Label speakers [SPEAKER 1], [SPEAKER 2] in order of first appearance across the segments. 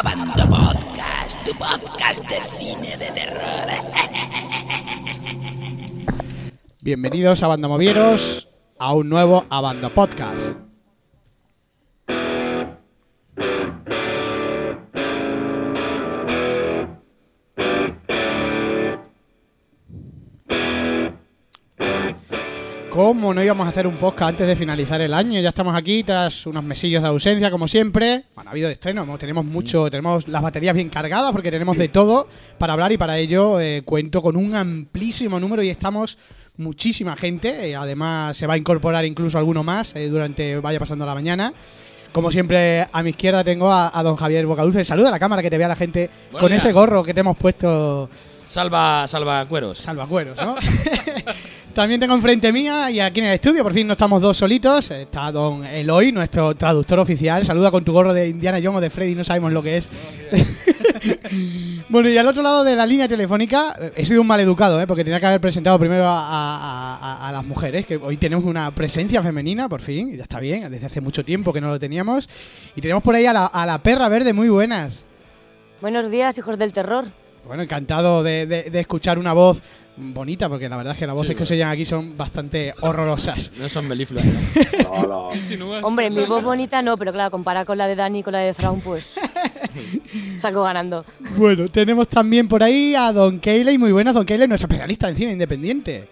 [SPEAKER 1] Abando Podcast, tu podcast de cine de terror.
[SPEAKER 2] Bienvenidos a Bandomovieros a un nuevo Abando Podcast. ¿Cómo no íbamos a hacer un podcast antes de finalizar el año? Ya estamos aquí tras unos mesillos de ausencia, como siempre. Bueno, ha habido estrenos, ¿no? tenemos mucho, tenemos las baterías bien cargadas porque tenemos de todo para hablar y para ello eh, cuento con un amplísimo número y estamos muchísima gente. Eh, además, se va a incorporar incluso alguno más eh, durante vaya pasando la mañana. Como siempre, a mi izquierda tengo a, a don Javier Bocaduce. Saluda a la cámara que te vea la gente
[SPEAKER 3] Buenos
[SPEAKER 2] con
[SPEAKER 3] días.
[SPEAKER 2] ese gorro que te hemos puesto
[SPEAKER 3] Salva, salva cueros.
[SPEAKER 2] salvacueros, ¿no? También tengo enfrente mía y aquí en el estudio, por fin no estamos dos solitos, está don Eloy, nuestro traductor oficial. Saluda con tu gorro de Indiana Jones o de Freddy, no sabemos lo que es. bueno, y al otro lado de la línea telefónica, eh, he sido un maleducado, ¿eh? porque tenía que haber presentado primero a, a- a- a las mujeres, que hoy tenemos una presencia femenina, por fin, ya está bien, desde hace mucho tiempo que no lo teníamos. Y tenemos por ahí a la, a la perra verde, muy buenas.
[SPEAKER 4] Buenos días, hijos del terror.
[SPEAKER 2] Bueno, encantado de, de- de escuchar una voz bonita, porque la verdad es que las voces
[SPEAKER 3] Sí,
[SPEAKER 2] que se oyen aquí son bastante horrorosas.
[SPEAKER 3] No son melifluas.
[SPEAKER 4] Hombre, mi voz bonita no, pero claro, comparada con la de Dani y con la de Fraun, pues saco ganando.
[SPEAKER 2] Bueno, tenemos también por ahí a Don Cayley, muy buenas, Don Cayley, nuestro especialista en cine independiente.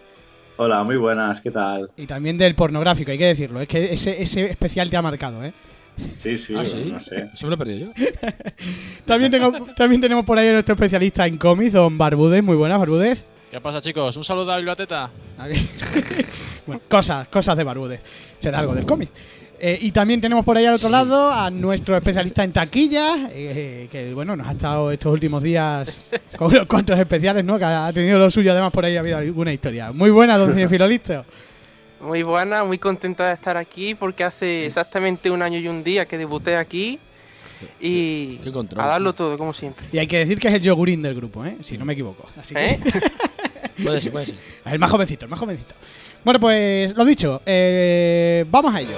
[SPEAKER 5] Hola, muy buenas, ¿qué tal?
[SPEAKER 2] Y también del pornográfico, hay que decirlo, es que ese, ese especial te ha marcado, ¿eh?
[SPEAKER 5] Sí, sí,
[SPEAKER 3] ah, sí.
[SPEAKER 5] no sé.
[SPEAKER 3] Eso me lo he perdido yo.
[SPEAKER 2] También, tengo- también tenemos por ahí a nuestro especialista en cómics, Don Barbudes, muy buenas, Barbudes.
[SPEAKER 6] ¿Qué pasa, chicos? Un saludo a Biblioteta.
[SPEAKER 2] bueno, cosas, cosas de Barbudes, será algo del cómic. Eh, y también tenemos por ahí al otro lado a nuestro especialista en taquilla, eh, que bueno, nos ha estado estos últimos días con unos cuantos especiales, ¿no? Que ha tenido lo suyo, además por ahí ha habido alguna historia. Muy buena, don Cinefilolisto.
[SPEAKER 7] Muy buena, muy contenta de estar aquí porque hace exactamente un año y un día que debuté aquí y
[SPEAKER 3] qué control,
[SPEAKER 7] a darlo
[SPEAKER 3] sí.
[SPEAKER 7] todo como siempre.
[SPEAKER 2] Y hay que decir que es el yogurín del grupo, ¿eh? Si no me equivoco. Así que...
[SPEAKER 7] ¿Eh?
[SPEAKER 3] Puede ser, puede ser.
[SPEAKER 2] El más jovencito, el más jovencito. Bueno, pues lo dicho, eh, vamos a ello.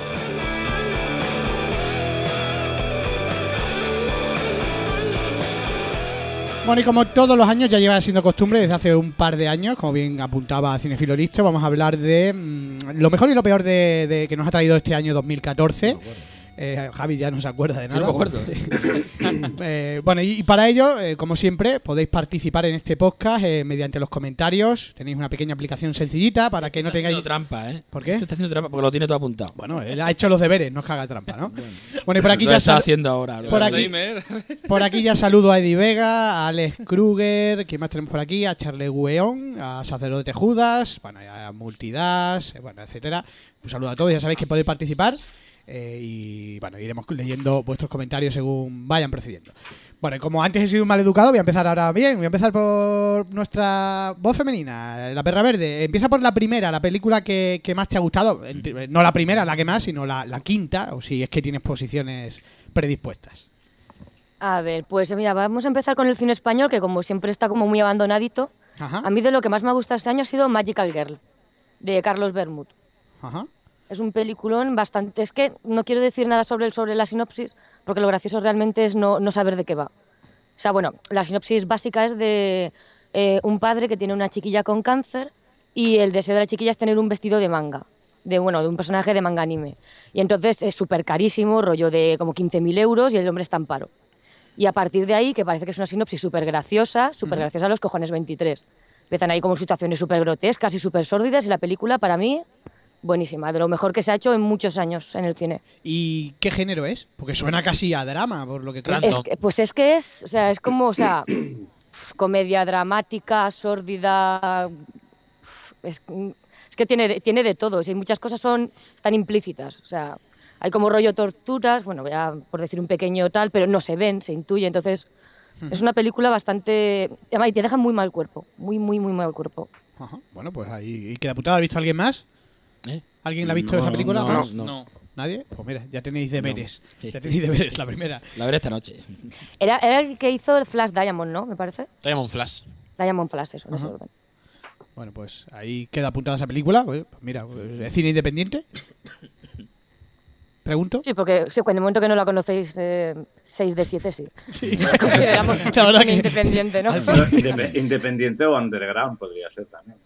[SPEAKER 2] Bueno, y como todos los años ya lleva siendo costumbre desde hace un par de años, como bien apuntaba Cinefilo Listo, vamos a hablar de mm, lo mejor y lo peor de, de que nos ha traído este año 2014. Eh, Javi ya no se acuerda de
[SPEAKER 3] Yo
[SPEAKER 2] nada.
[SPEAKER 3] no me acuerdo.
[SPEAKER 2] Eh, bueno, y, y para ello, eh, como siempre, podéis participar en este podcast eh, mediante los comentarios. Tenéis una pequeña aplicación sencillita para que no
[SPEAKER 3] Está
[SPEAKER 2] tengáis.
[SPEAKER 3] haciendo trampa, ¿eh?
[SPEAKER 2] ¿Por qué?
[SPEAKER 3] Este está haciendo trampa porque lo tiene todo apuntado.
[SPEAKER 2] Bueno, él ha hecho los deberes, no os caga trampa, ¿no? Bueno, y por aquí
[SPEAKER 3] lo
[SPEAKER 2] ya
[SPEAKER 3] está
[SPEAKER 2] sal-
[SPEAKER 3] haciendo ahora. lo-
[SPEAKER 2] por aquí, por aquí ya saludo a Eddie Vega, a Alex Kruger, ¿quién más tenemos por aquí? A Charlie Weón, a Sacerdote Judas, bueno, a Multidas, eh, bueno, etcétera. Un saludo a todos, ya sabéis que podéis participar. eh, y bueno, iremos leyendo vuestros comentarios según vayan procediendo. Bueno, y como antes he sido un mal educado, voy a empezar ahora bien. Voy a empezar por nuestra voz femenina, la perra verde. Empieza por la primera, la película que, que más te ha gustado. Ent- No la primera, la que más, sino la, la quinta, o si es que tienes posiciones predispuestas.
[SPEAKER 4] A ver, pues mira, vamos a empezar con el cine español, que como siempre está como muy abandonadito.
[SPEAKER 2] Ajá.
[SPEAKER 4] A mí de lo que más me ha gustado este año ha sido Magical Girl, de Carlos Bermud.
[SPEAKER 2] Ajá.
[SPEAKER 4] Es un peliculón bastante... Es que no quiero decir nada sobre, el- sobre la sinopsis, porque lo gracioso realmente es no, no saber de qué va. O sea, bueno, la sinopsis básica es de eh, un padre que tiene una chiquilla con cáncer y el deseo de la chiquilla es tener un vestido de manga, de, bueno, de un personaje de manga anime. Y entonces es súper carísimo, rollo de como 15.000 euros y el hombre está en paro. Y a partir de ahí, que parece que es una sinopsis súper graciosa, súper graciosa a los cojones 23. Empiezan ahí como situaciones súper grotescas y súper sórdidas y la película para mí buenísima, de lo mejor que se ha hecho en muchos años en el cine.
[SPEAKER 2] ¿Y qué género es? Porque suena casi a drama, por lo que creo.
[SPEAKER 6] Tanto.
[SPEAKER 4] Es que- pues es que es, o sea, es como, o sea, comedia dramática, sórdida, es, es que tiene, de- tiene de todo, y muchas cosas son tan implícitas, o sea, hay como rollo torturas, bueno, voy a por decir un pequeño tal, pero no se ven, se intuye, entonces
[SPEAKER 6] Hmm.
[SPEAKER 4] es una película bastante, además, y te deja muy mal cuerpo, muy, muy, muy mal cuerpo.
[SPEAKER 2] Ajá. Bueno, pues ahí y queda putada. ¿Ha visto alguien más?
[SPEAKER 3] ¿Eh?
[SPEAKER 2] ¿Alguien la ha visto
[SPEAKER 5] No,
[SPEAKER 2] esa película?
[SPEAKER 3] no,
[SPEAKER 2] ¿Más?
[SPEAKER 3] no.
[SPEAKER 2] ¿Nadie? Pues mira, ya tenéis deberes.
[SPEAKER 3] Sí.
[SPEAKER 2] Ya tenéis deberes, la primera.
[SPEAKER 3] La veré esta noche.
[SPEAKER 4] Era, era el que hizo el Flash Diamond, ¿no? Me parece.
[SPEAKER 6] Diamond Flash.
[SPEAKER 4] Diamond Flash, eso, en ese
[SPEAKER 2] Ajá.
[SPEAKER 4] orden.
[SPEAKER 2] Bueno, pues ahí queda apuntada esa película. Pues mira, pues, ¿es cine independiente? Pregunto.
[SPEAKER 4] Sí, porque sí, en el momento que no la conocéis, eh, 6 de 7 sí.
[SPEAKER 2] Sí.
[SPEAKER 4] Consideramos
[SPEAKER 2] La verdad
[SPEAKER 4] una
[SPEAKER 2] que-
[SPEAKER 4] independiente, ¿no?
[SPEAKER 2] Ah, sí.
[SPEAKER 5] Bueno, indepe- Independiente o underground podría ser también.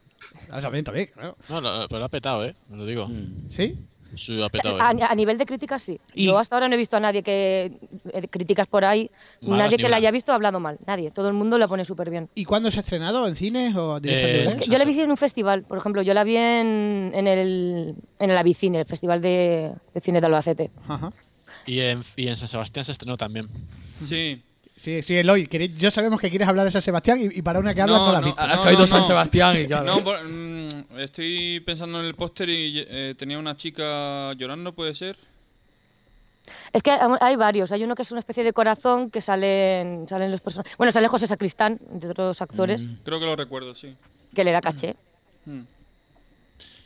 [SPEAKER 2] Ah, también, también, claro.
[SPEAKER 6] No, lo- pero lo ha petado, ¿eh? Os lo digo.
[SPEAKER 3] Mm.
[SPEAKER 2] Sí.
[SPEAKER 6] Sí, lo ha petado. ¿eh?
[SPEAKER 4] A, a nivel de críticas, sí.
[SPEAKER 2] Y-
[SPEAKER 4] Yo hasta ahora no he visto a nadie que eh, criticas por ahí,
[SPEAKER 6] Malas
[SPEAKER 4] nadie
[SPEAKER 6] ni
[SPEAKER 4] que la
[SPEAKER 6] una.
[SPEAKER 4] haya visto ha hablado mal, nadie. Todo el mundo la pone súper bien.
[SPEAKER 2] ¿Y cuándo se ha estrenado? ¿En cines o directamente?
[SPEAKER 6] Eh,
[SPEAKER 2] en DVD?
[SPEAKER 4] Yo la vi en un festival, por ejemplo, yo la vi en, en el en el Avicine, el Festival de, de Cine de Albacete.
[SPEAKER 2] Ajá.
[SPEAKER 6] Y en, y en San Sebastián se estrenó también.
[SPEAKER 8] Sí.
[SPEAKER 2] Sí, sí, Eloy. queréis- Yo sabemos que quieres hablar de San Sebastián y, y para una que hablas no, la has visto.
[SPEAKER 8] Ah,
[SPEAKER 3] Has
[SPEAKER 8] no,
[SPEAKER 3] caído
[SPEAKER 8] no,
[SPEAKER 3] San
[SPEAKER 8] no.
[SPEAKER 3] Sebastián y claro. ¿eh?
[SPEAKER 8] No, por- mm, estoy pensando en el póster y eh, tenía una chica llorando, ¿puede ser?
[SPEAKER 4] Es que hay, hay varios, hay uno que es una especie de corazón que salen salen los personajes. Bueno, sale José Sacristán, de otros actores,
[SPEAKER 8] Creo que lo recuerdo, sí.
[SPEAKER 4] que le da caché.
[SPEAKER 8] Mm.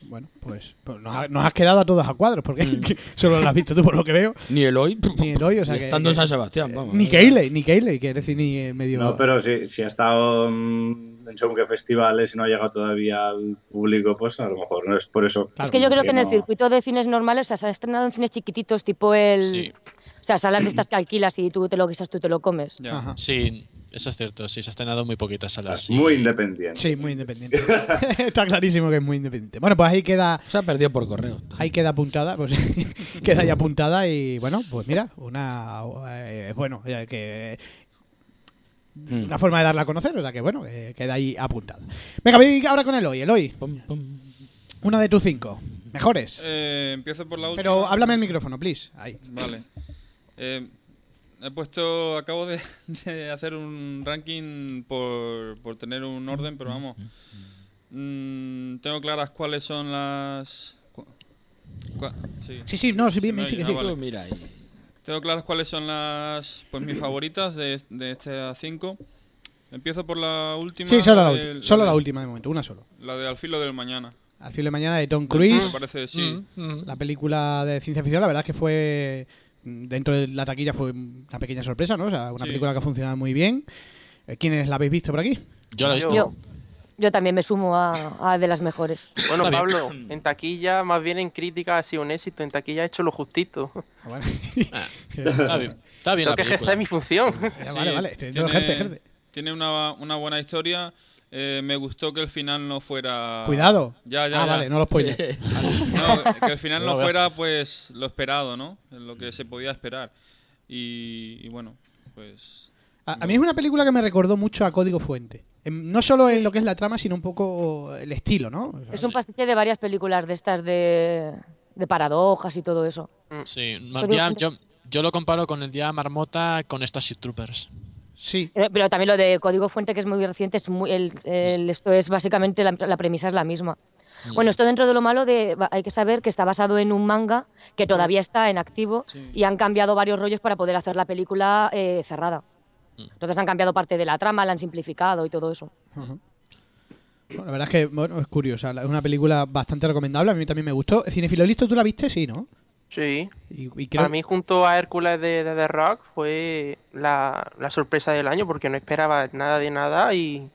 [SPEAKER 2] Bueno, pues, pues nos, ha- nos has quedado a todos a cuadros, porque solo lo has visto tú por lo que veo.
[SPEAKER 3] Ni Eloy.
[SPEAKER 2] Ni Eloy, o sea
[SPEAKER 3] Y
[SPEAKER 2] que-
[SPEAKER 3] Estando en San Sebastián, vamos.
[SPEAKER 2] Ni Keyley, ni Keyley, que decir ni eh, medio.
[SPEAKER 5] No, pero si, si ha estado mm, en según qué festivales y no ha llegado todavía al público, pues a lo mejor no es por eso.
[SPEAKER 2] Claro,
[SPEAKER 4] es que yo creo que en el
[SPEAKER 5] no.
[SPEAKER 4] circuito de cines normales, o sea, se han estrenado en cines chiquititos, tipo el.
[SPEAKER 6] Sí.
[SPEAKER 4] O sea, salas de estas que alquilas y tú te lo guisas, tú te lo comes.
[SPEAKER 8] Ya.
[SPEAKER 2] Ajá.
[SPEAKER 6] Sí, eso es cierto. Sí, se ha estrenado en muy poquitas salas. sí.
[SPEAKER 5] Muy independiente.
[SPEAKER 2] Sí, muy independiente. Está clarísimo que es muy independiente. Bueno, pues ahí queda
[SPEAKER 3] Se ha perdido por correo.
[SPEAKER 8] Ah,
[SPEAKER 2] Ahí queda apuntada, pues queda ahí apuntada y bueno, pues mira, una eh, bueno, eh, que
[SPEAKER 3] Mm.
[SPEAKER 2] una forma de darla a conocer, o sea que bueno, eh, queda ahí apuntada. Venga, voy ahora con Eloy, Eloy,
[SPEAKER 3] Pum, pum.
[SPEAKER 2] una de tus cinco mejores.
[SPEAKER 8] Eh, empiezo por la última.
[SPEAKER 2] Pero háblame el micrófono, please. Ahí.
[SPEAKER 8] Vale. Eh, he puesto. Acabo de, de hacer un ranking por, por tener un orden, pero vamos. Mm, tengo claras cuáles son las. cua- cua- sí.
[SPEAKER 2] Sí, sí, no, sí, bien,
[SPEAKER 8] Se me
[SPEAKER 2] sí, que sí.
[SPEAKER 8] oye, ah, vale.
[SPEAKER 3] Tú mira ahí.
[SPEAKER 8] Tengo claras cuáles son las. Pues mis favoritas de, de estas cinco. Empiezo por la última.
[SPEAKER 2] Sí, solo la
[SPEAKER 8] del-
[SPEAKER 2] última, solo
[SPEAKER 8] de-
[SPEAKER 2] la última de momento, una solo.
[SPEAKER 8] La de Al filo del mañana.
[SPEAKER 2] Al filo de mañana de Tom
[SPEAKER 8] Me
[SPEAKER 2] Cruise,
[SPEAKER 8] parece, sí.
[SPEAKER 2] Mm. la película de ciencia ficción, la verdad es que fue mm, dentro de la taquilla fue una pequeña sorpresa, ¿no? O sea, una
[SPEAKER 8] Sí.
[SPEAKER 2] película que ha funcionado muy bien. Eh, ¿Quiénes la habéis visto por aquí?
[SPEAKER 6] Yo la he visto.
[SPEAKER 4] Yo, yo también me sumo a, a de las mejores.
[SPEAKER 7] Bueno,
[SPEAKER 6] Está bien.
[SPEAKER 7] Pablo, en taquilla, más bien en crítica ha sido un éxito. En taquilla ha hecho lo justito.
[SPEAKER 2] Ah, Bueno.
[SPEAKER 6] Ah, Está bien. Está
[SPEAKER 7] Creo
[SPEAKER 6] bien
[SPEAKER 7] que
[SPEAKER 6] la película.
[SPEAKER 7] ejercer mi función.
[SPEAKER 2] Ya, vale,
[SPEAKER 8] Sí,
[SPEAKER 2] vale. este- no, ejerce, ejerce.
[SPEAKER 8] tiene una, una buena historia. Eh, me gustó que el final no fuera.
[SPEAKER 2] Cuidado.
[SPEAKER 8] Ya, ya,
[SPEAKER 2] ah,
[SPEAKER 8] ya.
[SPEAKER 2] vale, no los spoiler.
[SPEAKER 8] No, que el final
[SPEAKER 6] No
[SPEAKER 8] no
[SPEAKER 6] lo
[SPEAKER 8] fuera pues lo esperado, ¿no? Lo que se podía esperar. Y, y bueno, pues.
[SPEAKER 2] A, a mí es una película que me recordó mucho a Código Fuente. En- no solo en lo que es la trama, sino un poco el estilo, ¿no?
[SPEAKER 4] Es un pastiche de varias películas de estas de, de paradojas y todo eso.
[SPEAKER 6] Sí,
[SPEAKER 4] Pero-
[SPEAKER 6] ya- yo, yo lo comparo con el día Marmota con Starship Troopers.
[SPEAKER 2] Sí.
[SPEAKER 4] Eh, Pero también lo de Código Fuente, que es muy reciente, es muy, el- el- esto es básicamente la, la premisa es la misma.
[SPEAKER 5] Mm.
[SPEAKER 4] Bueno, esto dentro de lo malo de, va- hay que saber que está basado en un manga que todavía
[SPEAKER 5] Mm.
[SPEAKER 4] está en activo y han cambiado varios rollos para poder hacer la película eh, cerrada.
[SPEAKER 5] Mm.
[SPEAKER 4] Entonces han cambiado parte de la trama, la han simplificado y todo eso.
[SPEAKER 2] Ajá. Bueno, la verdad es que bueno, es curiosa. la- Es una película bastante recomendable. A mí también me gustó. Cinefilo Listo, ¿tú la viste? Sí, ¿no?
[SPEAKER 7] Sí.
[SPEAKER 2] Y, y creo
[SPEAKER 7] Para mí, junto a Hércules de, de The Rock, fue la, la sorpresa del año porque no esperaba nada de nada y,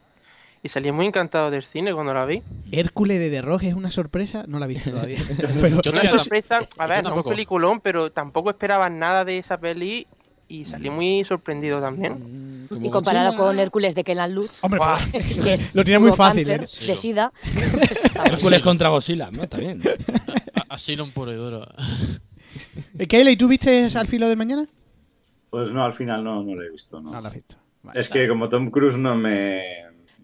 [SPEAKER 7] y salí muy encantado del cine cuando la vi.
[SPEAKER 2] Hércules de The Rock es una sorpresa. No la he visto todavía. Pero
[SPEAKER 6] Yo
[SPEAKER 7] Una
[SPEAKER 6] todavía no-
[SPEAKER 7] sorpresa, a
[SPEAKER 6] eh, yo
[SPEAKER 7] ver, no un
[SPEAKER 6] tampoco.
[SPEAKER 7] peliculón, pero tampoco esperaba nada de esa peli y
[SPEAKER 6] Mm.
[SPEAKER 7] salí muy sorprendido también.
[SPEAKER 8] Mm,
[SPEAKER 4] Y comparado con Hércules de Kenan Luz,
[SPEAKER 2] Hombre,
[SPEAKER 7] Guau.
[SPEAKER 2] pues,
[SPEAKER 4] que es
[SPEAKER 2] Lo tiene muy
[SPEAKER 4] puro
[SPEAKER 2] fácil,
[SPEAKER 4] cáncer
[SPEAKER 2] ¿eh?
[SPEAKER 6] Sí,
[SPEAKER 4] de
[SPEAKER 6] lo-
[SPEAKER 4] sida. Ah,
[SPEAKER 3] Hércules contra Godzilla. No, está bien.
[SPEAKER 6] A- Asylum puro y duro.
[SPEAKER 2] eh, Kayleigh, ¿tú viste Al Filo del Mañana?
[SPEAKER 5] Pues no, al final no, no lo he visto. No.
[SPEAKER 2] No la he visto. Vale.
[SPEAKER 5] Es que como Tom Cruise no me.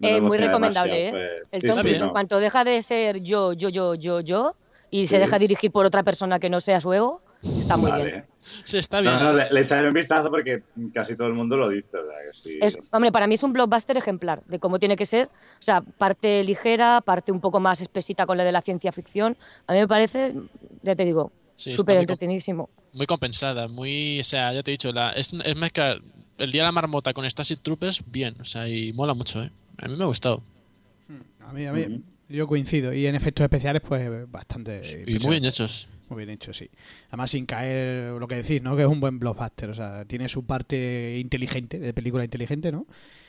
[SPEAKER 5] no me
[SPEAKER 4] Eh, muy
[SPEAKER 5] emociona
[SPEAKER 4] recomendable, ¿eh?
[SPEAKER 5] demasiado, pues,
[SPEAKER 4] El
[SPEAKER 5] sí,
[SPEAKER 4] Tom
[SPEAKER 5] sí,
[SPEAKER 4] Cruise,
[SPEAKER 5] no.
[SPEAKER 4] en cuanto deja de ser yo, yo, yo, yo, yo, y se
[SPEAKER 5] Sí.
[SPEAKER 4] deja dirigir por otra persona que no sea su ego, está muy
[SPEAKER 5] Vale.
[SPEAKER 4] bien.
[SPEAKER 6] Sí, está bien.
[SPEAKER 5] No, no, le, le echaré un vistazo porque casi todo el mundo lo dice, o sea, que sí.
[SPEAKER 4] Es- hombre, para mí es un blockbuster ejemplar de cómo tiene que ser. O sea, parte ligera, parte un poco más espesita con la de la ciencia ficción. A mí me parece, ya te digo,
[SPEAKER 6] Sí, está
[SPEAKER 4] súper
[SPEAKER 6] muy com-
[SPEAKER 4] entretenidísimo.
[SPEAKER 6] muy compensada, muy, o sea, ya te he dicho, la, es, es mezclar el día de la marmota con Starship Troopers bien, o sea, y mola mucho, ¿eh? A mí me ha gustado.
[SPEAKER 2] A mí, a mí. Yo coincido. Y en efectos especiales, pues bastante.
[SPEAKER 6] Y muy bien ¿eh? hechos.
[SPEAKER 2] Muy bien hecho, sí. Además, sin caer lo que decís, ¿no? Que es un buen blockbuster. O sea, tiene su parte inteligente, de película inteligente, ¿no?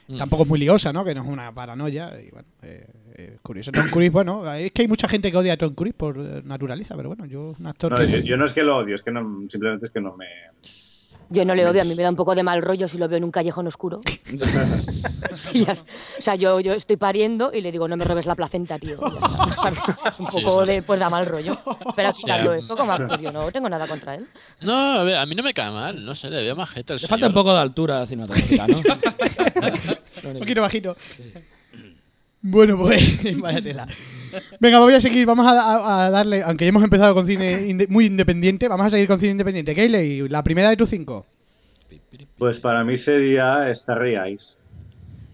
[SPEAKER 6] Mm.
[SPEAKER 2] Tampoco es muy liosa, ¿no? Que no es una paranoia. Y bueno, eh, eh, curioso. Tom Cruise, bueno, es que hay mucha gente que odia a Tom Cruise por eh, naturaleza, pero bueno, yo, un actor.
[SPEAKER 5] No,
[SPEAKER 2] que-
[SPEAKER 5] yo, yo no es que lo odio, es que no, simplemente es que no me.
[SPEAKER 4] Yo no le odio, a mí me da un poco de mal rollo si lo veo en un callejón oscuro. Y ya- o sea, yo, yo estoy pariendo y le digo, no me robes la placenta, tío. Y ya está, ¿sabes? Es un
[SPEAKER 6] Sí,
[SPEAKER 4] poco
[SPEAKER 6] sí.
[SPEAKER 4] de, pues da mal rollo. Pero
[SPEAKER 6] Sí.
[SPEAKER 4] aclararlo eso como actor, yo no tengo nada contra él.
[SPEAKER 6] No, a ver, a mí no me cae mal, no sé, le veo más gente al
[SPEAKER 3] Le falta un
[SPEAKER 6] señor.
[SPEAKER 3] poco de altura cinematográfica, ¿no?
[SPEAKER 2] Un poquito bajito. Bueno, pues, vaya tela. Venga, voy a seguir. Vamos a, a- a darle, aunque ya hemos empezado con cine inde- muy independiente, vamos a seguir con cine independiente. Kayley, la primera de tus cinco.
[SPEAKER 5] Pues para mí sería Starry Eyes,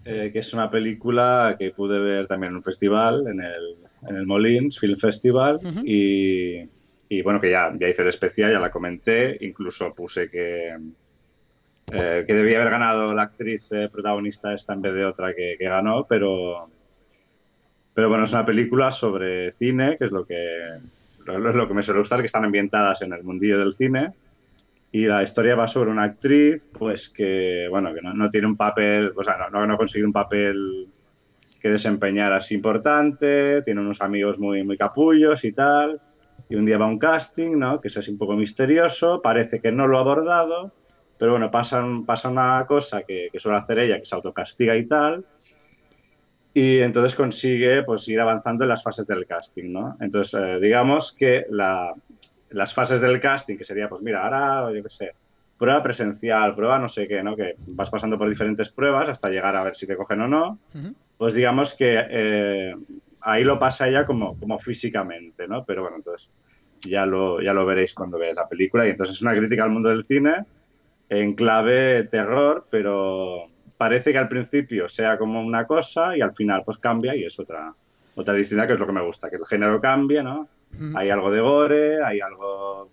[SPEAKER 5] eh, que es una película que pude ver también en un festival, en el, en el Molins Film Festival,
[SPEAKER 2] Ujú.
[SPEAKER 5] y, y bueno, que ya, ya hice el especial, ya la comenté, incluso puse que, eh, que debía haber ganado la actriz eh, protagonista esta en vez de otra que, que ganó, pero, pero bueno, es una película sobre cine, que es lo que, lo, lo- lo que me suele gustar, que están ambientadas en el mundillo del cine. Y la historia va sobre una actriz, pues que, bueno, que no, no tiene un papel, o sea, no, no, no ha conseguido un papel que desempeñar así importante, tiene unos amigos muy, muy capullos y tal, y un día va a un casting, ¿no? Que es así un poco misterioso, parece que no lo ha abordado, pero bueno, pasa, un- pasa una cosa que, que suele hacer ella, que se autocastiga y tal, y entonces consigue, pues, ir avanzando en las fases del casting, ¿no? Entonces, eh, digamos que la, las fases del casting, que sería, pues mira, ahora, yo qué sé, prueba presencial, prueba no sé qué, ¿no? Que vas pasando por diferentes pruebas hasta llegar a ver si te cogen o no.
[SPEAKER 2] Ujú.
[SPEAKER 5] Pues digamos que eh, ahí lo pasa ya como, como físicamente, ¿no? Pero bueno, entonces ya lo, ya lo veréis cuando veáis la película. Y entonces es una crítica al mundo del cine en clave terror, pero parece que al principio sea como una cosa y al final pues cambia y es otra, otra distinta que es lo que me gusta, que el género cambia, ¿no?
[SPEAKER 2] Ujú.
[SPEAKER 5] Hay algo de gore, hay algo,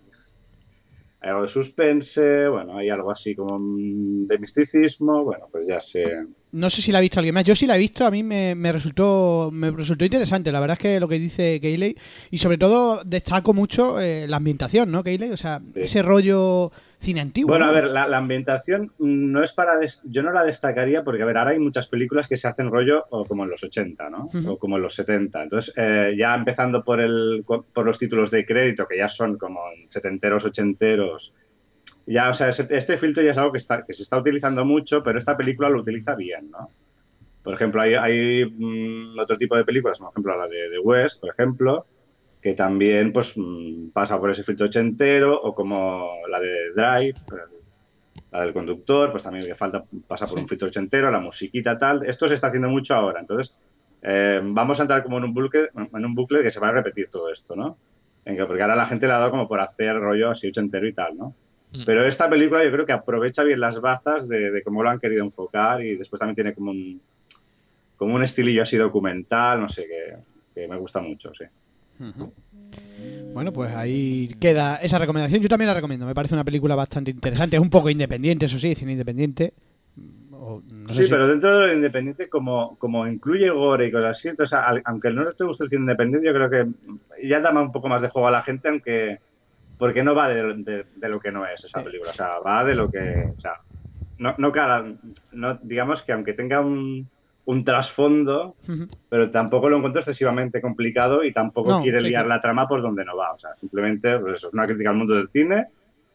[SPEAKER 5] hay algo de suspense, bueno, hay algo así como mm, de misticismo, bueno, pues ya sé.
[SPEAKER 2] No sé si la ha visto alguien más. Yo sí la he visto, a mí me, me resultó me resultó interesante. La verdad es que lo que dice Kayley, y sobre todo destaco mucho eh, la ambientación, ¿no, Kayley? O sea,
[SPEAKER 5] Sí.
[SPEAKER 2] ese rollo cine antiguo.
[SPEAKER 5] Bueno, a
[SPEAKER 2] ¿no?
[SPEAKER 5] ver, la, la ambientación mm, no es para... des- Yo no la destacaría porque, a ver, ahora hay muchas películas que se hacen rollo o como en los 80, ¿no?
[SPEAKER 2] Ujú.
[SPEAKER 5] O como en los 70. Entonces, eh, ya empezando por, el, por los títulos de crédito, que ya son como setenteros, ochenteros. Ya, o sea, ese- este filtro ya es algo que, está, que se está utilizando mucho, pero esta película lo utiliza bien, ¿no? Por ejemplo, hay, hay, mm, otro tipo de películas, por ejemplo, la de, de West, por ejemplo, que también pues mm, pasa por ese filtro ochentero, o como la de Drive, la del conductor, pues también que falta pasa por un filtro ochentero, la musiquita tal. Esto se está haciendo mucho ahora, entonces eh, vamos a entrar como en un bucle, en un bucle que se va a repetir todo esto, ¿no? En que- porque ahora la gente le ha dado como por hacer rollo así ochentero y tal, ¿no?
[SPEAKER 6] Mm.
[SPEAKER 5] Pero esta película yo creo que aprovecha bien las bazas de, de cómo lo han querido enfocar y después también tiene como un, como un estilillo así documental, no sé, que, que me gusta mucho, sí.
[SPEAKER 2] Bueno, pues ahí queda esa recomendación. Yo también la recomiendo. Me parece una película bastante interesante. Es un poco independiente, eso sí, cine independiente. O, no sé
[SPEAKER 5] sí,
[SPEAKER 2] si-
[SPEAKER 5] pero dentro de lo independiente, como, como incluye gore y cosas así, entonces, al- aunque no te guste el cine independiente, yo creo que ya da un poco más de juego a la gente, aunque porque no va de, de- de lo que no es esa
[SPEAKER 2] Sí.
[SPEAKER 5] película, o sea, va de lo que, o sea, no, no, cara, no digamos que aunque tenga un, un trasfondo,
[SPEAKER 2] Ujú.
[SPEAKER 5] pero tampoco lo encuentro excesivamente complicado y tampoco
[SPEAKER 2] No,
[SPEAKER 5] quiere
[SPEAKER 2] sí,
[SPEAKER 5] liar
[SPEAKER 2] sí.
[SPEAKER 5] la trama por donde no va, o sea, simplemente pues eso es una crítica al mundo del cine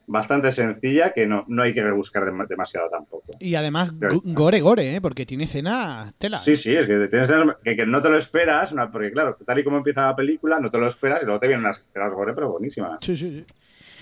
[SPEAKER 5] bastante sencilla que no, no hay que rebuscar dem- demasiado tampoco.
[SPEAKER 2] Y además,
[SPEAKER 5] Pero-
[SPEAKER 2] go- gore, gore, ¿eh? porque tiene escenas tela.
[SPEAKER 5] Sí, sí, es que tienes que, que no te lo esperas, una- porque claro, tal y como empieza la película, no te lo esperas y luego te vienen las escenas gore, pero buenísimas.
[SPEAKER 2] sí, sí, sí.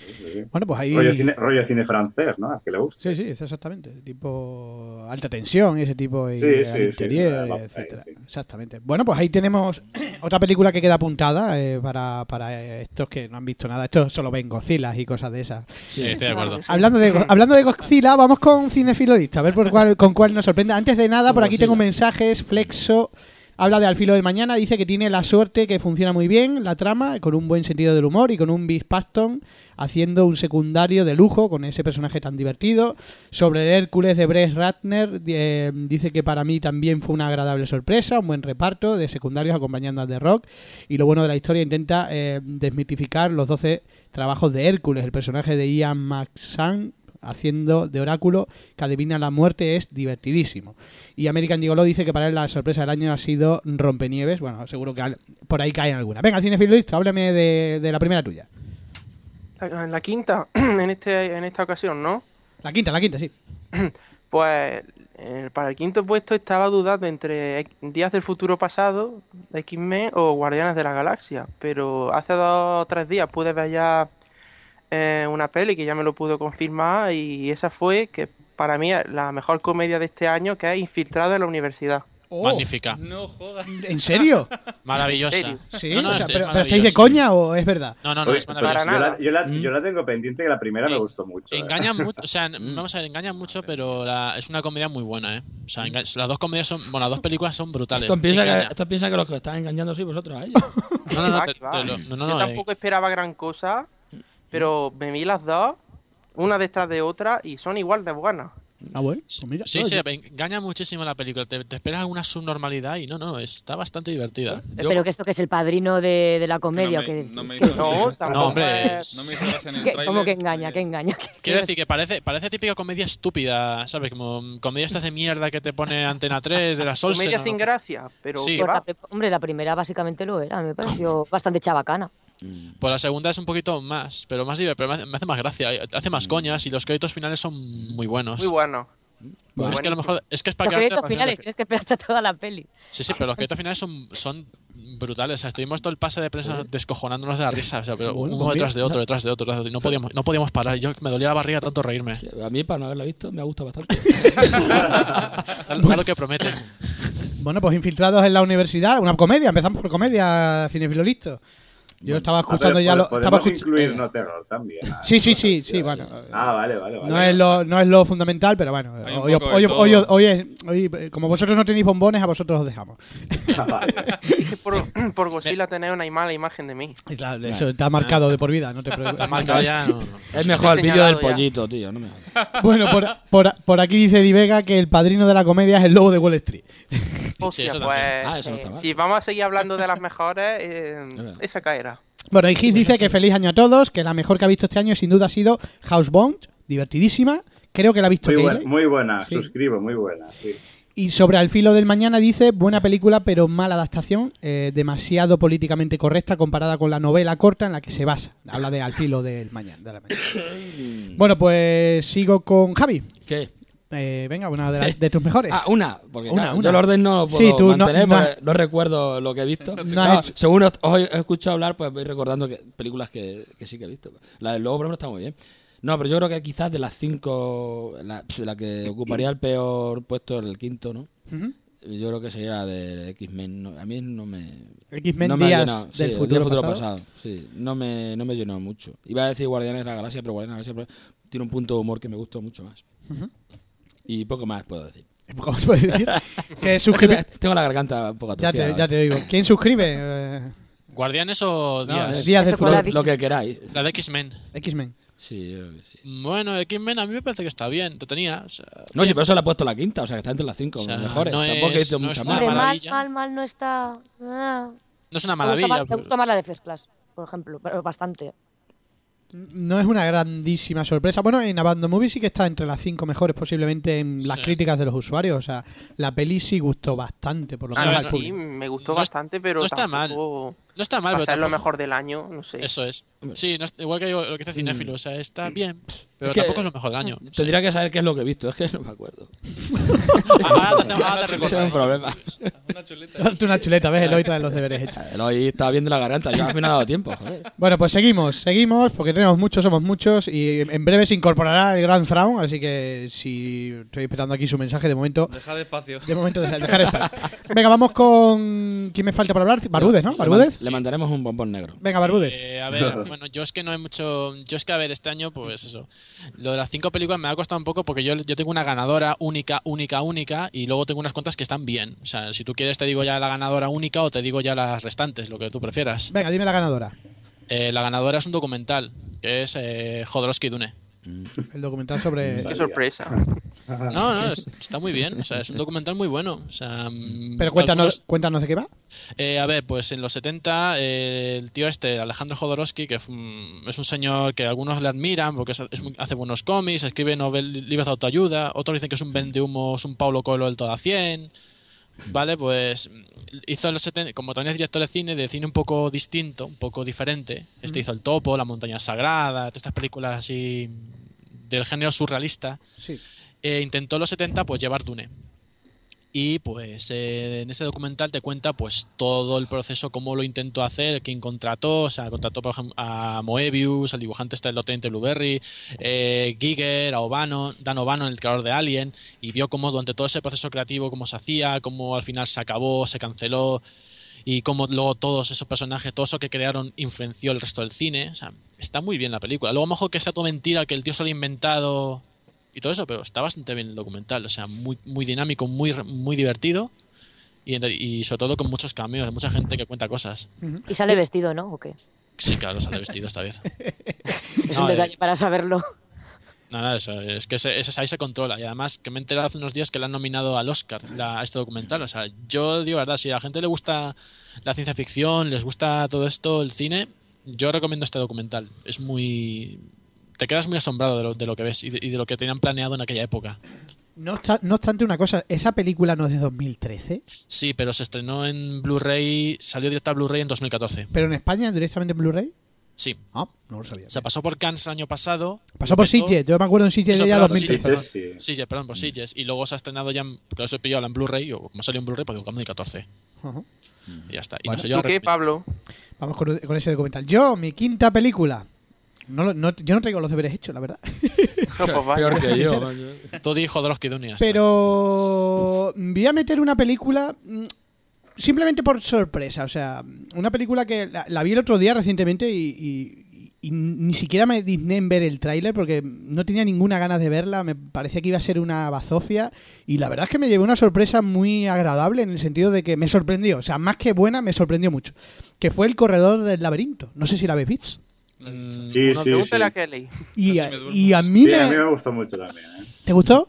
[SPEAKER 5] Sí, sí.
[SPEAKER 2] Bueno, pues ahí.
[SPEAKER 5] Rollo, cine, rollo cine francés, ¿no? Al que le gusta.
[SPEAKER 2] Sí, sí, eso exactamente. Tipo alta tensión y ese tipo y
[SPEAKER 5] Sí,
[SPEAKER 2] al
[SPEAKER 5] sí, sí,
[SPEAKER 2] interior,
[SPEAKER 5] vamos, ahí,
[SPEAKER 2] etcétera.
[SPEAKER 5] sí.
[SPEAKER 2] Exactamente. Bueno, pues ahí tenemos otra película que queda apuntada eh, para, para estos que no han visto nada. Estos solo ven Godzilla y cosas de esas.
[SPEAKER 6] Sí, estoy de acuerdo.
[SPEAKER 2] Hablando de, Go- hablando de Godzilla, vamos con cinefilolista, a ver por cuál, con cuál nos sorprende. Antes de nada, por aquí tengo mensajes, Flexo. Habla de Al filo del mañana, dice que tiene la suerte que funciona muy bien la trama, con un buen sentido del humor y con un Bill Paxton haciendo un secundario de lujo con ese personaje tan divertido. Sobre el Hércules de Brett Ratner, eh, dice que para mí también fue una agradable sorpresa, un buen reparto de secundarios acompañando a The Rock. Y lo bueno de la historia intenta eh, desmitificar los 12 trabajos de Hércules, el personaje de Ian McShane haciendo de oráculo que adivina la muerte es divertidísimo. Y American Gigolo dice que para él la sorpresa del año ha sido Rompenieves. Bueno, seguro que al- por ahí caen algunas. Venga, cinefilo listo, háblame de, de la primera tuya.
[SPEAKER 7] Mm. La, la quinta, en, este, en esta ocasión, ¿no?
[SPEAKER 2] La quinta, la quinta, sí.
[SPEAKER 7] Pues eh, para el quinto puesto estaba dudando entre X- Días del Futuro Pasado, X-Men o Guardianes de la Galaxia, pero hace dos o tres días pude ver ya eh, una peli que ya me lo pudo confirmar y esa fue que para mí es la mejor comedia de este año que es Infiltrado en la Universidad.
[SPEAKER 6] Magnífica.
[SPEAKER 8] No jodas.
[SPEAKER 2] ¿En serio?
[SPEAKER 6] Maravillosa.
[SPEAKER 7] ¿En Oh.
[SPEAKER 2] Sí,
[SPEAKER 7] serio?
[SPEAKER 6] No, no, este
[SPEAKER 2] o sea,
[SPEAKER 6] es- es
[SPEAKER 2] pero, pero ¿estáis de
[SPEAKER 6] maravillosa.
[SPEAKER 2] coña o es verdad?
[SPEAKER 6] No, no, no,
[SPEAKER 5] Oye,
[SPEAKER 6] es
[SPEAKER 5] pero
[SPEAKER 6] maravillosa.
[SPEAKER 5] yo, la,
[SPEAKER 7] nada.
[SPEAKER 5] yo, la,
[SPEAKER 3] Mm.
[SPEAKER 5] yo la tengo pendiente que la primera me
[SPEAKER 6] En-
[SPEAKER 5] gustó mucho. eh.
[SPEAKER 6] Engañan mucho, o sea,
[SPEAKER 5] Mm.
[SPEAKER 6] vamos a ver, engañan mucho, pero la- es una comedia muy buena, ¿eh? O sea, enga- las dos comedias son, bueno, las dos películas son brutales.
[SPEAKER 3] Esto piensa,
[SPEAKER 6] Engaña.
[SPEAKER 3] que, esto piensa que los que están engañando sois vosotros ¿eh? a ellos.
[SPEAKER 6] No, no, no,
[SPEAKER 7] Ah,
[SPEAKER 6] te-
[SPEAKER 7] que va.
[SPEAKER 6] te lo-
[SPEAKER 7] Yo
[SPEAKER 6] no, no, no, eh, Mm.
[SPEAKER 7] tampoco esperaba gran cosa, pero me vi las dos, una detrás de otra y son igual de buenas.
[SPEAKER 2] Ah, bueno, pues mira.
[SPEAKER 6] Sí,
[SPEAKER 2] no,
[SPEAKER 6] sí, eh,
[SPEAKER 2] yo-
[SPEAKER 6] engaña muchísimo la película. Te, te esperas una subnormalidad y no, no, está bastante divertida.
[SPEAKER 3] Yo-
[SPEAKER 4] Pero que esto que es el padrino de, de la
[SPEAKER 8] Que
[SPEAKER 4] comedia.
[SPEAKER 8] no me,
[SPEAKER 4] o que,
[SPEAKER 8] no me hizo
[SPEAKER 7] No,
[SPEAKER 8] gracia.
[SPEAKER 7] tampoco
[SPEAKER 6] No, hombre. eh,
[SPEAKER 7] es-
[SPEAKER 8] No me hizo gracia en el
[SPEAKER 4] que-
[SPEAKER 8] tráiler.
[SPEAKER 4] ¿Cómo que engaña? que engaña?
[SPEAKER 6] Quiero decir que parece, parece típica comedia estúpida, ¿sabes? Como comedia estas de mierda que te pone Antena 3 de las Olsen.
[SPEAKER 7] Comedia
[SPEAKER 6] ¿no?
[SPEAKER 7] sin gracia, pero
[SPEAKER 6] Sí.
[SPEAKER 7] que va.
[SPEAKER 4] Corta- Pues Hombre, la primera básicamente lo era. Me pareció bastante chabacana.
[SPEAKER 6] Pues la segunda es un poquito más, pero más divertida, pero me hace- me hace más gracia, hace más coñas y los créditos finales son muy buenos.
[SPEAKER 7] Muy bueno.
[SPEAKER 6] Bueno, Pues, es que a lo mejor es que es para
[SPEAKER 4] Los
[SPEAKER 6] quedarte
[SPEAKER 4] créditos
[SPEAKER 6] para el final
[SPEAKER 4] finales,
[SPEAKER 6] de-
[SPEAKER 4] tienes que esperarte a toda la peli.
[SPEAKER 6] Sí, sí, pero los créditos finales son, son brutales. O sea, estuvimos todo el pase de prensa descojonándonos de la risa, o sea, pero
[SPEAKER 2] Bueno,
[SPEAKER 6] uno
[SPEAKER 2] pues
[SPEAKER 6] detrás de
[SPEAKER 2] mira.
[SPEAKER 6] otro, detrás de otro, detrás de otro, y no podíamos, no podíamos parar. Yo me dolía la barriga tanto reírme.
[SPEAKER 3] Sí, A mí, para no haberla visto, me ha gustado bastante.
[SPEAKER 6] Da da lo que promete.
[SPEAKER 2] Bueno, pues infiltrados en la universidad, una comedia, empezamos por comedia, cinefilo listo. Yo estaba
[SPEAKER 5] A ver,
[SPEAKER 2] escuchando ya
[SPEAKER 5] pod-
[SPEAKER 2] lo. Estaba
[SPEAKER 5] podemos
[SPEAKER 2] escuch- eh,
[SPEAKER 5] incluir no terror también. ah,
[SPEAKER 2] Sí, sí, sí,
[SPEAKER 5] bueno,
[SPEAKER 2] sí,
[SPEAKER 5] yo
[SPEAKER 2] bueno. eh.
[SPEAKER 5] Ah, vale, vale, vale.
[SPEAKER 2] No es, lo, no es lo fundamental, pero bueno,
[SPEAKER 8] Hay un
[SPEAKER 2] hoy,
[SPEAKER 8] poco de
[SPEAKER 2] hoy-
[SPEAKER 8] todo.
[SPEAKER 2] hoy- hoy es- hoy, eh, como vosotros no tenéis bombones, a vosotros os dejamos.
[SPEAKER 5] Ah, vale.
[SPEAKER 7] Es que por, por Godzilla tenéis una mala imagen de mí.
[SPEAKER 2] Y claro, eso está marcado de por vida, no te preocupes.
[SPEAKER 6] Está marcado ya. no, no.
[SPEAKER 3] Es mejor el vídeo del
[SPEAKER 7] señalado ya.
[SPEAKER 3] pollito, tío. No me jodas.
[SPEAKER 2] Bueno, por, por- por aquí dice Di Vega que el padrino de la comedia es el lobo de Wall Street.
[SPEAKER 7] Hostia,
[SPEAKER 6] eso
[SPEAKER 2] Eh,
[SPEAKER 7] pues.
[SPEAKER 3] Ah, eso no está mal.
[SPEAKER 7] Si vamos a seguir hablando de las mejores, eh,
[SPEAKER 3] verdad.
[SPEAKER 7] esa caerá.
[SPEAKER 2] Bueno, y Gis dice que feliz año a todos, que la mejor que ha visto este año sin duda ha sido Housebound, divertidísima. Creo que la ha visto
[SPEAKER 5] Muy, buena,
[SPEAKER 2] Keyleth.
[SPEAKER 5] muy buena,
[SPEAKER 2] Sí.
[SPEAKER 5] suscribo, muy buena. sí.
[SPEAKER 2] Y sobre Al filo del mañana dice, buena película pero mala adaptación, eh, demasiado políticamente correcta comparada con la novela corta en la que se basa. Habla de Al filo del mañana. de la mañana. Bueno, pues sigo con Javi.
[SPEAKER 3] ¿Qué?
[SPEAKER 2] Eh, venga, una de, las- de tus mejores.
[SPEAKER 3] Ah, una. Porque
[SPEAKER 2] Pues Una,
[SPEAKER 3] claro,
[SPEAKER 2] una.
[SPEAKER 3] yo el orden no lo puedo
[SPEAKER 2] Sí, tú no-
[SPEAKER 3] mantener
[SPEAKER 2] no
[SPEAKER 3] porque
[SPEAKER 2] has-
[SPEAKER 3] no recuerdo lo que he visto.
[SPEAKER 2] No has
[SPEAKER 3] No,
[SPEAKER 2] hecho-
[SPEAKER 3] según os, os he escuchado hablar, pues voy recordando que, películas que, que sí que he visto. La del Lobo, por ejemplo, está muy bien. No, pero yo creo que quizás de las cinco, la, la que ocuparía el peor puesto, el quinto, ¿no?
[SPEAKER 2] Ujú.
[SPEAKER 3] Yo creo que sería la de X-Men. no- a mí no me.
[SPEAKER 2] X-Men
[SPEAKER 3] no me ha
[SPEAKER 2] Días
[SPEAKER 3] llenado. Sí,
[SPEAKER 2] del
[SPEAKER 3] el
[SPEAKER 2] futuro pasado.
[SPEAKER 3] pasado. Sí, no me, no me llenó mucho. Iba a decir Guardianes de la Galaxia, pero Guardianes de la Galaxia pero tiene un punto de humor que me gustó mucho más. Y poco más puedo decir.
[SPEAKER 2] ¿Cómo se puede decir? que suscribe...
[SPEAKER 3] Tengo la garganta un poco
[SPEAKER 2] ya,
[SPEAKER 3] atrofiada.
[SPEAKER 2] te, ya te digo. ¿Quién suscribe? Eh,
[SPEAKER 6] ¿Guardianes o
[SPEAKER 2] no,
[SPEAKER 6] Díaz?
[SPEAKER 2] Días del
[SPEAKER 4] Eso fue la
[SPEAKER 2] futuro.
[SPEAKER 3] Lo,
[SPEAKER 4] vi-
[SPEAKER 3] lo que queráis.
[SPEAKER 6] La de X-Men.
[SPEAKER 2] X-Men.
[SPEAKER 3] Sí, yo creo que sí.
[SPEAKER 6] Bueno, X-Men a mí me parece que está bien, te tenía. O sea,
[SPEAKER 3] No, sí, pero eso le he puesto la quinta, o sea que está entre las cinco
[SPEAKER 6] O sea,
[SPEAKER 3] mejores.
[SPEAKER 6] no
[SPEAKER 3] Tampoco he
[SPEAKER 6] es-
[SPEAKER 3] visto
[SPEAKER 6] no
[SPEAKER 3] mucha
[SPEAKER 6] es
[SPEAKER 3] más.
[SPEAKER 4] Hombre, mal,
[SPEAKER 6] maravilla.
[SPEAKER 4] mal, mal no está. Ah.
[SPEAKER 6] no es una
[SPEAKER 4] Me gusta
[SPEAKER 6] maravilla. pues.
[SPEAKER 4] más- Me gusta más la de First Class, por ejemplo, pero bastante.
[SPEAKER 2] No es una grandísima sorpresa. Bueno, en Abandon Movie sí que está entre las cinco mejores posiblemente en las
[SPEAKER 6] Sí.
[SPEAKER 2] críticas de los usuarios. O sea, la peli sí gustó bastante, por lo
[SPEAKER 6] A
[SPEAKER 2] menos
[SPEAKER 6] ver,
[SPEAKER 2] al
[SPEAKER 6] no-
[SPEAKER 7] sí,
[SPEAKER 2] público.
[SPEAKER 7] me gustó
[SPEAKER 6] No es-
[SPEAKER 7] bastante, pero
[SPEAKER 6] no está mal.
[SPEAKER 7] tampoco
[SPEAKER 6] No está mal,
[SPEAKER 7] va a
[SPEAKER 6] pero
[SPEAKER 7] ser lo
[SPEAKER 6] tampoco-
[SPEAKER 7] mejor del año, no sé.
[SPEAKER 6] Eso es. Sí, no es- igual que digo lo que dice Cinéfilo, o sea, está bien, pero
[SPEAKER 3] que-
[SPEAKER 6] tampoco es lo mejor del año.
[SPEAKER 3] Tendría que saber qué es lo que he visto, es que no me acuerdo.
[SPEAKER 6] Ahora te- ahora te
[SPEAKER 3] Ese es un
[SPEAKER 6] recordaré.
[SPEAKER 3] problema.
[SPEAKER 8] Una chuleta.
[SPEAKER 2] Darte una chuleta, ¿ves? El hoy trae los deberes hechos.
[SPEAKER 3] El hoy estaba viendo la garganta, yo a mí no me ha dado tiempo, joder.
[SPEAKER 2] Bueno, pues seguimos, seguimos, porque tenemos muchos, somos muchos, y en breve se incorporará el Gran Thrawn, así que si estoy esperando aquí su mensaje, de momento,
[SPEAKER 8] Deja despacio.
[SPEAKER 2] de momento de- dejar espacio. Venga, vamos con... ¿Quién me falta para hablar? Barbudes, ¿no?
[SPEAKER 3] Le man-
[SPEAKER 2] Barbudes.
[SPEAKER 3] Le mandaremos un bombón negro.
[SPEAKER 2] Venga, Barbudes.
[SPEAKER 6] Eh, a ver, bueno, yo es que no hay mucho. Yo es que, a ver, este año, pues eso. Lo de las cinco películas me ha costado un poco porque yo, yo tengo una ganadora, un única, única, única, y luego tengo unas cuantas que están bien. O sea, si tú quieres te digo ya la ganadora única o te digo ya las restantes, lo que tú prefieras.
[SPEAKER 2] Venga, dime la ganadora.
[SPEAKER 6] Eh, la ganadora es un documental, que es eh, Jodorowsky Dune.
[SPEAKER 2] El documental sobre.
[SPEAKER 7] Qué sorpresa.
[SPEAKER 6] No, no, es- está muy bien. O sea, es un documental muy bueno. O sea, mm,
[SPEAKER 2] Pero cuéntanos,
[SPEAKER 6] algunos-
[SPEAKER 2] cuéntanos de qué va.
[SPEAKER 6] Eh, a ver, pues en los 70, eh, el tío este, Alejandro Jodorowsky, que fue un- es un señor que algunos le admiran porque es- es muy- hace buenos cómics, escribe novel, libros de autoayuda, otros dicen que es un vendehumos, es un Paulo Coelho del Toda 100. Vale, pues mm, hizo en los 70, como también es director de cine, de cine un poco distinto, un poco diferente. Este hizo El Topo, La Montaña Sagrada, todas estas películas así del género surrealista
[SPEAKER 2] Sí.
[SPEAKER 6] eh, intentó en los 70 pues llevar Dune. Y pues eh, en ese documental te cuenta pues todo el proceso, cómo lo intentó hacer, quién contrató, o sea, contrató por ejemplo a Moebius, al dibujante este del Teniente Blueberry, eh, Giger, a Obano, Dan Obano, el creador de Alien, y vio cómo durante todo ese proceso creativo cómo se hacía, cómo al final se acabó, se canceló, y cómo luego todos esos personajes, todo eso que crearon influenció el resto del cine. O sea, está muy bien la película. Luego, a lo mejor que sea tu mentira, que el tío se lo ha inventado y todo eso, pero está bastante bien el documental. O sea, muy, muy dinámico, muy, re- muy divertido y, en re- y sobre todo con muchos cambios, de mucha gente que cuenta cosas.
[SPEAKER 4] Y sale vestido, ¿no? ¿O qué?
[SPEAKER 6] Sí, claro, sale vestido esta vez.
[SPEAKER 4] Es
[SPEAKER 6] No,
[SPEAKER 4] un
[SPEAKER 6] eh,
[SPEAKER 4] detalle para saberlo.
[SPEAKER 6] No, no, eso, es que ese, ese- ahí se controla. Y además, que me he enterado hace unos días que le han nominado al Oscar la- a este documental. O sea, yo digo, verdad, si a la gente le gusta la ciencia ficción, les gusta todo esto, el cine, yo recomiendo este documental. Es muy. Te quedas muy asombrado de lo, de lo que ves y de, y de lo que tenían planeado en aquella época.
[SPEAKER 2] No, obsta- no obstante, una cosa, esa película no es de 2013,
[SPEAKER 6] Sí, pero se estrenó en Blu-ray, salió directa a Blu-ray en 2014.
[SPEAKER 2] pero en España directamente en Blu-ray.
[SPEAKER 6] Sí,
[SPEAKER 2] Ah, no lo sabía.
[SPEAKER 6] se pasó por Cannes el año pasado.
[SPEAKER 2] Pasó por
[SPEAKER 6] Petó-
[SPEAKER 2] Sitges, yo me acuerdo en Sitges
[SPEAKER 6] Eso,
[SPEAKER 2] de ella
[SPEAKER 6] perdón,
[SPEAKER 2] 2013.
[SPEAKER 6] Sitges,
[SPEAKER 5] Sí,
[SPEAKER 6] perdón. Sitges, perdón,
[SPEAKER 2] Mm.
[SPEAKER 6] por Sitges. Y luego se ha estrenado ya, en- porque eso he pillado en Blu-ray, o como salió en Blu-ray, pues digo, 2014.
[SPEAKER 2] Ajá.
[SPEAKER 6] Y ya está. Y
[SPEAKER 2] Bueno,
[SPEAKER 6] no sé, yo
[SPEAKER 7] ¿Tú
[SPEAKER 6] la
[SPEAKER 7] qué,
[SPEAKER 6] recomiendo.
[SPEAKER 7] Pablo?
[SPEAKER 2] Vamos con, con ese documental. Yo, mi quinta película. No, lo- no- yo no traigo los deberes hechos, la verdad.
[SPEAKER 7] No, pues vaya.
[SPEAKER 3] Peor que yo.
[SPEAKER 6] Tú di Jodorowsky Dunia. ya está.
[SPEAKER 2] Pero voy a meter una película mm, simplemente por sorpresa. O sea, una película que la, la vi el otro día recientemente y, y- y ni siquiera me disné en ver el tráiler porque no tenía ninguna ganas de verla. Me parecía que iba a ser una bazofia. Y la verdad es que me llevé una sorpresa muy agradable en el sentido de que me sorprendió. O sea, más que buena, me sorprendió mucho. Que fue El Corredor del Laberinto. No sé si la habéis visto.
[SPEAKER 6] Mm,
[SPEAKER 5] Sí,
[SPEAKER 6] uno-
[SPEAKER 5] sí.
[SPEAKER 7] Pregúntale a Kelly.
[SPEAKER 2] Y,
[SPEAKER 8] Casi me duermo.
[SPEAKER 2] y a mí
[SPEAKER 5] Sí, a mí
[SPEAKER 2] me...
[SPEAKER 5] me gustó mucho también. ¿eh?
[SPEAKER 2] ¿Te gustó?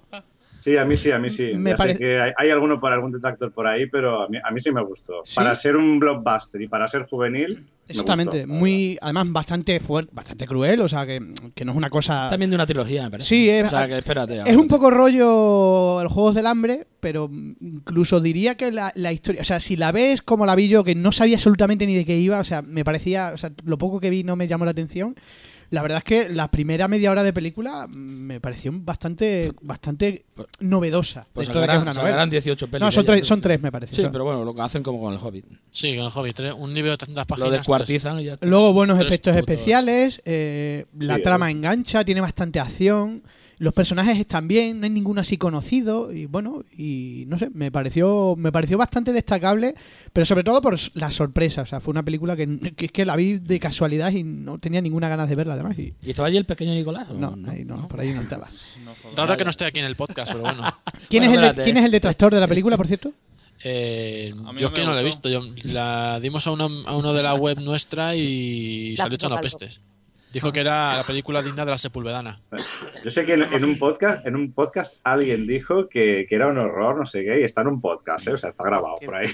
[SPEAKER 5] Sí, a mí sí, a mí sí.
[SPEAKER 2] Me
[SPEAKER 5] ya
[SPEAKER 2] parece-
[SPEAKER 5] sé que hay, hay alguno por algún detractor por ahí, pero a mí, a mí sí me gustó.
[SPEAKER 2] ¿Sí?
[SPEAKER 5] Para ser un blockbuster y para ser juvenil. me
[SPEAKER 2] Exactamente,
[SPEAKER 5] gustó, la
[SPEAKER 2] muy, además bastante fuerte, bastante cruel, o sea que, que no es una cosa...
[SPEAKER 3] También de una trilogía, me parece.
[SPEAKER 2] Sí, es-
[SPEAKER 3] O sea, que espérate.
[SPEAKER 2] Es un poco rollo los Juegos del Hambre, pero incluso diría que la, la historia, o sea, si la ves como la vi yo, que no sabía absolutamente ni de qué iba, o sea, me parecía, o sea, lo poco que vi no me llamó la atención. La verdad es que la primera media hora de película mm, me pareció bastante, bastante novedosa.
[SPEAKER 3] Pues
[SPEAKER 2] dentro de que es
[SPEAKER 3] sacarán,
[SPEAKER 2] una
[SPEAKER 3] sacarán
[SPEAKER 2] novela.
[SPEAKER 3] 18 pelis.
[SPEAKER 2] No, son
[SPEAKER 3] de ellas,
[SPEAKER 2] tres, son
[SPEAKER 3] entonces.
[SPEAKER 2] tres, me parece.
[SPEAKER 3] Sí,
[SPEAKER 2] son-
[SPEAKER 3] pero bueno, lo que hacen como con el Hobbit.
[SPEAKER 6] Sí, con el Hobbit tres, Un libro de 300 páginas.
[SPEAKER 3] Lo descuartizan y ya está.
[SPEAKER 2] Luego buenos
[SPEAKER 6] Tres
[SPEAKER 2] efectos
[SPEAKER 6] putos.
[SPEAKER 2] especiales, eh, la
[SPEAKER 5] Sí,
[SPEAKER 2] trama
[SPEAKER 5] eh.
[SPEAKER 2] engancha, tiene bastante acción, los personajes están bien, no hay ninguno así conocido y bueno, y no sé, me pareció me pareció bastante destacable, pero sobre todo por s- la sorpresa, o sea, fue una película que, que es que la vi de casualidad y no tenía ninguna ganas de verla además y
[SPEAKER 3] ¿Y estaba allí el pequeño Nicolás? o
[SPEAKER 2] no, ahí no, por ahí no estaba.
[SPEAKER 6] Raro que no esté aquí en el podcast, pero bueno.
[SPEAKER 2] ¿Quién,
[SPEAKER 3] Bueno,
[SPEAKER 2] es el de-
[SPEAKER 3] espérate.
[SPEAKER 2] ¿Quién es el detractor de la película, por cierto?
[SPEAKER 6] Eh,
[SPEAKER 8] A mí
[SPEAKER 6] yo es
[SPEAKER 8] no
[SPEAKER 6] que
[SPEAKER 8] me
[SPEAKER 6] no lo he visto.
[SPEAKER 8] gustó.
[SPEAKER 6] Yo, la dimos a uno, a uno de la web nuestra y
[SPEAKER 4] La
[SPEAKER 6] salió echando
[SPEAKER 4] puso calvo.
[SPEAKER 6] pestes. Dijo que era la película digna de la Sepulvedana.
[SPEAKER 5] verdad. Yo sé que en, en un podcast en un podcast alguien dijo que, que era un horror, no sé qué, y está en un podcast, ¿eh? o sea, está grabado por ahí.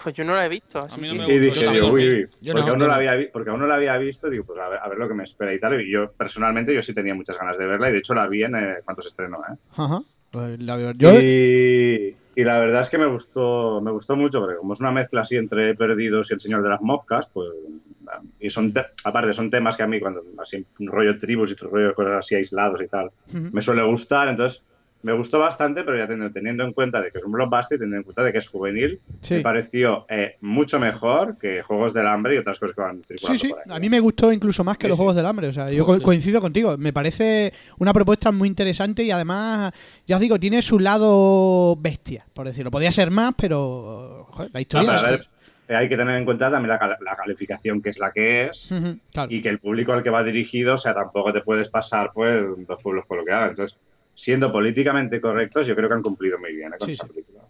[SPEAKER 7] Pues yo no la he visto, así
[SPEAKER 8] A mí no
[SPEAKER 7] que-
[SPEAKER 8] me
[SPEAKER 5] Y dije,
[SPEAKER 6] Yo
[SPEAKER 8] gustó.
[SPEAKER 5] digo,
[SPEAKER 6] tampoco,
[SPEAKER 5] uy,
[SPEAKER 6] ¿eh?
[SPEAKER 5] uy,
[SPEAKER 3] Yo
[SPEAKER 5] porque,
[SPEAKER 3] no,
[SPEAKER 5] aún no
[SPEAKER 3] yo
[SPEAKER 5] la
[SPEAKER 3] no.
[SPEAKER 5] había vi- porque aún no la había visto, digo, pues a ver, a ver lo que me espera y tal. Y yo personalmente yo sí tenía muchas ganas de verla y de hecho la vi en eh, cuanto se estrenó. ¿eh?
[SPEAKER 2] Ajá. Pues la- yo-
[SPEAKER 5] Y, y la verdad es que me gustó, me gustó mucho, porque como es una mezcla así entre Perdidos y El Señor de las Moscas, pues. Y son, te- aparte, son temas que a mí, cuando así un rollo tribus y otro rollo de cosas así aislados y tal,
[SPEAKER 2] Ujú.
[SPEAKER 5] me suele gustar, entonces. Me gustó bastante, pero ya teniendo, teniendo en cuenta de que es un blockbuster y teniendo en cuenta de que es juvenil,
[SPEAKER 2] Sí.
[SPEAKER 5] me pareció eh, mucho mejor que Juegos del Hambre y otras cosas que van circulando
[SPEAKER 2] Sí, sí,
[SPEAKER 5] por ahí.
[SPEAKER 2] a mí me gustó incluso más que
[SPEAKER 5] Sí,
[SPEAKER 2] los
[SPEAKER 5] sí.
[SPEAKER 2] Juegos del Hambre. O sea, yo co- coincido contigo. Me parece una propuesta muy interesante y además, ya os digo, tiene su lado bestia, por decirlo. Podía ser más, pero joder, la
[SPEAKER 5] Ah,
[SPEAKER 2] historia.
[SPEAKER 5] pero a
[SPEAKER 2] es-
[SPEAKER 5] ver, eh, hay que tener en cuenta también la, cal- la calificación que es la que es
[SPEAKER 2] Ujú, claro.
[SPEAKER 5] y que el público al que va dirigido, o sea, tampoco te puedes pasar pues dos pueblos por lo que haga. Entonces, siendo políticamente correctos, yo creo que han cumplido muy bien ¿eh? con
[SPEAKER 2] Sí,
[SPEAKER 5] esta
[SPEAKER 2] sí.
[SPEAKER 5] película.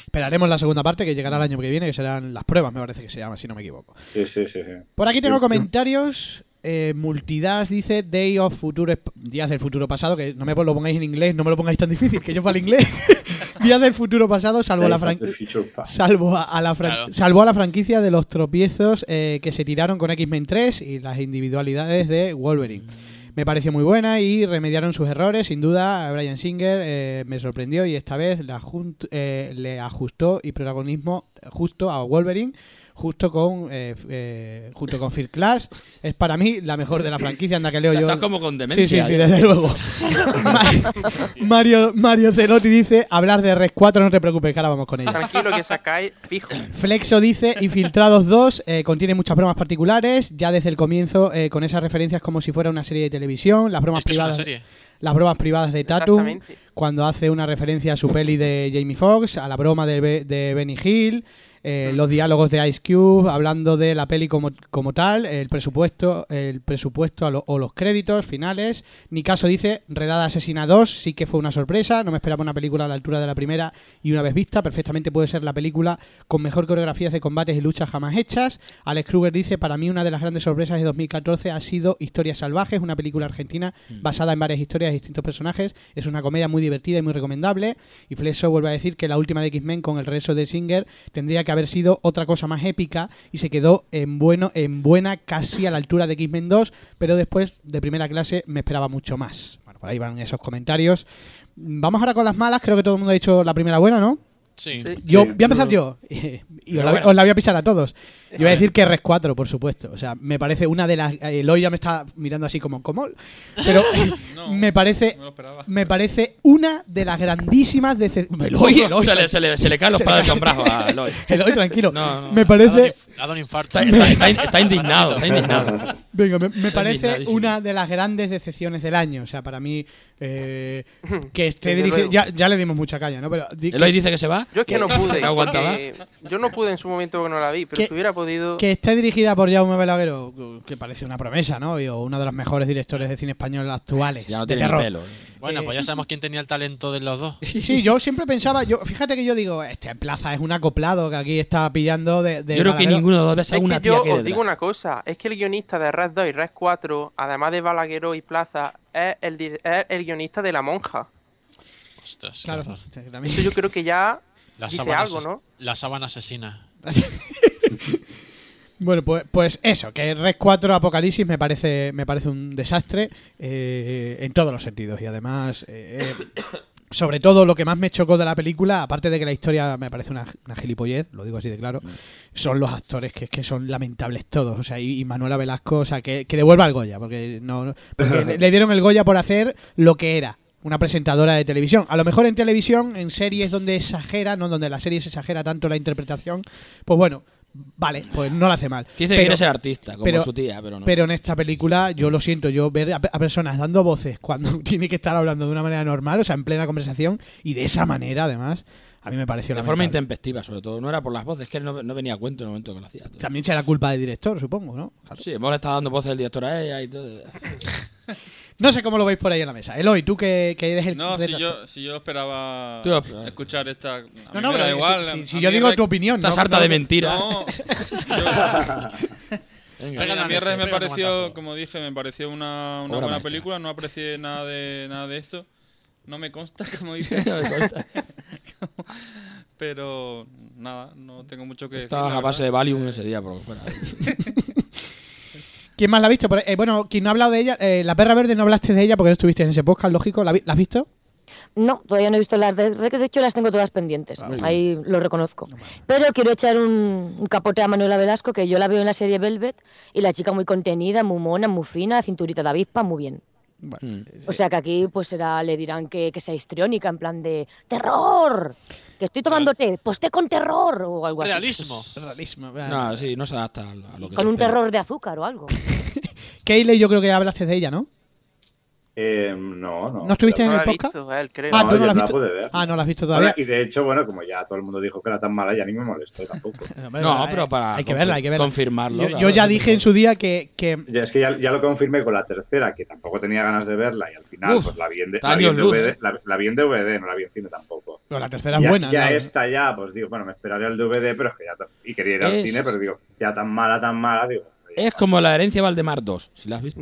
[SPEAKER 2] Esperaremos la segunda parte que llegará el año que viene, que serán las pruebas, me parece que se llama, si no me equivoco.
[SPEAKER 5] Sí, sí, sí, sí.
[SPEAKER 2] Por aquí tengo
[SPEAKER 5] Sí.
[SPEAKER 2] comentarios. Eh, Multidas dice Day of Futuro Esp- Días del Futuro Pasado, que no me lo pongáis en inglés, no me lo pongáis tan difícil, que yo para el inglés. Días del Futuro Pasado, salvo la
[SPEAKER 5] Days of the
[SPEAKER 2] franquicia.
[SPEAKER 5] Future Past.
[SPEAKER 2] Salvo a, a la fran-
[SPEAKER 6] Claro.
[SPEAKER 2] salvó a la franquicia de los tropiezos eh, que se tiraron con X-Men 3 y las individualidades de Wolverine. Me pareció muy buena y remediaron sus errores. Sin duda, Brian Singer eh, me sorprendió y esta vez la junt- eh, le ajustó y protagonismo justo a Wolverine, justo con, eh, f- eh, junto con Fear Clash. Es para mí la mejor de la franquicia, anda que leo yo.
[SPEAKER 3] Estás como con demencia.
[SPEAKER 2] Sí, sí, sí,
[SPEAKER 3] tío.
[SPEAKER 2] desde luego. Ma- Mario, Mario Celotti dice, hablar de Res 4, no te preocupes, que ahora vamos con ella.
[SPEAKER 7] Tranquilo que sacáis fijo.
[SPEAKER 2] Flexo dice, Infiltrados 2 eh, contiene muchas bromas particulares, ya desde el comienzo eh, con esas referencias como si fuera una serie de televisión, las bromas
[SPEAKER 6] Es que es una
[SPEAKER 2] privadas,
[SPEAKER 6] serie.
[SPEAKER 2] las bromas privadas de Tatum,
[SPEAKER 7] Exactamente.
[SPEAKER 2] cuando hace una referencia a su peli de Jamie Foxx, a la broma de, Be- de Benny Hill, eh, los diálogos de Ice Cube, hablando de la peli como, como tal, el presupuesto, el presupuesto a lo- o los créditos finales. Nikaso dice, Redada Asesina 2 sí que fue una sorpresa, no me esperaba una película a la altura de la primera y una vez vista, perfectamente puede ser la película con mejor coreografías de combates y luchas jamás hechas. Alex Kruger dice, para mí una de las grandes sorpresas de 2014 ha sido Historias Salvajes, una película argentina basada en varias historias de distintos personajes. Es una comedia muy divertida y muy recomendable. Y Fleso vuelve a decir que la última de X-Men con el regreso de Singer tendría que haber sido otra cosa más épica y se quedó en bueno, en buena, casi a la altura de X-Men 2, pero después de primera clase me esperaba mucho más. Bueno, por ahí van esos comentarios. Vamos ahora con las malas, creo que todo el mundo ha dicho la primera buena, ¿no?
[SPEAKER 6] Sí.
[SPEAKER 7] Sí.
[SPEAKER 2] Yo
[SPEAKER 5] Sí.
[SPEAKER 2] voy a empezar yo. y os la,
[SPEAKER 3] bueno.
[SPEAKER 2] os la voy a pisar a todos. Yo voy a decir que Res 4, por supuesto. O sea, me parece una de las. Eloy ya me está mirando así como como. Pero
[SPEAKER 8] No,
[SPEAKER 2] me parece.
[SPEAKER 8] no me lo esperaba.
[SPEAKER 2] Me parece una de las grandísimas decepciones. Eloy, Eloy.
[SPEAKER 3] se, le, se, le, se le caen los
[SPEAKER 2] Se le
[SPEAKER 3] palos
[SPEAKER 2] caen.
[SPEAKER 3] de sombrajo a Lloyd.
[SPEAKER 2] Eloy, tranquilo.
[SPEAKER 3] No, no,
[SPEAKER 2] me
[SPEAKER 3] ha
[SPEAKER 6] Ha dado
[SPEAKER 2] parece.
[SPEAKER 6] un- Ha dado un infarto.
[SPEAKER 3] Está, está- está in- está indignado, está indignado.
[SPEAKER 2] Venga, me, me
[SPEAKER 3] Estoy
[SPEAKER 2] parece
[SPEAKER 3] indignadísimo.
[SPEAKER 2] una de las grandes decepciones del año. O sea, para mí. eh, que esté
[SPEAKER 7] Desde
[SPEAKER 2] dirigido.
[SPEAKER 7] luego.
[SPEAKER 2] Ya, ya le dimos mucha caña, ¿no? Pero. di-
[SPEAKER 3] Eloy dice que se va.
[SPEAKER 7] Yo es que no pude.
[SPEAKER 3] No aguantaba.
[SPEAKER 7] que- yo no pude en su momento porque no la vi, pero
[SPEAKER 2] ¿Qué-
[SPEAKER 7] si hubiera podido.
[SPEAKER 2] Que esté dirigida por Jaume Balagueró, que parece una promesa, ¿no? Y uno de los mejores directores de cine español actuales.
[SPEAKER 3] Ya no
[SPEAKER 2] de
[SPEAKER 3] tiene ni
[SPEAKER 2] terror.
[SPEAKER 3] pelo. ¿eh?
[SPEAKER 6] Bueno, pues ya sabemos quién tenía el talento de los dos.
[SPEAKER 2] Sí, yo siempre pensaba, yo, fíjate que yo digo, este Plaza es un acoplado que aquí está pillando de. de
[SPEAKER 3] Yo creo que
[SPEAKER 2] Balagueró.
[SPEAKER 3] ninguno de los dos ves
[SPEAKER 7] Es
[SPEAKER 3] a una
[SPEAKER 7] que
[SPEAKER 3] tía
[SPEAKER 7] yo
[SPEAKER 3] que
[SPEAKER 7] os
[SPEAKER 3] de
[SPEAKER 7] digo
[SPEAKER 3] verdad.
[SPEAKER 7] una cosa, es que el guionista de Red 2 y Red 4, además de Balagueró y Plaza, es el, dir- es el guionista de La Monja.
[SPEAKER 6] Ostras. qué
[SPEAKER 2] Claro,
[SPEAKER 6] horror.
[SPEAKER 2] también.
[SPEAKER 7] Eso yo creo que ya
[SPEAKER 6] La
[SPEAKER 7] dice
[SPEAKER 6] sábana,
[SPEAKER 7] algo,
[SPEAKER 6] ases-
[SPEAKER 7] ¿no?
[SPEAKER 6] la sábana asesina.
[SPEAKER 2] Bueno, pues, pues eso, que Res 4 Apocalipsis me parece, me parece un desastre eh, en todos los sentidos. Y además, eh, eh, sobre todo lo que más me chocó de la película, aparte de que la historia me parece una, una gilipollez, lo digo así de
[SPEAKER 3] Mm.
[SPEAKER 2] claro, son los actores que es que son lamentables todos. O sea, y, y Manuela Velasco, o sea, que, que devuelva el Goya, porque, no, porque le, le dieron el Goya por hacer lo que era. Una presentadora de televisión. A lo mejor en televisión, en series donde exagera, no donde la serie se exagera tanto la interpretación, pues bueno, vale, pues no la hace mal.
[SPEAKER 3] Que Dice que
[SPEAKER 2] Pero-
[SPEAKER 3] quiere ser artista, como
[SPEAKER 2] pero-
[SPEAKER 3] su tía, pero no.
[SPEAKER 2] pero en esta película, yo lo siento, yo ver a, a personas dando voces cuando tiene que estar hablando de una manera normal, o sea, en plena conversación, y de esa manera, además, a mí me pareció
[SPEAKER 3] de forma
[SPEAKER 2] lamentable.
[SPEAKER 3] intempestiva, sobre todo. No era por las voces, que él no, no venía a cuento en el momento que lo hacía. tío.
[SPEAKER 2] También será culpa del director, supongo, ¿no?
[SPEAKER 3] Sí, hemos le estaba dando voces el director a ella y todo.
[SPEAKER 2] No sé cómo lo veis por ahí en la mesa. Eloy, tú que, que eres el...
[SPEAKER 8] No, si
[SPEAKER 2] redactor.
[SPEAKER 8] yo, si yo esperaba
[SPEAKER 3] Tú esperabas.
[SPEAKER 8] escuchar esta. a mí
[SPEAKER 2] No, no,
[SPEAKER 8] me da
[SPEAKER 2] pero
[SPEAKER 8] igual.
[SPEAKER 2] si,
[SPEAKER 8] a
[SPEAKER 2] si- si
[SPEAKER 8] mí
[SPEAKER 2] yo digo
[SPEAKER 8] Red-
[SPEAKER 2] tu opinión...
[SPEAKER 3] Estás
[SPEAKER 2] no-
[SPEAKER 3] harta
[SPEAKER 2] no-
[SPEAKER 3] de mentiras.
[SPEAKER 8] No, yo-
[SPEAKER 3] Venga.
[SPEAKER 6] Pega
[SPEAKER 8] a
[SPEAKER 6] la
[SPEAKER 8] mí
[SPEAKER 6] leche,
[SPEAKER 8] Red me
[SPEAKER 6] pega tu
[SPEAKER 8] pareció,
[SPEAKER 6] guantazo.
[SPEAKER 8] como dije, me pareció una, una
[SPEAKER 3] Obra
[SPEAKER 8] buena
[SPEAKER 3] maestra.
[SPEAKER 8] película. No aprecié nada de nada de esto. No me consta, como dije,
[SPEAKER 3] No me consta.
[SPEAKER 8] pero nada, no tengo mucho que
[SPEAKER 3] Estabas
[SPEAKER 8] decir.
[SPEAKER 3] a
[SPEAKER 8] la
[SPEAKER 3] base de
[SPEAKER 8] verdad.
[SPEAKER 3] Valium ese día, por lo que fuera.
[SPEAKER 2] ¿Quién más la ha visto? Por ahí? Eh, bueno, quien no ha hablado de ella, eh, la perra verde no hablaste de ella porque no estuviste en ese podcast, lógico. ¿La, vi- la has visto?
[SPEAKER 4] No, todavía no he visto las de Rec, de hecho las tengo todas pendientes,
[SPEAKER 3] Ah, muy
[SPEAKER 4] ahí lo reconozco. Pero quiero echar un, un capote a Manuela Velasco, que yo la veo en la serie Velvet, y la chica muy contenida, muy mona, muy fina, cinturita de avispa, muy bien.
[SPEAKER 3] Mm.
[SPEAKER 4] O sea que aquí pues será, le dirán que, que sea histriónica, en plan de ¡Terror! Que estoy tomando té, pues té con terror, o algo así.
[SPEAKER 6] Realismo.
[SPEAKER 2] Realismo.
[SPEAKER 3] No, sí, no se adapta a lo a lo que
[SPEAKER 4] Con
[SPEAKER 3] se
[SPEAKER 4] un
[SPEAKER 3] espera.
[SPEAKER 4] terror de azúcar o algo.
[SPEAKER 2] Kayleigh, yo creo que hablaste de ella, ¿no?
[SPEAKER 5] Eh, no, no.
[SPEAKER 2] ¿No estuviste
[SPEAKER 5] Yo
[SPEAKER 2] en
[SPEAKER 7] No
[SPEAKER 2] el
[SPEAKER 7] la he
[SPEAKER 2] podcast?
[SPEAKER 7] visto, él, creo.
[SPEAKER 2] Ah,
[SPEAKER 5] no,
[SPEAKER 2] tú no
[SPEAKER 5] yo
[SPEAKER 2] la has
[SPEAKER 5] no la
[SPEAKER 2] visto.
[SPEAKER 5] pude ver.
[SPEAKER 2] Ah, no la has visto
[SPEAKER 5] Ahora,
[SPEAKER 2] todavía.
[SPEAKER 5] y de hecho, bueno, como ya todo el mundo dijo que era tan mala, ya ni me molestó tampoco.
[SPEAKER 2] Hombre,
[SPEAKER 3] No,
[SPEAKER 2] hay-
[SPEAKER 3] pero para
[SPEAKER 2] Hay que
[SPEAKER 3] confir-
[SPEAKER 2] verla, hay que verla.
[SPEAKER 3] confirmarlo,
[SPEAKER 2] Yo,
[SPEAKER 3] claro,
[SPEAKER 2] yo ya
[SPEAKER 3] eso
[SPEAKER 2] dije en su día que. que
[SPEAKER 5] Ya es que ya, ya lo confirmé con la tercera, que tampoco tenía ganas de verla, y al final
[SPEAKER 3] Uf,
[SPEAKER 5] pues, la, vi en de-
[SPEAKER 3] está
[SPEAKER 5] la, vi en
[SPEAKER 3] Dios luz,
[SPEAKER 5] DVD,
[SPEAKER 3] eh.
[SPEAKER 5] la, la vi en DVD, no la vi en cine tampoco.
[SPEAKER 2] pero la tercera es
[SPEAKER 5] ya,
[SPEAKER 2] buena.
[SPEAKER 5] Ya
[SPEAKER 2] la-
[SPEAKER 5] esta ya, pues digo, bueno, me esperaré al DVD, pero es que ya... ta- Y quería ir al
[SPEAKER 3] Es-
[SPEAKER 5] cine, pero digo, ya tan mala, tan mala, digo...
[SPEAKER 3] Es como la herencia Valdemar 2, si la has visto.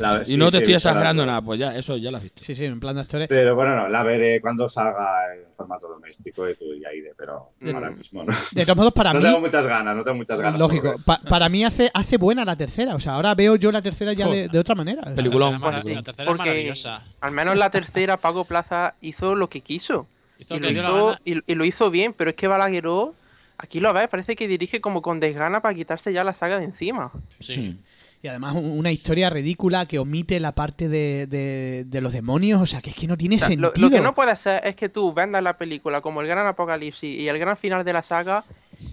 [SPEAKER 5] la-
[SPEAKER 3] y
[SPEAKER 5] sí,
[SPEAKER 3] no te
[SPEAKER 5] sí,
[SPEAKER 3] estoy
[SPEAKER 5] la-
[SPEAKER 3] exagerando nada, pues ya, eso ya la has visto.
[SPEAKER 2] Sí, sí, en plan de actores.
[SPEAKER 5] Pero bueno, no, la veré cuando salga en formato doméstico y tú y aire, pero
[SPEAKER 7] Mm.
[SPEAKER 5] ahora mismo no.
[SPEAKER 2] De todos modos, para
[SPEAKER 5] No
[SPEAKER 2] mí.
[SPEAKER 5] tengo muchas ganas, no tengo muchas ganas.
[SPEAKER 2] Lógico.
[SPEAKER 5] por ver.
[SPEAKER 2] pa- para mí hace, hace buena la tercera. O sea, ahora veo yo la tercera ya de, de otra manera. O sea,
[SPEAKER 3] Película. Peliculón,
[SPEAKER 6] Ah, La
[SPEAKER 7] peliculón.
[SPEAKER 6] tercera, la tercera es
[SPEAKER 7] Porque-
[SPEAKER 6] maravillosa.
[SPEAKER 7] Al menos la tercera, Paco Plaza hizo lo que quiso.
[SPEAKER 6] Hizo
[SPEAKER 7] Y
[SPEAKER 6] que
[SPEAKER 7] lo,
[SPEAKER 6] le dio la
[SPEAKER 7] hizo,
[SPEAKER 6] gana.
[SPEAKER 7] y, y lo hizo bien, pero es que Balagueró, aquí lo ves, parece que dirige como con desgana para quitarse ya la saga de encima.
[SPEAKER 6] Sí.
[SPEAKER 2] Y además un- una historia ridícula que omite la parte de, de- de los demonios. O sea, que es que no tiene
[SPEAKER 7] O sea, lo,
[SPEAKER 2] sentido.
[SPEAKER 7] lo que no puede ser es que tú vendas la película como el gran apocalipsis y el gran final de la saga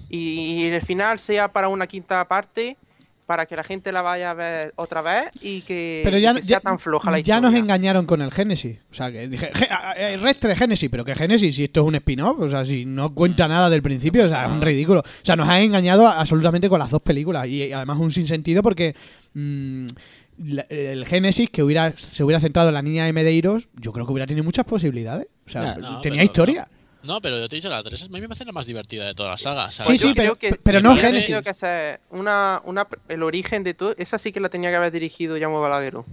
[SPEAKER 7] y, el final sea para una quinta parte para que la gente la vaya a ver otra vez y que,
[SPEAKER 2] pero ya,
[SPEAKER 7] y que sea
[SPEAKER 2] ya-
[SPEAKER 7] tan floja la
[SPEAKER 2] ya
[SPEAKER 7] historia.
[SPEAKER 2] nos engañaron con el Génesis. O sea, que dije, "Je- a- a- restre Génesis, pero que Génesis, si esto es un spin-off, o sea, si no cuenta nada del principio, o sea, es un ridículo. O sea, nos han engañado a- absolutamente con las dos películas y eh, además un sinsentido porque mm, la- el Génesis que hubiera se hubiera centrado en la niña de Medeiros, yo creo que hubiera tenido muchas posibilidades. O sea,
[SPEAKER 3] Ya,
[SPEAKER 6] no,
[SPEAKER 2] tenía
[SPEAKER 6] pero-
[SPEAKER 2] historia.
[SPEAKER 6] No, pero yo te he dicho, la 3 a mí me parece la más divertida de toda la saga.
[SPEAKER 2] Sí,
[SPEAKER 6] ¿sabes?
[SPEAKER 2] sí,
[SPEAKER 7] yo
[SPEAKER 2] pero-
[SPEAKER 7] creo que
[SPEAKER 2] pero no
[SPEAKER 7] si hubiera
[SPEAKER 6] Génesis.
[SPEAKER 7] tenido que hacer una, una, el origen de todo, esa sí que la tenía que haber dirigido Llamo Balagueró.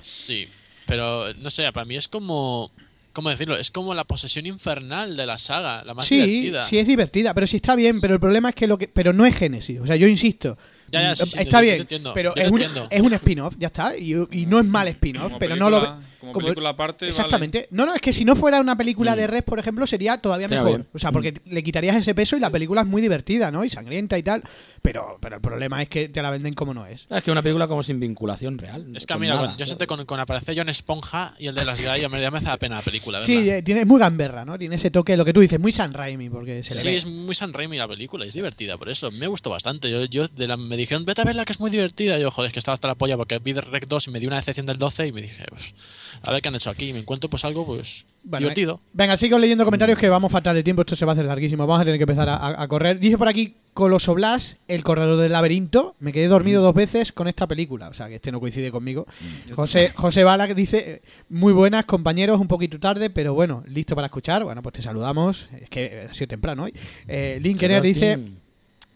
[SPEAKER 6] Sí, pero no sé, para mí es como. ¿Cómo decirlo? Es como la posesión infernal de la saga, la más
[SPEAKER 2] sí,
[SPEAKER 6] divertida.
[SPEAKER 2] sí es divertida, pero sí está bien, pero el problema es que lo que pero no es Génesis, o sea, yo insisto.
[SPEAKER 6] Ya, ya, sí, sí,
[SPEAKER 2] está
[SPEAKER 6] te-
[SPEAKER 2] bien,
[SPEAKER 6] yo te entiendo,
[SPEAKER 2] pero
[SPEAKER 6] yo te
[SPEAKER 2] es un,
[SPEAKER 6] entiendo.
[SPEAKER 2] es un spin-off, ya está, y, y no es mal spin-off,
[SPEAKER 8] Como
[SPEAKER 2] pero no lo ve-
[SPEAKER 8] película- como película aparte, vale.
[SPEAKER 2] Exactamente. No, no, es que si no fuera una película
[SPEAKER 8] Mm.
[SPEAKER 2] de res, por ejemplo, sería todavía
[SPEAKER 3] Está
[SPEAKER 2] mejor.
[SPEAKER 3] bien.
[SPEAKER 2] O sea,
[SPEAKER 6] Mm.
[SPEAKER 2] porque le quitarías ese peso y la película es muy divertida, ¿no? Y sangrienta y tal, pero pero el problema es que te la venden como no es.
[SPEAKER 3] Es que una película como sin vinculación real.
[SPEAKER 6] Es que
[SPEAKER 3] con
[SPEAKER 6] mira,
[SPEAKER 3] nada.
[SPEAKER 6] cuando- yo senté con, con aparecer John Esponja y el de las Gaia, me, ya me hace la pena la película, ¿verdad?
[SPEAKER 2] Sí, eh, tiene es muy gamberra, ¿no? Tiene ese toque, lo que tú dices, muy San Raimi, porque se le
[SPEAKER 6] Sí,
[SPEAKER 2] ve.
[SPEAKER 6] es muy San Raimi la película, es divertida, por eso. Me gustó bastante. Yo, yo de la, me dijeron, vete a verla que es muy divertida. Yo, joder, es que estaba hasta la polla porque vi The Rec 2 y me dio una decepción del 12 y me dije, pues, a ver qué han hecho aquí. Y me encuentro pues algo pues
[SPEAKER 2] Bueno,
[SPEAKER 6] divertido.
[SPEAKER 2] eh, Venga, sigo leyendo comentarios que vamos fatal de tiempo. Esto se va a hacer larguísimo. Vamos a tener que empezar a- a, a correr. Dice por aquí Coloso Blas, el corredor del laberinto. Me quedé dormido dos veces con esta película. O sea, que este no coincide conmigo. José, José Bala que dice: Muy buenas, compañeros. Un poquito tarde, pero bueno, listo para escuchar. Bueno, pues te saludamos. Es que ha sido temprano hoy. Eh, Linkener dice: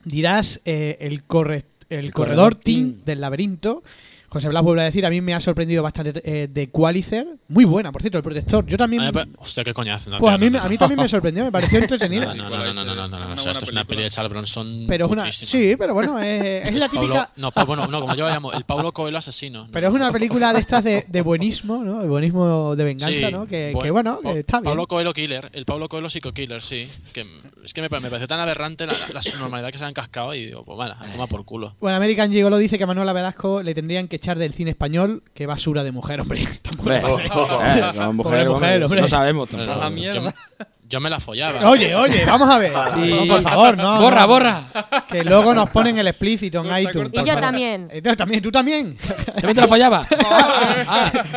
[SPEAKER 2] dirás eh, el, corre- el,
[SPEAKER 3] El
[SPEAKER 2] corredor
[SPEAKER 3] corredor
[SPEAKER 2] team
[SPEAKER 3] Team.
[SPEAKER 2] del laberinto. José Blas vuelve a decir, a mí me ha sorprendido bastante eh, de Qualicer. Muy buena, por cierto, el protector. Yo también...
[SPEAKER 6] A mí me pa- hostia, qué coñazo. No,
[SPEAKER 2] Pues
[SPEAKER 6] tío,
[SPEAKER 2] a mí,
[SPEAKER 6] no,
[SPEAKER 2] me-
[SPEAKER 6] no,
[SPEAKER 2] a mí también me sorprendió, me pareció entretenida.
[SPEAKER 6] No, no, no, no, no, no, no, no, no,
[SPEAKER 8] Una
[SPEAKER 6] o sea, esto
[SPEAKER 8] buena
[SPEAKER 6] es una peli
[SPEAKER 8] película.
[SPEAKER 6] de Charles Bronson.
[SPEAKER 2] Pero es una...
[SPEAKER 6] putrísima.
[SPEAKER 2] Sí, pero bueno, es, es la
[SPEAKER 6] Pablo-
[SPEAKER 2] típica...
[SPEAKER 6] no, pa- bueno, no, como yo la llamo, el Pablo Coelho asesino.
[SPEAKER 2] Pero es una película de estas de, de buenismo, ¿no? De buenismo de venganza,
[SPEAKER 6] Sí,
[SPEAKER 2] ¿no? Que
[SPEAKER 6] bu-
[SPEAKER 2] que bueno,
[SPEAKER 6] Pa-
[SPEAKER 2] que está bien.
[SPEAKER 6] Pablo Coelho Killer, el Pablo Coelho Psico Killer, sí. Que, m- es que me, pa- me pareció tan aberrante la, la- la subnormalidad que se han cascado y digo, pues vale, a tomar por culo.
[SPEAKER 2] Bueno, American Gigolo dice que a Manuela Velasco le tendrían que echar del cine español. Qué basura de mujer, hombre. Tampoco
[SPEAKER 3] Hombre,
[SPEAKER 2] lo sé.
[SPEAKER 3] eh, como mujer,
[SPEAKER 2] mujer,
[SPEAKER 3] hombre,
[SPEAKER 2] hombre.
[SPEAKER 3] No sabemos
[SPEAKER 8] A
[SPEAKER 3] tampoco.
[SPEAKER 8] la
[SPEAKER 6] Yo, me-
[SPEAKER 8] mierda.
[SPEAKER 6] yo me la follaba.
[SPEAKER 2] Oye, oye, vamos a ver.
[SPEAKER 3] Y-
[SPEAKER 2] Por favor, no.
[SPEAKER 3] borra,
[SPEAKER 2] no.
[SPEAKER 3] borra.
[SPEAKER 2] Que luego nos ponen el explícito en
[SPEAKER 8] Corta,
[SPEAKER 2] iTunes.
[SPEAKER 8] corta,
[SPEAKER 2] por
[SPEAKER 4] Y yo
[SPEAKER 2] favor.
[SPEAKER 4] también.
[SPEAKER 2] Eh, tú también, tú también.
[SPEAKER 3] ¿También te la
[SPEAKER 2] Ah,
[SPEAKER 3] fallaba?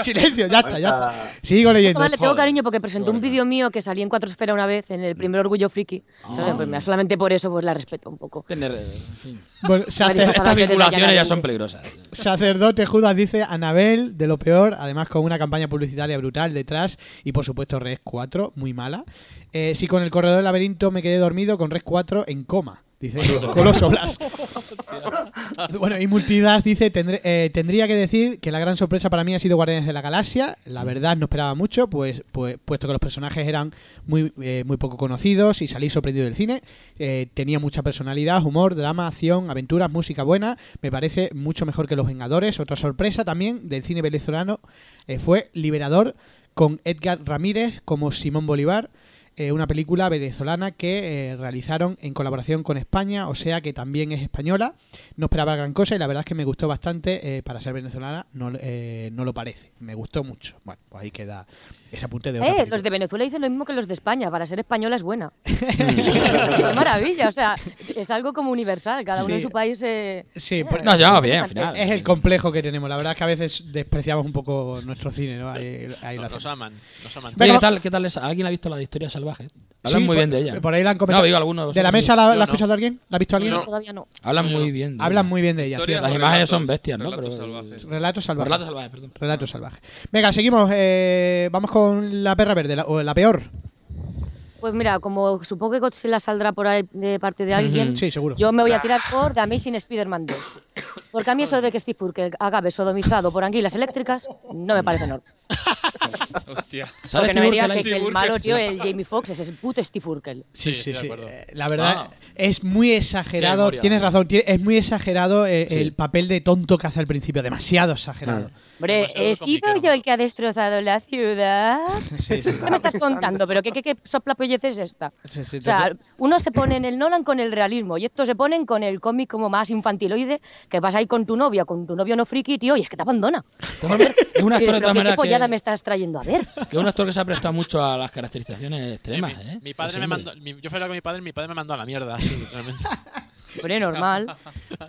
[SPEAKER 2] Silencio, ya está, ya está. Sigo leyendo.
[SPEAKER 4] Además, le tengo
[SPEAKER 3] joder.
[SPEAKER 4] cariño porque presentó un
[SPEAKER 3] Joder.
[SPEAKER 4] vídeo mío que salí en Cuatro Esfera una vez en el primer Orgullo Friki. Entonces, pues, mira, solamente por eso pues la respeto un poco.
[SPEAKER 3] Tener, eh, en fin.
[SPEAKER 2] Bueno, sacer-
[SPEAKER 4] Vale,
[SPEAKER 3] Estas
[SPEAKER 4] que le
[SPEAKER 3] vinculaciones
[SPEAKER 4] vayan
[SPEAKER 3] ya
[SPEAKER 4] a-
[SPEAKER 3] son peligrosas.
[SPEAKER 2] sacerdote Judas dice Anabel, de lo peor, además con una campaña publicitaria brutal detrás y por supuesto Res 4, muy mala. Eh, si con el corredor del laberinto me quedé dormido, con Res 4 en coma. Dice Coloso Blas. bueno, y Multidas dice: "Tendré- eh, Tendría que decir que la gran sorpresa para mí ha sido Guardianes de la Galaxia. La verdad, no esperaba mucho, pues, pues puesto que los personajes eran muy, eh, muy poco conocidos y salí sorprendido del cine. Eh, tenía mucha personalidad, humor, drama, acción, aventuras, música buena. Me parece mucho mejor que Los Vengadores. Otra sorpresa también del cine venezolano eh, fue Liberador con Edgar Ramírez como Simón Bolívar eh, una película venezolana que eh, realizaron en colaboración con España, o sea que también es española. No esperaba gran cosa y la verdad es que me gustó bastante. eh, para ser venezolana no, eh, no lo parece. Me gustó mucho. Bueno, pues ahí queda Ese apunte de otra
[SPEAKER 4] Eh,
[SPEAKER 2] película.
[SPEAKER 4] los de Venezuela dicen lo mismo que los de España. Para ser española es buena. Qué maravilla. O sea, es algo como universal. Cada uno
[SPEAKER 2] Sí.
[SPEAKER 4] en su país. eh,
[SPEAKER 2] Sí,
[SPEAKER 4] eh,
[SPEAKER 2] pero-
[SPEAKER 3] Nos llevamos bien, al final.
[SPEAKER 2] Es el complejo que tenemos. La verdad es que a veces despreciamos un poco nuestro cine, ¿no? Ahí, ahí la
[SPEAKER 6] Nos, nos
[SPEAKER 2] hacemos.
[SPEAKER 6] aman, nos aman.
[SPEAKER 3] Oye,
[SPEAKER 2] Venga.
[SPEAKER 3] ¿Qué tal, qué tal es? ¿Alguien ha visto la de Historia Salvaje? Hablan
[SPEAKER 2] Sí,
[SPEAKER 3] muy
[SPEAKER 2] por-
[SPEAKER 3] bien de ella.
[SPEAKER 2] Por ahí la han comentado.
[SPEAKER 3] No, digo, alguno de
[SPEAKER 2] ¿De la
[SPEAKER 3] vosotros.
[SPEAKER 2] mesa la,
[SPEAKER 6] Yo
[SPEAKER 2] la ha
[SPEAKER 6] no.
[SPEAKER 2] escuchado alguien? ¿La ha visto alguien?
[SPEAKER 6] No.
[SPEAKER 4] Todavía no.
[SPEAKER 3] Hablan muy bien. de
[SPEAKER 2] Hablan
[SPEAKER 3] ella.
[SPEAKER 2] muy bien de ella.
[SPEAKER 8] Historia
[SPEAKER 2] cierto.
[SPEAKER 3] Las
[SPEAKER 8] o
[SPEAKER 3] imágenes son
[SPEAKER 8] relatos,
[SPEAKER 3] bestias, ¿no?
[SPEAKER 8] relatos
[SPEAKER 3] Pero-
[SPEAKER 8] salvajes.
[SPEAKER 2] Relatos salvajes.
[SPEAKER 3] Relatos salvajes, perdón.
[SPEAKER 2] Relatos salvajes. Venga, seguimos. eh, vamos con la perra verde, la, o la peor.
[SPEAKER 4] Pues mira, como supongo que Godzilla saldrá por ahí de parte de alguien,
[SPEAKER 2] Sí, seguro.
[SPEAKER 4] yo me voy a tirar por The Amazing Spider-Man 2. Porque a mí eso de que Steve Burke acabe sodomizado por anguilas eléctricas no me parece normal.
[SPEAKER 8] Hostia.
[SPEAKER 3] ¿Sabes
[SPEAKER 4] Porque no
[SPEAKER 3] Tiburcio,
[SPEAKER 4] me digas
[SPEAKER 3] la-
[SPEAKER 4] que, que
[SPEAKER 8] Steve
[SPEAKER 4] el
[SPEAKER 8] Urkel?
[SPEAKER 4] malo, tío, el Jamie Foxx, es el puto Steve Urkel.
[SPEAKER 2] Sí,
[SPEAKER 6] Sí,
[SPEAKER 2] sí,
[SPEAKER 6] estoy
[SPEAKER 2] sí.
[SPEAKER 6] de acuerdo.
[SPEAKER 2] Eh, La verdad,
[SPEAKER 3] Ah.
[SPEAKER 2] es muy exagerado.
[SPEAKER 3] Qué memoria.
[SPEAKER 2] Tienes razón, tie- es muy exagerado eh,
[SPEAKER 3] Sí. Ah.
[SPEAKER 2] el papel de tonto que hace al principio. Demasiado exagerado.
[SPEAKER 4] Hombre,
[SPEAKER 6] Demasiado
[SPEAKER 4] ¿he sido
[SPEAKER 6] comiquero.
[SPEAKER 4] yo el que ha destrozado la ciudad?
[SPEAKER 2] Sí, sí.
[SPEAKER 4] ¿Qué me estás contando? ¿Pero qué, qué, qué soplapolleces es esta?
[SPEAKER 2] Sí, sí,
[SPEAKER 4] O sea,
[SPEAKER 2] total.
[SPEAKER 4] uno se pone en el Nolan con el realismo y estos se ponen con el cómic como más infantiloide que vas ahí con tu novia, con tu novio no friki, tío, y es que te abandona.
[SPEAKER 3] Es un actor
[SPEAKER 4] Pero
[SPEAKER 3] de todas
[SPEAKER 4] ¿qué, qué
[SPEAKER 3] maneras
[SPEAKER 4] pollada me
[SPEAKER 3] que,
[SPEAKER 4] estás trayendo a ver?
[SPEAKER 3] que es un actor que se ha prestado mucho a las caracterizaciones
[SPEAKER 6] Sí,
[SPEAKER 3] extremas,
[SPEAKER 6] mi,
[SPEAKER 3] ¿eh?
[SPEAKER 6] mi padre
[SPEAKER 3] Ese
[SPEAKER 6] me
[SPEAKER 3] hombre.
[SPEAKER 6] mandó, mi- yo fui a hablar con mi padre, y mi padre me mandó a la mierda, así, literalmente.
[SPEAKER 4] Hombre, normal.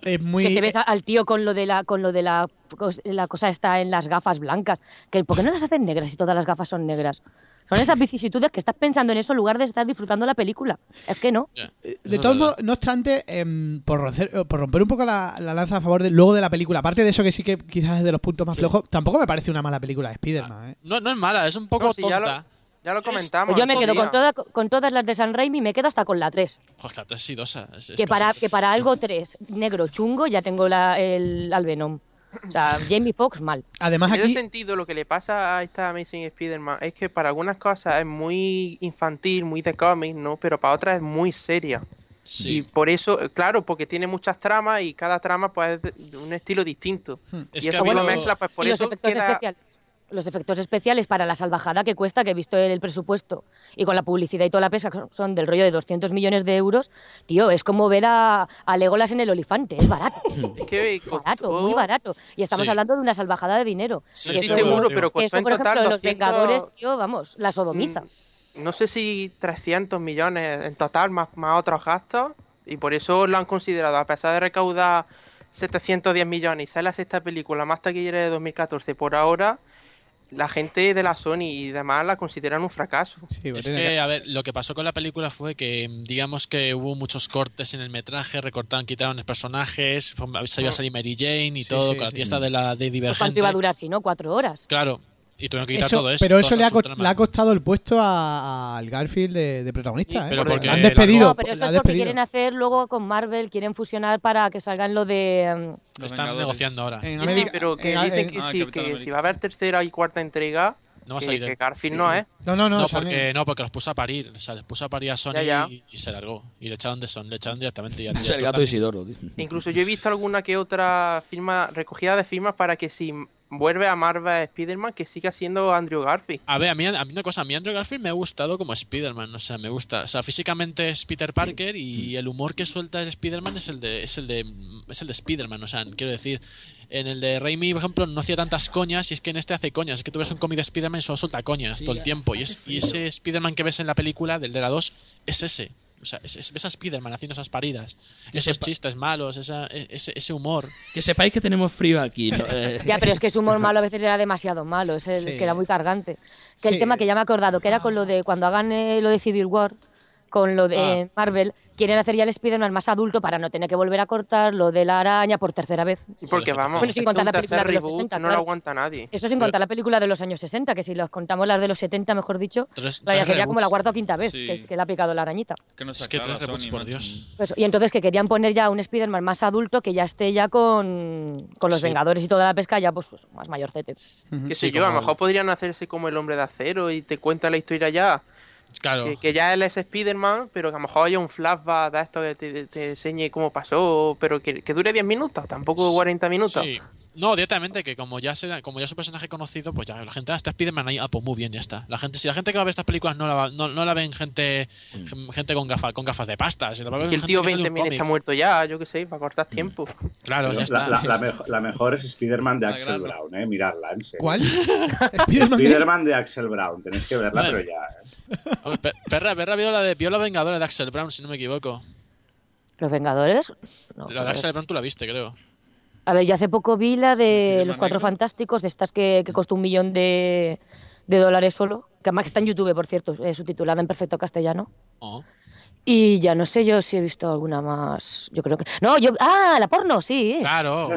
[SPEAKER 2] Es muy.
[SPEAKER 4] Que te ves a- al tío con lo de la con lo de la, cos- la cosa está en las gafas blancas, que ¿por qué no las hacen negras si todas las gafas son negras? Son esas vicisitudes que estás pensando en eso en lugar de estar disfrutando la película. Es que no.
[SPEAKER 6] Ya. Eso
[SPEAKER 2] De
[SPEAKER 6] es
[SPEAKER 2] todos
[SPEAKER 6] verdad.
[SPEAKER 2] modos, no obstante, em, por, rocer- eh, por romper un poco la, la lanza a favor de, luego de la película, aparte de eso que sí que quizás es de los puntos más flojos, tampoco me parece una mala película de Spider-Man. ¿eh?
[SPEAKER 6] No, no es mala, es un poco
[SPEAKER 7] No, si ya lo-
[SPEAKER 6] tonta.
[SPEAKER 7] Ya lo
[SPEAKER 6] Es-
[SPEAKER 7] comentamos.
[SPEAKER 4] Pues yo me
[SPEAKER 7] otro
[SPEAKER 4] quedo
[SPEAKER 7] día.
[SPEAKER 4] con, toda- con todas las de San Raimi, me quedo hasta con la 3.
[SPEAKER 6] Joder, claro, es idosa. es- es
[SPEAKER 4] Que para,
[SPEAKER 6] tonta.
[SPEAKER 4] que para algo 3, negro chungo, ya tengo la, el, al Venom. O sea, Jamie Foxx mal.
[SPEAKER 2] Además,
[SPEAKER 7] En ese
[SPEAKER 2] aquí.
[SPEAKER 7] sentido, lo que le pasa a esta Amazing Spider-Man es que para algunas cosas es muy infantil, muy de cómic, ¿no? Pero para otras es muy seria. Y
[SPEAKER 6] Sí.
[SPEAKER 7] por eso, eh, claro, porque tiene muchas tramas y cada trama pues, es de un estilo distinto.
[SPEAKER 6] Es
[SPEAKER 7] y
[SPEAKER 6] que
[SPEAKER 7] eso
[SPEAKER 6] ha
[SPEAKER 7] cuando
[SPEAKER 6] habido-
[SPEAKER 7] mezcla, pues por
[SPEAKER 4] y los
[SPEAKER 7] eso
[SPEAKER 4] efectos
[SPEAKER 7] queda...
[SPEAKER 4] especiales. Los efectos especiales para la salvajada que cuesta, que he visto el presupuesto y con la publicidad y toda la pesa, que son- son del rollo de 200 millones de euros, tío, es como ver a, a Legolas en el olifante, es barato,
[SPEAKER 7] Es que costó-
[SPEAKER 4] barato, muy barato. Y estamos
[SPEAKER 6] Sí.
[SPEAKER 4] hablando de una salvajada de dinero.
[SPEAKER 6] Sí,
[SPEAKER 4] Que
[SPEAKER 7] Oh. Sí,
[SPEAKER 6] estoy
[SPEAKER 4] eso-
[SPEAKER 6] de
[SPEAKER 7] seguro,
[SPEAKER 6] acuerdo,
[SPEAKER 7] pero
[SPEAKER 4] que
[SPEAKER 7] costó
[SPEAKER 4] eso,
[SPEAKER 7] en
[SPEAKER 4] por ejemplo,
[SPEAKER 7] total
[SPEAKER 4] de
[SPEAKER 7] 200...
[SPEAKER 4] los Vengadores, tío, vamos, la sodomiza.
[SPEAKER 7] mm, No sé si 300 millones en total, más, más otros gastos. Y por eso lo han considerado, a pesar de recaudar 710 millones y ser la sexta película más taquillera de 2014 por ahora, la gente de la Sony y demás la consideran un fracaso.
[SPEAKER 2] Sí, pues
[SPEAKER 6] Es
[SPEAKER 2] tiene
[SPEAKER 6] que, a ver, lo que pasó con la película fue que, mm, digamos que hubo muchos cortes en el metraje, recortaron, quitaron personajes, fue- se iba a salir Mary Jane y
[SPEAKER 2] Mm. Sí,
[SPEAKER 6] todo,
[SPEAKER 2] sí, Mm.
[SPEAKER 6] con la
[SPEAKER 2] sí.
[SPEAKER 6] fiesta de la de
[SPEAKER 4] Pues, ¿Cuánto iba a
[SPEAKER 6] Divergente.
[SPEAKER 4] durar si no? Cuatro horas.
[SPEAKER 6] Claro, y tuvieron que quitar
[SPEAKER 2] Eso-
[SPEAKER 6] todo eso.
[SPEAKER 2] pero
[SPEAKER 6] toda
[SPEAKER 2] eso le
[SPEAKER 6] esa
[SPEAKER 2] ha, co-
[SPEAKER 6] subtrama.
[SPEAKER 2] le ha costado el puesto a- al Garfield de, de protagonista.
[SPEAKER 7] Sí,
[SPEAKER 2] ¿eh?
[SPEAKER 6] pero
[SPEAKER 2] Porque
[SPEAKER 6] porque
[SPEAKER 2] la han
[SPEAKER 6] la-
[SPEAKER 2] despedido.
[SPEAKER 4] no, pero eso
[SPEAKER 2] la han
[SPEAKER 4] es porque
[SPEAKER 2] despedido.
[SPEAKER 4] quieren hacer luego con Marvel, quieren fusionar para que salgan lo de... mm,
[SPEAKER 6] Lo están negociando ahora.
[SPEAKER 2] En
[SPEAKER 7] Sí, sí,
[SPEAKER 2] América-
[SPEAKER 7] pero que
[SPEAKER 2] en-
[SPEAKER 7] dicen
[SPEAKER 2] en-
[SPEAKER 7] que
[SPEAKER 8] Ah,
[SPEAKER 7] sí,
[SPEAKER 8] Capitán
[SPEAKER 7] que
[SPEAKER 8] América.
[SPEAKER 7] si va a haber tercera y cuarta entrega,
[SPEAKER 6] No va a
[SPEAKER 7] que-
[SPEAKER 6] salir.
[SPEAKER 7] que
[SPEAKER 6] él.
[SPEAKER 7] Garfield no es.
[SPEAKER 2] No, no, no.
[SPEAKER 6] No,
[SPEAKER 2] salen-
[SPEAKER 6] porque, no, porque los puso a parir. O sea, les puso a parir a Sony
[SPEAKER 7] Ya, ya.
[SPEAKER 6] Y, y se largó. Y le echaron de son, le echaron directamente. Y al
[SPEAKER 3] Es el
[SPEAKER 6] director
[SPEAKER 3] gato
[SPEAKER 6] también.
[SPEAKER 3] Isidoro, tío.
[SPEAKER 7] Incluso yo he visto alguna que otra firma, recogida de firmas para que si vuelve a Marvel Spider-Man, que siga siendo Andrew Garfield.
[SPEAKER 6] A ver, a mí, a mí una cosa, a mí Andrew Garfield me ha gustado como Spider-Man, o sea, me gusta. O sea, físicamente es Peter Parker y el humor que suelta Spider-Man es el de, es el de, es el de Spider-Man, o sea, quiero decir, en el de Raimi, por ejemplo, no hacía tantas coñas y es que en este hace coñas. Es que tú ves un cómic de Spider-Man y solo suelta coñas todo el tiempo y, es, y ese Spider-Man que ves en la película del de la 2 es ese. O sea, es, es- ves a Spider-Man haciendo esas paridas, esos
[SPEAKER 3] sepa-
[SPEAKER 6] chistes malos, esa, e, ese, ese humor.
[SPEAKER 3] Que sepáis que tenemos frío aquí. ¿no? Eh,
[SPEAKER 4] Ya, pero es que su humor malo a veces era demasiado malo, es el
[SPEAKER 2] Sí.
[SPEAKER 4] que era muy cargante. Que
[SPEAKER 2] Sí.
[SPEAKER 4] el tema que ya me he acordado, que era con lo de cuando hagan eh, lo de Civil War, con lo de
[SPEAKER 6] Ah.
[SPEAKER 4] eh, Marvel, quieren hacer ya el Spider-Man más adulto para no tener que volver a cortar lo de la araña por tercera vez.
[SPEAKER 7] Sí, porque
[SPEAKER 6] lo que
[SPEAKER 7] vamos,
[SPEAKER 6] Bueno,
[SPEAKER 7] es
[SPEAKER 4] sin
[SPEAKER 7] que
[SPEAKER 4] contar
[SPEAKER 7] un
[SPEAKER 4] la película
[SPEAKER 7] tercer
[SPEAKER 4] de los
[SPEAKER 7] reboot
[SPEAKER 4] 60,
[SPEAKER 7] no
[SPEAKER 4] claro.
[SPEAKER 7] lo aguanta nadie.
[SPEAKER 4] Eso sin contar la película de los años 60, que si los contamos las de los 70, mejor dicho,
[SPEAKER 6] Tres-
[SPEAKER 4] vaya,
[SPEAKER 6] tres
[SPEAKER 4] sería como la
[SPEAKER 6] reboots.
[SPEAKER 4] cuarta o quinta vez
[SPEAKER 8] Sí.
[SPEAKER 4] que, es que le ha picado la arañita.
[SPEAKER 8] Que no se
[SPEAKER 6] Es que
[SPEAKER 8] aclara,
[SPEAKER 6] tres reboots,
[SPEAKER 8] Sony,
[SPEAKER 6] por
[SPEAKER 8] macho.
[SPEAKER 6] Dios.
[SPEAKER 4] Pues- y entonces que querían poner ya un Spider-Man más adulto que ya esté ya con, con los
[SPEAKER 6] Sí.
[SPEAKER 4] Vengadores y toda la pesca, ya pues, pues, más mayorcete.
[SPEAKER 7] Qué
[SPEAKER 6] Sí,
[SPEAKER 7] sé yo, a lo
[SPEAKER 6] como el-
[SPEAKER 7] mejor podrían hacerse como el hombre de acero y te cuenta la historia ya.
[SPEAKER 6] Claro.
[SPEAKER 7] Que, que ya él es Spider-Man, pero que a lo mejor haya un flashback de esto que te, te enseñe cómo pasó, pero que, que dure 10 minutos, tampoco 40 minutos.
[SPEAKER 6] Sí. No, directamente, que como ya se, como ya es un personaje conocido, pues ya la gente, ah, está Spiderman ahí, ah, pues muy bien, ya está. La gente, si la gente que va a ver estas películas no la, va- no, no la ven gente, gente con gafas, con gafas de pasta, si la va a ver
[SPEAKER 7] Que el
[SPEAKER 6] gente
[SPEAKER 7] tío
[SPEAKER 6] que sale
[SPEAKER 7] 20.000
[SPEAKER 6] de un cómic. Mm.
[SPEAKER 7] está muerto ya, yo qué sé, para cortar tiempo.
[SPEAKER 6] Claro, ya
[SPEAKER 5] La,
[SPEAKER 6] está.
[SPEAKER 5] la- la mejo- la mejor es Spider-Man de
[SPEAKER 8] La
[SPEAKER 5] Axel
[SPEAKER 8] gran-
[SPEAKER 5] Brown, ¿eh? Miradla, en serio.
[SPEAKER 2] ¿Cuál? Spiderman.
[SPEAKER 5] Spider-Man de Axel Brown, tenéis que verla,
[SPEAKER 6] Vale.
[SPEAKER 5] pero ya. ¿eh?
[SPEAKER 6] Hombre, Pe- Perra, Perra vio la de vio la Vengadora de Axel Brown, si no me equivoco.
[SPEAKER 4] ¿Los Vengadores? No,
[SPEAKER 6] La de
[SPEAKER 4] joder.
[SPEAKER 6] Axel Brown tú la viste, creo.
[SPEAKER 4] A ver, yo hace poco vi la de
[SPEAKER 8] ¿El
[SPEAKER 4] Los Cuatro
[SPEAKER 8] Negro?
[SPEAKER 4] Fantásticos, de estas que, que costó un millón de, de dólares solo, que además está en YouTube, por cierto, eh, subtitulada en perfecto castellano.
[SPEAKER 6] Oh.
[SPEAKER 4] Y ya no sé yo si he visto alguna más. Yo creo que. No, yo. ¡Ah! La porno, sí.
[SPEAKER 6] Claro.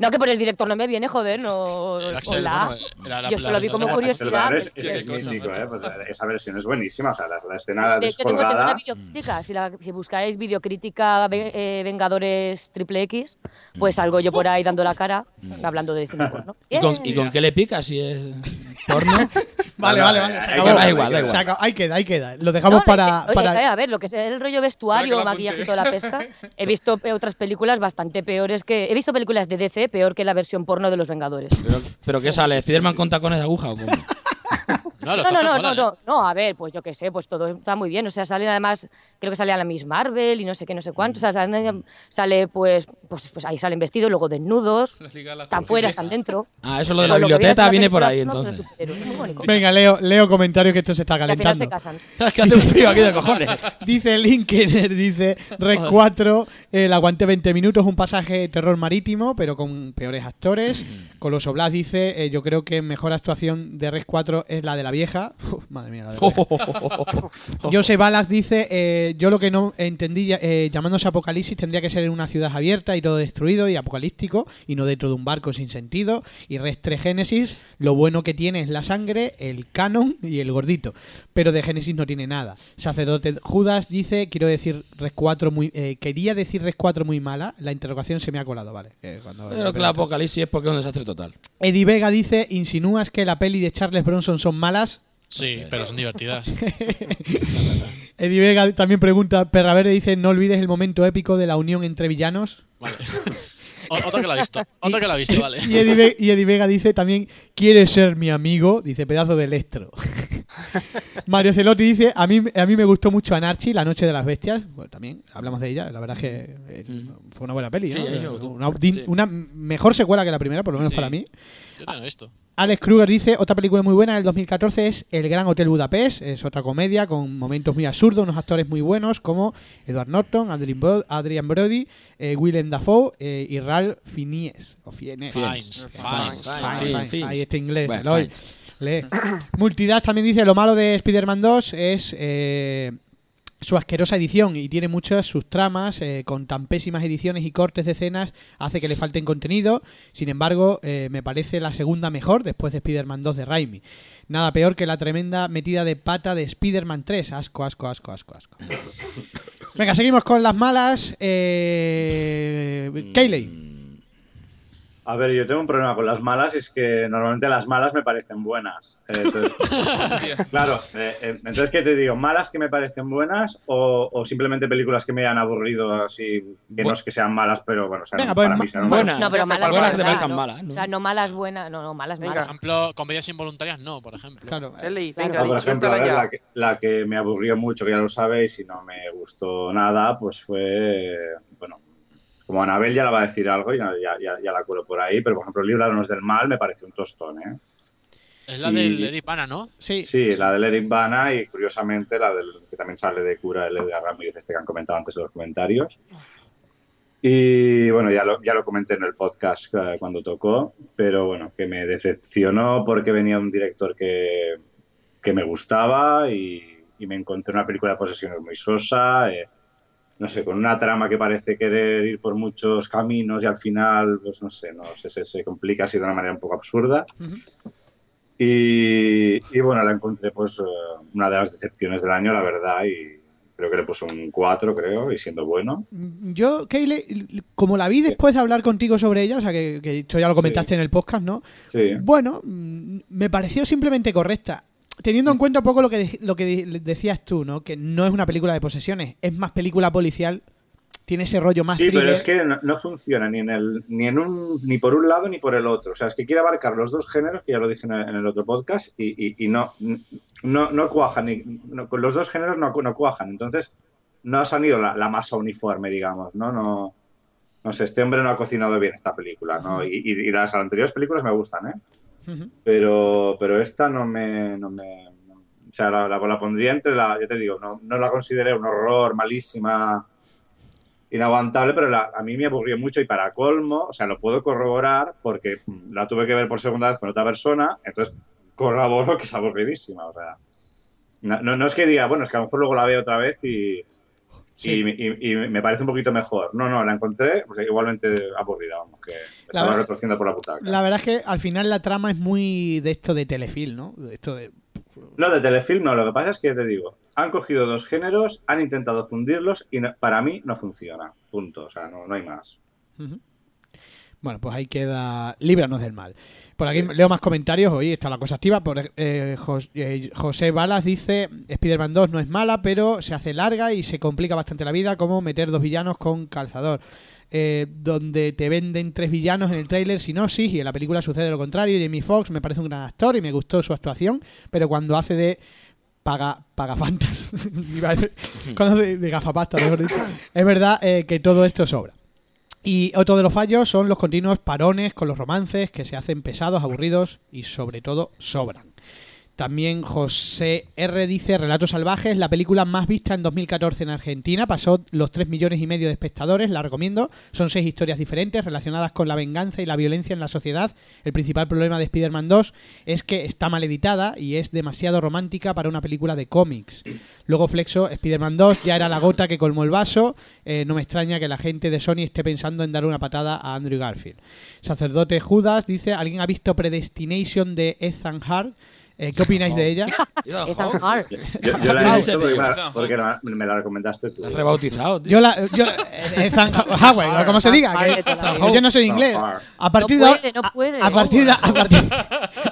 [SPEAKER 4] No, que por el director no me viene, joder, no.
[SPEAKER 6] El Axel,
[SPEAKER 4] Hola.
[SPEAKER 6] bueno, eh, la- la-
[SPEAKER 4] Yo esto
[SPEAKER 6] la-
[SPEAKER 4] lo vi
[SPEAKER 6] la-
[SPEAKER 4] como
[SPEAKER 6] la-
[SPEAKER 5] Axel
[SPEAKER 4] curiosidad.
[SPEAKER 5] Brown
[SPEAKER 4] pero es
[SPEAKER 5] es,
[SPEAKER 4] que-
[SPEAKER 5] es
[SPEAKER 8] Qué cosa,
[SPEAKER 5] mítico,
[SPEAKER 8] macho.
[SPEAKER 5] ¿eh? Pues, esa versión es buenísima, o sea, la, la escena
[SPEAKER 4] De hecho, tengo tengo una
[SPEAKER 5] descolgada.
[SPEAKER 3] Mm.
[SPEAKER 4] videocrítica. Si, la- si buscáis videocrítica ve- eh, Vengadores Triple X,
[SPEAKER 3] Mm.
[SPEAKER 4] pues salgo yo por ahí dando la cara, hablando de cine porno.
[SPEAKER 3] ¿Y con,
[SPEAKER 4] Bien.
[SPEAKER 3] y con qué le pica si es porno?
[SPEAKER 2] Vale, vale, vale. Se
[SPEAKER 5] Ahí
[SPEAKER 2] acabó.
[SPEAKER 5] queda,
[SPEAKER 3] Da igual, da igual.
[SPEAKER 2] Se acabó. Ahí queda, ahí queda. Lo
[SPEAKER 4] No,
[SPEAKER 2] dejamos para.
[SPEAKER 4] es que, oye,
[SPEAKER 2] para-
[SPEAKER 4] eh, a ver, lo que es el rollo vestuario
[SPEAKER 8] Espera
[SPEAKER 4] o
[SPEAKER 8] que la
[SPEAKER 4] maquillaje
[SPEAKER 8] apunte.
[SPEAKER 4] y toda la pesca, he visto pe- otras películas bastante peores que... He visto películas de DC peor que la versión porno de Los Vengadores.
[SPEAKER 3] ¿Pero, pero qué sale? ¿Spiderman con tacones de aguja o cómo?
[SPEAKER 6] No,
[SPEAKER 4] No,
[SPEAKER 6] los
[SPEAKER 4] no,
[SPEAKER 6] trajes
[SPEAKER 4] no, no,
[SPEAKER 6] molan, ¿eh?
[SPEAKER 4] no, no, a ver, pues yo qué sé, pues todo está muy bien. O sea, salen además, creo que sale a la Miss Marvel y no sé qué, no sé cuánto. O sea,
[SPEAKER 3] Mm.
[SPEAKER 4] salen- sale pues, pues, pues ahí salen vestidos, luego desnudos,
[SPEAKER 8] La Liga de la
[SPEAKER 4] están
[SPEAKER 3] Pues
[SPEAKER 8] Justicia.
[SPEAKER 4] fuera, están dentro.
[SPEAKER 3] Ah, eso lo de la
[SPEAKER 4] Con lo que viene a
[SPEAKER 3] biblioteca
[SPEAKER 4] ser la
[SPEAKER 3] viene por ahí
[SPEAKER 4] película,
[SPEAKER 3] entonces.
[SPEAKER 4] no, de superhéroes, es muy bonito.
[SPEAKER 2] Venga, leo, leo comentarios que esto se está
[SPEAKER 4] Y al final se
[SPEAKER 2] calentando.
[SPEAKER 4] casan.
[SPEAKER 3] Es que hace un frío aquí de cojones.
[SPEAKER 2] Dice Linkener, dice Red 4, el aguante 20 minutos, un pasaje de terror marítimo, pero con peores actores. Coloso Blas dice, eh, yo creo que mejor actuación de Red 4 es la de la vieja. Uf, madre mía, la de la vieja. José Balas dice, eh, yo lo que no entendí, eh, llamándose Apocalipsis, tendría que ser en una ciudad abierta y todo destruido y apocalíptico, y no dentro de un barco sin sentido. Y Restre Génesis, lo bueno que tiene es la sangre, el canon y el gordito. Pero de Génesis no tiene nada. Sacerdote Judas dice, quiero decir Res 4 muy... eh, quería decir Res 4 muy mala, la interrogación se me ha colado, vale. eh, cuando-
[SPEAKER 3] Creo que el apocalipsis es porque es un desastre total.
[SPEAKER 2] Eddie Vega dice, insinúas que la peli de Charles Bronson son malas,
[SPEAKER 6] Sí, pero son divertidas.
[SPEAKER 2] Eddie Vega también pregunta, Perra Verde dice, no olvides el momento épico de la unión entre villanos.
[SPEAKER 6] Vale. O- otro que la ha visto. Otro que la ha visto, vale.
[SPEAKER 2] Y Eddie, Ve- y Eddie Vega dice también, ¿quieres ser mi amigo? Dice, pedazo de electro. Mario Celotti dice, a mí, a mí me gustó mucho Anarchy, La Noche de las Bestias. Bueno, también hablamos de ella, la verdad es que eh, fue una buena peli.
[SPEAKER 3] Mm. Sí,
[SPEAKER 2] ¿no?
[SPEAKER 3] a mí me gustó.
[SPEAKER 2] una, di-
[SPEAKER 3] Sí.
[SPEAKER 2] una mejor secuela que la primera, por lo menos
[SPEAKER 8] Sí.
[SPEAKER 2] para mí.
[SPEAKER 6] Yo no lo he visto.
[SPEAKER 2] Alex Kruger dice, otra película muy buena del 2014 es El Gran Hotel Budapest, es otra comedia con momentos muy absurdos, unos actores muy buenos como Edward Norton, Adrian, Bro- Adrian Brody, eh, Willem Dafoe eh, y Ralph Fiennes. O Fiennes.
[SPEAKER 6] Fines. Fines.
[SPEAKER 2] Fine,
[SPEAKER 3] Fine,
[SPEAKER 2] fine.
[SPEAKER 3] fine.
[SPEAKER 2] Ahí está inglés.
[SPEAKER 3] Bueno,
[SPEAKER 2] Eloy. Lee. Multidas también dice, lo malo de Spider-Man 2 es eh, su asquerosa edición y tiene muchas subtramas eh, con tan pésimas ediciones y cortes de escenas hace que le falten contenido. Sin embargo, eh, me parece la segunda mejor después de Spider-Man 2 de Raimi. Nada peor que la tremenda metida de pata de Spider-Man 3. Asco, asco, asco, asco, asco. Venga, seguimos con las malas. Eh, Kayley.
[SPEAKER 5] A ver, yo tengo un problema con las malas y es que normalmente las malas me parecen buenas. Eh, Entonces, claro, eh, eh, entonces, ¿qué te digo? ¿Malas que me parecen buenas o, o simplemente películas que me hayan aburrido así? Que no es que sean malas, pero bueno, o sea,
[SPEAKER 2] Venga,
[SPEAKER 5] para
[SPEAKER 2] pues,
[SPEAKER 5] mí
[SPEAKER 2] ma-
[SPEAKER 5] serán
[SPEAKER 3] buena.
[SPEAKER 5] malas.
[SPEAKER 4] No, pero
[SPEAKER 7] Ya sé
[SPEAKER 4] malas,
[SPEAKER 7] cuál va,
[SPEAKER 4] malas,
[SPEAKER 7] que te
[SPEAKER 3] parezcan
[SPEAKER 4] ¿no?
[SPEAKER 3] malas, ¿no?
[SPEAKER 4] O sea, no malas buenas, no, no, malas,
[SPEAKER 7] Venga.
[SPEAKER 6] Por
[SPEAKER 4] malas.
[SPEAKER 6] ejemplo, comedias involuntarias no, por ejemplo.
[SPEAKER 2] Claro, eh,
[SPEAKER 7] Eli,
[SPEAKER 4] Claro.
[SPEAKER 7] venga,
[SPEAKER 5] Ah, por
[SPEAKER 7] di,
[SPEAKER 5] ejemplo, a
[SPEAKER 7] suéltala
[SPEAKER 5] ver,
[SPEAKER 7] ya.
[SPEAKER 5] la que, la que me aburrió mucho, que ya lo sabéis, y no me gustó nada, pues fue, bueno, como Anabel ya la va a decir algo, ya, ya- ya- ya la cuelo por ahí, pero por ejemplo, Librarnos del Mal me pareció un tostón, ¿eh?
[SPEAKER 6] Es la
[SPEAKER 5] Y-
[SPEAKER 6] del Eric Bana, ¿no?
[SPEAKER 2] sí.
[SPEAKER 5] Sí, la del Eric Bana y curiosamente la del que también sale de cura el Edgar Ramírez, este que han comentado antes en los comentarios. Y bueno, ya lo, ya lo comenté en el podcast eh, cuando tocó, pero bueno, que me decepcionó porque venía un director que, que me gustaba y, y me encontré una película de posesiones muy sosa, eh, no sé, con una trama que parece querer ir por muchos caminos y al final, pues no sé, no sé, se, se complica así de una manera un poco absurda. Y, y, bueno, la encontré pues eh, una de las decepciones del año, la verdad, y creo que le puse un 4, creo, y siendo bueno.
[SPEAKER 2] Yo, Keyle, como la vi después de hablar contigo sobre ella, o sea, que, que tú ya lo comentaste en el podcast, ¿no?
[SPEAKER 5] Sí.
[SPEAKER 2] Bueno, mm, me pareció simplemente correcta. Teniendo en cuenta un poco lo que, de- lo que de- decías tú, ¿no? Que no es una película de posesiones, es más película policial tiene ese rollo más
[SPEAKER 5] sí, pero
[SPEAKER 2] thriller.
[SPEAKER 5] es que no, no funciona ni en el, ni en un, ni por un lado ni por el otro. O sea, es que quiere abarcar los dos géneros, que ya lo dije en el, en el otro podcast, y, y- y no, no, no cuajan, ni- no- con los dos géneros no, no cuajan. Entonces, no ha salido la, la masa uniforme, digamos, ¿no? No, no sé, este hombre no ha cocinado bien esta película, ¿no? Y, y- y las anteriores películas me gustan, ¿eh?
[SPEAKER 2] Ujú.
[SPEAKER 5] Pero, pero esta no me, no me- no- o sea, la, la- la pondría entre la, yo te digo, no, no la consideré un horror, malísima, inaguantable, pero la- a mí me aburrió mucho y para colmo, o sea, lo puedo corroborar porque la tuve que ver por segunda vez con otra persona, entonces corroboro que es aburridísima, o sea. No, no, no es que diga, bueno, es que a lo mejor luego la veo otra vez y,
[SPEAKER 2] Sí.
[SPEAKER 5] y, y- y me parece un poquito mejor. No, no, la encontré o sea, igualmente aburrida, vamos, que
[SPEAKER 2] La
[SPEAKER 5] estaba
[SPEAKER 2] verdad-
[SPEAKER 5] retorciendo por la butaca.
[SPEAKER 2] La verdad es que al final la trama es muy de esto de telefilm, ¿no? De esto de
[SPEAKER 5] No, de telefilm no, lo que pasa es que te digo, han cogido dos géneros, han intentado fundirlos y no- para mí no funciona. Punto, o sea, no, no hay más.
[SPEAKER 2] Ujú. Bueno, pues ahí queda. Líbranos del mal. Por aquí leo más comentarios. Hoy está la cosa activa. Por, eh, Jos- eh, José Balas dice: Spider-Man 2 no es mala, pero se hace larga y se complica bastante la vida. Como meter dos villanos con calzador. Eh, donde te venden tres villanos en el tráiler, sinopsis, y en la película sucede lo contrario. Jamie Foxx me parece un gran actor y me gustó su actuación, pero cuando hace de paga, pagafantas. iba a decir, cuando de, de gafapasta, mejor dicho. Es verdad eh, que todo esto sobra. Y otro de los fallos son los continuos parones con los romances que se hacen pesados, aburridos y sobre todo sobran. También José R. dice Relatos Salvajes, la película más vista en 2014 en Argentina. Pasó los 3 millones y medio de espectadores, la recomiendo. Son seis historias diferentes relacionadas con la venganza y la violencia en la sociedad. El principal problema de Spider-Man 2 es que está mal editada y es demasiado romántica para una película de cómics. Luego Flexo, Spider-Man 2 ya era la gota que colmó el vaso. Eh, no me extraña que la gente de Sony esté pensando en dar una patada a Andrew Garfield. Sacerdote Judas dice, ¿alguien ha visto Predestination de Ethan Hart? Eh, ¿Qué opináis de ella?
[SPEAKER 3] Yo,
[SPEAKER 4] Ethan
[SPEAKER 3] jo,
[SPEAKER 4] Hart.
[SPEAKER 5] Yo, yo la he
[SPEAKER 3] Claro,
[SPEAKER 5] visto porque,
[SPEAKER 3] tío.
[SPEAKER 5] me la- porque la- me la recomendaste tú.
[SPEAKER 3] la has rebautizado, tío.
[SPEAKER 2] Yo la... Yo, eh, Ethan Howard, como se diga, que- que yo no soy inglés. A partir de
[SPEAKER 4] No
[SPEAKER 2] ahora-
[SPEAKER 4] puede, no
[SPEAKER 2] a-
[SPEAKER 4] puede.
[SPEAKER 2] A, partir de, a, partir,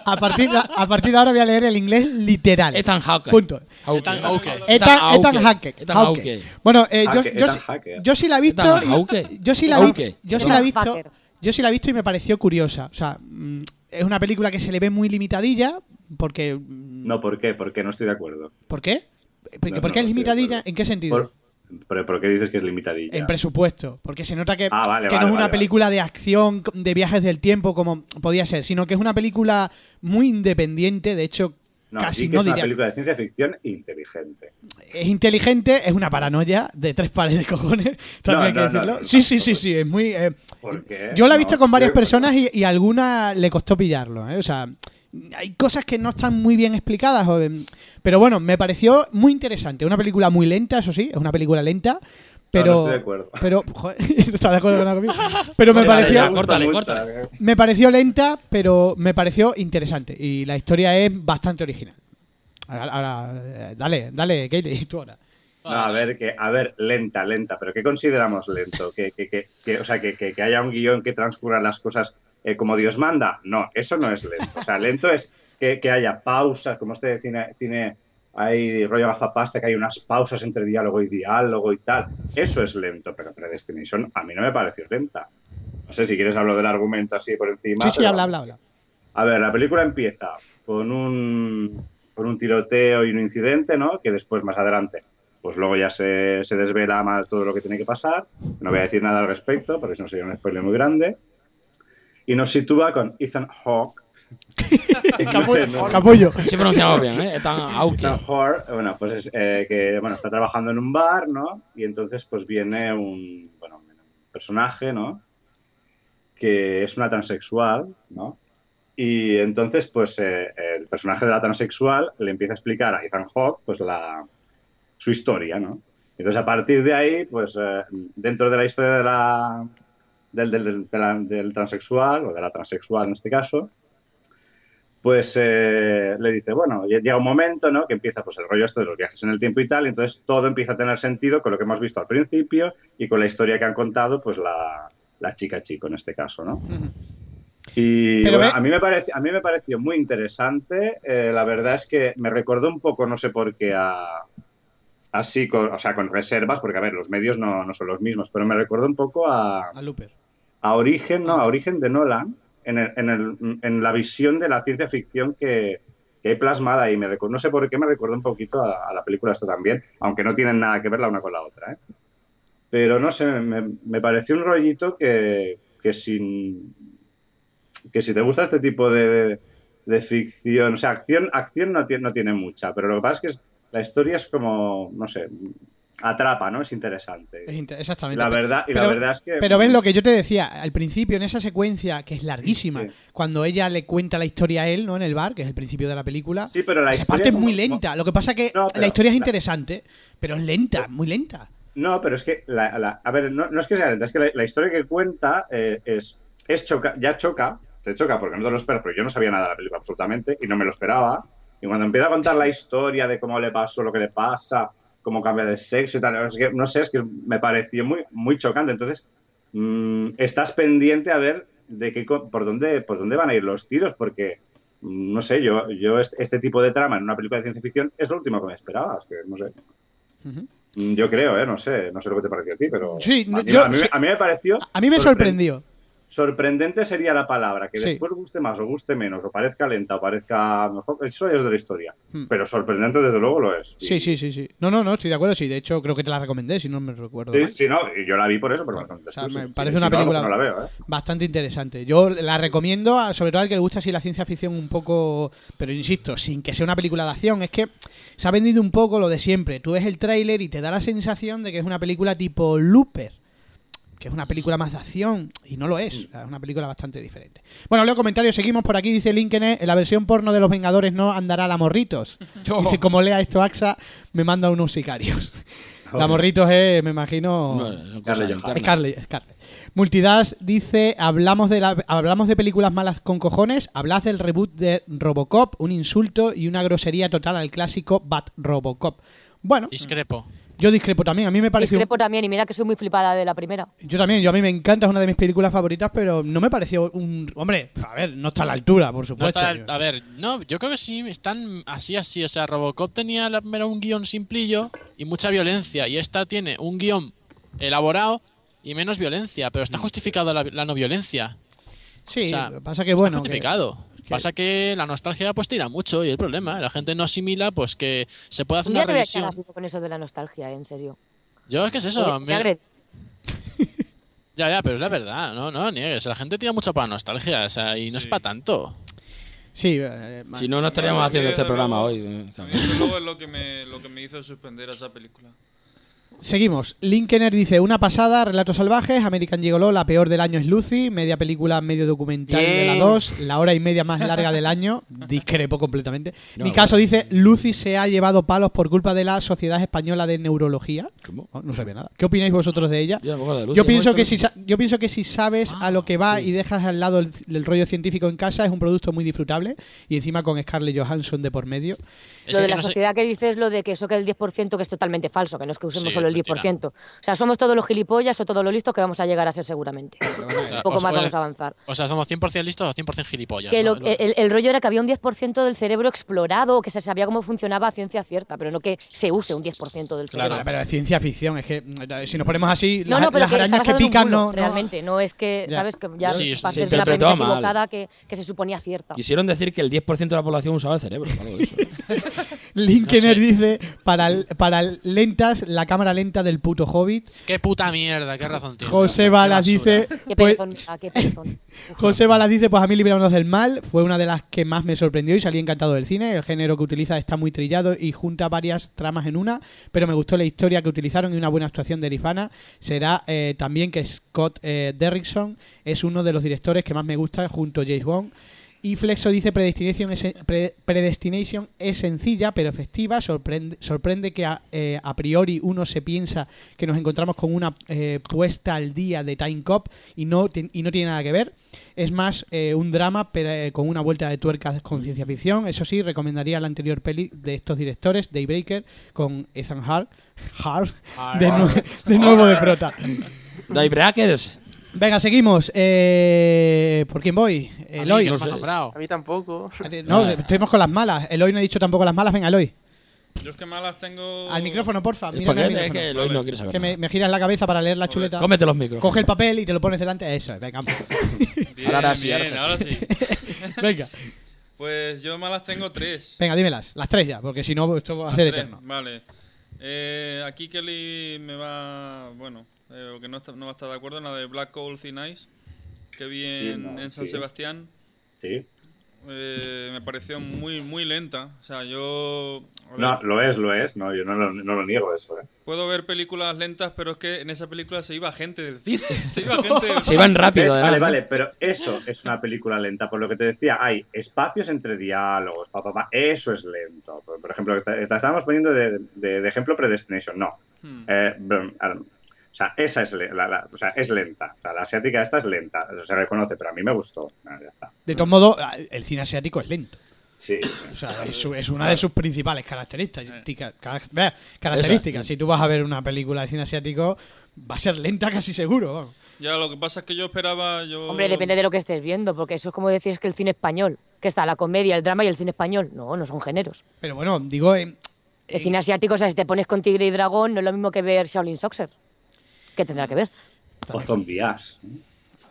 [SPEAKER 2] a, partir de, a partir de ahora voy a leer el inglés literal.
[SPEAKER 3] Ethan Hawke.
[SPEAKER 2] Punto.
[SPEAKER 3] Hawke.
[SPEAKER 6] Ethan Hawke.
[SPEAKER 2] Ethan, Ethan
[SPEAKER 3] Hawke.
[SPEAKER 2] Hawke.
[SPEAKER 3] Ethan
[SPEAKER 2] Hawke.
[SPEAKER 3] Hawke.
[SPEAKER 2] Bueno, eh, yo,
[SPEAKER 5] Hawke,
[SPEAKER 2] yo,
[SPEAKER 5] Ethan Hawke.
[SPEAKER 2] yo sí la he visto.
[SPEAKER 3] Ethan Hawke.
[SPEAKER 2] y- Yo sí la he visto.
[SPEAKER 3] Hawke.
[SPEAKER 2] Yo sí la he
[SPEAKER 4] Ethan
[SPEAKER 2] visto.
[SPEAKER 4] Hawke.
[SPEAKER 2] Yo sí la he visto y me pareció curiosa. O sea, mm, es una película que se le ve muy limitadilla. Porque. mm,
[SPEAKER 5] No, ¿por qué? Porque no estoy de acuerdo.
[SPEAKER 2] ¿Por qué? Porque, ¿Por qué
[SPEAKER 5] No,
[SPEAKER 2] es
[SPEAKER 5] no, estoy de
[SPEAKER 2] limitadilla?
[SPEAKER 5] acuerdo.
[SPEAKER 2] ¿En qué sentido?
[SPEAKER 5] ¿Por, por, por qué dices que es limitadilla?
[SPEAKER 2] En presupuesto, porque se nota que,
[SPEAKER 5] Ah, vale,
[SPEAKER 2] que
[SPEAKER 5] vale,
[SPEAKER 2] no es una
[SPEAKER 5] vale,
[SPEAKER 2] película de acción, de viajes del tiempo, como podía ser, sino que es una película muy independiente, de hecho,
[SPEAKER 5] No,
[SPEAKER 2] casi
[SPEAKER 5] di que
[SPEAKER 2] no
[SPEAKER 5] es una
[SPEAKER 2] diría.
[SPEAKER 5] película de ciencia ficción inteligente.
[SPEAKER 2] Es inteligente, es una paranoia de tres pares de cojones, también hay
[SPEAKER 5] No, no,
[SPEAKER 2] que
[SPEAKER 5] no,
[SPEAKER 2] decirlo.
[SPEAKER 5] no,
[SPEAKER 2] sí, sí, sí,
[SPEAKER 5] tampoco.
[SPEAKER 2] sí, es muy... eh,
[SPEAKER 5] ¿Por qué?
[SPEAKER 2] yo la he
[SPEAKER 5] No,
[SPEAKER 2] visto con varias
[SPEAKER 5] estoy de acuerdo.
[SPEAKER 2] personas y, y a alguna le costó pillarlo, ¿eh? o sea... Hay cosas que no están muy bien explicadas, o, em, pero bueno, me pareció muy interesante. Una película muy lenta, eso sí, es una película lenta, pero.
[SPEAKER 5] no estoy de acuerdo.
[SPEAKER 2] Pero, joder, no estás de acuerdo con algo mío. Pero me
[SPEAKER 5] Porque la-
[SPEAKER 2] pareció,
[SPEAKER 5] me gusta
[SPEAKER 3] Córtale,
[SPEAKER 5] mucho,
[SPEAKER 3] córtale.
[SPEAKER 5] eh.
[SPEAKER 2] me pareció lenta, pero me pareció interesante. Y la historia es bastante original. Ahora, ahora, eh, dale, dale, Katie, tú ahora.
[SPEAKER 5] No, a ver, que, a ver, lenta, lenta, pero ¿qué consideramos lento? Que, que, que, que- o sea, que, que- que haya un guión que transcurra las cosas eh, como Dios manda. No, eso no es lento. O sea, lento es que, que haya pausas, como este cine, cine hay rollo gafapasta, que hay unas pausas entre diálogo y diálogo y tal. Eso es lento, pero Predestination a mí no me pareció lenta. No sé si quieres hablar del argumento así por encima.
[SPEAKER 2] Sí, sí,
[SPEAKER 5] pero
[SPEAKER 2] habla,
[SPEAKER 5] vamos.
[SPEAKER 2] habla, habla.
[SPEAKER 5] A ver, la película empieza con un, con un tiroteo y un incidente, ¿no? Que después, más adelante, pues luego ya se, se desvela más todo lo que tiene que pasar. No voy a decir nada al respecto, porque si no sería un spoiler muy grande. Y nos sitúa con Ethan Hawke.
[SPEAKER 2] Capullo. capullo.
[SPEAKER 3] Sí pronunciamos bien, ¿eh? Ethan
[SPEAKER 5] Ethan
[SPEAKER 3] Hawke.
[SPEAKER 5] Hawke, bueno, pues es, eh, que bueno, está trabajando en un bar, ¿no? Y entonces pues viene un, bueno, un personaje, ¿no? Que es una transexual, ¿no? Y entonces pues eh, el personaje de la transexual le empieza a explicar a Ethan Hawke pues la, su historia, ¿no? Entonces a partir de ahí pues eh, dentro de la historia de la, del, del- del- de la- del transexual o de la transexual en este caso, pues eh, le dice, bueno, ya- llega un momento, ¿no? Que empieza pues el rollo esto de los viajes en el tiempo y tal, y entonces todo empieza a tener sentido con lo que hemos visto al principio y con la historia que han contado, pues la, la chica chico en este caso, ¿no? Y
[SPEAKER 2] Pero
[SPEAKER 5] bueno,
[SPEAKER 2] ve-
[SPEAKER 5] a, mí me parece, a mí me pareció muy interesante, eh, la verdad es que me recordó un poco, no sé por qué, a, así, con, o sea, con reservas, porque a ver, los medios no, no son los mismos, pero me recuerda un poco a,
[SPEAKER 2] A Looper.
[SPEAKER 5] a origen, no, a origen de Nolan, en, el- en el- en la visión de la ciencia ficción que, que hay plasmada y me recu- no sé por qué me recuerda un poquito a, a la película esta también, aunque no tienen nada que ver la una con la otra, ¿eh? Pero no sé, me, me pareció un rollito que, que sin que si te gusta este tipo de, de ficción, o sea, acción, acción no, tiene, no tiene mucha, pero lo que pasa es que es- la historia es como, no sé, atrapa, ¿no? Es interesante.
[SPEAKER 2] Es inter- Exactamente.
[SPEAKER 5] La verdad, y la verdad es que...
[SPEAKER 2] Pero ves lo que yo te decía al principio, en esa secuencia que es larguísima,
[SPEAKER 5] Sí.
[SPEAKER 2] cuando ella le cuenta la historia a él, ¿no? En el bar, que es el principio de la película.
[SPEAKER 5] Sí, pero la
[SPEAKER 2] esa
[SPEAKER 5] historia
[SPEAKER 2] parte es
[SPEAKER 5] como-
[SPEAKER 2] muy lenta. Lo que pasa que
[SPEAKER 5] No, pero-
[SPEAKER 2] la historia es
[SPEAKER 5] la-
[SPEAKER 2] interesante, pero es lenta, muy lenta.
[SPEAKER 5] No, pero es que, la, la- a ver, no, no es que sea lenta, es que la, la historia que cuenta eh, es, es choca, ya choca, te choca porque no te lo esperas, porque yo no sabía nada de la película absolutamente y no me lo esperaba. Y cuando empieza a contar la historia de cómo le pasó, lo que le pasa, cómo cambia de sexo y tal, es que, no sé, es que me pareció muy, muy chocante. Entonces, mm, estás pendiente a ver de qué, co- por, dónde, por dónde van a ir los tiros, porque, mm, no sé, yo, yo este, este tipo de trama en una película de ciencia ficción es lo último que me esperaba, es que, no sé.
[SPEAKER 2] Ujú.
[SPEAKER 5] Mm, Yo creo, ¿eh? No sé, no sé lo que te pareció a ti, pero...
[SPEAKER 2] Sí,
[SPEAKER 5] a mí,
[SPEAKER 2] yo-
[SPEAKER 5] a mí-
[SPEAKER 2] sí.
[SPEAKER 5] a mí me pareció...
[SPEAKER 2] A mí me
[SPEAKER 5] sorpre-
[SPEAKER 2] sorprendió.
[SPEAKER 5] Sorprendente sería la palabra, que
[SPEAKER 2] Sí.
[SPEAKER 5] después guste más o guste menos, o parezca lenta o parezca mejor, eso ya es de la historia.
[SPEAKER 2] Hmm.
[SPEAKER 5] Pero sorprendente desde luego lo es. Y-
[SPEAKER 2] Sí, sí, sí, sí. No, no, no, estoy de acuerdo. Sí, de hecho, creo que te la recomendé, si no me recuerdo.
[SPEAKER 5] Sí,
[SPEAKER 2] mal.
[SPEAKER 5] sí, no, y yo la vi por eso, pero
[SPEAKER 2] Claro,
[SPEAKER 5] bueno,
[SPEAKER 2] o sea,
[SPEAKER 5] después,
[SPEAKER 2] me
[SPEAKER 5] sí,
[SPEAKER 2] parece
[SPEAKER 5] sí,
[SPEAKER 2] una
[SPEAKER 5] no,
[SPEAKER 2] película-
[SPEAKER 5] No, la veo, ¿eh?
[SPEAKER 2] Bastante interesante. Yo la recomiendo, a- sobre todo al que le gusta así la ciencia ficción un poco, pero insisto, sin que sea una película de acción. Es que se ha vendido un poco lo de siempre. Tú ves el tráiler y te da la sensación de que es una película tipo Looper, que es una película más de acción, y no lo es. O sea, Es una película bastante diferente. Bueno, leo comentarios, seguimos por aquí. Dice Linkene, en la versión porno de Los Vengadores no andará la morritos. Dice, como lea esto AXA, me manda unos sicarios. La morritos es, me imagino...
[SPEAKER 3] No, son cosas
[SPEAKER 5] Scarlett
[SPEAKER 3] internas.
[SPEAKER 2] Scarlett, Scarlett. Multidas dice, hablamos de, la- hablamos de películas malas con cojones, hablad del reboot de Robocop, un insulto y una grosería total al clásico Bat Robocop. Bueno,
[SPEAKER 6] Discrepo.
[SPEAKER 2] yo discrepo también, a mí me pareció...
[SPEAKER 4] Discrepo también, y mira que soy muy flipada de la primera.
[SPEAKER 2] Yo también, yo a mí me encanta, es una de mis películas favoritas, pero no me pareció un... Hombre, a ver, no está a la altura, por
[SPEAKER 6] No
[SPEAKER 2] supuesto.
[SPEAKER 6] está- a ver, no, yo creo que sí están así, así. O sea, Robocop tenía la- era un guión simplillo y mucha violencia. Y esta tiene un guión elaborado y menos violencia. Pero está justificada la, la no violencia.
[SPEAKER 2] sí,
[SPEAKER 6] o sea,
[SPEAKER 2] pasa que bueno... que-
[SPEAKER 6] está justificado. Pasa que la nostalgia pues tira mucho y el problema, la gente no asimila pues que se puede hacer
[SPEAKER 4] Un día
[SPEAKER 6] una
[SPEAKER 4] te voy a echar
[SPEAKER 6] revisión.
[SPEAKER 4] ácido con eso de la nostalgia, eh, en serio.
[SPEAKER 6] Yo es que es eso, a
[SPEAKER 4] Me-
[SPEAKER 6] mí-
[SPEAKER 4] me agre-
[SPEAKER 6] ya ya, pero es la verdad, no no lo niegues, la gente tira mucho para la nostalgia, o sea, y no es
[SPEAKER 8] Sí.
[SPEAKER 6] para tanto.
[SPEAKER 2] Sí, eh,
[SPEAKER 3] Si no, no estaríamos
[SPEAKER 8] No,
[SPEAKER 3] haciendo
[SPEAKER 8] desde
[SPEAKER 3] este programa
[SPEAKER 8] luego-
[SPEAKER 3] hoy. eh,
[SPEAKER 8] A mí,
[SPEAKER 3] ¿sabes?
[SPEAKER 8] desde luego, es lo que, me, lo que me hizo suspender a esa película.
[SPEAKER 2] Seguimos. Linkener dice, una pasada, Relatos Salvajes, American Gigolo, la peor del año es Lucy, media película, medio documental de la
[SPEAKER 7] Bien.
[SPEAKER 2] 2, la hora y media más larga del año, discrepo completamente.
[SPEAKER 3] No,
[SPEAKER 2] Mi caso dice, Lucy se ha llevado palos por culpa de la Sociedad Española de Neurología. Oh,
[SPEAKER 3] ¿Cómo?
[SPEAKER 2] No, no sabía nada. ¿Qué opináis vosotros de ella?
[SPEAKER 3] Yo me acuerdo de Lucy,
[SPEAKER 2] Yo pienso,
[SPEAKER 3] ¿no?
[SPEAKER 2] que si, sa- yo pienso que si sabes a lo
[SPEAKER 3] Ah,
[SPEAKER 2] que va y dejas al lado el, el rollo científico en casa, es un producto muy disfrutable y encima con Scarlett Johansson de por medio.
[SPEAKER 6] Es
[SPEAKER 4] lo de
[SPEAKER 6] que
[SPEAKER 4] la
[SPEAKER 6] no sé-
[SPEAKER 4] sociedad que dices, lo de que eso que el 10%, que es totalmente falso, que no es que usemos
[SPEAKER 6] Sí,
[SPEAKER 4] solo
[SPEAKER 6] es
[SPEAKER 4] el 10%. O sea, somos todos los gilipollas o todos los listos que vamos a llegar a ser seguramente.
[SPEAKER 6] o sea,
[SPEAKER 4] Un poco
[SPEAKER 6] os
[SPEAKER 4] más
[SPEAKER 6] puede-
[SPEAKER 4] vamos a avanzar.
[SPEAKER 6] O sea, somos 100% listos o 100% gilipollas.
[SPEAKER 4] Que
[SPEAKER 6] ¿no?
[SPEAKER 4] lo- el, el rollo era que había un 10% del cerebro explorado, que se sabía cómo funcionaba a ciencia cierta, pero no que se use un 10% del cerebro.
[SPEAKER 6] Claro.
[SPEAKER 2] Pero es ciencia ficción, es que mm, si nos ponemos así,
[SPEAKER 4] No,
[SPEAKER 2] las,
[SPEAKER 4] no, pero
[SPEAKER 2] las
[SPEAKER 4] que
[SPEAKER 2] arañas
[SPEAKER 4] está
[SPEAKER 2] que
[SPEAKER 4] basado en un
[SPEAKER 2] pican
[SPEAKER 4] bulo,
[SPEAKER 2] no, no-
[SPEAKER 4] Realmente, no es que,
[SPEAKER 2] Ya.
[SPEAKER 4] ¿sabes? Que ya
[SPEAKER 6] Sí, eso
[SPEAKER 4] partes
[SPEAKER 3] se
[SPEAKER 4] de una
[SPEAKER 3] interpretó
[SPEAKER 4] premisa
[SPEAKER 3] mal.
[SPEAKER 4] equivocada que, que se suponía cierta.
[SPEAKER 6] Pues
[SPEAKER 3] Quisieron decir que el 10% de la población usaba el cerebro. algo de eso.
[SPEAKER 2] Linkener
[SPEAKER 6] No sé.
[SPEAKER 2] dice, para, para lentas, la cámara lenta del puto Hobbit.
[SPEAKER 6] Qué puta mierda, qué razón tiene.
[SPEAKER 2] José
[SPEAKER 6] Qué
[SPEAKER 2] Balas
[SPEAKER 6] basura.
[SPEAKER 2] dice,
[SPEAKER 4] Qué
[SPEAKER 2] pues,
[SPEAKER 4] pezón, ah, qué pezón.
[SPEAKER 2] José Balas dice, pues a mí Librarnos del Mal fue una de las que más me sorprendió y salí encantado del cine. El género que utiliza está muy trillado y junta varias tramas en una, pero me gustó la historia que utilizaron y una buena actuación de Lisbana. Será eh, también que Scott eh, Derrickson es uno de los directores que más me gusta junto a James Bond. Y Flexo dice Predestination es, pre- Predestination es sencilla pero efectiva, sorprende, sorprende que a, eh, a priori uno se piensa que nos encontramos con una eh, puesta al día de Time Cop y no, ti- y no tiene nada que ver. Es más eh, un drama pero, eh, con una vuelta de tuerca con ciencia ficción. Eso sí, recomendaría la anterior peli de estos directores, Daybreaker, con Ethan Hart, Hart de, nue- de nuevo de prota.
[SPEAKER 3] Daybreakers.
[SPEAKER 2] Venga, seguimos. Eh, ¿Por quién voy?
[SPEAKER 6] A mí,
[SPEAKER 2] Eloy. Eh,
[SPEAKER 6] que no me has nombrado.
[SPEAKER 7] A mí tampoco.
[SPEAKER 2] No, estuvimos con las malas. Eloy no ha dicho tampoco las malas. Venga, Eloy.
[SPEAKER 8] Yo es que malas tengo.
[SPEAKER 2] Al micrófono, porfa.
[SPEAKER 3] Es
[SPEAKER 2] mírame al
[SPEAKER 3] porque es
[SPEAKER 2] micrófono.
[SPEAKER 3] que Eloy no quiere saber.
[SPEAKER 2] Que me,
[SPEAKER 3] nada.
[SPEAKER 2] me giras la cabeza para leer la chuleta.
[SPEAKER 3] Cómete los micros.
[SPEAKER 2] Coge el papel y te lo pones delante. Eso, es, venga. pues. vamos.
[SPEAKER 8] Bien,
[SPEAKER 3] Ahora sí, ahora
[SPEAKER 8] bien,
[SPEAKER 3] sí.
[SPEAKER 2] venga,
[SPEAKER 8] Pues yo malas tengo tres.
[SPEAKER 2] venga, dímelas. Las tres ya, porque si no, esto va a ser
[SPEAKER 8] Tres,
[SPEAKER 2] eterno.
[SPEAKER 8] Vale. Eh, aquí Kelly me va. Bueno, eh, o que no, está- no va a estar de acuerdo en la de Black Coal Thin Ice. Que vi
[SPEAKER 5] Sí,
[SPEAKER 8] en,
[SPEAKER 5] no,
[SPEAKER 8] en San
[SPEAKER 5] sí.
[SPEAKER 8] Sebastián.
[SPEAKER 5] Sí.
[SPEAKER 8] Eh, me pareció muy, muy lenta. O sea, yo. a ver,
[SPEAKER 5] No, lo es, lo es. No, yo no lo, no lo niego eso. ¿eh?
[SPEAKER 8] Puedo ver películas lentas, pero es que en esa película se iba gente del cine. Se iba gente del
[SPEAKER 3] Se iban
[SPEAKER 5] ¿Ves?
[SPEAKER 3] rápido, además.
[SPEAKER 5] Eh, Vale,
[SPEAKER 3] ¿no?
[SPEAKER 5] vale, pero eso es una película lenta. Por lo que te decía, hay espacios entre diálogos, papá, eso es lento. Por por ejemplo, te, te estábamos poniendo de, de- de ejemplo Predestination, no.
[SPEAKER 8] Hmm.
[SPEAKER 5] Eh, brum, ar- o sea, esa es, le- la, la- o sea, es lenta. O sea, la asiática esta es lenta, se reconoce, pero a mí me gustó. Ah, ya está.
[SPEAKER 2] De todos modos, ah, el cine asiático es lento.
[SPEAKER 5] Sí.
[SPEAKER 2] O sea, es, su- es una de sus principales características. ca- vea,
[SPEAKER 3] Esa.
[SPEAKER 2] Características. Si tú vas a ver una película de cine asiático, va a ser lenta casi seguro. vamos.
[SPEAKER 8] Ya, lo que pasa es que yo esperaba. Yo...
[SPEAKER 4] Hombre, depende de lo que estés viendo, porque eso es como decir es que el cine español, que está la comedia, el drama y el cine español. No, no son géneros.
[SPEAKER 2] Pero bueno, digo. eh,
[SPEAKER 4] El cine asiático, o sea, si te pones con Tigre y Dragón, no es lo mismo que ver Shaolin Soxer. ¿Qué tendrá que ver?
[SPEAKER 5] O zombías.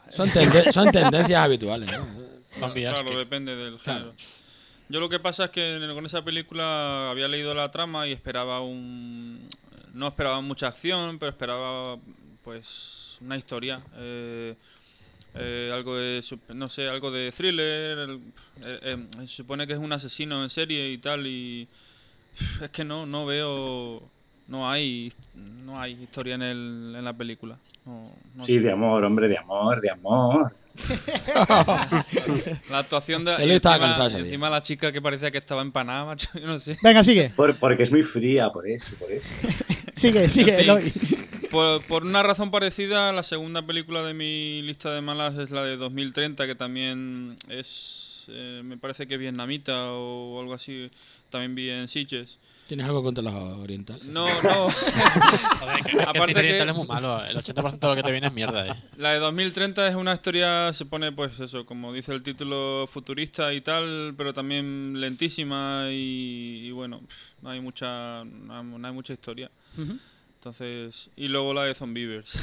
[SPEAKER 3] Son, tende- son tendencias habituales. ¿no?
[SPEAKER 6] Zombie
[SPEAKER 8] Claro,
[SPEAKER 6] Askew.
[SPEAKER 8] depende del
[SPEAKER 3] Claro.
[SPEAKER 8] género. Yo lo que pasa es que en- con esa película había leído la trama y esperaba un... No esperaba mucha acción, pero esperaba pues una historia. eh, eh, algo de, sup- no sé, algo de thriller. el- eh, eh, se supone que es un asesino en serie y tal y... Es que no, no veo... No hay, no hay historia en, el, en la película. No- no
[SPEAKER 5] Sí,
[SPEAKER 8] sé.
[SPEAKER 5] de amor, hombre, de amor, de amor.
[SPEAKER 8] La actuación de.
[SPEAKER 3] Él
[SPEAKER 8] y
[SPEAKER 3] estaba
[SPEAKER 8] encima-
[SPEAKER 3] cansado ese
[SPEAKER 8] y
[SPEAKER 3] día.
[SPEAKER 8] Encima la chica que parecía que estaba empanada, macho, yo no sé.
[SPEAKER 2] Venga, sigue.
[SPEAKER 5] Por- porque es muy fría, por eso, por eso.
[SPEAKER 2] Sigue, sigue.
[SPEAKER 8] En
[SPEAKER 2] Eloy.
[SPEAKER 8] fin, Por, por una razón parecida, la segunda película de mi lista de malas es la de 2030, que también es. eh, me parece que vietnamita o algo así. También vi en Sitges.
[SPEAKER 3] ¿Tienes algo contra los orientales?
[SPEAKER 8] No, no.
[SPEAKER 6] Joder, que- que el
[SPEAKER 8] Aparte
[SPEAKER 6] cine oriental
[SPEAKER 8] que-
[SPEAKER 6] es muy malo. El 80% de lo que te viene es mierda, eh.
[SPEAKER 8] La de 2030 es una historia, se pone pues eso, como dice el título, futurista y tal, pero también lentísima y, y bueno, pf, no hay mucha, no hay, no hay mucha historia. Entonces, y luego la de Zombievers.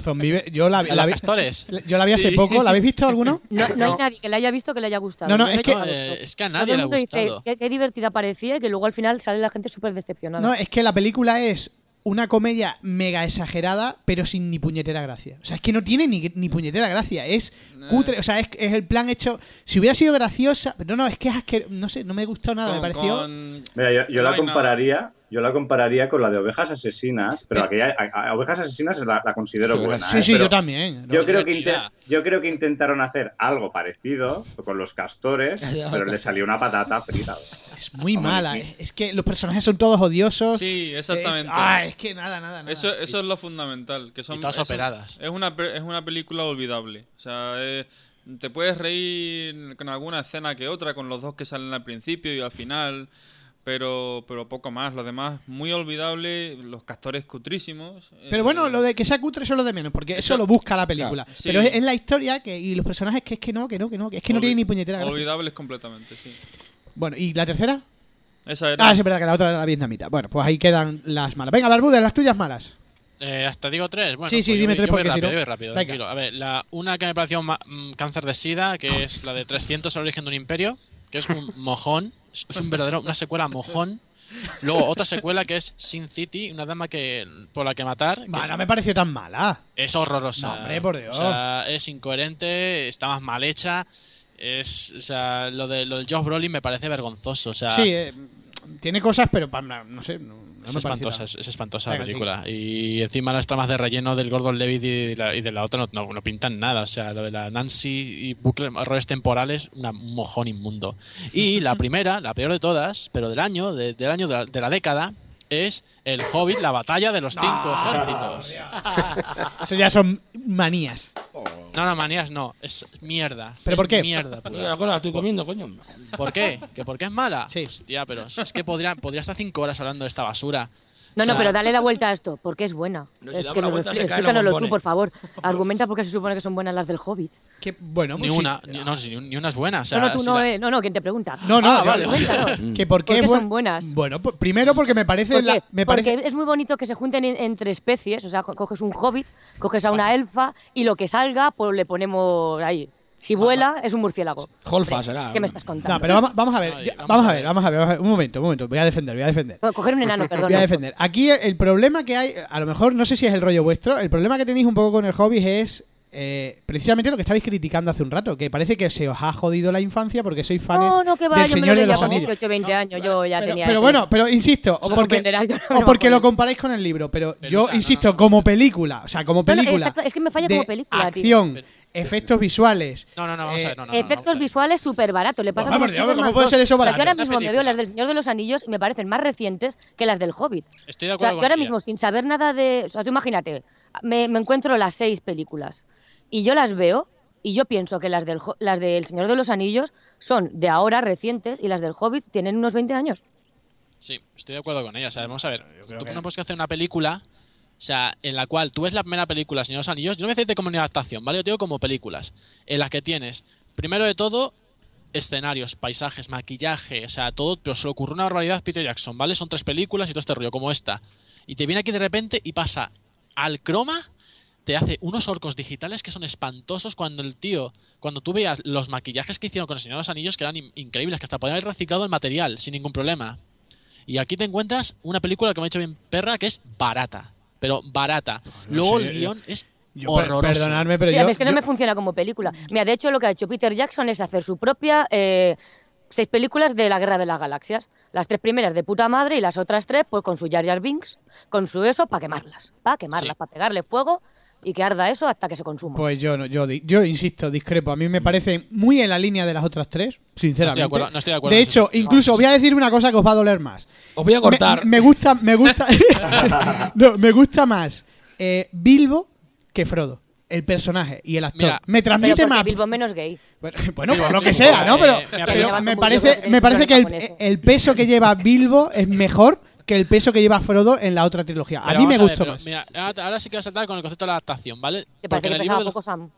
[SPEAKER 2] Zombie- Yo la, la
[SPEAKER 6] Los
[SPEAKER 2] vi-
[SPEAKER 6] castores.
[SPEAKER 2] yo la vi hace
[SPEAKER 8] Sí.
[SPEAKER 2] poco. ¿La habéis visto alguno?
[SPEAKER 4] No, no hay nadie que le haya visto que le haya gustado.
[SPEAKER 2] No, no,
[SPEAKER 4] Yo
[SPEAKER 2] es
[SPEAKER 4] me he
[SPEAKER 2] que-
[SPEAKER 4] quedado
[SPEAKER 6] No, eh,
[SPEAKER 4] con esto.
[SPEAKER 6] es que a
[SPEAKER 4] Todo
[SPEAKER 6] nadie
[SPEAKER 4] el
[SPEAKER 6] le ha
[SPEAKER 4] mundo dice
[SPEAKER 6] gustado.
[SPEAKER 4] que- Qué divertida parecía y que luego al final sale la gente súper decepcionada.
[SPEAKER 2] No, es que la película es una comedia mega exagerada, pero sin ni puñetera gracia. O sea, es que no tiene ni, ni puñetera gracia. Es cutre. O sea, es, es el plan hecho. Si hubiera sido graciosa. No, no, es que es asquer- No sé, no me gustó nada.
[SPEAKER 8] Con-
[SPEAKER 2] me pareció.
[SPEAKER 8] con-
[SPEAKER 5] Mira, yo, yo
[SPEAKER 8] No
[SPEAKER 5] la
[SPEAKER 8] hay nada.
[SPEAKER 5] compararía, yo la compararía con la de ovejas asesinas, pero aquella a- a- ovejas asesinas la, la considero
[SPEAKER 3] Sí,
[SPEAKER 5] buena.
[SPEAKER 2] Sí,
[SPEAKER 5] ¿eh?
[SPEAKER 2] sí,
[SPEAKER 5] Pero
[SPEAKER 2] yo también.
[SPEAKER 5] Yo creo, que
[SPEAKER 6] Divertida.
[SPEAKER 5] inte- yo creo que intentaron hacer algo parecido con los castores,
[SPEAKER 3] Ya,
[SPEAKER 5] pero
[SPEAKER 3] ya.
[SPEAKER 5] le salió una patata frita.
[SPEAKER 2] Es muy
[SPEAKER 5] Vamos,
[SPEAKER 2] mala.
[SPEAKER 5] Ah, sí.
[SPEAKER 2] Es, es que los personajes son todos odiosos.
[SPEAKER 8] Sí,
[SPEAKER 2] Es,
[SPEAKER 8] exactamente.
[SPEAKER 2] ah, es que nada, nada, nada.
[SPEAKER 8] Eso, eh, eso es lo fundamental. Que son,
[SPEAKER 6] Ah, Y todas
[SPEAKER 8] eso-
[SPEAKER 6] operadas.
[SPEAKER 8] Es una, pe- es una película olvidable. O sea, eh, te puedes reír con alguna escena que otra, con los dos que salen al principio y al final, pero, pero poco más. Lo demás, muy olvidable, los castores cutrísimos. eh,
[SPEAKER 2] Pero bueno, lo de que sea cutre eso es lo de menos, porque eso,
[SPEAKER 8] Eso-
[SPEAKER 2] lo busca la película.
[SPEAKER 8] sí.
[SPEAKER 2] Pero es, es la historia que, y los personajes que es que no, que no, que no, que es que no
[SPEAKER 8] olvi-
[SPEAKER 2] tiene ni puñetera gracia.
[SPEAKER 8] Olvidables completamente, sí.
[SPEAKER 2] Bueno, ¿y la tercera?
[SPEAKER 8] Esa era.
[SPEAKER 2] Ah, sí, es verdad que la otra era la vietnamita. Bueno, pues ahí quedan las malas. Venga, Barbuda, las tuyas malas.
[SPEAKER 6] Eh, hasta digo tres. Bueno,
[SPEAKER 2] Sí, sí,
[SPEAKER 6] pues yo
[SPEAKER 2] dime
[SPEAKER 6] voy-
[SPEAKER 2] tres
[SPEAKER 6] yo voy
[SPEAKER 2] porque si
[SPEAKER 6] rápido,
[SPEAKER 2] no-
[SPEAKER 6] yo voy rápido,
[SPEAKER 2] Venga.
[SPEAKER 6] tranquilo. A ver, la, una que me pareció ma- mm, cáncer de sida, que es la de 300 el origen de un imperio, que es un mojón, es es un verdadero, una secuela mojón. Luego otra secuela que es Sin City, una dama que por la que matar. que
[SPEAKER 2] Bueno,
[SPEAKER 6] es-
[SPEAKER 2] no me pareció tan mala.
[SPEAKER 6] es horrorosa.
[SPEAKER 2] No, hombre, por Dios.
[SPEAKER 6] O sea, es incoherente, está más mal hecha. Es, o sea, lo, de, lo del Josh Brolin me parece vergonzoso. O sea,
[SPEAKER 2] Sí, eh, tiene cosas, pero pa- no no sé. No, no me
[SPEAKER 6] es,
[SPEAKER 2] pareció
[SPEAKER 6] espantosa,
[SPEAKER 2] tan-
[SPEAKER 6] es, es espantosa
[SPEAKER 2] Venga,
[SPEAKER 6] la película. Y encima las tramas de relleno del Gordon Levitt y la, y de la otra no, no- no pintan nada. O sea, lo de la Nancy y bucle, errores temporales, una- un mojón inmundo. Y la primera, la peor de todas, pero del año, de- del año de la, de la década, es El Hobbit, la batalla de los cinco ejércitos.
[SPEAKER 2] Eso ya son manías.
[SPEAKER 6] No, no, manías no, es mierda.
[SPEAKER 2] ¿Pero
[SPEAKER 6] Es
[SPEAKER 2] por qué?
[SPEAKER 6] Mierda, pura.
[SPEAKER 3] La cosa la estoy comiendo, coño.
[SPEAKER 6] ¿Por qué? ¿Que porque es mala?
[SPEAKER 2] Sí.
[SPEAKER 6] Hostia, pero es que podría, podría estar cinco horas hablando de esta basura.
[SPEAKER 3] O
[SPEAKER 4] No,
[SPEAKER 3] sea,
[SPEAKER 4] no, pero dale la vuelta a esto, porque es buena.
[SPEAKER 3] No, si
[SPEAKER 4] es
[SPEAKER 3] damos
[SPEAKER 4] que
[SPEAKER 3] la
[SPEAKER 4] lo
[SPEAKER 3] vuelta,
[SPEAKER 4] refle-
[SPEAKER 3] se caen los
[SPEAKER 4] explícanoslo tú,
[SPEAKER 3] bombones.
[SPEAKER 4] por favor. Argumenta por qué se supone que son buenas las del Hobbit.
[SPEAKER 2] Que, bueno,
[SPEAKER 6] Ni
[SPEAKER 2] pues sí.
[SPEAKER 6] una, ni, no, si- ni una es buena. o sea,
[SPEAKER 4] no, no, tú
[SPEAKER 6] si
[SPEAKER 4] no,
[SPEAKER 6] la-
[SPEAKER 4] eh, no, no, quien te pregunta.
[SPEAKER 2] No, no,
[SPEAKER 6] Ah,
[SPEAKER 2] que-
[SPEAKER 6] vale.
[SPEAKER 2] que por qué
[SPEAKER 4] ¿Por qué
[SPEAKER 2] es buen-
[SPEAKER 4] Mm. son buenas?
[SPEAKER 2] Bueno, pues, primero porque me parece
[SPEAKER 4] ¿Por
[SPEAKER 2] la-
[SPEAKER 4] qué?
[SPEAKER 2] me parece
[SPEAKER 4] Porque es muy bonito que se junten en- entre especies, o sea, co- coges un hobbit, coges a una elfa y lo que salga, pues le ponemos ahí. Si vuela, es un murciélago.
[SPEAKER 3] Holfa será.
[SPEAKER 4] ¿Qué me estás contando?
[SPEAKER 2] Ah, No, pero vamos, vamos a ver,
[SPEAKER 6] Ay,
[SPEAKER 2] ya-
[SPEAKER 6] vamos
[SPEAKER 2] vamos,
[SPEAKER 6] a
[SPEAKER 2] a ver,
[SPEAKER 6] ver.
[SPEAKER 2] vamos a ver, vamos a ver. un momento, un momento, voy a defender, voy a defender.
[SPEAKER 4] Co- Coger un enano,
[SPEAKER 2] Voy a
[SPEAKER 4] perdón.
[SPEAKER 2] defender. Aquí el problema que hay, a lo mejor, no sé si es el rollo vuestro, el problema que tenéis un poco con el hobby es eh, precisamente lo que estabais criticando hace un rato, que parece que se os ha jodido la infancia porque sois fans
[SPEAKER 4] No, no, que va,
[SPEAKER 2] del
[SPEAKER 4] yo me
[SPEAKER 2] Señor
[SPEAKER 4] lo
[SPEAKER 2] de
[SPEAKER 4] leía
[SPEAKER 2] los
[SPEAKER 4] con
[SPEAKER 2] Anillos.
[SPEAKER 4] 18, 20 años, yo ya
[SPEAKER 2] pero,
[SPEAKER 4] tenía...
[SPEAKER 2] pero
[SPEAKER 4] eso.
[SPEAKER 2] bueno, pero insisto, o
[SPEAKER 4] Lo
[SPEAKER 2] porque,
[SPEAKER 4] comprenderás, yo no
[SPEAKER 2] o
[SPEAKER 4] me
[SPEAKER 2] porque lo
[SPEAKER 4] acuerdo.
[SPEAKER 2] comparáis con el libro, pero,
[SPEAKER 6] Pero,
[SPEAKER 2] yo
[SPEAKER 6] o sea, no,
[SPEAKER 2] insisto,
[SPEAKER 6] no, no,
[SPEAKER 2] como película, o sea, como
[SPEAKER 4] No, no,
[SPEAKER 2] película,
[SPEAKER 4] exacto, es que me falla
[SPEAKER 2] de
[SPEAKER 4] como película, tío.
[SPEAKER 2] acción, efectos visuales,
[SPEAKER 6] No, no, no, vamos a ver. No, no, no,
[SPEAKER 4] Eh, Efectos
[SPEAKER 6] vamos a ver.
[SPEAKER 4] visuales súper baratos. Le pasa
[SPEAKER 2] Vamos,
[SPEAKER 4] como
[SPEAKER 2] vamos,
[SPEAKER 4] Spider-Man
[SPEAKER 2] ¿cómo puede
[SPEAKER 4] 2.
[SPEAKER 2] ser eso
[SPEAKER 4] O sea,
[SPEAKER 2] barato?
[SPEAKER 4] yo ahora
[SPEAKER 6] Una
[SPEAKER 4] mismo me veo
[SPEAKER 6] película.
[SPEAKER 4] las del Señor de los Anillos y me parecen más recientes que las del Hobbit.
[SPEAKER 6] Estoy de
[SPEAKER 4] O sea, yo
[SPEAKER 6] acuerdo con
[SPEAKER 4] ahora
[SPEAKER 6] ella.
[SPEAKER 4] mismo, sin saber nada de. O sea, tú imagínate, me, me encuentro las seis películas y yo las veo y yo pienso que las del, Jo- las del Señor de los Anillos son de ahora recientes y las del Hobbit tienen unos 20 años.
[SPEAKER 6] Sí, estoy de acuerdo con ella. O sea, vamos a ver. Tú tenemos que hacer una película, o sea, en la cual tú ves la primera película, Señor de los Anillos. Yo no voy a decirte como una adaptación, ¿vale? Yo te digo como películas. En las que tienes, primero de todo, escenarios, paisajes, maquillaje, o sea, todo. Pero se le ocurrió una barbaridad Peter Jackson, ¿vale? Son tres películas y todo este rollo, como esta. Y te viene aquí de repente y pasa al croma. Te hace unos orcos digitales que son espantosos cuando el tío, cuando tú veas los maquillajes que hicieron con el Señor de los Anillos, que eran in- increíbles, que hasta podían haber reciclado el material sin ningún problema. Y aquí te encuentras una película que me ha hecho bien perra, que es barata. Pero barata. Luego
[SPEAKER 2] sé,
[SPEAKER 6] el
[SPEAKER 2] yo-
[SPEAKER 6] guión es
[SPEAKER 2] Yo, per-
[SPEAKER 6] horroroso.
[SPEAKER 2] Perdonadme, pero
[SPEAKER 4] Mira,
[SPEAKER 2] yo,
[SPEAKER 4] es que no
[SPEAKER 2] yo-
[SPEAKER 4] me funciona como película. Mira, de hecho, lo que ha hecho Peter Jackson es hacer su propia. eh, seis películas de la Guerra de las Galaxias. Las tres primeras de puta madre y las otras tres, pues con su Jar Jar Binks, con su eso, para quemarlas. Para quemarlas,
[SPEAKER 6] Sí.
[SPEAKER 4] para pegarle fuego y que arda eso hasta que se consuma.
[SPEAKER 2] Pues yo, no- yo, di- yo insisto, discrepo. A mí me parece muy en la línea de las otras tres, sinceramente.
[SPEAKER 6] No estoy de acuerdo- no estoy de acuerdo en
[SPEAKER 2] hecho,
[SPEAKER 6] ese sentido.
[SPEAKER 2] incluso voy a decir una cosa que os va a doler más.
[SPEAKER 3] Os voy a
[SPEAKER 2] Me-
[SPEAKER 3] cortar.
[SPEAKER 2] Me, gusta, me gusta. no, me gusta más eh, Bilbo que Frodo. El personaje y el actor.
[SPEAKER 6] Mira,
[SPEAKER 2] me
[SPEAKER 4] Pero
[SPEAKER 2] transmite
[SPEAKER 4] porque
[SPEAKER 2] más.
[SPEAKER 4] Bilbo es menos gay.
[SPEAKER 2] Bueno, bueno, por
[SPEAKER 6] Bilbo,
[SPEAKER 2] lo que
[SPEAKER 6] Bilbo,
[SPEAKER 2] sea, ¿no?
[SPEAKER 6] eh,
[SPEAKER 2] Pero,
[SPEAKER 6] me
[SPEAKER 2] pero
[SPEAKER 6] apetece.
[SPEAKER 2] me
[SPEAKER 4] Yo creo
[SPEAKER 2] parece,
[SPEAKER 4] que
[SPEAKER 2] me parece que
[SPEAKER 4] con
[SPEAKER 2] el,
[SPEAKER 4] eso.
[SPEAKER 2] el peso que lleva Bilbo es mejor que el peso que lleva Frodo en la otra trilogía. A
[SPEAKER 6] Pero
[SPEAKER 2] mí me
[SPEAKER 6] vamos ver,
[SPEAKER 2] gustó
[SPEAKER 6] pero
[SPEAKER 2] más.
[SPEAKER 6] mira, ahora, ahora sí que voy a saltar con el concepto de la adaptación, ¿vale?
[SPEAKER 4] Que parece
[SPEAKER 6] Porque en,
[SPEAKER 4] que
[SPEAKER 6] el
[SPEAKER 4] pesaba
[SPEAKER 6] libro del,
[SPEAKER 4] poco Sam.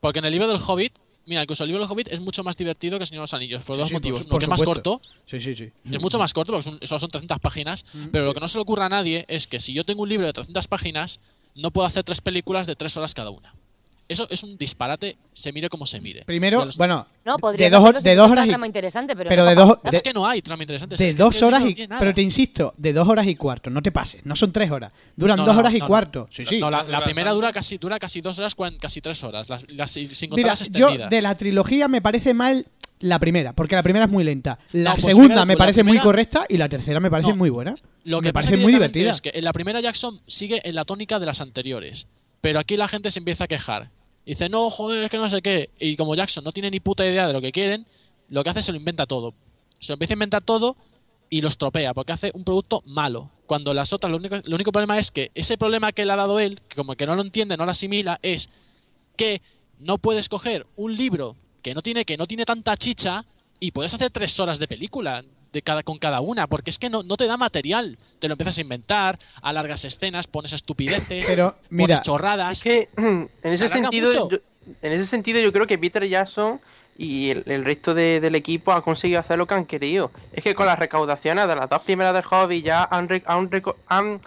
[SPEAKER 6] porque en el libro del Hobbit, mira, incluso el libro del Hobbit es mucho más divertido que el Señor de los Anillos, por
[SPEAKER 2] Sí,
[SPEAKER 6] dos
[SPEAKER 2] sí,
[SPEAKER 6] motivos.
[SPEAKER 2] su-
[SPEAKER 6] Porque es más
[SPEAKER 2] supuesto.
[SPEAKER 6] corto,
[SPEAKER 2] Sí, sí, sí.
[SPEAKER 6] es mucho más corto, porque son, solo son 300 páginas, pero lo que no se le ocurra a nadie es que si yo tengo un libro de 300 páginas, no puedo hacer tres películas de tres horas cada una. Eso es un disparate, se mire como se mire. Y
[SPEAKER 2] Primero,
[SPEAKER 6] a los-
[SPEAKER 2] bueno,
[SPEAKER 4] No, podría
[SPEAKER 2] de dos,
[SPEAKER 4] hacerlo
[SPEAKER 2] hor-
[SPEAKER 4] si
[SPEAKER 2] de
[SPEAKER 4] fuese
[SPEAKER 2] dos
[SPEAKER 4] una
[SPEAKER 2] horas y,
[SPEAKER 4] trama interesante, pero,
[SPEAKER 2] pero
[SPEAKER 4] no
[SPEAKER 2] de
[SPEAKER 4] pasa
[SPEAKER 2] dos,
[SPEAKER 4] nada.
[SPEAKER 6] es
[SPEAKER 2] de-
[SPEAKER 6] que no hay trama interesante.
[SPEAKER 2] de
[SPEAKER 6] es que
[SPEAKER 2] dos
[SPEAKER 6] el libro
[SPEAKER 2] horas
[SPEAKER 6] no
[SPEAKER 2] y
[SPEAKER 6] tiene nada.
[SPEAKER 2] pero te insisto de dos horas y cuarto no te pases no son tres horas duran
[SPEAKER 6] No,
[SPEAKER 2] dos
[SPEAKER 6] no,
[SPEAKER 2] horas y
[SPEAKER 6] no, no.
[SPEAKER 2] cuarto sí
[SPEAKER 6] No,
[SPEAKER 2] sí
[SPEAKER 6] no, la, la
[SPEAKER 8] Dura
[SPEAKER 6] primera
[SPEAKER 8] tanto.
[SPEAKER 6] dura casi, dura casi dos horas, cuan- casi tres horas, las, las- sin contar
[SPEAKER 2] Mira,
[SPEAKER 6] las
[SPEAKER 2] yo
[SPEAKER 6] extendidas.
[SPEAKER 2] de la trilogía me parece mal la primera porque la primera es muy lenta la
[SPEAKER 6] No, pues
[SPEAKER 2] segunda
[SPEAKER 6] mira,
[SPEAKER 2] me
[SPEAKER 6] pues la
[SPEAKER 2] parece muy
[SPEAKER 6] primera-
[SPEAKER 2] correcta y la tercera me parece
[SPEAKER 6] No,
[SPEAKER 2] muy buena
[SPEAKER 6] Lo que
[SPEAKER 2] me
[SPEAKER 6] pasa
[SPEAKER 2] parece
[SPEAKER 6] que
[SPEAKER 2] muy
[SPEAKER 6] directamente
[SPEAKER 2] divertida
[SPEAKER 6] Es que en la primera Jackson sigue en la tónica de las anteriores, pero aquí la gente se empieza a quejar. Dice, no, joder, es que no sé qué. Y como Jackson no tiene ni puta idea de lo que quieren, lo que hace es se lo inventa todo. Se lo empieza a inventar todo y lo estropea, porque hace un producto malo. Cuando las otras, lo único, lo único problema es que ese problema que le ha dado él, que como que no lo entiende, no lo asimila, es que no puedes coger un libro que no tiene, que no tiene tanta chicha y puedes hacer tres horas de película de cada, con cada una, porque es que no, no te da material. Te lo empiezas a inventar, alargas escenas, pones estupideces,
[SPEAKER 2] Pero, mira,
[SPEAKER 6] pones chorradas.
[SPEAKER 7] Es que en ese
[SPEAKER 6] alarga
[SPEAKER 7] sentido,
[SPEAKER 6] mucho.
[SPEAKER 7] yo, en ese sentido, yo creo que Peter Jackson y el, el resto de- del equipo han conseguido hacer lo que han querido. Es que con las recaudaciones de las dos primeras del hobby ya han, re- han reco- han-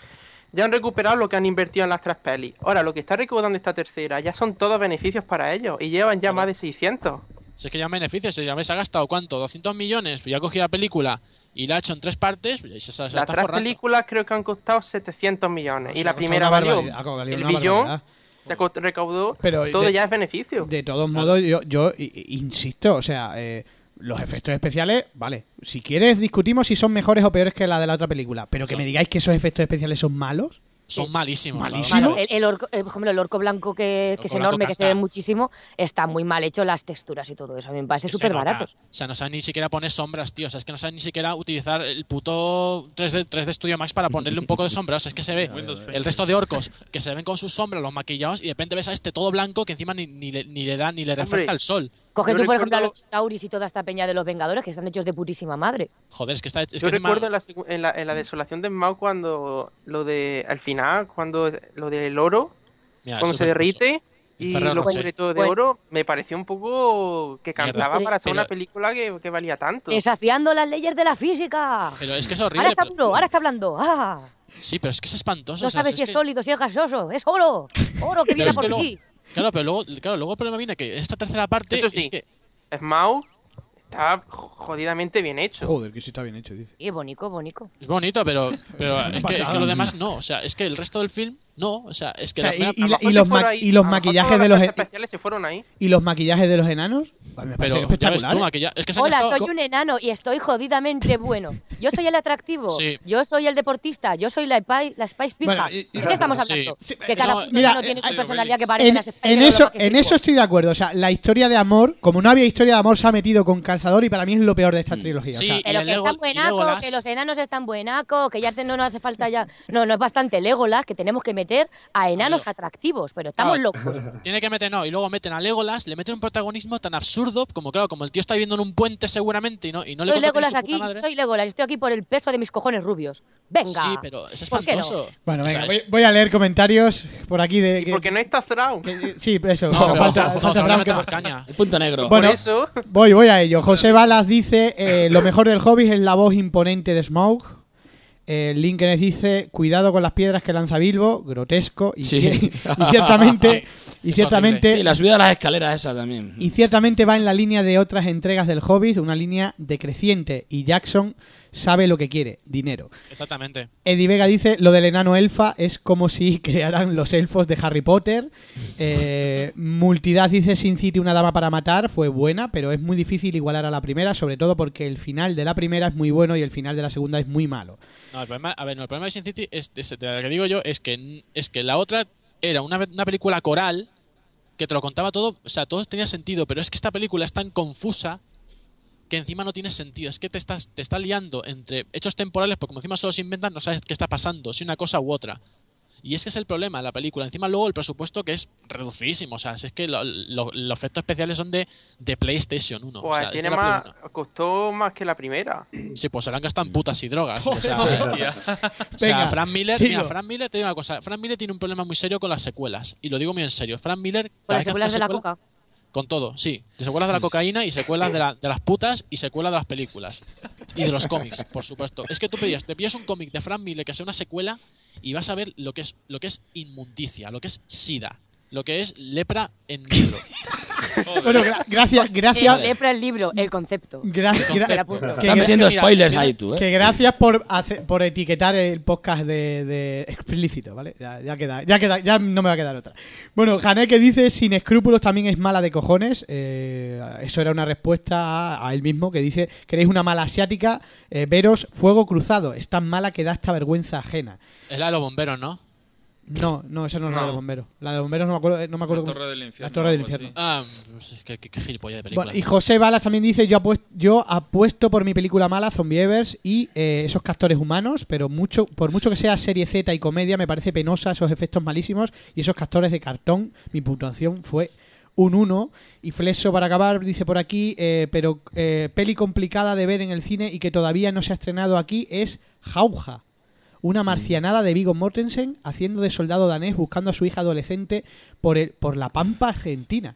[SPEAKER 7] ya han recuperado lo que han invertido en las tres pelis. Ahora, lo que está recaudando esta tercera ya son todos beneficios para ellos y llevan ya más de 600.
[SPEAKER 6] Si es que ya beneficios, si ya me se ha gastado cuánto, 200 millones, pues ya ha cogido la película y la ha hecho en tres partes, pues se, se la
[SPEAKER 7] Las
[SPEAKER 6] está
[SPEAKER 7] tres
[SPEAKER 6] forrando.
[SPEAKER 7] películas creo que han costado 700 millones y
[SPEAKER 2] se ha
[SPEAKER 7] la
[SPEAKER 2] costado
[SPEAKER 7] primera
[SPEAKER 2] una
[SPEAKER 7] valió
[SPEAKER 2] barbaridad, ha valido
[SPEAKER 7] el
[SPEAKER 2] una
[SPEAKER 7] billón,
[SPEAKER 2] barbaridad.
[SPEAKER 7] ya co- recaudó,
[SPEAKER 2] Pero
[SPEAKER 7] todo
[SPEAKER 2] de-
[SPEAKER 7] ya es beneficio.
[SPEAKER 2] de todos modos yo, yo i- i- insisto o sea eh, los efectos especiales, vale. Si quieres, discutimos si son mejores o peores que la de la otra película. Pero que
[SPEAKER 6] Son-
[SPEAKER 2] me digáis que esos efectos especiales son malos.
[SPEAKER 6] Son malísimos. la
[SPEAKER 2] Malísimo.
[SPEAKER 6] verdad.
[SPEAKER 4] Claro, el, el orco, eh, por ejemplo, el orco blanco que,
[SPEAKER 6] Orco
[SPEAKER 4] que es
[SPEAKER 6] blanco
[SPEAKER 4] enorme, que se
[SPEAKER 6] canta.
[SPEAKER 4] ve muchísimo, está muy mal hecho, las texturas y todo eso. A mí me parece
[SPEAKER 6] Es que se
[SPEAKER 4] súper
[SPEAKER 6] nota.
[SPEAKER 4] barato.
[SPEAKER 6] O sea, no saben ni siquiera poner sombras, tío. O sea, es que no saben ni siquiera utilizar el puto 3D, 3D Studio Max para ponerle un poco de sombras. O sea, es que se ve
[SPEAKER 8] Windows
[SPEAKER 6] el resto de orcos que se ven con sus sombras, los maquillados, y de repente ves a este todo blanco que encima ni, ni le, ni le da ni le refleja
[SPEAKER 7] Hombre.
[SPEAKER 6] el sol.
[SPEAKER 4] Coge
[SPEAKER 7] Yo
[SPEAKER 4] tú, por ejemplo, a
[SPEAKER 7] recuerdo-
[SPEAKER 4] los Tauris y toda esta peña de los Vengadores que están hechos de putísima madre.
[SPEAKER 6] Joder, es que está. Es
[SPEAKER 7] Yo
[SPEAKER 6] que encima-
[SPEAKER 7] recuerdo en la, segu- en, la, en la desolación de Mao cuando lo de. Al final, cuando lo del oro,
[SPEAKER 2] Ah,
[SPEAKER 6] mira,
[SPEAKER 7] cuando
[SPEAKER 6] es
[SPEAKER 7] se
[SPEAKER 6] otra cosa.
[SPEAKER 7] derrite y
[SPEAKER 6] Ferrero
[SPEAKER 7] lo
[SPEAKER 6] Rocher.
[SPEAKER 7] completó de
[SPEAKER 4] Bueno.
[SPEAKER 7] oro, me pareció un poco que
[SPEAKER 6] Mierda.
[SPEAKER 7] cantaba para ser una
[SPEAKER 6] Pero-
[SPEAKER 7] película que, que valía tanto.
[SPEAKER 4] Desafiando las leyes de la física.
[SPEAKER 6] Pero es que es
[SPEAKER 4] Ahora
[SPEAKER 6] horrible.
[SPEAKER 4] está
[SPEAKER 6] pero-
[SPEAKER 4] duro, ahora está blando. ¡Ah!
[SPEAKER 6] Sí, pero es que es espantoso.
[SPEAKER 4] No
[SPEAKER 6] o sea,
[SPEAKER 4] sabes si es
[SPEAKER 6] que-
[SPEAKER 4] sólido, si es gaseoso. Es oro. Oro que viene
[SPEAKER 6] es
[SPEAKER 4] por
[SPEAKER 6] que luego-
[SPEAKER 4] ti.
[SPEAKER 6] Claro, pero luego, claro, luego el problema viene que esta tercera parte
[SPEAKER 7] Eso sí.
[SPEAKER 6] es que
[SPEAKER 7] Es Mao estaba jo- jodidamente bien hecho.
[SPEAKER 2] Joder, que sí está bien hecho, dice.
[SPEAKER 4] Y bonito, bonito.
[SPEAKER 6] es bonito, pero, pero es, que, es
[SPEAKER 2] Pasado.
[SPEAKER 6] que lo demás no. O sea, es que el resto del film no. O sea, es que
[SPEAKER 2] O sea,
[SPEAKER 6] la primera-
[SPEAKER 2] y-
[SPEAKER 7] A
[SPEAKER 2] la-
[SPEAKER 7] mejor
[SPEAKER 2] y
[SPEAKER 7] se
[SPEAKER 2] los
[SPEAKER 7] fuera
[SPEAKER 2] ma-
[SPEAKER 7] ahí-
[SPEAKER 2] y los
[SPEAKER 7] a mejor
[SPEAKER 2] maquillajes
[SPEAKER 7] todas
[SPEAKER 2] de
[SPEAKER 7] las
[SPEAKER 2] los- e-
[SPEAKER 7] efectos especiales se fueron ahí.
[SPEAKER 2] ¿Y los maquillajes de los enanos? A mí me ¿eh? parecen
[SPEAKER 6] pero ya ves tú,
[SPEAKER 2] espectaculares.
[SPEAKER 6] maquilla- es que se han
[SPEAKER 4] Hola,
[SPEAKER 6] gastado-
[SPEAKER 4] soy un enano y estoy jodidamente bueno. Yo soy el atractivo.
[SPEAKER 6] Sí.
[SPEAKER 4] Yo soy el deportista. Yo soy la, spy- la Spice Pija.
[SPEAKER 2] Bueno, y- y-
[SPEAKER 4] ¿De qué estamos
[SPEAKER 6] Sí.
[SPEAKER 4] hablando?
[SPEAKER 2] Sí,
[SPEAKER 4] que
[SPEAKER 2] eh,
[SPEAKER 4] cada
[SPEAKER 6] no,
[SPEAKER 4] puto
[SPEAKER 2] mira,
[SPEAKER 4] enano tiene
[SPEAKER 2] eh,
[SPEAKER 4] su
[SPEAKER 8] eh,
[SPEAKER 4] personalidad que parece
[SPEAKER 2] En,
[SPEAKER 4] la Spice
[SPEAKER 2] en
[SPEAKER 4] de los
[SPEAKER 2] eso,
[SPEAKER 4] Jurassic
[SPEAKER 2] en eso
[SPEAKER 4] World.
[SPEAKER 2] estoy de acuerdo. O sea, la historia de amor, como no había historia de amor, se ha metido con calzador y para mí es lo peor de esta trilogía. O
[SPEAKER 6] Mm. Sí,
[SPEAKER 2] sea,
[SPEAKER 6] y
[SPEAKER 4] Pero
[SPEAKER 6] el
[SPEAKER 4] que
[SPEAKER 6] Lego-
[SPEAKER 4] están
[SPEAKER 6] y
[SPEAKER 4] buenacos,
[SPEAKER 6] Legolas.
[SPEAKER 4] que los enanos están buenacos, que ya te- no nos hace falta ya. No, no es bastante Legolas, que tenemos que meter a enanos
[SPEAKER 6] Amigo.
[SPEAKER 4] atractivos, pero estamos
[SPEAKER 6] Ah,
[SPEAKER 4] locos.
[SPEAKER 6] Tiene que meter, no, y luego meten a Legolas, le meten un protagonismo tan absurdo, como claro, como el tío está viviendo en un puente seguramente y no, y no le
[SPEAKER 4] soy
[SPEAKER 6] contaste
[SPEAKER 4] Legolas
[SPEAKER 6] su puta
[SPEAKER 4] aquí,
[SPEAKER 6] madre.
[SPEAKER 4] soy Legolas, estoy aquí por el peso de mis cojones rubios. Venga.
[SPEAKER 6] Sí, pero es
[SPEAKER 4] ¿Por qué no?
[SPEAKER 6] espantoso.
[SPEAKER 2] bueno,
[SPEAKER 6] O sea,
[SPEAKER 2] venga,
[SPEAKER 6] es-
[SPEAKER 2] voy, voy a leer comentarios por aquí de.
[SPEAKER 7] Y
[SPEAKER 2] que-
[SPEAKER 7] porque no está Thrawn.
[SPEAKER 2] que- que- sí, eso.
[SPEAKER 6] No,
[SPEAKER 2] bueno,
[SPEAKER 6] pero-
[SPEAKER 2] falta,
[SPEAKER 6] no,
[SPEAKER 2] falta
[SPEAKER 6] Fran,
[SPEAKER 2] Fran
[SPEAKER 6] mete
[SPEAKER 2] que-
[SPEAKER 6] más caña.
[SPEAKER 3] El punto negro.
[SPEAKER 2] Bueno.
[SPEAKER 7] Por eso, pues,
[SPEAKER 2] Voy, voy a ello. José Balas dice: eh, Lo mejor del Hobbit es la voz imponente de Smaug. Eh, Linkenes dice: Cuidado con las piedras que lanza Bilbo. Grotesco. Y,
[SPEAKER 3] Sí.
[SPEAKER 2] cier- y ciertamente. y
[SPEAKER 6] es
[SPEAKER 2] ciertamente.
[SPEAKER 3] Sí, la subida de las escaleras esa también.
[SPEAKER 2] Y ciertamente va en la línea de otras entregas del Hobbit, una línea decreciente, y Jackson sabe lo que quiere, dinero.
[SPEAKER 6] Exactamente.
[SPEAKER 2] Eddie Vega dice, lo del enano elfa es como si crearan los elfos de Harry Potter. Eh, Multidad dice, Sin City, una dama para matar, fue buena, pero es muy difícil igualar a la primera, sobre todo porque el final de la primera es muy bueno y el final de la segunda es muy malo.
[SPEAKER 6] No, el problema, a ver, no, el problema de Sin City es, es- de la que digo yo es que n- es que la otra era una, ve- una película coral que te lo contaba todo, o sea, todo tenía sentido, pero es que esta película es tan confusa que encima no tiene sentido, es que te estás te está liando entre hechos temporales porque como encima solo se inventan, no sabes qué está pasando, si una cosa u otra. Y es que es el problema de la película. Encima luego el presupuesto que es reducidísimo. O sea, es que lo- lo- los efectos especiales son de, de PlayStation 1. o
[SPEAKER 7] pues
[SPEAKER 6] sea, es
[SPEAKER 7] tiene
[SPEAKER 6] de la Play
[SPEAKER 7] más,
[SPEAKER 6] 1.
[SPEAKER 7] costó más que la primera.
[SPEAKER 6] Sí, pues se lo han gastado en putas y drogas. o sea,
[SPEAKER 8] Hostia.
[SPEAKER 6] o sea,
[SPEAKER 2] Venga,
[SPEAKER 6] Frank Miller,
[SPEAKER 2] sigo.
[SPEAKER 6] mira, Frank Miller te digo una cosa, Frank Miller tiene un problema muy serio con las secuelas. Y lo digo muy en serio. Frank Miller,
[SPEAKER 4] Con
[SPEAKER 6] cada
[SPEAKER 4] las
[SPEAKER 6] vez que hace
[SPEAKER 4] secuelas de
[SPEAKER 6] una
[SPEAKER 4] la
[SPEAKER 6] secuela-
[SPEAKER 4] coca.
[SPEAKER 6] Con todo, sí. De secuelas de la cocaína y secuelas de, la- de las putas y secuelas de las películas. Y de los cómics, por supuesto. Es que tú pedías, te pillas un cómic de Frank Miller que sea una secuela y vas a ver lo que es, lo que es inmundicia, lo que es sida, lo que es lepra en libro.
[SPEAKER 8] Joder.
[SPEAKER 2] Bueno, gra- gracias, gracias.
[SPEAKER 4] El lepra Eh, el libro, el concepto.
[SPEAKER 6] Mm.
[SPEAKER 2] gra- gra-
[SPEAKER 6] Concepto.
[SPEAKER 2] que-
[SPEAKER 3] Estás
[SPEAKER 2] que-
[SPEAKER 3] metiendo
[SPEAKER 6] mira,
[SPEAKER 3] spoilers
[SPEAKER 6] mira,
[SPEAKER 3] ahí tú, ¿eh?
[SPEAKER 2] Que gracias por hace- por etiquetar el podcast de, de explícito, ¿vale? Ya, ya queda, ya queda, ya no me va a quedar otra. Bueno, Jané que dice sin escrúpulos también es mala de cojones. Eh, eso era una respuesta a, a él mismo que dice queréis una mala asiática, Eh, veros fuego cruzado, es tan mala que da hasta vergüenza ajena.
[SPEAKER 6] Es la de los bomberos, ¿no?
[SPEAKER 2] No, no, esa no es la
[SPEAKER 7] No.
[SPEAKER 2] de los bomberos. La de los bomberos no me acuerdo, eh, no me acuerdo.
[SPEAKER 8] La
[SPEAKER 2] cómo-
[SPEAKER 8] Torre del Infierno.
[SPEAKER 2] La Torre del
[SPEAKER 8] algo así.
[SPEAKER 2] Infierno.
[SPEAKER 6] Ah, pues, qué, qué- qué gilipollas de película.
[SPEAKER 2] Bueno, y José Balas también dice, yo, apues- yo apuesto por mi película mala, Zombie Evers, y eh, esos castores humanos, pero mucho por mucho que sea serie Z y comedia, me parece penosa esos efectos malísimos y esos castores de cartón. Mi puntuación fue un 1. Y Fleso, para acabar, dice por aquí, eh, pero eh, peli complicada de ver en el cine y que todavía no se ha estrenado aquí es Jauja.
[SPEAKER 3] Mm.
[SPEAKER 2] Una marcianada de Vigo Mortensen haciendo de soldado danés buscando a su hija adolescente por, el, por la pampa argentina.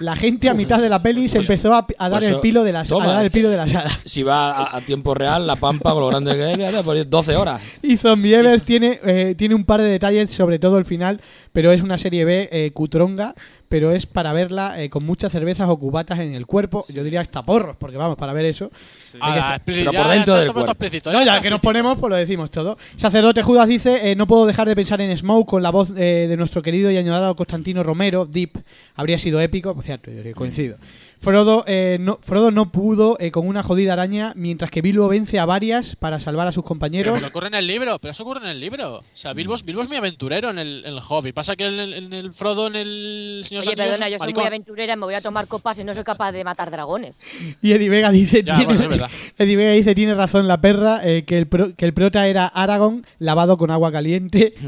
[SPEAKER 2] La gente a mitad de la peli se empezó a, a dar
[SPEAKER 3] pues,
[SPEAKER 2] el pilo de la,
[SPEAKER 3] toma,
[SPEAKER 2] a dar el
[SPEAKER 3] es que-
[SPEAKER 2] pilo de la sala.
[SPEAKER 3] Si va a, a tiempo real, la pampa con lo grande que es, ya te pones 12 horas.
[SPEAKER 2] Y Zombie Evers tiene, eh, tiene un par de detalles, sobre todo el final, pero es una serie B eh, cutronga, pero es para verla eh, con muchas cervezas o cubatas en el cuerpo. Yo diría hasta porros, porque vamos, para ver eso.
[SPEAKER 6] Ahora,
[SPEAKER 3] Pero por dentro del cuerpo.
[SPEAKER 2] No,
[SPEAKER 6] ¿eh?
[SPEAKER 2] ya que nos ponemos, pues lo decimos todo. Sacerdote Judas dice, eh, no puedo dejar de pensar en Smoke con la voz eh, de nuestro querido y añorado Constantino Romero, Deep. Habría sido épico, por cierto, yo coincido. Frodo, eh, no, Frodo no pudo eh, con una jodida araña, mientras que Bilbo vence a varias para salvar a sus
[SPEAKER 6] Pero
[SPEAKER 2] compañeros.
[SPEAKER 6] que ocurre en el libro, pero eso ocurre en el libro. O sea, Bilbo, es- Bilbo es muy aventurero en el, en el hobby. Pasa que en el, en el Frodo, en el Señor
[SPEAKER 4] Oye,
[SPEAKER 6] Anillos,
[SPEAKER 4] perdona, yo soy
[SPEAKER 6] maricón.
[SPEAKER 4] muy aventurera, me voy a tomar copas y no soy capaz de matar dragones.
[SPEAKER 2] Y Eddie Vega dice,
[SPEAKER 6] Ya,
[SPEAKER 2] tiene,
[SPEAKER 6] bueno, es verdad.
[SPEAKER 2] Eddie Vega dice, tiene razón
[SPEAKER 6] Hmm.
[SPEAKER 2] la perra, eh, que, el pro- que el prota era Aragón lavado con agua caliente.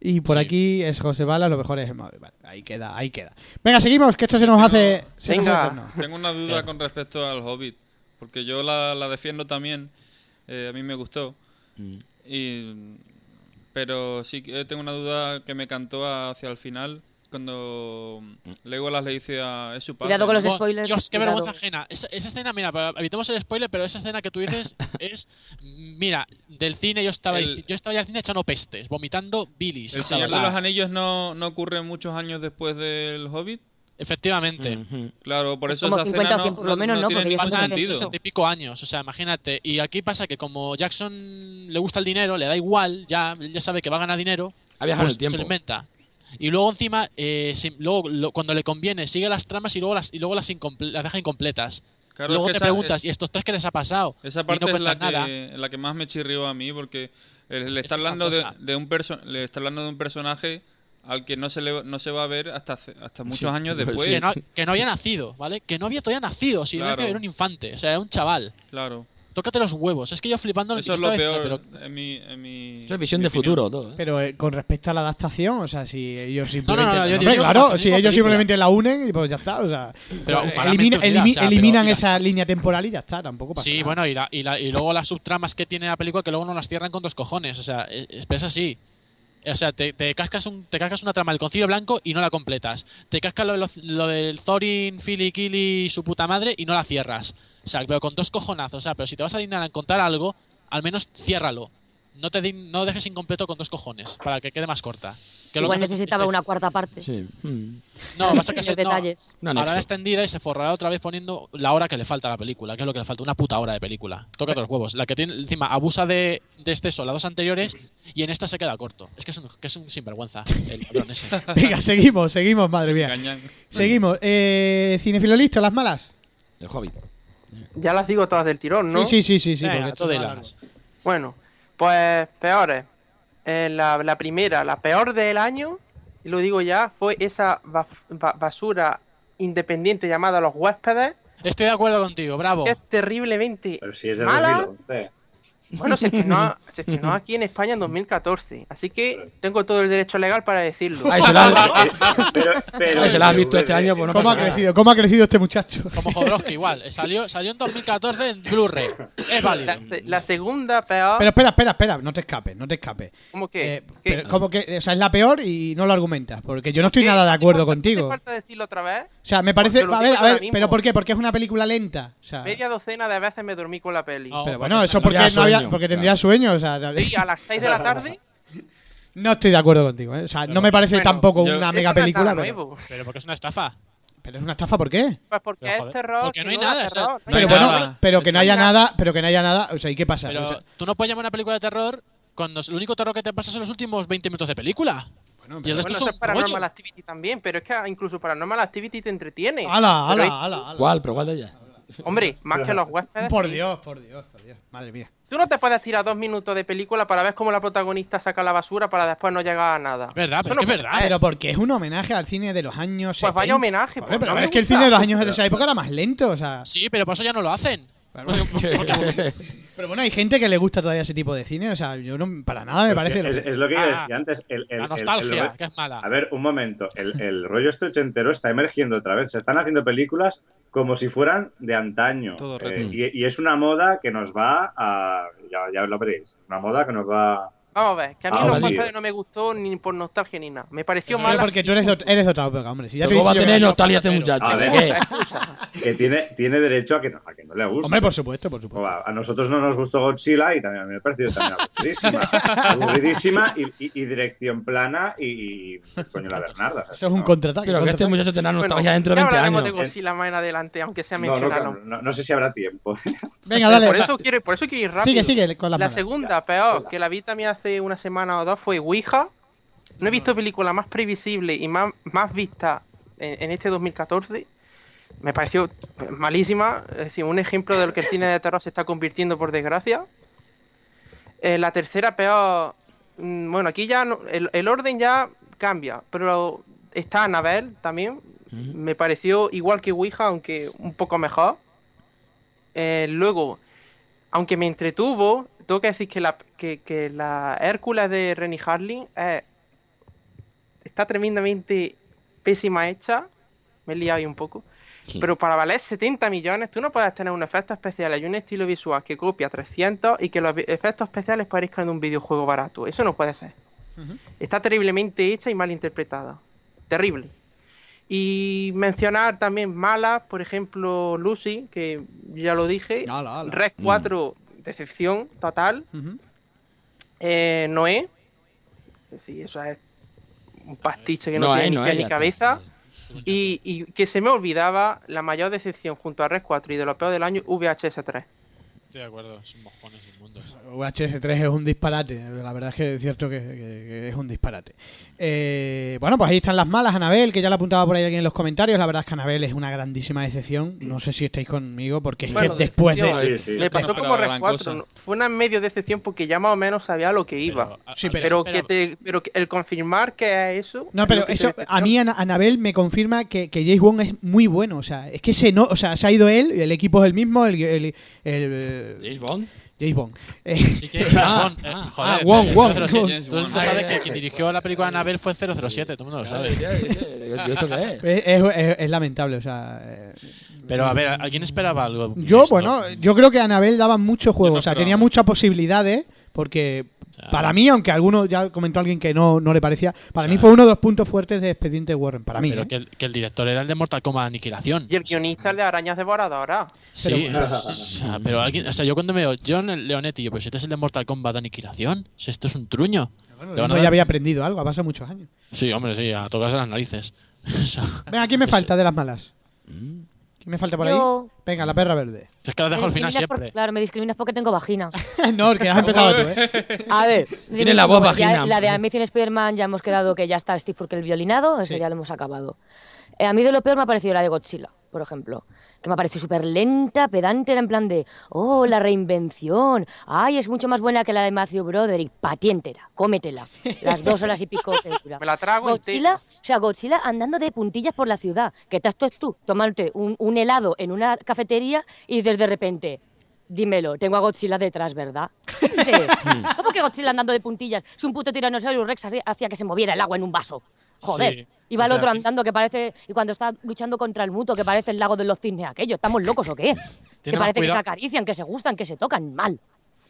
[SPEAKER 2] Y por aquí es José Bala, lo mejor es el móvil. Vale, ahí queda, ahí queda. Venga, seguimos, que esto se nos hace. Se nos
[SPEAKER 7] Venga.
[SPEAKER 2] hace eterno.
[SPEAKER 8] Tengo una duda con respecto al Hobbit, porque yo la, la defiendo también, eh, a mí me gustó,
[SPEAKER 3] Mm.
[SPEAKER 8] y, pero sí que eh, tengo una duda que me cantó hacia el final, cuando
[SPEAKER 6] Mm.
[SPEAKER 8] Legolas le dice a... Es su padre.
[SPEAKER 4] Cuidado con los
[SPEAKER 8] ¿no?
[SPEAKER 6] Oh,
[SPEAKER 4] spoilers,
[SPEAKER 6] Dios, qué
[SPEAKER 4] cuidado.
[SPEAKER 6] vergüenza ajena. Esa, esa escena, mira, para- evitemos el spoiler, pero esa escena que tú dices es. Mira, del cine yo estaba,
[SPEAKER 8] El-
[SPEAKER 6] yo estaba ya al cine echando pestes, vomitando bilis.
[SPEAKER 8] ¿El
[SPEAKER 6] estaba
[SPEAKER 8] Señor de
[SPEAKER 6] la-
[SPEAKER 8] los Anillos no, no ocurre muchos años después del Hobbit?
[SPEAKER 6] Efectivamente.
[SPEAKER 8] Mm.
[SPEAKER 3] Ujú.
[SPEAKER 8] Claro, por
[SPEAKER 4] Pues
[SPEAKER 8] eso
[SPEAKER 4] como
[SPEAKER 8] esa
[SPEAKER 4] 50
[SPEAKER 8] escena
[SPEAKER 4] o
[SPEAKER 8] no,
[SPEAKER 4] 100 por lo menos, ¿no?
[SPEAKER 8] tiene
[SPEAKER 4] Porque
[SPEAKER 8] ni
[SPEAKER 4] ya son
[SPEAKER 8] más
[SPEAKER 6] Pasan
[SPEAKER 4] sentido.
[SPEAKER 6] 60 y pico años, o sea, imagínate. Y aquí pasa que como Jackson le gusta el dinero, le da igual, ya, él ya sabe que va a ganar dinero,
[SPEAKER 3] Ha viajado en el
[SPEAKER 6] Pues se
[SPEAKER 3] tiempo.
[SPEAKER 6] lo inventa. Y luego encima, eh, si- luego, lo- cuando le conviene, sigue las tramas y luego las, y luego las, incomple- las deja incompletas.
[SPEAKER 8] Claro,
[SPEAKER 6] luego
[SPEAKER 8] es que
[SPEAKER 6] te
[SPEAKER 8] esa-
[SPEAKER 6] preguntas, ¿y estos tres qué les ha pasado?
[SPEAKER 8] Esa
[SPEAKER 6] y
[SPEAKER 8] parte
[SPEAKER 6] no
[SPEAKER 8] es la
[SPEAKER 6] cuentan
[SPEAKER 8] que,
[SPEAKER 6] nada.
[SPEAKER 8] la que más me chirrió a mí porque eh, le
[SPEAKER 6] Es
[SPEAKER 8] está hablando de,
[SPEAKER 6] espantosa.
[SPEAKER 8] de un perso- le está hablando de un personaje al que no se le, no se va a ver hasta hace- hasta muchos
[SPEAKER 3] Sí,
[SPEAKER 8] años
[SPEAKER 3] pues
[SPEAKER 8] después.
[SPEAKER 6] Que, no, que no había nacido, ¿vale? Que no había todavía nacido. Si
[SPEAKER 8] Claro.
[SPEAKER 6] era un infante, o sea, era un chaval.
[SPEAKER 8] Claro.
[SPEAKER 6] Tócate los huevos. Es que yo flipando
[SPEAKER 8] Eso
[SPEAKER 6] yo
[SPEAKER 8] es lo
[SPEAKER 6] estaba diciendo,
[SPEAKER 8] peor
[SPEAKER 6] pero-
[SPEAKER 8] en mi, en mi-
[SPEAKER 3] Eso es visión
[SPEAKER 8] mi
[SPEAKER 3] de
[SPEAKER 8] opinión.
[SPEAKER 3] futuro, todo. ¿eh?
[SPEAKER 2] Pero eh, con respecto a la adaptación, o sea, si ellos simplemente.
[SPEAKER 6] no, yo
[SPEAKER 2] Hombre,
[SPEAKER 6] digo como
[SPEAKER 2] claro,
[SPEAKER 6] cinco
[SPEAKER 2] si ellos
[SPEAKER 6] películas.
[SPEAKER 2] simplemente la unen y pues ya está, o sea.
[SPEAKER 6] Pero un
[SPEAKER 2] elimina-
[SPEAKER 6] parámetro, mira,
[SPEAKER 2] elimi-
[SPEAKER 6] o sea, pero
[SPEAKER 2] eliminan
[SPEAKER 6] mira.
[SPEAKER 2] esa línea temporal y ya está, tampoco pasa
[SPEAKER 6] Sí,
[SPEAKER 2] nada.
[SPEAKER 6] bueno, y, la- y, la- y luego las subtramas que tiene la película que luego no las cierran con dos cojones. O sea, es, es- pero es así. O sea, te, te cascas un, te cascas una trama del Concilio Blanco y no la completas. Te cascas lo, de los- lo del Thorin, Fili, Kili y su puta madre y no la cierras. O sea, pero con dos cojonazos. O sea, pero si te vas a dignar a contar algo, al menos ciérralo. No te din- no dejes incompleto con dos cojones para que quede más corta. Que lo que
[SPEAKER 4] Igual
[SPEAKER 6] haces es-
[SPEAKER 4] necesitaba
[SPEAKER 6] este-
[SPEAKER 4] una cuarta parte.
[SPEAKER 3] Sí. Mm.
[SPEAKER 6] No, vas a
[SPEAKER 4] Pequeños
[SPEAKER 6] casar. No,
[SPEAKER 4] detalles.
[SPEAKER 3] Un
[SPEAKER 6] Ahora este
[SPEAKER 3] anexo.
[SPEAKER 6] extendida y se forrará otra vez poniendo la hora que le falta a la película, que es lo que le falta, una puta hora de película. Tócate los huevos. La que tiene, encima, abusa de, de exceso las dos anteriores y en esta se queda corto. Es que es un, que es un sinvergüenza el ladrón ese.
[SPEAKER 2] Venga, seguimos, seguimos, madre mía.
[SPEAKER 8] Cañán.
[SPEAKER 2] Seguimos. Eh, Cinefilo listo, las malas.
[SPEAKER 3] El hobbit.
[SPEAKER 7] Ya las digo todas del tirón, ¿no?
[SPEAKER 2] Sí, sí, sí, sí, sí,
[SPEAKER 6] Venga,
[SPEAKER 2] porque esto
[SPEAKER 6] tú
[SPEAKER 2] va-
[SPEAKER 6] dilas.
[SPEAKER 7] Bueno, pues peores. Eh, la, la primera, la peor del año, y lo digo ya, fue esa baf- ba- basura independiente llamada Los Huéspedes,
[SPEAKER 6] Estoy de acuerdo contigo, bravo.
[SPEAKER 7] que es terriblemente
[SPEAKER 5] Oh. Pero si es de
[SPEAKER 7] mala.
[SPEAKER 5] 2011.
[SPEAKER 7] Bueno, se estrenó, se estrenó aquí en España en 2014, así que tengo todo el derecho legal para decirlo.
[SPEAKER 3] Ay, se la ha-
[SPEAKER 5] pero, pero
[SPEAKER 3] ay, Ah, se la has visto este año, pues no
[SPEAKER 2] ¿Cómo
[SPEAKER 3] pasa
[SPEAKER 2] ha
[SPEAKER 3] nada.
[SPEAKER 2] crecido? ¿Cómo ha crecido este muchacho?
[SPEAKER 6] Como Jodorowsky, igual. Eh, Salió, salió en 2014 en Blu-ray. Es válido.
[SPEAKER 7] La, se- la segunda peor,
[SPEAKER 2] Pero espera, espera, espera, no te escapes, no te escapes.
[SPEAKER 7] ¿cómo que?
[SPEAKER 2] Eh,
[SPEAKER 7] ¿Qué?
[SPEAKER 2] pero como que, o sea, es la peor y no lo argumentas, porque yo no estoy
[SPEAKER 7] ¿Qué?
[SPEAKER 2] nada de
[SPEAKER 7] ¿Hace
[SPEAKER 2] acuerdo
[SPEAKER 7] falta-
[SPEAKER 2] contigo.
[SPEAKER 7] ¿Hace
[SPEAKER 2] O
[SPEAKER 7] falta decirlo otra vez?
[SPEAKER 2] sea, me parece,
[SPEAKER 7] Porque lo
[SPEAKER 2] a
[SPEAKER 7] digo
[SPEAKER 2] ver, a
[SPEAKER 7] ahora
[SPEAKER 2] ver,
[SPEAKER 7] mismo.
[SPEAKER 2] pero ¿por qué? Porque es una película lenta. O sea,
[SPEAKER 7] Media docena de veces me dormí con la peli.
[SPEAKER 6] No,
[SPEAKER 2] pero
[SPEAKER 6] porque
[SPEAKER 2] bueno,
[SPEAKER 6] está
[SPEAKER 2] eso
[SPEAKER 6] claro.
[SPEAKER 2] porque no había,
[SPEAKER 3] sueño,
[SPEAKER 2] porque
[SPEAKER 3] claro.
[SPEAKER 2] tendría sueño, o sea,
[SPEAKER 7] Y a las 6 de la tarde,
[SPEAKER 2] no estoy de acuerdo contigo, ¿eh? o sea, no me parece
[SPEAKER 7] Bueno,
[SPEAKER 2] tampoco
[SPEAKER 8] yo-
[SPEAKER 2] una
[SPEAKER 7] eso
[SPEAKER 2] mega
[SPEAKER 7] no es
[SPEAKER 2] película,
[SPEAKER 7] nada
[SPEAKER 2] pero,
[SPEAKER 7] nuevo.
[SPEAKER 6] Pero porque es una estafa.
[SPEAKER 2] pero es una estafa, ¿por qué?
[SPEAKER 7] Pues porque
[SPEAKER 6] Pero,
[SPEAKER 7] es
[SPEAKER 6] joder,
[SPEAKER 7] terror.
[SPEAKER 6] porque no hay
[SPEAKER 7] que da
[SPEAKER 6] nada, o sea,
[SPEAKER 7] terror,
[SPEAKER 6] no
[SPEAKER 2] Pero
[SPEAKER 7] hay
[SPEAKER 2] bueno,
[SPEAKER 7] nada.
[SPEAKER 6] nada.
[SPEAKER 2] pero que no haya
[SPEAKER 7] Venga.
[SPEAKER 2] nada, pero que no haya nada, o sea, ¿y qué pasa?
[SPEAKER 6] Pero
[SPEAKER 2] O sea,
[SPEAKER 6] tú no puedes llamar a una película de terror cuando el único terror que te pasa son los últimos 20 minutos de película. y el resto
[SPEAKER 7] Bueno, eso
[SPEAKER 6] es
[SPEAKER 7] es
[SPEAKER 6] un
[SPEAKER 7] Paranormal
[SPEAKER 6] rollo.
[SPEAKER 7] Activity también, pero es que incluso Paranormal Activity te entretiene.
[SPEAKER 2] ala,
[SPEAKER 7] Pero
[SPEAKER 2] ala, ala, ala.
[SPEAKER 3] ¿Cuál? ¿Pero cuál de ellas?
[SPEAKER 7] es- Hombre, más que los huéspedes.
[SPEAKER 2] Por
[SPEAKER 7] sí.
[SPEAKER 2] Dios, por Dios, por Dios. Madre mía.
[SPEAKER 7] Tú no te puedes tirar dos minutos de película para ver cómo la protagonista saca la basura para después no llegar a nada.
[SPEAKER 6] Es verdad,
[SPEAKER 7] Eso
[SPEAKER 6] pero
[SPEAKER 7] no
[SPEAKER 6] es que es
[SPEAKER 7] puede
[SPEAKER 6] verdad.
[SPEAKER 7] ser.
[SPEAKER 2] Pero porque es un homenaje al cine de los años
[SPEAKER 7] Pues vaya
[SPEAKER 2] 70.
[SPEAKER 7] homenaje,
[SPEAKER 2] Vale,
[SPEAKER 7] pues,
[SPEAKER 2] pero
[SPEAKER 7] no me
[SPEAKER 2] es que el
[SPEAKER 7] gusta.
[SPEAKER 2] cine de los años de esa época era más lento, o sea.
[SPEAKER 6] Sí, pero por eso ya no lo hacen.
[SPEAKER 2] Pero bueno, hay gente que le gusta todavía ese tipo de cine, o sea, yo no para nada Ah,
[SPEAKER 3] Pues
[SPEAKER 2] me parece.
[SPEAKER 5] Es,
[SPEAKER 2] lo que-
[SPEAKER 5] es lo que yo
[SPEAKER 6] Ah,
[SPEAKER 5] decía antes. El, el- el-
[SPEAKER 6] La
[SPEAKER 5] el-
[SPEAKER 6] nostalgia,
[SPEAKER 5] el-
[SPEAKER 6] que es mala.
[SPEAKER 5] a ver, un momento. El, el rollo este ochentero está emergiendo otra vez. Se están haciendo películas como si fueran de antaño.
[SPEAKER 8] Todo
[SPEAKER 5] Eh,
[SPEAKER 8] retro.
[SPEAKER 5] y, y es una moda que nos va a. Ya, ya lo veréis. Una moda que nos va.
[SPEAKER 7] Vamos a ver, que a mí
[SPEAKER 5] Ah,
[SPEAKER 7] los
[SPEAKER 5] vale.
[SPEAKER 7] huéspedes no me gustó ni por nostalgia ni nada. Me pareció
[SPEAKER 6] Pero
[SPEAKER 2] Pero
[SPEAKER 7] mala.
[SPEAKER 2] porque tú eres de, ot- eres de otra época, hombre. Si ya te he
[SPEAKER 3] ¿Cómo va a
[SPEAKER 2] dicho yo
[SPEAKER 3] tener
[SPEAKER 2] que-
[SPEAKER 3] nostalgia este
[SPEAKER 6] pero-
[SPEAKER 3] muchacho?
[SPEAKER 5] A ver.
[SPEAKER 3] ¿Qué?
[SPEAKER 5] Que tiene, tiene derecho a que, no- a que no le guste.
[SPEAKER 2] Hombre, por supuesto, por supuesto.
[SPEAKER 5] a, a nosotros no nos gustó Godzilla y también a mí me pareció también aburridísima. aburridísima y, y- y dirección plana y. y coño, la Bernarda.
[SPEAKER 2] Eso es un
[SPEAKER 5] No.
[SPEAKER 2] contraataque.
[SPEAKER 3] Pero que este
[SPEAKER 2] contraataque.
[SPEAKER 3] muchacho tendrá
[SPEAKER 7] Bueno,
[SPEAKER 3] nostalgia dentro de
[SPEAKER 7] ya
[SPEAKER 3] 20
[SPEAKER 7] hablaremos de
[SPEAKER 3] años.
[SPEAKER 7] Godzilla más en adelante, aunque sea
[SPEAKER 5] No, no,
[SPEAKER 7] mencionarlo.
[SPEAKER 5] no, no sé si habrá tiempo.
[SPEAKER 2] Venga, dale.
[SPEAKER 7] por,
[SPEAKER 2] va.
[SPEAKER 7] eso quiero, por eso quiero ir rápido.
[SPEAKER 2] Sigue, sigue con las
[SPEAKER 7] La
[SPEAKER 2] malas.
[SPEAKER 7] segunda, peor, que la vi también hace una semana o dos, fue Ouija. No he visto película más previsible y más, más vista en, en este 2014. Me pareció malísima, es decir, un ejemplo de lo que el cine de terror se está convirtiendo, por desgracia. Eh, la tercera, peor. mm, Bueno, aquí ya no- el, el orden ya cambia, pero está Anabel también. Me pareció igual que Ouija, aunque un poco mejor. Eh, luego, aunque me entretuvo, tengo que decir que la, que, que la Hércules de Renny Harling es está tremendamente pésima hecha. Me he liado ahí un poco.
[SPEAKER 3] Sí.
[SPEAKER 7] Pero para valer 70 millones, tú no puedes tener unos efectos especiales y un estilo visual que copia 300 y que los vi- efectos especiales parezcan de un videojuego barato. Eso no puede ser. Está terriblemente hecha y mal interpretada. Terrible. Y mencionar también malas, por ejemplo, Lucy, que ya lo dije.
[SPEAKER 2] Ala, ala.
[SPEAKER 7] Red 4, decepción total.
[SPEAKER 2] Ujú.
[SPEAKER 7] Eh, Noé. Sí, eso es un pastiche que no,
[SPEAKER 3] No, eh,
[SPEAKER 7] tiene ni
[SPEAKER 3] no,
[SPEAKER 7] pie
[SPEAKER 3] eh,
[SPEAKER 7] ni
[SPEAKER 3] ya está.
[SPEAKER 7] cabeza. Y, y que se me olvidaba la mayor decepción junto a Red 4 y de los peores del año, VHS 3.
[SPEAKER 6] Estoy de acuerdo, son mojones inmundos.
[SPEAKER 2] VHS3 es un disparate, la verdad es que es cierto que, que- que es un disparate. Eh, bueno, pues ahí están las malas, Anabel, que ya la apuntaba por ahí alguien en los comentarios, la verdad es que Anabel es una grandísima decepción, no sé si estáis conmigo, porque es
[SPEAKER 7] Bueno,
[SPEAKER 2] que después
[SPEAKER 7] decepción.
[SPEAKER 2] de...
[SPEAKER 5] Sí, sí.
[SPEAKER 7] Me pasó
[SPEAKER 8] esperaba
[SPEAKER 7] como Red
[SPEAKER 8] gran
[SPEAKER 7] 4.
[SPEAKER 8] cosa.
[SPEAKER 7] no- Fue una medio decepción porque ya más o menos sabía lo que iba.
[SPEAKER 6] Pero, ah, a-
[SPEAKER 2] Sí,
[SPEAKER 6] a-
[SPEAKER 7] Ah, Pero, que
[SPEAKER 6] espera,
[SPEAKER 7] te, pero que el confirmar que es eso.
[SPEAKER 2] No,
[SPEAKER 7] es lo
[SPEAKER 2] pero
[SPEAKER 7] que te
[SPEAKER 2] eso, a
[SPEAKER 7] decepciona.
[SPEAKER 2] mí Ana- Anabel me confirma que, que James Bond es muy bueno, o sea, es que se no, o sea, se ha ido él, el equipo es el mismo, el, el, el, eh,
[SPEAKER 3] James Bond.
[SPEAKER 2] James Bond. Eh,
[SPEAKER 6] Sí, James
[SPEAKER 3] Ah,
[SPEAKER 6] Bond, eh,
[SPEAKER 3] ah,
[SPEAKER 6] joder,
[SPEAKER 3] ah, Wong,
[SPEAKER 6] eh,
[SPEAKER 3] Wong,
[SPEAKER 6] 007.
[SPEAKER 8] Wong.
[SPEAKER 6] Todo el mundo
[SPEAKER 8] Ay,
[SPEAKER 6] sabe
[SPEAKER 8] ay,
[SPEAKER 6] que
[SPEAKER 8] ay.
[SPEAKER 6] quien dirigió la película Annabelle fue 007, todo el mundo lo sabe.
[SPEAKER 3] ¿Esto qué es?
[SPEAKER 2] es, es- es- es lamentable, o sea... eh,
[SPEAKER 6] Pero a ver, ¿alguien esperaba algo?
[SPEAKER 2] Yo,
[SPEAKER 6] Esto,
[SPEAKER 2] bueno, yo creo que Anabel daba mucho juego,
[SPEAKER 8] Yo no
[SPEAKER 2] o sea,
[SPEAKER 8] esperaba
[SPEAKER 2] tenía
[SPEAKER 8] mucho.
[SPEAKER 2] muchas posibilidades, porque
[SPEAKER 6] sea,
[SPEAKER 2] para mí, aunque alguno ya comentó alguien que no, no le parecía, para
[SPEAKER 6] o sea,
[SPEAKER 2] mí fue uno de los puntos fuertes de Expediente Warren, para mí.
[SPEAKER 6] Pero
[SPEAKER 2] ¿eh?
[SPEAKER 6] que el, que el director era el de Mortal Kombat Aniquilación.
[SPEAKER 7] Y el guionista le arañas devoradoras.
[SPEAKER 6] Sí, o sea, pero alguien, o sea, yo cuando me veo John Leonetti, yo, pero si este es el de Mortal Kombat Aniquilación, si esto es un truño.
[SPEAKER 2] Bueno,
[SPEAKER 6] Le van
[SPEAKER 2] yo
[SPEAKER 6] a dar-
[SPEAKER 2] ya había aprendido algo, ha pasado muchos años.
[SPEAKER 6] Sí, hombre, sí, a tocarse las narices. O sea,
[SPEAKER 2] Venga, ¿quién me falta de las malas? ¿Quién me falta por ahí?
[SPEAKER 4] Yo-
[SPEAKER 2] Venga, la perra verde.
[SPEAKER 6] es que las dejo al final
[SPEAKER 4] discriminas por-
[SPEAKER 6] siempre.
[SPEAKER 4] claro, me discriminas porque tengo vagina.
[SPEAKER 2] no, que has empezado tú, ¿eh?
[SPEAKER 4] A ver. dime
[SPEAKER 3] la
[SPEAKER 4] tú,
[SPEAKER 3] voz
[SPEAKER 4] bueno, ya
[SPEAKER 3] vagina.
[SPEAKER 4] La de Amazing Spider-Man ya hemos quedado que ya está Steve Urkel violinado, eso
[SPEAKER 2] Sí.
[SPEAKER 4] ya lo hemos acabado. Eh, a mí de lo peor me ha parecido la de Godzilla, por ejemplo. Que me ha parecido súper lenta, pedante, era en plan de, oh, la reinvención. Ay, es mucho más buena que la de Matthew Broderick. Patiéntela, cómetela. Las dos horas y pico de dura.
[SPEAKER 7] Me la trago
[SPEAKER 4] Godzilla,
[SPEAKER 7] entera.
[SPEAKER 4] o sea, Godzilla andando de puntillas por la ciudad. Que te es tú, tomándote un, un helado en una cafetería y desde de repente, dímelo, tengo a Godzilla detrás, ¿verdad? ¿Qué dices? ¿Cómo que Godzilla andando de puntillas? Si un puto tiranosaurio Rex hacía- hacía que se moviera el agua en un vaso. Joder.
[SPEAKER 6] Sí,
[SPEAKER 4] y va el
[SPEAKER 6] o sea,
[SPEAKER 4] otro
[SPEAKER 6] que-
[SPEAKER 4] andando que parece. Y cuando está luchando contra el muto, que parece el lago de los cisnes aquello. ¿Estamos locos o qué? Que
[SPEAKER 6] más
[SPEAKER 4] parece que se
[SPEAKER 6] cuidado.
[SPEAKER 4] acarician, que se gustan, que se tocan mal.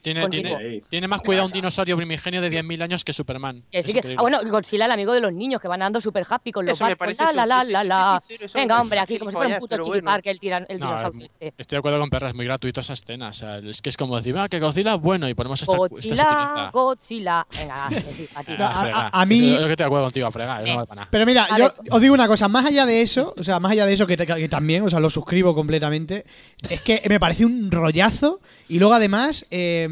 [SPEAKER 6] Tiene,
[SPEAKER 4] Continúo.
[SPEAKER 6] tiene, tiene más cuidado un dinosaurio primigenio de 10.000 años que Superman.
[SPEAKER 4] Que
[SPEAKER 6] Es
[SPEAKER 4] sí que-
[SPEAKER 6] increíble.
[SPEAKER 4] ah, bueno, Godzilla, el amigo de los niños, que van andando súper happy con los
[SPEAKER 7] Eso me
[SPEAKER 4] barcos,
[SPEAKER 7] parece
[SPEAKER 4] la, la,
[SPEAKER 7] sí, sí,
[SPEAKER 4] la,
[SPEAKER 7] sí,
[SPEAKER 4] la, la.
[SPEAKER 7] sí, sí, eso me
[SPEAKER 4] Venga,
[SPEAKER 7] parece
[SPEAKER 4] hombre, aquí como si fuera un
[SPEAKER 7] gilipollas,
[SPEAKER 4] puto
[SPEAKER 7] pero
[SPEAKER 4] chili
[SPEAKER 7] bueno.
[SPEAKER 4] park el, tiran, el
[SPEAKER 6] No, es
[SPEAKER 4] dinosaurio
[SPEAKER 6] muy-
[SPEAKER 4] este.
[SPEAKER 6] estoy de acuerdo con Perra, es muy gratuito esa escena. O sea, es que es como decir, ah, que Godzilla es bueno y ponemos esta, esta
[SPEAKER 4] Godzilla,
[SPEAKER 6] sutileza.
[SPEAKER 4] Godzilla. Venga, sí, a ti.
[SPEAKER 2] No,
[SPEAKER 6] Ah,
[SPEAKER 2] a-
[SPEAKER 6] fregar.
[SPEAKER 2] a- a mí-
[SPEAKER 6] Eso Es lo que te acuerdo contigo, a fregar, eso no vale para nada.
[SPEAKER 2] Pero mira,
[SPEAKER 4] Vale.
[SPEAKER 2] yo os digo una cosa, más allá de eso, o sea, más allá de eso que, te- que también, o sea, lo suscribo completamente, es que me parece un rollazo y luego además eh,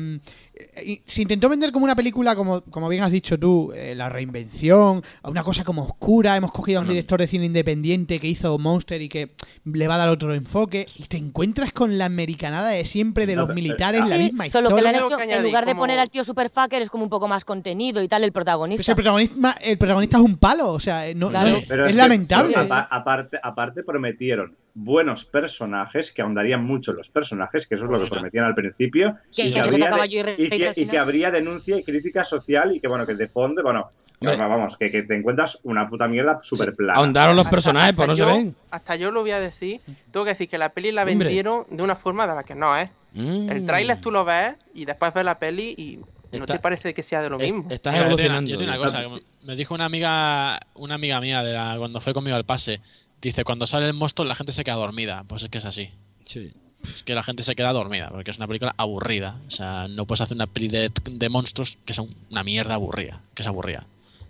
[SPEAKER 2] eh, se intentó vender como una película, como, como bien has dicho tú, eh, la reinvención, una cosa como oscura, hemos cogido a un director de cine independiente que hizo Monster y que le va a dar otro enfoque y te encuentras con la americanada de siempre de los militares, la
[SPEAKER 4] Sí,
[SPEAKER 2] misma
[SPEAKER 4] solo que le han
[SPEAKER 2] historia.
[SPEAKER 4] hecho,
[SPEAKER 7] Yo tengo que
[SPEAKER 4] en
[SPEAKER 7] añadir
[SPEAKER 4] lugar de
[SPEAKER 7] como-
[SPEAKER 4] poner al tío superfucker, es como un poco más contenido y tal el
[SPEAKER 2] Pues
[SPEAKER 4] protagonista.
[SPEAKER 2] el protagonista, el protagonista es un palo, o sea, eh, no-
[SPEAKER 4] Claro.
[SPEAKER 2] no-
[SPEAKER 6] Sí,
[SPEAKER 2] es,
[SPEAKER 5] que,
[SPEAKER 2] lamentable.
[SPEAKER 5] pero apa- aparte, aparte prometieron buenos personajes que ahondarían mucho en los personajes, que eso es lo que prometían al principio,
[SPEAKER 4] Sí,
[SPEAKER 5] y,
[SPEAKER 4] que se
[SPEAKER 5] que habría
[SPEAKER 4] trataba
[SPEAKER 5] de-
[SPEAKER 4] yo y re-
[SPEAKER 5] y que-
[SPEAKER 4] reír al
[SPEAKER 5] y que
[SPEAKER 4] final.
[SPEAKER 5] habría denuncia y crítica social y que bueno, que de fondo, bueno, que,
[SPEAKER 3] Hombre.
[SPEAKER 5] vamos, que, que te encuentras una puta mierda súper plana.
[SPEAKER 3] Ahondaron los
[SPEAKER 7] Hasta-
[SPEAKER 3] personajes,
[SPEAKER 7] hasta
[SPEAKER 3] pues no se
[SPEAKER 7] yo-
[SPEAKER 3] ven.
[SPEAKER 7] Hasta yo lo voy a decir. Tengo que decir que la peli la
[SPEAKER 3] Hombre.
[SPEAKER 7] vendieron de una forma de la que no es. El
[SPEAKER 3] Mm.
[SPEAKER 7] tráiler tú lo ves y después ves la peli y no
[SPEAKER 3] Está-
[SPEAKER 7] te parece que sea de lo mismo.
[SPEAKER 3] Eh, Estás
[SPEAKER 6] Mira, yo tengo una-
[SPEAKER 3] evolucionando.
[SPEAKER 6] Yo tengo una cosa, que me- me dijo una amiga, una amiga mía de la, cuando fue conmigo al pase. Dice, cuando sale el monstruo la gente se queda dormida. Pues es que es así.
[SPEAKER 3] Sí.
[SPEAKER 6] Es que la gente se queda dormida, porque es una película aburrida. O sea, no puedes hacer una peli de, de monstruos que son una mierda aburrida, que es aburrida.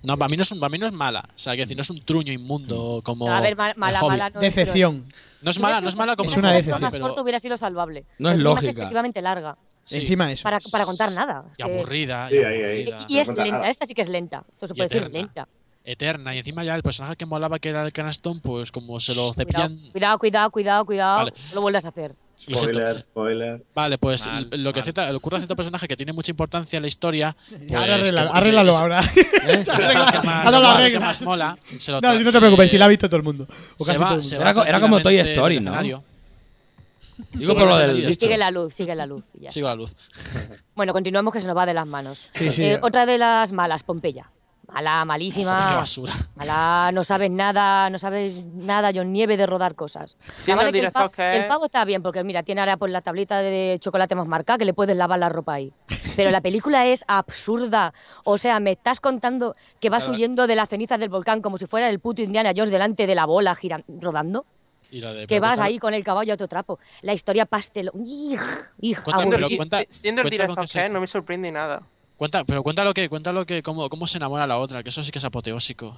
[SPEAKER 6] No, para mí no es, un- para mí no es mala. O sea, que decir, no es un truño inmundo como.
[SPEAKER 4] a ver, ma-
[SPEAKER 6] el
[SPEAKER 4] mala,
[SPEAKER 6] Hobbit.
[SPEAKER 4] mala. No,
[SPEAKER 2] Decepción.
[SPEAKER 6] No es mala, no es mala como
[SPEAKER 2] Es
[SPEAKER 6] el
[SPEAKER 2] una
[SPEAKER 6] Hobbit,
[SPEAKER 2] decepción.
[SPEAKER 4] más
[SPEAKER 6] pero
[SPEAKER 4] corto hubiera sido salvable.
[SPEAKER 3] No es
[SPEAKER 4] Encima
[SPEAKER 3] lógica.
[SPEAKER 4] excesivamente larga.
[SPEAKER 6] sí,
[SPEAKER 2] Encima de eso.
[SPEAKER 4] Para, para contar nada.
[SPEAKER 6] Y
[SPEAKER 4] Que-
[SPEAKER 6] aburrida.
[SPEAKER 5] Sí,
[SPEAKER 6] y
[SPEAKER 5] ahí, ahí.
[SPEAKER 4] y-
[SPEAKER 6] aburrida.
[SPEAKER 4] y es
[SPEAKER 5] No cuenta
[SPEAKER 4] lenta,
[SPEAKER 5] nada.
[SPEAKER 4] esta sí que es lenta. Esto se
[SPEAKER 6] Y
[SPEAKER 4] puede decir
[SPEAKER 6] eterna.
[SPEAKER 4] lenta.
[SPEAKER 6] Eterna. Y encima ya el personaje que molaba, que era el Cranston, pues como se lo cepillan.
[SPEAKER 4] Cuidado, cuidado, cuidado, cuidado.
[SPEAKER 6] Vale.
[SPEAKER 4] No lo vuelvas a hacer.
[SPEAKER 6] lo siento.
[SPEAKER 5] Spoiler, spoiler.
[SPEAKER 6] Vale, pues
[SPEAKER 8] Mal,
[SPEAKER 6] lo que
[SPEAKER 8] mal.
[SPEAKER 6] Z- ocurre a cierto personaje que tiene mucha importancia en la historia. pues,
[SPEAKER 2] Ahora arregla-
[SPEAKER 6] que- que-
[SPEAKER 2] arréglalo
[SPEAKER 6] es-
[SPEAKER 2] ahora.
[SPEAKER 3] ¿Eh?
[SPEAKER 6] el personaje
[SPEAKER 2] Ahora
[SPEAKER 6] que más-
[SPEAKER 2] lo
[SPEAKER 6] el personaje
[SPEAKER 2] arregla.
[SPEAKER 6] que más mola. se lo
[SPEAKER 2] No,
[SPEAKER 6] tra-
[SPEAKER 2] no te
[SPEAKER 6] se-
[SPEAKER 2] preocupes, si la ha visto todo el mundo. O
[SPEAKER 6] se
[SPEAKER 2] casi
[SPEAKER 6] va-
[SPEAKER 2] todo el
[SPEAKER 6] se
[SPEAKER 2] mundo.
[SPEAKER 6] va
[SPEAKER 3] Era co- era como Toy
[SPEAKER 6] tranquilamente
[SPEAKER 3] Story,
[SPEAKER 6] del
[SPEAKER 3] ¿no?
[SPEAKER 6] escenario.
[SPEAKER 3] Digo por lo del
[SPEAKER 6] Sigue
[SPEAKER 3] bicho.
[SPEAKER 4] Sigue la luz, sigue la luz. y ya.
[SPEAKER 6] Sigo la luz.
[SPEAKER 4] Bueno, continuamos que se nos va de las manos.
[SPEAKER 2] Sí, sí.
[SPEAKER 4] Eh, otra de las malas, Pompeya. Mala,
[SPEAKER 6] Joder, qué
[SPEAKER 4] malísima.
[SPEAKER 6] basura.
[SPEAKER 4] Mala, no sabes nada, no sabes nada, John Nieve, de rodar cosas. Además
[SPEAKER 7] Siendo el
[SPEAKER 4] de que
[SPEAKER 7] director
[SPEAKER 4] pavo-
[SPEAKER 7] que es-
[SPEAKER 4] el pavo está bien, porque mira, tiene ahora por la tablita de chocolate más marcada que le puedes lavar la ropa ahí. Pero la película es absurda. O sea, me estás contando que vas
[SPEAKER 8] Claro.
[SPEAKER 4] huyendo de las cenizas del volcán como si fuera el puto Indiana Jones delante de la bola giran, rodando.
[SPEAKER 6] Y la de-
[SPEAKER 4] Que
[SPEAKER 6] pero
[SPEAKER 4] vas
[SPEAKER 6] cuéntalo-
[SPEAKER 4] ahí con el caballo a tu trapo. La historia pastel. ¡Ij! ¡Ij!
[SPEAKER 6] Cuéntame,
[SPEAKER 4] aburrido.
[SPEAKER 6] pero
[SPEAKER 7] y-
[SPEAKER 6] Ah, cuenta-
[SPEAKER 7] si- siendo el
[SPEAKER 6] cuenta
[SPEAKER 7] director
[SPEAKER 6] con que
[SPEAKER 7] que
[SPEAKER 6] se-
[SPEAKER 7] es, no me sorprende nada.
[SPEAKER 6] Cuenta, pero cuéntalo que, cuéntalo que, cómo, cómo se enamora la otra, que eso sí que es apoteósico.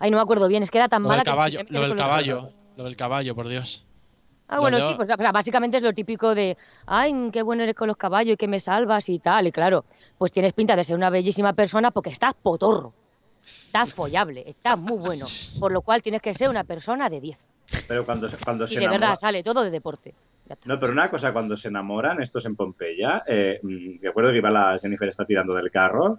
[SPEAKER 4] Ay, no me acuerdo bien, es que era tan
[SPEAKER 6] Lo
[SPEAKER 4] mala.
[SPEAKER 6] del
[SPEAKER 4] que-
[SPEAKER 6] caballo,
[SPEAKER 4] que me
[SPEAKER 6] lo
[SPEAKER 4] quedé
[SPEAKER 6] del
[SPEAKER 4] con los
[SPEAKER 6] caballo,
[SPEAKER 4] recuerdos.
[SPEAKER 6] lo del caballo, por Dios.
[SPEAKER 4] Ah,
[SPEAKER 6] Lo
[SPEAKER 4] bueno,
[SPEAKER 6] de-
[SPEAKER 4] sí, pues o sea, básicamente es lo típico de, ay, qué bueno eres con los caballos y que me salvas y tal. Y claro, pues tienes pinta de ser una bellísima persona porque estás potorro, estás follable, estás muy bueno. Por lo cual tienes que ser una persona de 10.
[SPEAKER 5] Pero cuando, se- cuando
[SPEAKER 4] Y
[SPEAKER 5] Pues se
[SPEAKER 4] de verdad
[SPEAKER 5] enamora.
[SPEAKER 4] sale todo de deporte. Ya está.
[SPEAKER 5] No, pero una cosa, cuando se enamoran, estos en Pompeya, eh, mm, me acuerdo que iba la Jennifer está tirando del carro.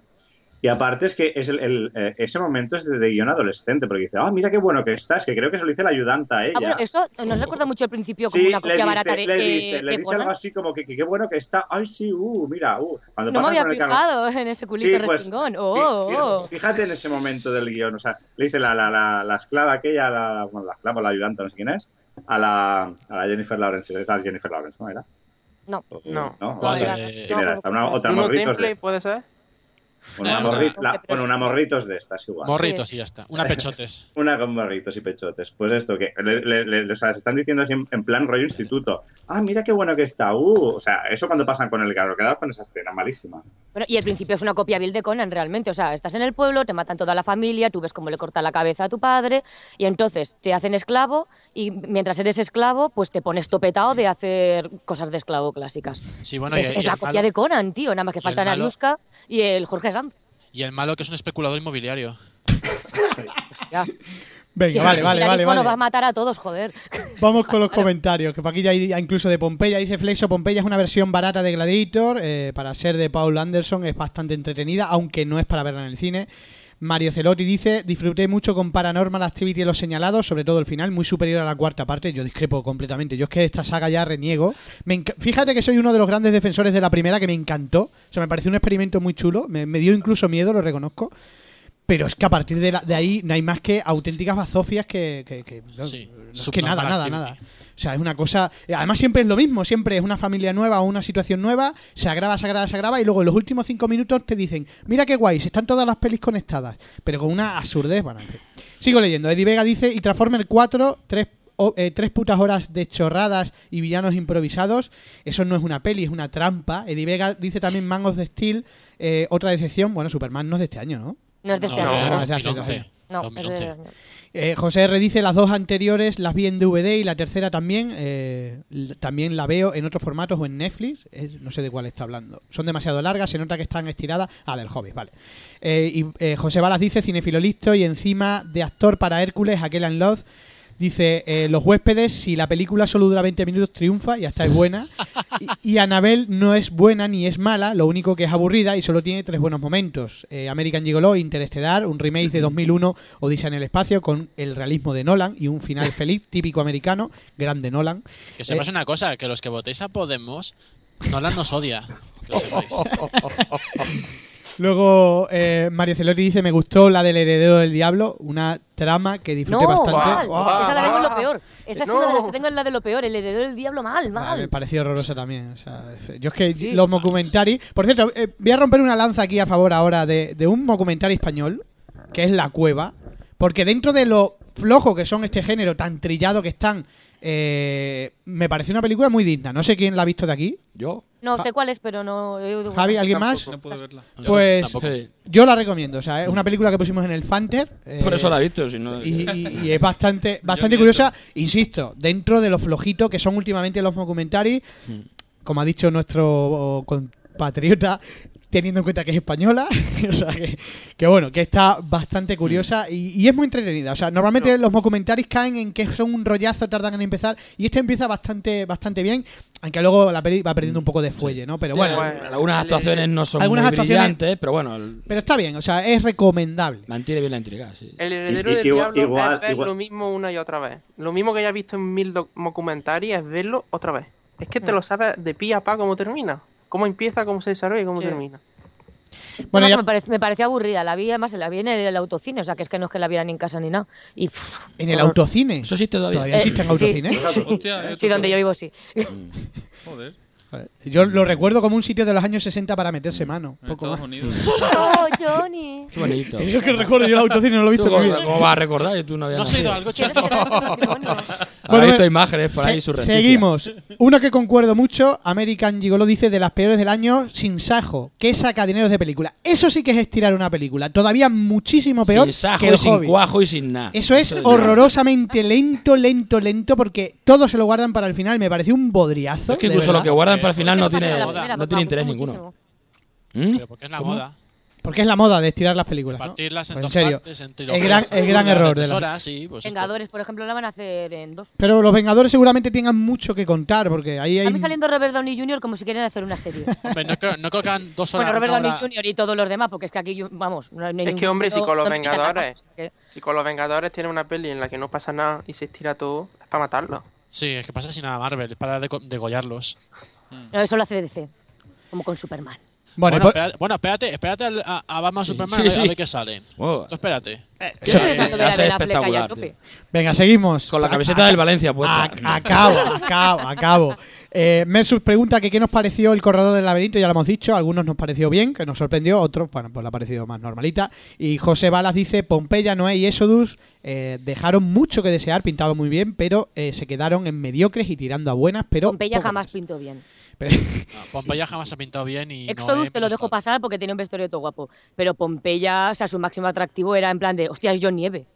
[SPEAKER 5] Y aparte es que es el, el, eh, ese momento es de, de guión adolescente, porque dice, ah, mira qué bueno que estás, que creo que se lo dice la ayudanta a
[SPEAKER 4] Ah, bueno,
[SPEAKER 5] ella.
[SPEAKER 4] eso nos recuerda mucho al principio como
[SPEAKER 5] Sí,
[SPEAKER 4] una
[SPEAKER 5] le
[SPEAKER 4] copia
[SPEAKER 5] dice-
[SPEAKER 4] barata de
[SPEAKER 5] le
[SPEAKER 4] eh,
[SPEAKER 5] dice,
[SPEAKER 4] de
[SPEAKER 5] le dice
[SPEAKER 4] Conan.
[SPEAKER 5] algo así como que que qué bueno que está. Ay, sí, uh, mira, uh. Cuando
[SPEAKER 4] No me
[SPEAKER 5] pasan
[SPEAKER 4] había
[SPEAKER 5] con el pues, carro-
[SPEAKER 4] fijado en ese culito respingón.
[SPEAKER 5] fí-
[SPEAKER 4] Oh,
[SPEAKER 5] fí-
[SPEAKER 4] oh.
[SPEAKER 5] Fíjate en ese momento del guión. O sea, le dice la, la, la, la esclava aquella, la, bueno, la esclava, la ayudante, no sé quién es, a la, a la Jennifer Lawrence. ¿Es la Jennifer Lawrence, no era?
[SPEAKER 4] No.
[SPEAKER 5] O-
[SPEAKER 7] No.
[SPEAKER 5] no
[SPEAKER 6] ¿Cuál
[SPEAKER 5] vale.
[SPEAKER 6] era?
[SPEAKER 5] ¿Quién era esta? Una, otra
[SPEAKER 7] Bruno
[SPEAKER 5] morritos
[SPEAKER 7] Temple,
[SPEAKER 5] de
[SPEAKER 7] puede ser.
[SPEAKER 5] esta. Una,
[SPEAKER 6] Ah,
[SPEAKER 5] morri-
[SPEAKER 4] una-
[SPEAKER 5] la- bueno, una morritos de estas
[SPEAKER 4] Pues
[SPEAKER 5] igual.
[SPEAKER 6] Morritos y ya está. Una pechotes.
[SPEAKER 5] Una con morritos y pechotes. Pues esto, que le, le- le- o sea, se están diciendo así en, en plan rollo instituto. Ah, mira qué bueno que está. Uh, o sea, eso cuando pasan con el carro, quedaba con esa escena malísima.
[SPEAKER 4] Bueno, y el principio es una copia vil de Conan, realmente. O sea, estás en el pueblo, te matan toda la familia, tú ves cómo le cortan la cabeza a tu padre, y entonces te hacen esclavo, y mientras eres esclavo, pues te pones topetado de hacer cosas de esclavo clásicas.
[SPEAKER 6] Sí, bueno, y,
[SPEAKER 4] es
[SPEAKER 6] y
[SPEAKER 4] es la
[SPEAKER 6] el
[SPEAKER 4] copia
[SPEAKER 6] malo,
[SPEAKER 4] de Conan, tío, nada más que
[SPEAKER 6] el
[SPEAKER 4] faltan
[SPEAKER 6] malo-
[SPEAKER 4] Anuska y el Jorge Sanz.
[SPEAKER 6] y el malo que es un especulador inmobiliario.
[SPEAKER 4] Ya.
[SPEAKER 2] Venga,
[SPEAKER 4] Si es
[SPEAKER 2] vale,
[SPEAKER 4] que
[SPEAKER 2] vale,
[SPEAKER 4] ahora
[SPEAKER 2] vale,
[SPEAKER 4] mismo
[SPEAKER 2] vale.
[SPEAKER 4] nos va a matar a todos, joder.
[SPEAKER 2] Vamos con los comentarios, que para aquí ya hay incluso de Pompeya. Dice Flexo, Pompeya es una versión barata de Gladiator, eh, para ser de Paul Anderson es bastante entretenida, aunque no es para verla en el cine. Mario Celotti dice, disfruté mucho con Paranormal Activity y Los Señalados, sobre todo el final, muy superior a la cuarta parte. Yo discrepo completamente, yo es que esta saga ya reniego. Me enc- Fíjate que soy uno de los grandes defensores de la primera, que me encantó. O sea, me pareció un experimento muy chulo, me, me dio incluso miedo, lo reconozco. Pero es que a partir de, la- de ahí no hay más que auténticas bazofias que... que, que- no,
[SPEAKER 6] Sí,
[SPEAKER 2] no, es que
[SPEAKER 6] subnormal
[SPEAKER 2] nada, nada,
[SPEAKER 6] activity.
[SPEAKER 2] nada. O sea, es una cosa... eh, Además siempre es lo mismo, siempre es una familia nueva o una situación nueva, se agrava, se agrava, se agrava y luego en los últimos cinco minutos te dicen, mira qué guay, se están todas las pelis conectadas, pero con una absurdez, bueno, en fin. Sigo leyendo, Eddie Vega dice, y Transformer 4, 3... tres putas horas de chorradas y villanos improvisados. Eso no es una peli, es una trampa. Eddie Vega dice también Man of the Steel, eh, otra decepción. Bueno, Superman no es de este año, ¿no?
[SPEAKER 4] No es de este
[SPEAKER 6] No,
[SPEAKER 4] año.
[SPEAKER 2] no,
[SPEAKER 6] es de
[SPEAKER 2] ya sé, ya
[SPEAKER 6] 2011.
[SPEAKER 2] sé.
[SPEAKER 4] No, es de- este
[SPEAKER 6] 2011.
[SPEAKER 2] Eh, José R. dice las dos anteriores las vi en DVD y la tercera también. eh, l- también la veo en otros formatos o en Netflix. eh, no sé de cuál está hablando. Son demasiado largas, se nota que están estiradas. Ah, del Hobbit, vale. Eh, y eh, José Balas dice cinefilo listo y encima de actor para Hércules, aquel and Love. Dice, eh, los huéspedes, si la película solo dura 20 minutos, triunfa y hasta es buena. Y, y Anabel no es buena ni es mala, lo único que es aburrida y solo tiene tres buenos momentos. Eh, American Gigolo, Interestelar, un remake de 2001, Odisea en el espacio, con el realismo de Nolan y un final feliz, típico americano, grande Nolan.
[SPEAKER 6] Que sepas una cosa, que los que votéis a Podemos, Nolan nos odia. Que lo sepáis.
[SPEAKER 2] Luego, eh, Mario Celotti dice, me gustó la del heredero del diablo, una trama que disfruté
[SPEAKER 4] No,
[SPEAKER 2] bastante.
[SPEAKER 4] mal.
[SPEAKER 2] ¡Oh!
[SPEAKER 4] Esa la tengo en lo
[SPEAKER 7] Ah.
[SPEAKER 4] peor. Esa es
[SPEAKER 7] No.
[SPEAKER 4] una de las que tengo en la de lo peor. El heredero del diablo, mal,
[SPEAKER 2] Ah,
[SPEAKER 4] mal.
[SPEAKER 2] me pareció horrorosa también. o sea, yo es que
[SPEAKER 4] Sí.
[SPEAKER 2] los mocumentaris. Por cierto, eh, voy a romper una lanza aquí a favor ahora de, de un documental español, que es La Cueva. Porque dentro de lo flojo que son este género, tan trillado que están, eh, me pareció una película muy digna. No sé quién la ha visto de aquí.
[SPEAKER 3] Yo.
[SPEAKER 4] No
[SPEAKER 2] Ja-
[SPEAKER 4] sé cuál es, pero no.
[SPEAKER 2] Javi, ¿alguien más?
[SPEAKER 7] Tampoco.
[SPEAKER 8] No pude verla.
[SPEAKER 6] Yo
[SPEAKER 2] Pues-
[SPEAKER 6] tampoco.
[SPEAKER 3] Sí.
[SPEAKER 2] Yo la recomiendo. O sea, es una película que pusimos en el Fanter. eh,
[SPEAKER 3] Por eso la he visto, si no. eh,
[SPEAKER 2] y, y- y es bastante, bastante
[SPEAKER 8] ni
[SPEAKER 2] curiosa, insisto, dentro de lo flojito que son últimamente los documentaris, como ha dicho nuestro compatriota, teniendo en cuenta que es española, o sea que, que bueno, que está bastante curiosa y, y es muy entretenida. O sea, normalmente los documentaris caen en que son un rollazo, tardan en empezar, y este empieza bastante, bastante bien, aunque luego la peli va perdiendo un poco de fuelle, ¿no? Pero bueno, eh,
[SPEAKER 7] Bueno.
[SPEAKER 3] eh, Algunas actuaciones no son
[SPEAKER 2] Algunas
[SPEAKER 3] muy
[SPEAKER 2] actuaciones-
[SPEAKER 3] brillantes, pero bueno, el-
[SPEAKER 2] pero está bien, o sea, es recomendable.
[SPEAKER 3] mantiene bien la intriga, sí.
[SPEAKER 2] Eh,
[SPEAKER 7] El heredero
[SPEAKER 5] Y- y-
[SPEAKER 7] del
[SPEAKER 5] igual-
[SPEAKER 7] diablo
[SPEAKER 5] igual-
[SPEAKER 7] es ver
[SPEAKER 5] igual-
[SPEAKER 7] lo mismo una y otra vez. Lo mismo que ya he visto en mil doc- documentarios es verlo otra vez. Es que te lo sabes de pie a pa cómo termina. Cómo empieza, cómo se desarrolla y cómo
[SPEAKER 4] Sí.
[SPEAKER 7] termina.
[SPEAKER 2] Bueno,
[SPEAKER 4] Además,
[SPEAKER 2] ya
[SPEAKER 4] me, parec- me pareció aburrida. La vi, además, la vi en el autocine. O sea, que es que no es que la viera ni en casa ni nada. Y, pff,
[SPEAKER 2] en el
[SPEAKER 4] horror. Eh,
[SPEAKER 2] autocine.
[SPEAKER 3] Eso existe todavía.
[SPEAKER 2] Todavía existen
[SPEAKER 4] sí.
[SPEAKER 2] autocines.
[SPEAKER 8] Hostia, hay
[SPEAKER 4] Sí,
[SPEAKER 8] otro
[SPEAKER 4] donde yo
[SPEAKER 8] sitio.
[SPEAKER 4] vivo, sí.
[SPEAKER 8] Joder,
[SPEAKER 2] Yo lo recuerdo como un sitio de los años 60 para meterse mano.
[SPEAKER 8] en
[SPEAKER 2] Poco
[SPEAKER 8] Estados
[SPEAKER 2] más.
[SPEAKER 8] Unidos.
[SPEAKER 4] ¡Oh, Johnny!
[SPEAKER 3] Qué bonito.
[SPEAKER 2] Yo que recuerdo, yo el autocine no lo he
[SPEAKER 3] ¿Tú
[SPEAKER 2] visto.
[SPEAKER 3] ¿Cómo,
[SPEAKER 2] con-
[SPEAKER 3] cómo vas a recordar? Yo Tú no habías
[SPEAKER 6] ¿No has
[SPEAKER 3] nacido.
[SPEAKER 6] ido a algo,
[SPEAKER 4] Quiero
[SPEAKER 6] Chaco?
[SPEAKER 4] celebrar el matrimonio.
[SPEAKER 3] Habrá
[SPEAKER 2] Bueno,
[SPEAKER 3] visto
[SPEAKER 2] eh,
[SPEAKER 3] imágenes por ahí
[SPEAKER 2] Se-
[SPEAKER 3] surrealistas.
[SPEAKER 2] seguimos. Uno que concuerdo mucho, American Gigolo dice de las peores del año, sin sajo, que saca dineros de película. Eso sí que es estirar una película. Todavía muchísimo peor
[SPEAKER 3] Sin sajo
[SPEAKER 2] que el
[SPEAKER 3] y sin
[SPEAKER 2] Hobbit.
[SPEAKER 3] cuajo y sin nada.
[SPEAKER 2] Eso es
[SPEAKER 3] ya-
[SPEAKER 2] horrorosamente lento, lento, lento, porque todos se lo guardan para el final. Me pareció un bodriazo.
[SPEAKER 3] Es que
[SPEAKER 2] de
[SPEAKER 3] incluso
[SPEAKER 2] verdad.
[SPEAKER 3] lo que guardan para el final no
[SPEAKER 6] Pero
[SPEAKER 3] tiene,
[SPEAKER 6] pasa
[SPEAKER 4] La
[SPEAKER 6] moda,
[SPEAKER 3] no
[SPEAKER 4] primera, me gustó
[SPEAKER 3] tiene interés
[SPEAKER 4] muchísimo.
[SPEAKER 3] ninguno. ¿Mm?
[SPEAKER 6] Pero porque es la
[SPEAKER 3] ¿Cómo?
[SPEAKER 6] moda.
[SPEAKER 2] Porque es la moda de estirar las películas. ¿no?
[SPEAKER 6] Partirlas en
[SPEAKER 2] Pues en
[SPEAKER 6] dos
[SPEAKER 2] serio.
[SPEAKER 6] partes, en
[SPEAKER 2] el gran,
[SPEAKER 6] trilogías,
[SPEAKER 2] el gran
[SPEAKER 6] de
[SPEAKER 2] error de
[SPEAKER 6] tres
[SPEAKER 2] la,
[SPEAKER 6] horas, sí, pues esto.
[SPEAKER 4] Vengadores, por ejemplo, la van a hacer en dos.
[SPEAKER 2] Pero los Vengadores seguramente tengan mucho que contar, porque ahí hay.
[SPEAKER 4] Están saliendo Robert Downey Jr. como si quieren hacer una serie.
[SPEAKER 6] Hombre, no, creo- no colocan dos horas.
[SPEAKER 4] bueno, Robert
[SPEAKER 6] una
[SPEAKER 4] Downey
[SPEAKER 6] hora-
[SPEAKER 4] Jr. y todos los demás, porque es que aquí, yo- vamos, no hay
[SPEAKER 7] Es
[SPEAKER 4] ningún
[SPEAKER 7] que, hombre, si
[SPEAKER 4] sentido,
[SPEAKER 7] con los
[SPEAKER 4] no me quitan la
[SPEAKER 7] Vengadores-
[SPEAKER 4] cosa, es que-
[SPEAKER 7] Si con los Vengadores tienen una peli en la que no pasa nada y se estira todo, es para matarlo.
[SPEAKER 6] Sí, es que pasa sin nada Marvel, es para deco- degollarlos.
[SPEAKER 4] no, eso lo hace DC, como con Superman.
[SPEAKER 2] Bueno, pues,
[SPEAKER 6] Bueno,
[SPEAKER 2] por-
[SPEAKER 6] espérate, bueno, espérate, espérate al- a, a Batman Superman
[SPEAKER 3] sí,
[SPEAKER 6] a, ver,
[SPEAKER 3] sí.
[SPEAKER 6] a ver qué sale.
[SPEAKER 3] Oh,
[SPEAKER 6] Tú espérate.
[SPEAKER 2] eso-
[SPEAKER 4] Yo pensando que
[SPEAKER 3] hace
[SPEAKER 4] era Ben Affleck ahí a
[SPEAKER 3] espectacular,
[SPEAKER 4] tope.
[SPEAKER 3] tío.
[SPEAKER 2] venga, seguimos.
[SPEAKER 3] Con la
[SPEAKER 2] A-
[SPEAKER 3] camiseta del Valencia puesta.
[SPEAKER 2] A- acabo, acabo, acabo. Eh, Mersus pregunta que qué nos pareció el corredor del laberinto, ya lo hemos dicho, algunos nos pareció bien, que nos sorprendió, otros, bueno, pues le ha parecido más normalita. Y José Balas dice, Pompeya, Noé y Exodus eh, dejaron mucho que desear, pintaba muy bien, pero eh, se quedaron en mediocres y tirando a buenas, pero...
[SPEAKER 4] Pompeya
[SPEAKER 2] poco
[SPEAKER 4] jamás
[SPEAKER 2] más.
[SPEAKER 4] pintó bien.
[SPEAKER 2] Pero-
[SPEAKER 6] No, Pompeya jamás ha pintado bien y.
[SPEAKER 4] Exodus
[SPEAKER 6] Noé
[SPEAKER 4] te lo
[SPEAKER 6] menos
[SPEAKER 4] dejo
[SPEAKER 6] todo.
[SPEAKER 4] pasar porque tenía un vestuario todo guapo. Pero Pompeya, o sea, su máximo atractivo era en plan de, hostia, es John Nieve.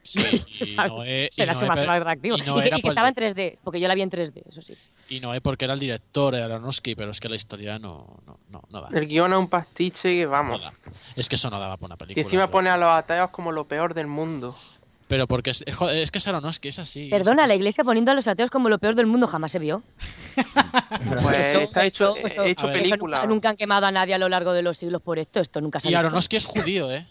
[SPEAKER 6] Sí, y
[SPEAKER 4] ¿sabes?
[SPEAKER 6] Noé. y
[SPEAKER 4] era su
[SPEAKER 6] Noé,
[SPEAKER 4] máximo
[SPEAKER 6] pero-
[SPEAKER 4] atractivo.
[SPEAKER 6] y no
[SPEAKER 4] Y,
[SPEAKER 6] era
[SPEAKER 4] que
[SPEAKER 6] por el
[SPEAKER 4] estaba en 3D, porque yo la vi en 3D, eso sí.
[SPEAKER 6] Y no es porque era el director, era Aronofsky, pero es que la historia no, no, no, no da.
[SPEAKER 7] El guión es un pastiche que,
[SPEAKER 6] No
[SPEAKER 7] vamos,
[SPEAKER 6] da. Es que eso no daba para una película.
[SPEAKER 7] que encima
[SPEAKER 6] pero-
[SPEAKER 7] pone a los ateos como lo peor del mundo.
[SPEAKER 6] Pero porque es, joder, es que es Aronofsky, es así. es-
[SPEAKER 4] Perdona, la
[SPEAKER 6] es-
[SPEAKER 4] iglesia poniendo a los ateos como lo peor del mundo jamás se vio.
[SPEAKER 7] Pues
[SPEAKER 4] Eso,
[SPEAKER 7] está hecho,
[SPEAKER 4] eso,
[SPEAKER 7] eh,
[SPEAKER 4] eso.
[SPEAKER 7] hecho
[SPEAKER 6] A ver.
[SPEAKER 4] Eso
[SPEAKER 7] película.
[SPEAKER 4] nunca, nunca han quemado a nadie a lo largo de los siglos por esto. Esto nunca se ha
[SPEAKER 6] Y
[SPEAKER 4] visto.
[SPEAKER 6] Aronofsky es judío, ¿eh?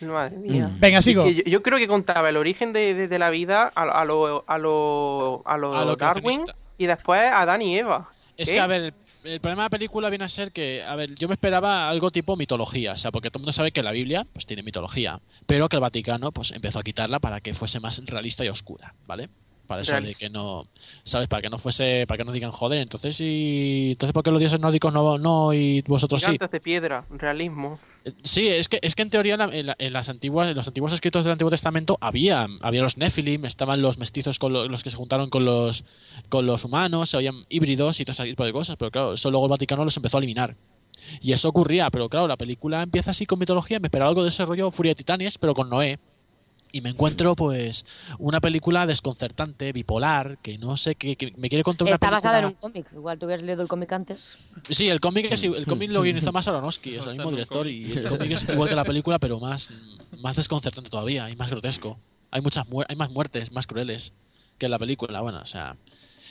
[SPEAKER 7] Madre mía.
[SPEAKER 2] Venga,
[SPEAKER 7] Es que
[SPEAKER 2] Mm. sigo.
[SPEAKER 7] yo, yo creo que contaba el origen de, de- de la vida a, lo- a lo, a, lo, a lo
[SPEAKER 6] A lo
[SPEAKER 7] Darwin
[SPEAKER 6] creacionista.
[SPEAKER 7] y después a Adán y Eva.
[SPEAKER 6] Es
[SPEAKER 7] ¿Qué?
[SPEAKER 6] que, a ver, el, el problema de la película viene a ser que, a ver, yo me esperaba algo tipo mitología, o sea, porque todo el mundo sabe que la Biblia, pues tiene mitología, pero que el Vaticano, pues empezó a quitarla para que fuese más realista y oscura, ¿vale? Para eso de
[SPEAKER 7] Realista.
[SPEAKER 6] que no, ¿sabes? Para que no fuese, para que no digan, joder, entonces y entonces ¿por qué los dioses nórdicos no, no y vosotros Pues sí?
[SPEAKER 7] Gigantes de piedra, realismo.
[SPEAKER 6] Eh, Sí, es que, es que en teoría en, la- en la- en las antiguas, en los antiguos escritos del Antiguo Testamento había, había los Nephilim, estaban los mestizos con lo- los que se juntaron con los con los humanos, se habían híbridos y todo ese tipo de cosas, pero claro, eso luego el Vaticano los empezó a eliminar. Y eso ocurría, pero claro, la película empieza así con mitología, me esperaba algo de ese rollo Furia de Titanes, pero con Noé. Y me encuentro, pues, una película desconcertante, bipolar, que no sé, que, que me quiere contar una
[SPEAKER 4] Está
[SPEAKER 6] película...
[SPEAKER 4] basada en un cómic. Igual tú hubieras leído el cómic antes.
[SPEAKER 6] Sí, el cómic, es, el cómic lo guionizó más Aronofsky, es el
[SPEAKER 8] Basado
[SPEAKER 6] mismo
[SPEAKER 8] en un
[SPEAKER 6] director y el cómic es igual que la película, pero más, más desconcertante todavía y más grotesco. Hay muchas muer- hay más muertes, más crueles que en la película. Bueno, o sea,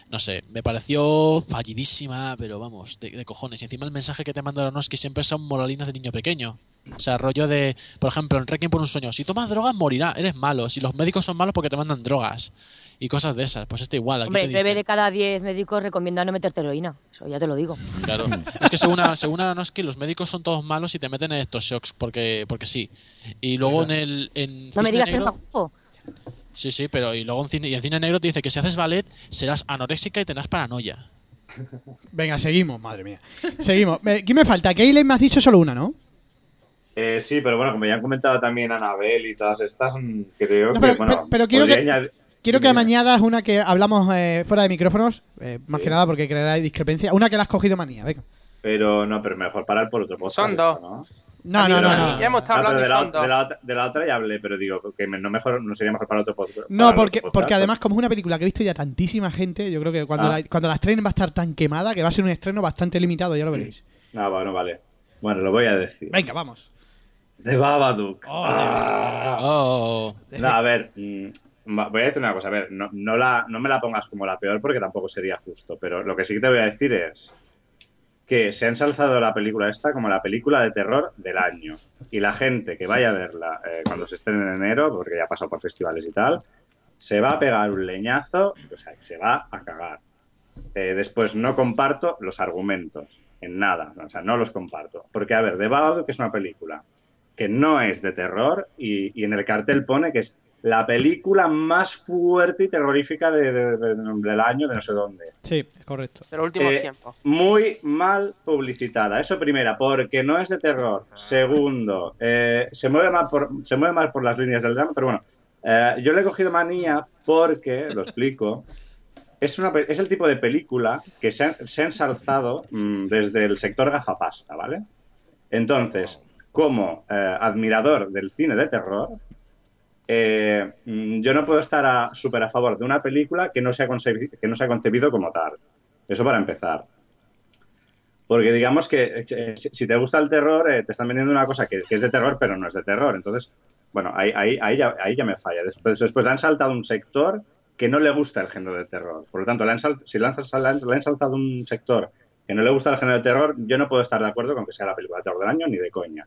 [SPEAKER 6] no sé, me pareció fallidísima, pero vamos, de, de cojones. Y encima el mensaje que te manda Aronofsky siempre son moralinas de niño pequeño. O sea, rollo de, por ejemplo, en Requiem por un sueño, si tomas drogas morirás, eres malo. Si los médicos son malos porque te mandan drogas y cosas de esas, pues este igual. Aquí
[SPEAKER 4] Hombre,
[SPEAKER 6] te dice-
[SPEAKER 4] nueve de cada 10 médicos recomiendan no meterte heroína. Eso ya te lo digo.
[SPEAKER 6] Claro. Es que según, a- según Aronofsky, los médicos son todos malos y te meten en estos shocks porque, porque sí. Y luego en el en
[SPEAKER 4] No me
[SPEAKER 6] Cisne
[SPEAKER 4] digas que es
[SPEAKER 6] negro,
[SPEAKER 4] magufo.
[SPEAKER 6] Sí, sí, pero y luego en cine, y en cine negro te dice que si haces ballet serás anoréxica y tendrás paranoia.
[SPEAKER 2] Venga, seguimos, madre mía. Seguimos. Eh, ¿Quién me falta? Kayleigh me has dicho solo una, ¿no?
[SPEAKER 5] Eh, sí, pero bueno, como ya han comentado también Anabel y todas estas, mm, creo
[SPEAKER 2] No,
[SPEAKER 5] que.
[SPEAKER 2] pero-
[SPEAKER 5] bueno,
[SPEAKER 2] pero- pero quiero
[SPEAKER 5] podría
[SPEAKER 2] que-
[SPEAKER 5] añadir-
[SPEAKER 2] Quiero que
[SPEAKER 5] Dime.
[SPEAKER 2] mañana es una que hablamos eh, fuera de micrófonos, eh, más
[SPEAKER 5] Sí.
[SPEAKER 2] que nada porque creará discrepancia. Una que la has cogido manía, venga.
[SPEAKER 5] Pero no, pero mejor parar por otro podcast.
[SPEAKER 7] Son
[SPEAKER 5] esto,
[SPEAKER 7] dos.
[SPEAKER 5] ¿no?
[SPEAKER 2] No, Ah, no,
[SPEAKER 7] Amigo,
[SPEAKER 2] no,
[SPEAKER 5] pero-
[SPEAKER 2] no.
[SPEAKER 7] Ya hemos estado
[SPEAKER 5] No, Ah, pero de
[SPEAKER 7] hablando y
[SPEAKER 5] la,
[SPEAKER 7] son dos.
[SPEAKER 5] de la otra- de la otra ya hablé, pero digo que me- no, mejor, no sería mejor para otro pod- para otro podcast.
[SPEAKER 2] No, porque, porque además, como es una película que he visto ya tantísima gente, yo creo que cuando,
[SPEAKER 5] Ah.
[SPEAKER 2] la, cuando la estrenen va a estar tan quemada que va a ser un estreno bastante limitado, ya lo veréis.
[SPEAKER 5] No, Ah, bueno, vale. Bueno, lo voy a decir.
[SPEAKER 2] Venga, vamos.
[SPEAKER 5] De Babadook.
[SPEAKER 2] Oh,
[SPEAKER 5] Ah.
[SPEAKER 6] Oh,
[SPEAKER 5] No, a ver, mm, va- voy a decir una cosa, a ver, no, no, la, no me la pongas como la peor porque tampoco sería justo, pero lo que sí que te voy a decir es que se ha ensalzado la película esta como la película de terror del año. Y la gente que vaya a verla eh, cuando se estrene en enero, porque ya ha pasado por festivales y tal, se va a pegar un leñazo, o sea, que se va a cagar. Eh, después no comparto los argumentos. en nada. O sea, no los comparto. Porque, a ver, The Babadook es una película que no es de terror y, y en el cartel pone que es la película más fuerte y terrorífica de- de- de- del año, de no sé dónde.
[SPEAKER 2] Sí, es correcto.
[SPEAKER 7] de los últimos
[SPEAKER 5] Eh,
[SPEAKER 7] tiempos.
[SPEAKER 5] Muy mal publicitada. Eso primera, porque no es de terror. Segundo, eh, se, mueve más por, se mueve más por las líneas del drama, pero bueno, eh, yo le he cogido manía porque, lo explico, es, una, pe- es el tipo de película que se ha, se ha ensalzado mm, desde el sector gafapasta, ¿vale? Entonces, como eh, admirador del cine de terror, eh, mm, yo no puedo estar a- súper a favor de una película que no, se ha concebi- que no se ha concebido como tal. Eso para empezar. Porque digamos que eh, si si te gusta el terror, eh, te están vendiendo una cosa que, que es de terror, pero no es de terror. Entonces, bueno, ahí, ahí, ahí, ya, ahí ya me falla. Después, después le han saltado un sector que no le gusta el género de terror. Por lo tanto, le han sal- si le han, sal- le han- le han saltado un sector que no le gusta el género de terror, yo no puedo estar de acuerdo con que sea la película de terror del año ni de coña.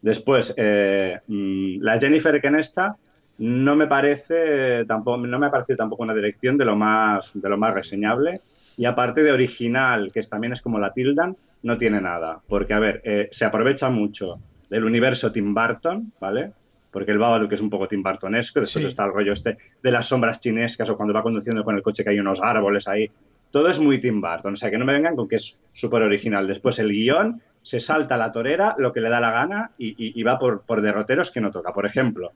[SPEAKER 5] Después, eh, mm, la Jennifer Kenesta no me parece tampoco, no me ha parecido tampoco una dirección de lo más, de lo más reseñable. Y aparte de original, que es- también es como la tildan, no tiene nada. Porque, a ver, eh, se aprovecha mucho del universo Tim Burton, ¿vale? Porque el Babadook es un poco Tim Burtonesco. Después
[SPEAKER 2] Sí.
[SPEAKER 5] está el rollo este de las sombras chinescas o cuando va conduciendo con el coche que hay unos árboles ahí. Todo es muy Tim Burton. O sea, que no me vengan con que es súper original. Después el guión se salta a la torera lo que le da la gana y, y- y va por, por derroteros que no toca. Por ejemplo,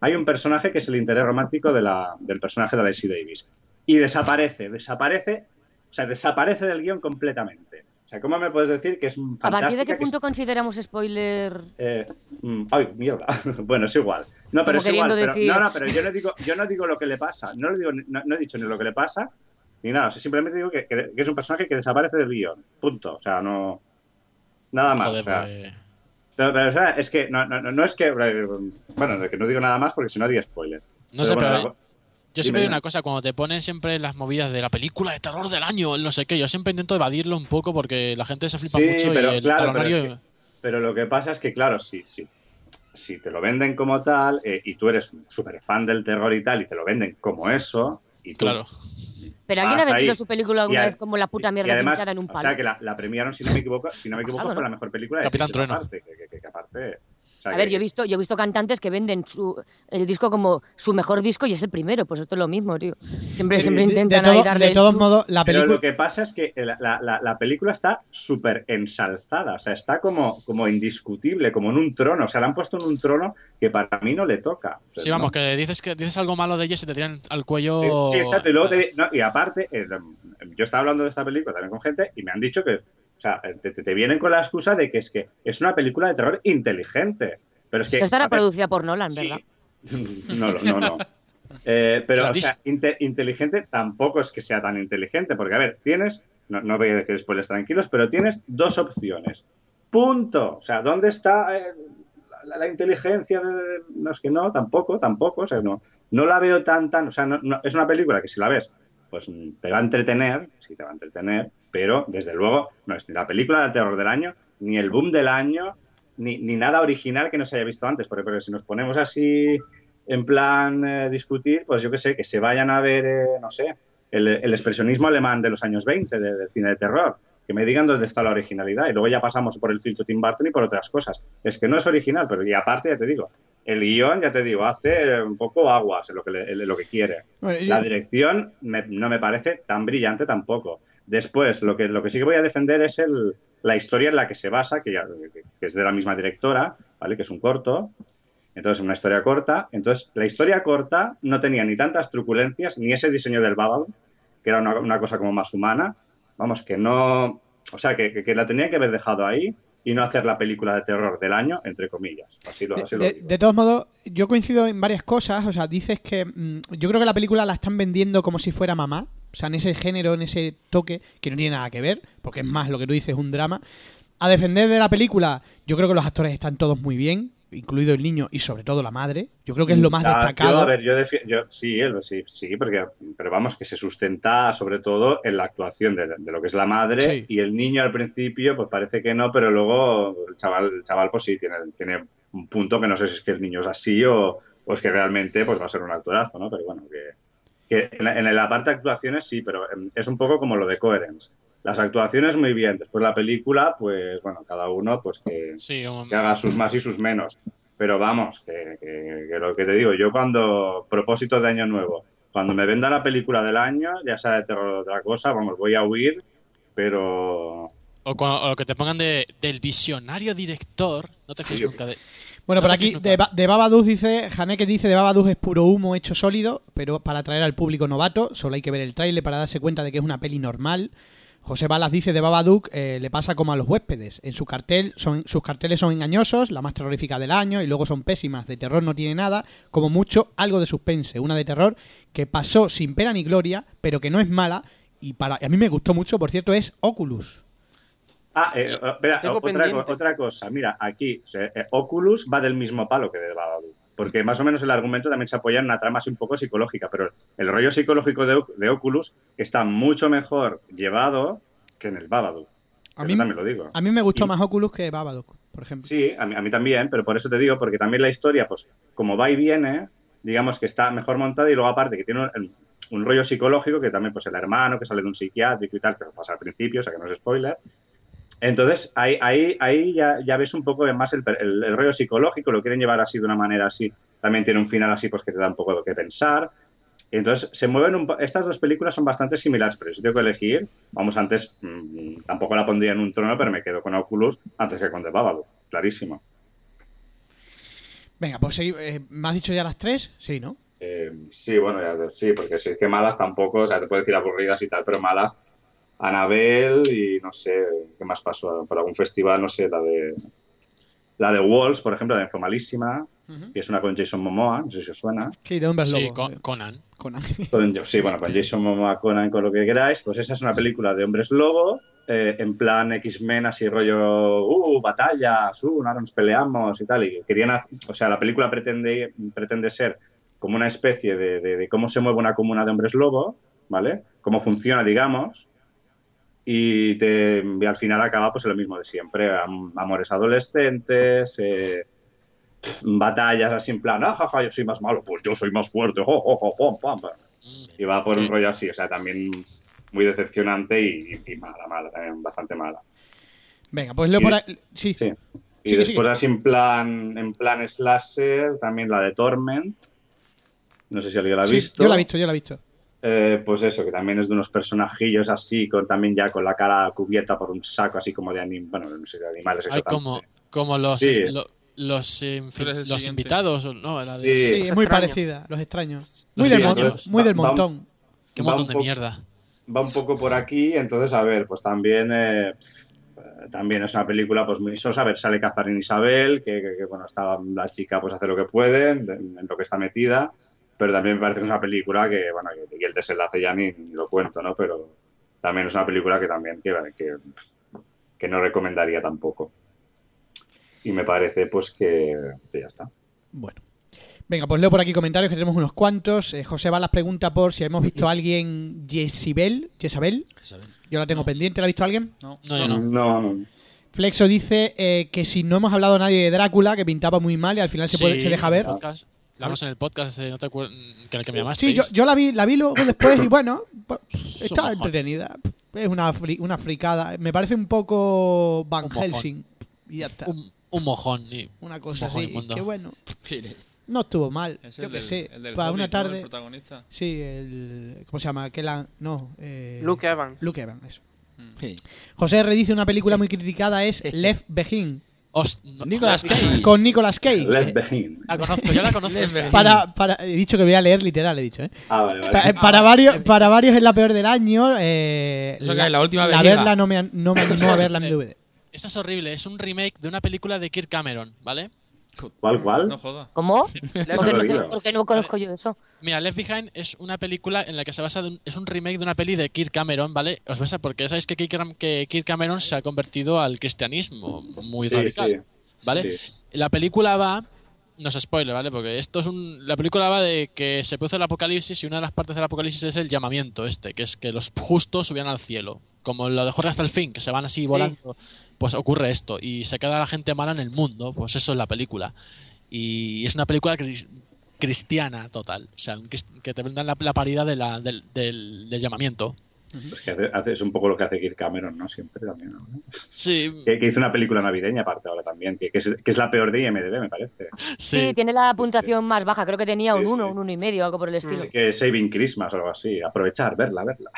[SPEAKER 5] hay un personaje que es el interés romántico de la- del personaje de Lacey Davis. Y desaparece, desaparece o sea, desaparece del guión completamente. O sea, ¿cómo me puedes decir que es un
[SPEAKER 4] ¿A partir
[SPEAKER 5] fantástica?
[SPEAKER 4] de qué
[SPEAKER 5] que es-
[SPEAKER 4] punto consideramos spoiler?
[SPEAKER 5] eh, mm, ay, mierda. bueno, es igual. No,
[SPEAKER 4] Como
[SPEAKER 5] pero es igual.
[SPEAKER 4] queriendo
[SPEAKER 5] pero-
[SPEAKER 4] decir-
[SPEAKER 5] no, no, pero yo no digo, yo no digo lo que le pasa. No, le digo, ni- no, no he dicho ni lo que le pasa, ni nada. O sea, simplemente digo que, que- que es un personaje que desaparece del guión. Punto. O sea, no. Nada más.
[SPEAKER 6] Joder,
[SPEAKER 5] Ah, o sea.
[SPEAKER 6] pues,
[SPEAKER 5] No, pero, o sea, es que no, no, no- no es que. eh, Bueno, que no digo nada más porque si no haría spoiler.
[SPEAKER 6] No sé,
[SPEAKER 5] bueno,
[SPEAKER 6] pero eh,
[SPEAKER 5] la-
[SPEAKER 6] Yo siempre digo
[SPEAKER 5] dime.
[SPEAKER 6] una cosa, cuando te ponen siempre las movidas de la película de terror del año, el no sé qué, yo siempre intento evadirlo un poco porque la gente se flipa
[SPEAKER 5] Sí,
[SPEAKER 6] mucho
[SPEAKER 5] pero
[SPEAKER 6] y el
[SPEAKER 5] claro,
[SPEAKER 6] talonario...
[SPEAKER 5] pero es Pero lo que pasa es que, claro, sí, sí. Si te lo venden como tal eh, y tú eres un súper fan del terror y tal y te lo venden como eso, y tú-
[SPEAKER 6] Claro.
[SPEAKER 4] ¿Pero alguien ha
[SPEAKER 5] Vas
[SPEAKER 4] vendido
[SPEAKER 5] ahí.
[SPEAKER 4] su película
[SPEAKER 5] Y
[SPEAKER 4] alguna
[SPEAKER 5] a-
[SPEAKER 4] vez como la puta
[SPEAKER 5] y
[SPEAKER 4] mierda
[SPEAKER 5] además,
[SPEAKER 4] pintada en un
[SPEAKER 5] O
[SPEAKER 4] palo?
[SPEAKER 5] sea, que la, la premiaron, si no me equivoco, si no me equivoco
[SPEAKER 4] Pasado,
[SPEAKER 5] fue
[SPEAKER 4] ¿no?
[SPEAKER 5] la mejor película de
[SPEAKER 6] Capitán
[SPEAKER 5] Sitges,
[SPEAKER 6] Trueno.
[SPEAKER 5] aparte, que, que- que- que aparte, o sea,
[SPEAKER 4] A
[SPEAKER 5] que-
[SPEAKER 4] ver, yo he visto, yo he visto cantantes que venden su, el disco como su mejor disco y es el primero, pues esto es lo mismo, tío. Siempre,
[SPEAKER 2] De,
[SPEAKER 4] siempre
[SPEAKER 2] de- de
[SPEAKER 4] intentan
[SPEAKER 2] todo-
[SPEAKER 4] ahí darle.
[SPEAKER 2] de todos
[SPEAKER 4] el-
[SPEAKER 2] modos, la
[SPEAKER 5] Pero
[SPEAKER 2] película.
[SPEAKER 5] lo que pasa es que eh, la, la- la- la película está súper ensalzada, o sea, está como, como indiscutible, como en un trono, o sea, la han puesto en un trono que para mí no le toca. O sea,
[SPEAKER 6] Sí,
[SPEAKER 5] no-
[SPEAKER 6] vamos, que dices que dices algo malo de ella y te tiran al
[SPEAKER 5] Sí,
[SPEAKER 6] cuello...
[SPEAKER 5] Sí, exacto. Y, luego te- no, y aparte, eh, yo estaba hablando de esta película también con gente y me han dicho que, o sea, eh, te, te- te vienen con la excusa de que es que es una película de terror inteligente. Pero es que.
[SPEAKER 4] Esta
[SPEAKER 5] a
[SPEAKER 4] era
[SPEAKER 5] ver,
[SPEAKER 4] producida por Nolan,
[SPEAKER 5] sí.
[SPEAKER 4] ¿verdad?
[SPEAKER 5] No, lo- no, no. Eh, pero, o
[SPEAKER 6] Clarísimo.
[SPEAKER 5] sea, inte- inteligente tampoco es que sea tan inteligente, porque, a ver, tienes, no, no voy a decir spoilers tranquilos, pero tienes dos opciones. Punto. O sea, ¿dónde está eh, la, la inteligencia? De, de- no es que no, tampoco, tampoco. O sea, no, no la veo tan, tan. O sea, no- no- es una película que si la ves, pues mm, te va a entretener, sí te va a entretener, pero desde luego no es ni la película del terror del año, ni el boom del año, ni, ni nada original que no se haya visto antes, porque, porque si nos ponemos así en plan eh, discutir, pues yo qué sé, que se vayan a ver, eh, no sé, el, el expresionismo alemán de los años 20, de- del cine de terror, que me digan dónde está la originalidad, y luego ya pasamos por el filtro Tim Burton y por otras cosas. Es que no es original, pero y aparte ya te digo, el guión, ya te digo, hace un poco aguas en lo que, le- en lo que quiere.
[SPEAKER 2] Bueno, yo-
[SPEAKER 5] La dirección me- no me parece tan brillante tampoco. Después, lo que, lo que sí que voy a defender es el, la historia en la que se basa, que, ya- que es de la misma directora, ¿vale? Que es un corto. Entonces, una historia corta. Entonces, la historia corta no tenía ni tantas truculencias, ni ese diseño del bábado, que era una, una cosa como más humana. Vamos, que no. O sea, que, que- que la tenían que haber dejado ahí y no hacer la película de terror del año, entre comillas. Así lo,
[SPEAKER 2] De,
[SPEAKER 5] así lo
[SPEAKER 2] de-
[SPEAKER 5] digo.
[SPEAKER 2] de todos modos, yo coincido en varias cosas. O sea, dices que mm, yo creo que la película la están vendiendo como si fuera mamá. O sea, en ese género, en ese toque, que no tiene nada que ver, porque es más lo que tú dices, un drama. A defender de la película, yo creo que los actores están todos muy bien, incluido el niño y sobre todo la madre. Yo creo que es lo más
[SPEAKER 5] Ah, Yo,
[SPEAKER 2] destacado.
[SPEAKER 5] a ver, yo, defi- yo- sí, el- sí, sí, porque, pero vamos, que se sustenta sobre todo en la actuación de, de lo que es la madre
[SPEAKER 2] Sí.
[SPEAKER 5] y el niño al principio, pues parece que no, pero luego el chaval, el chaval pues sí, tiene, tiene un punto que no sé si es que el niño es así o, o es que realmente pues va a ser un actorazo, ¿no? Pero bueno, que, que en, la- en la parte de actuaciones sí, pero em, es un poco como lo de Coherence. Las actuaciones muy bien. Después la película, pues bueno, cada uno pues que,
[SPEAKER 6] Sí, um,
[SPEAKER 5] que haga sus más y sus menos. Pero vamos, que, que- que lo que te digo, yo cuando propósito de año nuevo, cuando me venda la película del año, ya sea de terror o otra cosa, vamos, voy a huir, pero
[SPEAKER 6] o, cua- o que te pongan de, del visionario director. No te fíes
[SPEAKER 5] Sí, yo-
[SPEAKER 6] nunca de.
[SPEAKER 2] Bueno,
[SPEAKER 6] No
[SPEAKER 2] por
[SPEAKER 6] te
[SPEAKER 2] aquí,
[SPEAKER 6] fijes
[SPEAKER 2] de,
[SPEAKER 6] nunca.
[SPEAKER 2] Ba- de Babadook dice, Haneke dice, de Babadook es puro humo hecho sólido, pero para atraer al público novato, solo hay que ver el tráiler para darse cuenta de que es una peli normal. José Balas dice, de Babadook eh, le pasa como a los huéspedes, en su cartel son, sus carteles son engañosos, la más terrorífica del año, y luego son pésimas, de terror no tiene nada, como mucho algo de suspense, una de terror que pasó sin pena ni gloria, pero que no es mala, y para a mí me gustó mucho, por cierto, es Oculus.
[SPEAKER 5] Ah, eh, eh, espera,
[SPEAKER 7] Tengo
[SPEAKER 5] otra,
[SPEAKER 7] pendiente.
[SPEAKER 5] co- otra cosa. Mira, aquí o sea, eh, Oculus va del mismo palo que de Babadook. Porque más o menos el argumento también se apoya en una trama así un poco psicológica, pero el rollo psicológico de, Oc- de Oculus está mucho mejor llevado que en el Babadook.
[SPEAKER 2] A
[SPEAKER 5] Eso
[SPEAKER 2] mí,
[SPEAKER 5] también lo digo.
[SPEAKER 2] a mí me gustó
[SPEAKER 5] Y-
[SPEAKER 2] más Oculus que Babadook, por ejemplo.
[SPEAKER 5] Sí, a mí, a mí también, pero por eso te digo, porque también la historia, pues como va y viene, digamos que está mejor montada y luego aparte que tiene un, un rollo psicológico que también, pues el hermano que sale de un psiquiátrico y tal, que lo pasa al principio, o sea que no es spoiler. Entonces ahí, ahí, ahí ya, ya ves un poco más el, per- el- el rollo psicológico, lo quieren llevar así de una manera así, también tiene un final así pues que te da un poco de que pensar. Entonces se mueven un po- Estas dos películas son bastante similares, pero si tengo que elegir, vamos, antes mm, tampoco la pondría en un trono, pero me quedo con Oculus antes que con The Babadook, clarísimo.
[SPEAKER 2] Venga, pues sí, eh, me has dicho ya las tres, sí, ¿no?
[SPEAKER 5] Eh, sí, bueno, ya- sí, porque si es que malas tampoco, o sea, te puedo decir aburridas y tal, pero malas. Anabel y no sé qué más pasó por algún festival, no sé, la de la de Walls, por ejemplo, la de Formalísima, que es una con Jason Momoa, no sé si os suena.
[SPEAKER 2] Sí, de hombres
[SPEAKER 6] Sí,
[SPEAKER 2] lobo.
[SPEAKER 6] Con- Conan.
[SPEAKER 2] Conan.
[SPEAKER 5] Con- sí, bueno, con Jason Momoa, Conan, con lo que queráis, pues esa es una película de hombres lobo, eh, en plan X-Men, así rollo, uh, batallas, uh, ahora nos peleamos y tal, y querían, ha- o sea, la película pretende, pretende ser como una especie de, de- de cómo se mueve una comuna de hombres lobo, ¿vale? Cómo funciona, digamos, y, te, y al final acaba pues lo mismo de siempre, am- amores adolescentes, eh, batallas así en plan, ah, jaja, yo soy más malo, pues yo soy más fuerte, jo, jo, jo, pam, pam, pam.
[SPEAKER 6] Mm.
[SPEAKER 5] Y va por un
[SPEAKER 6] Sí.
[SPEAKER 5] rollo así, o sea, también muy decepcionante y, y mala, mala, también bastante mala.
[SPEAKER 2] Venga, pues leo
[SPEAKER 5] Y-
[SPEAKER 2] por ahí. Sí.
[SPEAKER 5] Sí. Y
[SPEAKER 2] Sigue,
[SPEAKER 5] después
[SPEAKER 2] sigue.
[SPEAKER 5] así en plan, en plan slasher, también la de Torment. No sé si alguien la ha
[SPEAKER 2] Sí,
[SPEAKER 5] visto.
[SPEAKER 2] Yo la he visto, yo la he visto.
[SPEAKER 5] Eh, pues eso, que también es de unos personajillos así, con también ya con la cara cubierta por un saco así como de anim bueno, no sé, de animales
[SPEAKER 6] Hay como,
[SPEAKER 5] exactamente.
[SPEAKER 6] como los,
[SPEAKER 5] Sí.
[SPEAKER 6] lo- los, eh, infi-
[SPEAKER 8] Tú eres el
[SPEAKER 6] los
[SPEAKER 8] siguiente.
[SPEAKER 6] invitados, ¿o ¿no? La
[SPEAKER 5] Sí,
[SPEAKER 6] de-
[SPEAKER 2] Sí, es muy
[SPEAKER 7] extraños.
[SPEAKER 2] parecida, los extraños. Muy
[SPEAKER 6] Los
[SPEAKER 2] del,
[SPEAKER 6] extraños.
[SPEAKER 2] montón, muy del
[SPEAKER 5] Va- va-
[SPEAKER 2] montón.
[SPEAKER 6] Qué
[SPEAKER 5] va
[SPEAKER 6] montón
[SPEAKER 5] un
[SPEAKER 6] de
[SPEAKER 5] poco-
[SPEAKER 6] mierda.
[SPEAKER 5] va un poco por aquí, entonces a ver, pues también eh, pf, también es una película pues muy sosa, a ver, sale Catherine Isabel, que, que- que, bueno, está la chica pues hace lo que puede en, en lo que está metida, pero también me parece que es una película que, bueno, que, que el desenlace ya ni, ni lo cuento, ¿no? Pero también es una película que también que, que, que no recomendaría tampoco. Y me parece pues que, que ya está.
[SPEAKER 2] Bueno. Venga, pues leo por aquí comentarios que tenemos unos cuantos. Eh, José Balas pregunta por si hemos visto a alguien Jezibel. Jezabel.
[SPEAKER 6] Isabel.
[SPEAKER 2] Yo la tengo pendiente, ¿la ha visto alguien?
[SPEAKER 8] No,
[SPEAKER 6] No, yo no.
[SPEAKER 5] no.
[SPEAKER 2] Flexo dice eh, que si no hemos hablado a nadie de Drácula, que pintaba muy mal y al final se, puede-
[SPEAKER 6] Sí,
[SPEAKER 2] se deja ver.
[SPEAKER 6] podcast. La hablamos en el podcast, eh, no te acuerdas, que en el que me
[SPEAKER 2] Sí,
[SPEAKER 6] llamasteis.
[SPEAKER 2] yo, yo la vi, la vi luego después y bueno, pues, está
[SPEAKER 6] mojón.
[SPEAKER 2] entretenida. Es una, fri- una fricada. Me parece un poco Van
[SPEAKER 6] Un mojón.
[SPEAKER 2] Helsing. Y ya está.
[SPEAKER 6] Un, un mojón. y-
[SPEAKER 2] una cosa
[SPEAKER 6] mojón
[SPEAKER 2] así.
[SPEAKER 6] inmundo.
[SPEAKER 2] Qué bueno. No estuvo mal.
[SPEAKER 8] es
[SPEAKER 2] yo
[SPEAKER 8] el
[SPEAKER 2] qué
[SPEAKER 8] del-
[SPEAKER 2] sé.
[SPEAKER 8] el del
[SPEAKER 2] Para una
[SPEAKER 8] Hobbit, ¿no? El
[SPEAKER 2] tarde.
[SPEAKER 8] protagonista.
[SPEAKER 2] Sí, el. ¿Cómo se llama? Aquel- no. eh,
[SPEAKER 7] Luke Evans.
[SPEAKER 2] Luke Evans, eso.
[SPEAKER 3] Sí.
[SPEAKER 2] José R. dice una película muy criticada es Left Behind.
[SPEAKER 6] Os- no-
[SPEAKER 3] Nicolas Cage.
[SPEAKER 2] Con Nicolas Cage.
[SPEAKER 5] Left
[SPEAKER 2] Eh,
[SPEAKER 5] Behind.
[SPEAKER 6] La conozco, yo la conozco. esta.
[SPEAKER 2] para, para, he dicho que voy a leer literal, he dicho, ¿eh?
[SPEAKER 5] Ah, vale, vale.
[SPEAKER 2] Pa- eh, para, varios, para varios es la peor del año. Eh,
[SPEAKER 3] Eso que es la última vez
[SPEAKER 2] verla
[SPEAKER 3] llega.
[SPEAKER 2] no me, an- no me animó a verla en DVD.
[SPEAKER 6] Esta es horrible, es un remake de una película de Kirk Cameron, ¿vale?
[SPEAKER 5] ¿Cuál, cuál?
[SPEAKER 8] No jodas.
[SPEAKER 4] ¿Cómo?
[SPEAKER 5] Eso
[SPEAKER 4] Porque
[SPEAKER 5] lo
[SPEAKER 4] no, sé-
[SPEAKER 5] digo.
[SPEAKER 4] porque no conozco yo eso.
[SPEAKER 6] Mira, Left Behind es una película en la que se basa, de un- es un remake de una peli de Kirk Cameron, ¿vale? Os basa porque ya sabéis que Kirk, Cam- que Kirk Cameron se ha convertido al cristianismo muy
[SPEAKER 5] Sí,
[SPEAKER 6] radical,
[SPEAKER 5] sí.
[SPEAKER 6] ¿vale?
[SPEAKER 5] Sí.
[SPEAKER 6] La película va, no se spoiler, ¿vale? Porque esto es un, la película va de que se produce el apocalipsis y una de las partes del apocalipsis es el llamamiento este, que es que los justos subían al cielo, como lo de Jorge hasta el fin, que se van así volando, pues ocurre esto y se queda la gente mala en el mundo, pues eso es la película. Y es una película cris- cristiana total, o sea, un crist- que te brindan la, la paridad de la- del, del- del llamamiento.
[SPEAKER 5] Que hace- hace- es un poco lo que hace Kirk Cameron, ¿no? Siempre también. ¿no?
[SPEAKER 6] Sí,
[SPEAKER 5] Que, que hizo una película navideña aparte ahora también, que, que es, que es la peor de IMDB, me parece.
[SPEAKER 4] Sí,
[SPEAKER 6] sí.
[SPEAKER 4] tiene la puntuación más baja. Creo que tenía
[SPEAKER 5] Sí,
[SPEAKER 4] un
[SPEAKER 5] sí.
[SPEAKER 4] 1, un 1,5 o algo por el estilo.
[SPEAKER 5] Así que Saving Christmas o algo así. Aprovechar, verla, verla.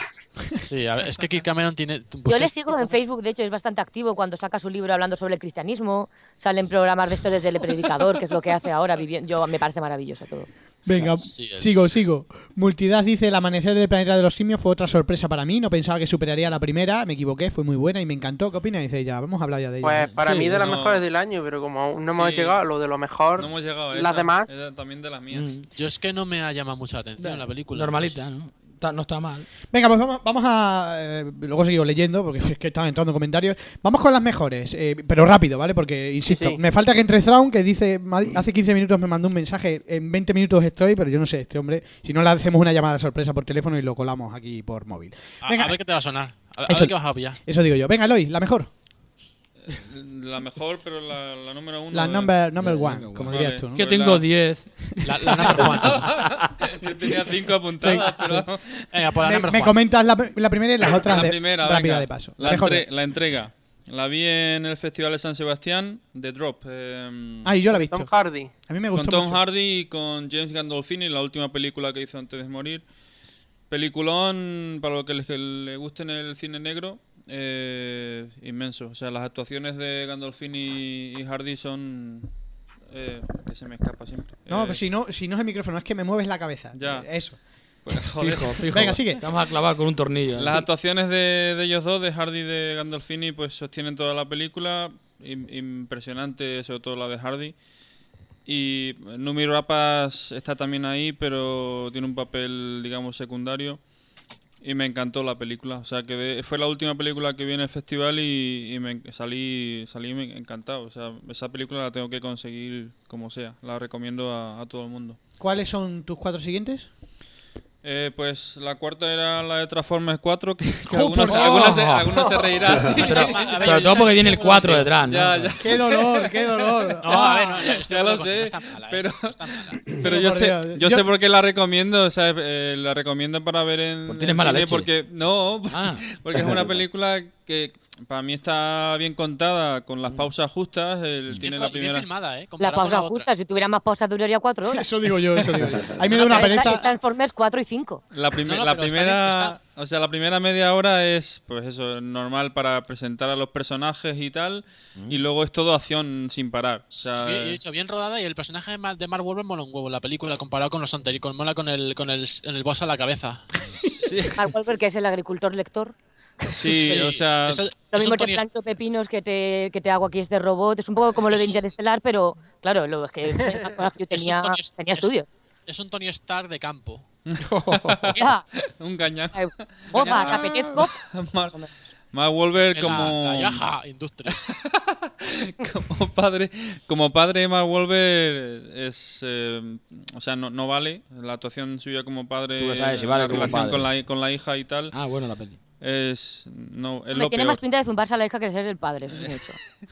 [SPEAKER 6] sí, a ver, es que Kirk Cameron tiene.
[SPEAKER 5] Pues
[SPEAKER 4] Yo
[SPEAKER 6] buscas-
[SPEAKER 4] le sigo en Facebook, de hecho, es bastante activo cuando saca su libro hablando sobre el cristianismo. Salen programas de esto desde el predicador, que es lo que hace ahora. viviendo. Yo, me parece maravilloso todo.
[SPEAKER 2] Venga,
[SPEAKER 6] Sí, es-
[SPEAKER 2] sigo, sigo. Multidad dice, el amanecer del planeta de los simios fue otra sorpresa para mí, no pensaba que superaría la primera, me equivoqué, fue muy buena y me encantó. ¿Qué opináis Dice ella? Vamos a hablar ya de ella.
[SPEAKER 7] Pues para
[SPEAKER 3] Sí,
[SPEAKER 7] mí de las
[SPEAKER 8] no.
[SPEAKER 7] mejores del año, pero como aún no hemos
[SPEAKER 8] Sí.
[SPEAKER 7] llegado a lo de lo mejor,
[SPEAKER 8] No hemos llegado a
[SPEAKER 7] las
[SPEAKER 8] esa,
[SPEAKER 7] demás.
[SPEAKER 8] esa también de las mías.
[SPEAKER 3] Mm,
[SPEAKER 6] Yo es que no me ha llamado mucho la atención la película.
[SPEAKER 3] Normalita, ¿no? Está- no está mal.
[SPEAKER 2] Venga, pues vamos, vamos a... eh, luego seguimos leyendo, porque es que están entrando comentarios. Vamos con las mejores, eh, pero rápido, ¿vale? Porque, insisto,
[SPEAKER 7] Sí.
[SPEAKER 2] me falta que entre Thrawn, que dice, ma- hace 15 minutos me mandó un mensaje, en 20 minutos estoy, pero yo no sé, este hombre, si no le hacemos una llamada sorpresa por teléfono y lo colamos aquí por móvil.
[SPEAKER 6] A-
[SPEAKER 2] Venga.
[SPEAKER 6] Ah, A, ver qué te va a sonar. A, a
[SPEAKER 2] Eso-
[SPEAKER 6] ver qué vas a pillar.
[SPEAKER 2] Eso digo yo. Venga, Eloy, la mejor.
[SPEAKER 6] Mm.
[SPEAKER 8] La mejor, pero la, la número uno.
[SPEAKER 2] La
[SPEAKER 8] de-
[SPEAKER 2] number, number
[SPEAKER 6] eh,
[SPEAKER 3] la
[SPEAKER 2] one,
[SPEAKER 3] number
[SPEAKER 2] como
[SPEAKER 8] one.
[SPEAKER 2] dirías
[SPEAKER 8] Vale.
[SPEAKER 2] tú, ¿no?
[SPEAKER 8] ¿Qué
[SPEAKER 3] Yo
[SPEAKER 8] Pues
[SPEAKER 3] tengo
[SPEAKER 8] la-
[SPEAKER 3] 10.
[SPEAKER 6] La, la number one.
[SPEAKER 8] Yo tenía cinco apuntadas, pero vamos.
[SPEAKER 6] Venga, pues la
[SPEAKER 2] Me,
[SPEAKER 6] number
[SPEAKER 2] me
[SPEAKER 6] one.
[SPEAKER 2] comentas la, la primera y las otras
[SPEAKER 8] la
[SPEAKER 2] de,
[SPEAKER 8] primera,
[SPEAKER 2] rápida
[SPEAKER 8] venga.
[SPEAKER 2] de paso. La,
[SPEAKER 8] La,
[SPEAKER 2] mejor.
[SPEAKER 8] entre- la entrega. La vi en el Festival de San Sebastián, The Drop. eh,
[SPEAKER 2] Ah, y yo la he visto.
[SPEAKER 7] Tom Hardy.
[SPEAKER 2] A mí me
[SPEAKER 8] con
[SPEAKER 2] gustó
[SPEAKER 8] Tom
[SPEAKER 2] mucho.
[SPEAKER 8] Hardy y con James Gandolfini, la última película que hizo antes de morir. Peliculón, para lo que les- que le, guste en el cine negro, eh, inmenso. O sea, las actuaciones de Gandolfini y Hardy son... eh, que se me escapa siempre.
[SPEAKER 2] No,
[SPEAKER 8] Eh,
[SPEAKER 2] pues si no, si no es el micrófono, es que me mueves la cabeza.
[SPEAKER 8] Ya.
[SPEAKER 2] Eh, Eso.
[SPEAKER 8] pues, joder.
[SPEAKER 3] Fijo, fijo.
[SPEAKER 2] Venga, sigue.
[SPEAKER 3] Te vamos a clavar con un tornillo. ¿eh?
[SPEAKER 8] Las actuaciones de, de ellos dos, de Hardy y de Gandolfini, pues sostienen toda la película. Im- impresionante, sobre todo la de Hardy. Y Numi Rapace está también ahí, pero tiene un papel, digamos, secundario. Y me encantó la película. O sea, que de- fue la última película que vi en el festival y, y me en- salí, salí me- encantado. O sea, esa película la tengo que conseguir como sea. La recomiendo a- a todo el mundo.
[SPEAKER 2] ¿Cuáles son tus cuatro siguientes?
[SPEAKER 8] Eh, pues la cuarta era la de Transformers 4, que, que
[SPEAKER 2] ¡Jo,
[SPEAKER 8] algunos,
[SPEAKER 2] por
[SPEAKER 8] algunos se,
[SPEAKER 2] ¡Oh!
[SPEAKER 3] favor!
[SPEAKER 8] algunos se reirán. sí.
[SPEAKER 3] Pero-
[SPEAKER 6] a ver,
[SPEAKER 3] sobre
[SPEAKER 6] yo
[SPEAKER 3] todo porque
[SPEAKER 6] también
[SPEAKER 3] viene el
[SPEAKER 6] tengo
[SPEAKER 3] 4
[SPEAKER 6] dos.
[SPEAKER 3] detrás, ¿no?
[SPEAKER 8] Ya, ya.
[SPEAKER 2] ¡Qué dolor, qué dolor!
[SPEAKER 6] No, a ver, no, estoy
[SPEAKER 8] Ya
[SPEAKER 6] de
[SPEAKER 8] lo
[SPEAKER 6] acuerdo,
[SPEAKER 8] sé,
[SPEAKER 6] no está mala, eh,
[SPEAKER 8] pero-
[SPEAKER 6] no está mala.
[SPEAKER 8] Pero
[SPEAKER 2] Por
[SPEAKER 8] yo sé,
[SPEAKER 2] Dios.
[SPEAKER 8] yo
[SPEAKER 2] Yo-
[SPEAKER 8] sé por qué la recomiendo, o sea, eh, la recomiendo para ver en.
[SPEAKER 6] Pues
[SPEAKER 3] Porque tienes
[SPEAKER 8] en
[SPEAKER 3] mala
[SPEAKER 8] cine,
[SPEAKER 3] leche.
[SPEAKER 8] Porque, no,
[SPEAKER 3] Ah.
[SPEAKER 8] porque es una película que para mí está bien contada, con
[SPEAKER 6] Mm.
[SPEAKER 8] las pausas justas. el-
[SPEAKER 6] Bien,
[SPEAKER 8] tiene
[SPEAKER 6] co-
[SPEAKER 8] la
[SPEAKER 6] bien
[SPEAKER 8] primera.
[SPEAKER 6] filmada, ¿eh?
[SPEAKER 4] La
[SPEAKER 6] comparado con
[SPEAKER 4] pausa
[SPEAKER 6] las
[SPEAKER 4] justa,
[SPEAKER 6] otras.
[SPEAKER 4] si tuviera más pausa duraría 4 horas.
[SPEAKER 2] Eso digo yo, eso digo yo. Ahí me da una
[SPEAKER 4] Pero esta-
[SPEAKER 2] pereza.
[SPEAKER 4] esta Transformers 4 y 5.
[SPEAKER 8] La, prime-
[SPEAKER 6] No, no,
[SPEAKER 8] la
[SPEAKER 6] pero está
[SPEAKER 8] primera,
[SPEAKER 6] bien, está-
[SPEAKER 8] o sea, la primera media hora es, pues eso, normal para presentar a los personajes y tal,
[SPEAKER 6] Mm.
[SPEAKER 8] y luego es todo acción sin parar. O sea,
[SPEAKER 6] Bien- he dicho, bien rodada y el personaje de Ma- de Mark Wahlberg mola un huevo la película comparado con los anteriores. con- Mola con el, con el, con el boss a la cabeza.
[SPEAKER 4] Mark Wahlberg, que es el agricultor lector.
[SPEAKER 8] sí, o sea,
[SPEAKER 6] es el-
[SPEAKER 4] Lo
[SPEAKER 6] es un
[SPEAKER 4] mismo que
[SPEAKER 6] Tony Stark.
[SPEAKER 4] planto pepinos que te, que te hago aquí este robot. Es un poco como lo de
[SPEAKER 6] Es-
[SPEAKER 4] Interestelar, pero claro, lo es que yo tenía,
[SPEAKER 6] Tony Stark.
[SPEAKER 4] tenía estudios.
[SPEAKER 6] Es un Tony Stark de campo.
[SPEAKER 4] Ya.
[SPEAKER 8] un gañán.
[SPEAKER 4] Eh, Opa, ¿te apetezco?
[SPEAKER 8] Mark, Mark Wahlberg
[SPEAKER 6] Es la-
[SPEAKER 8] como,
[SPEAKER 6] La, yaja industria.
[SPEAKER 8] como padre, como padre Mark Wahlberg es, eh, o sea, no, no vale la actuación suya como padre,
[SPEAKER 3] Tú lo sabes, si vale
[SPEAKER 8] la
[SPEAKER 3] como
[SPEAKER 8] relación
[SPEAKER 3] padre.
[SPEAKER 8] con la, con la hija y tal,
[SPEAKER 3] Ah, bueno, la peli.
[SPEAKER 8] es, no,
[SPEAKER 4] Me
[SPEAKER 8] es lo
[SPEAKER 4] tiene
[SPEAKER 8] peor.
[SPEAKER 4] más pinta de zumbarse a la hija que de ser el padre. eso es un hecho.
[SPEAKER 6] Eso es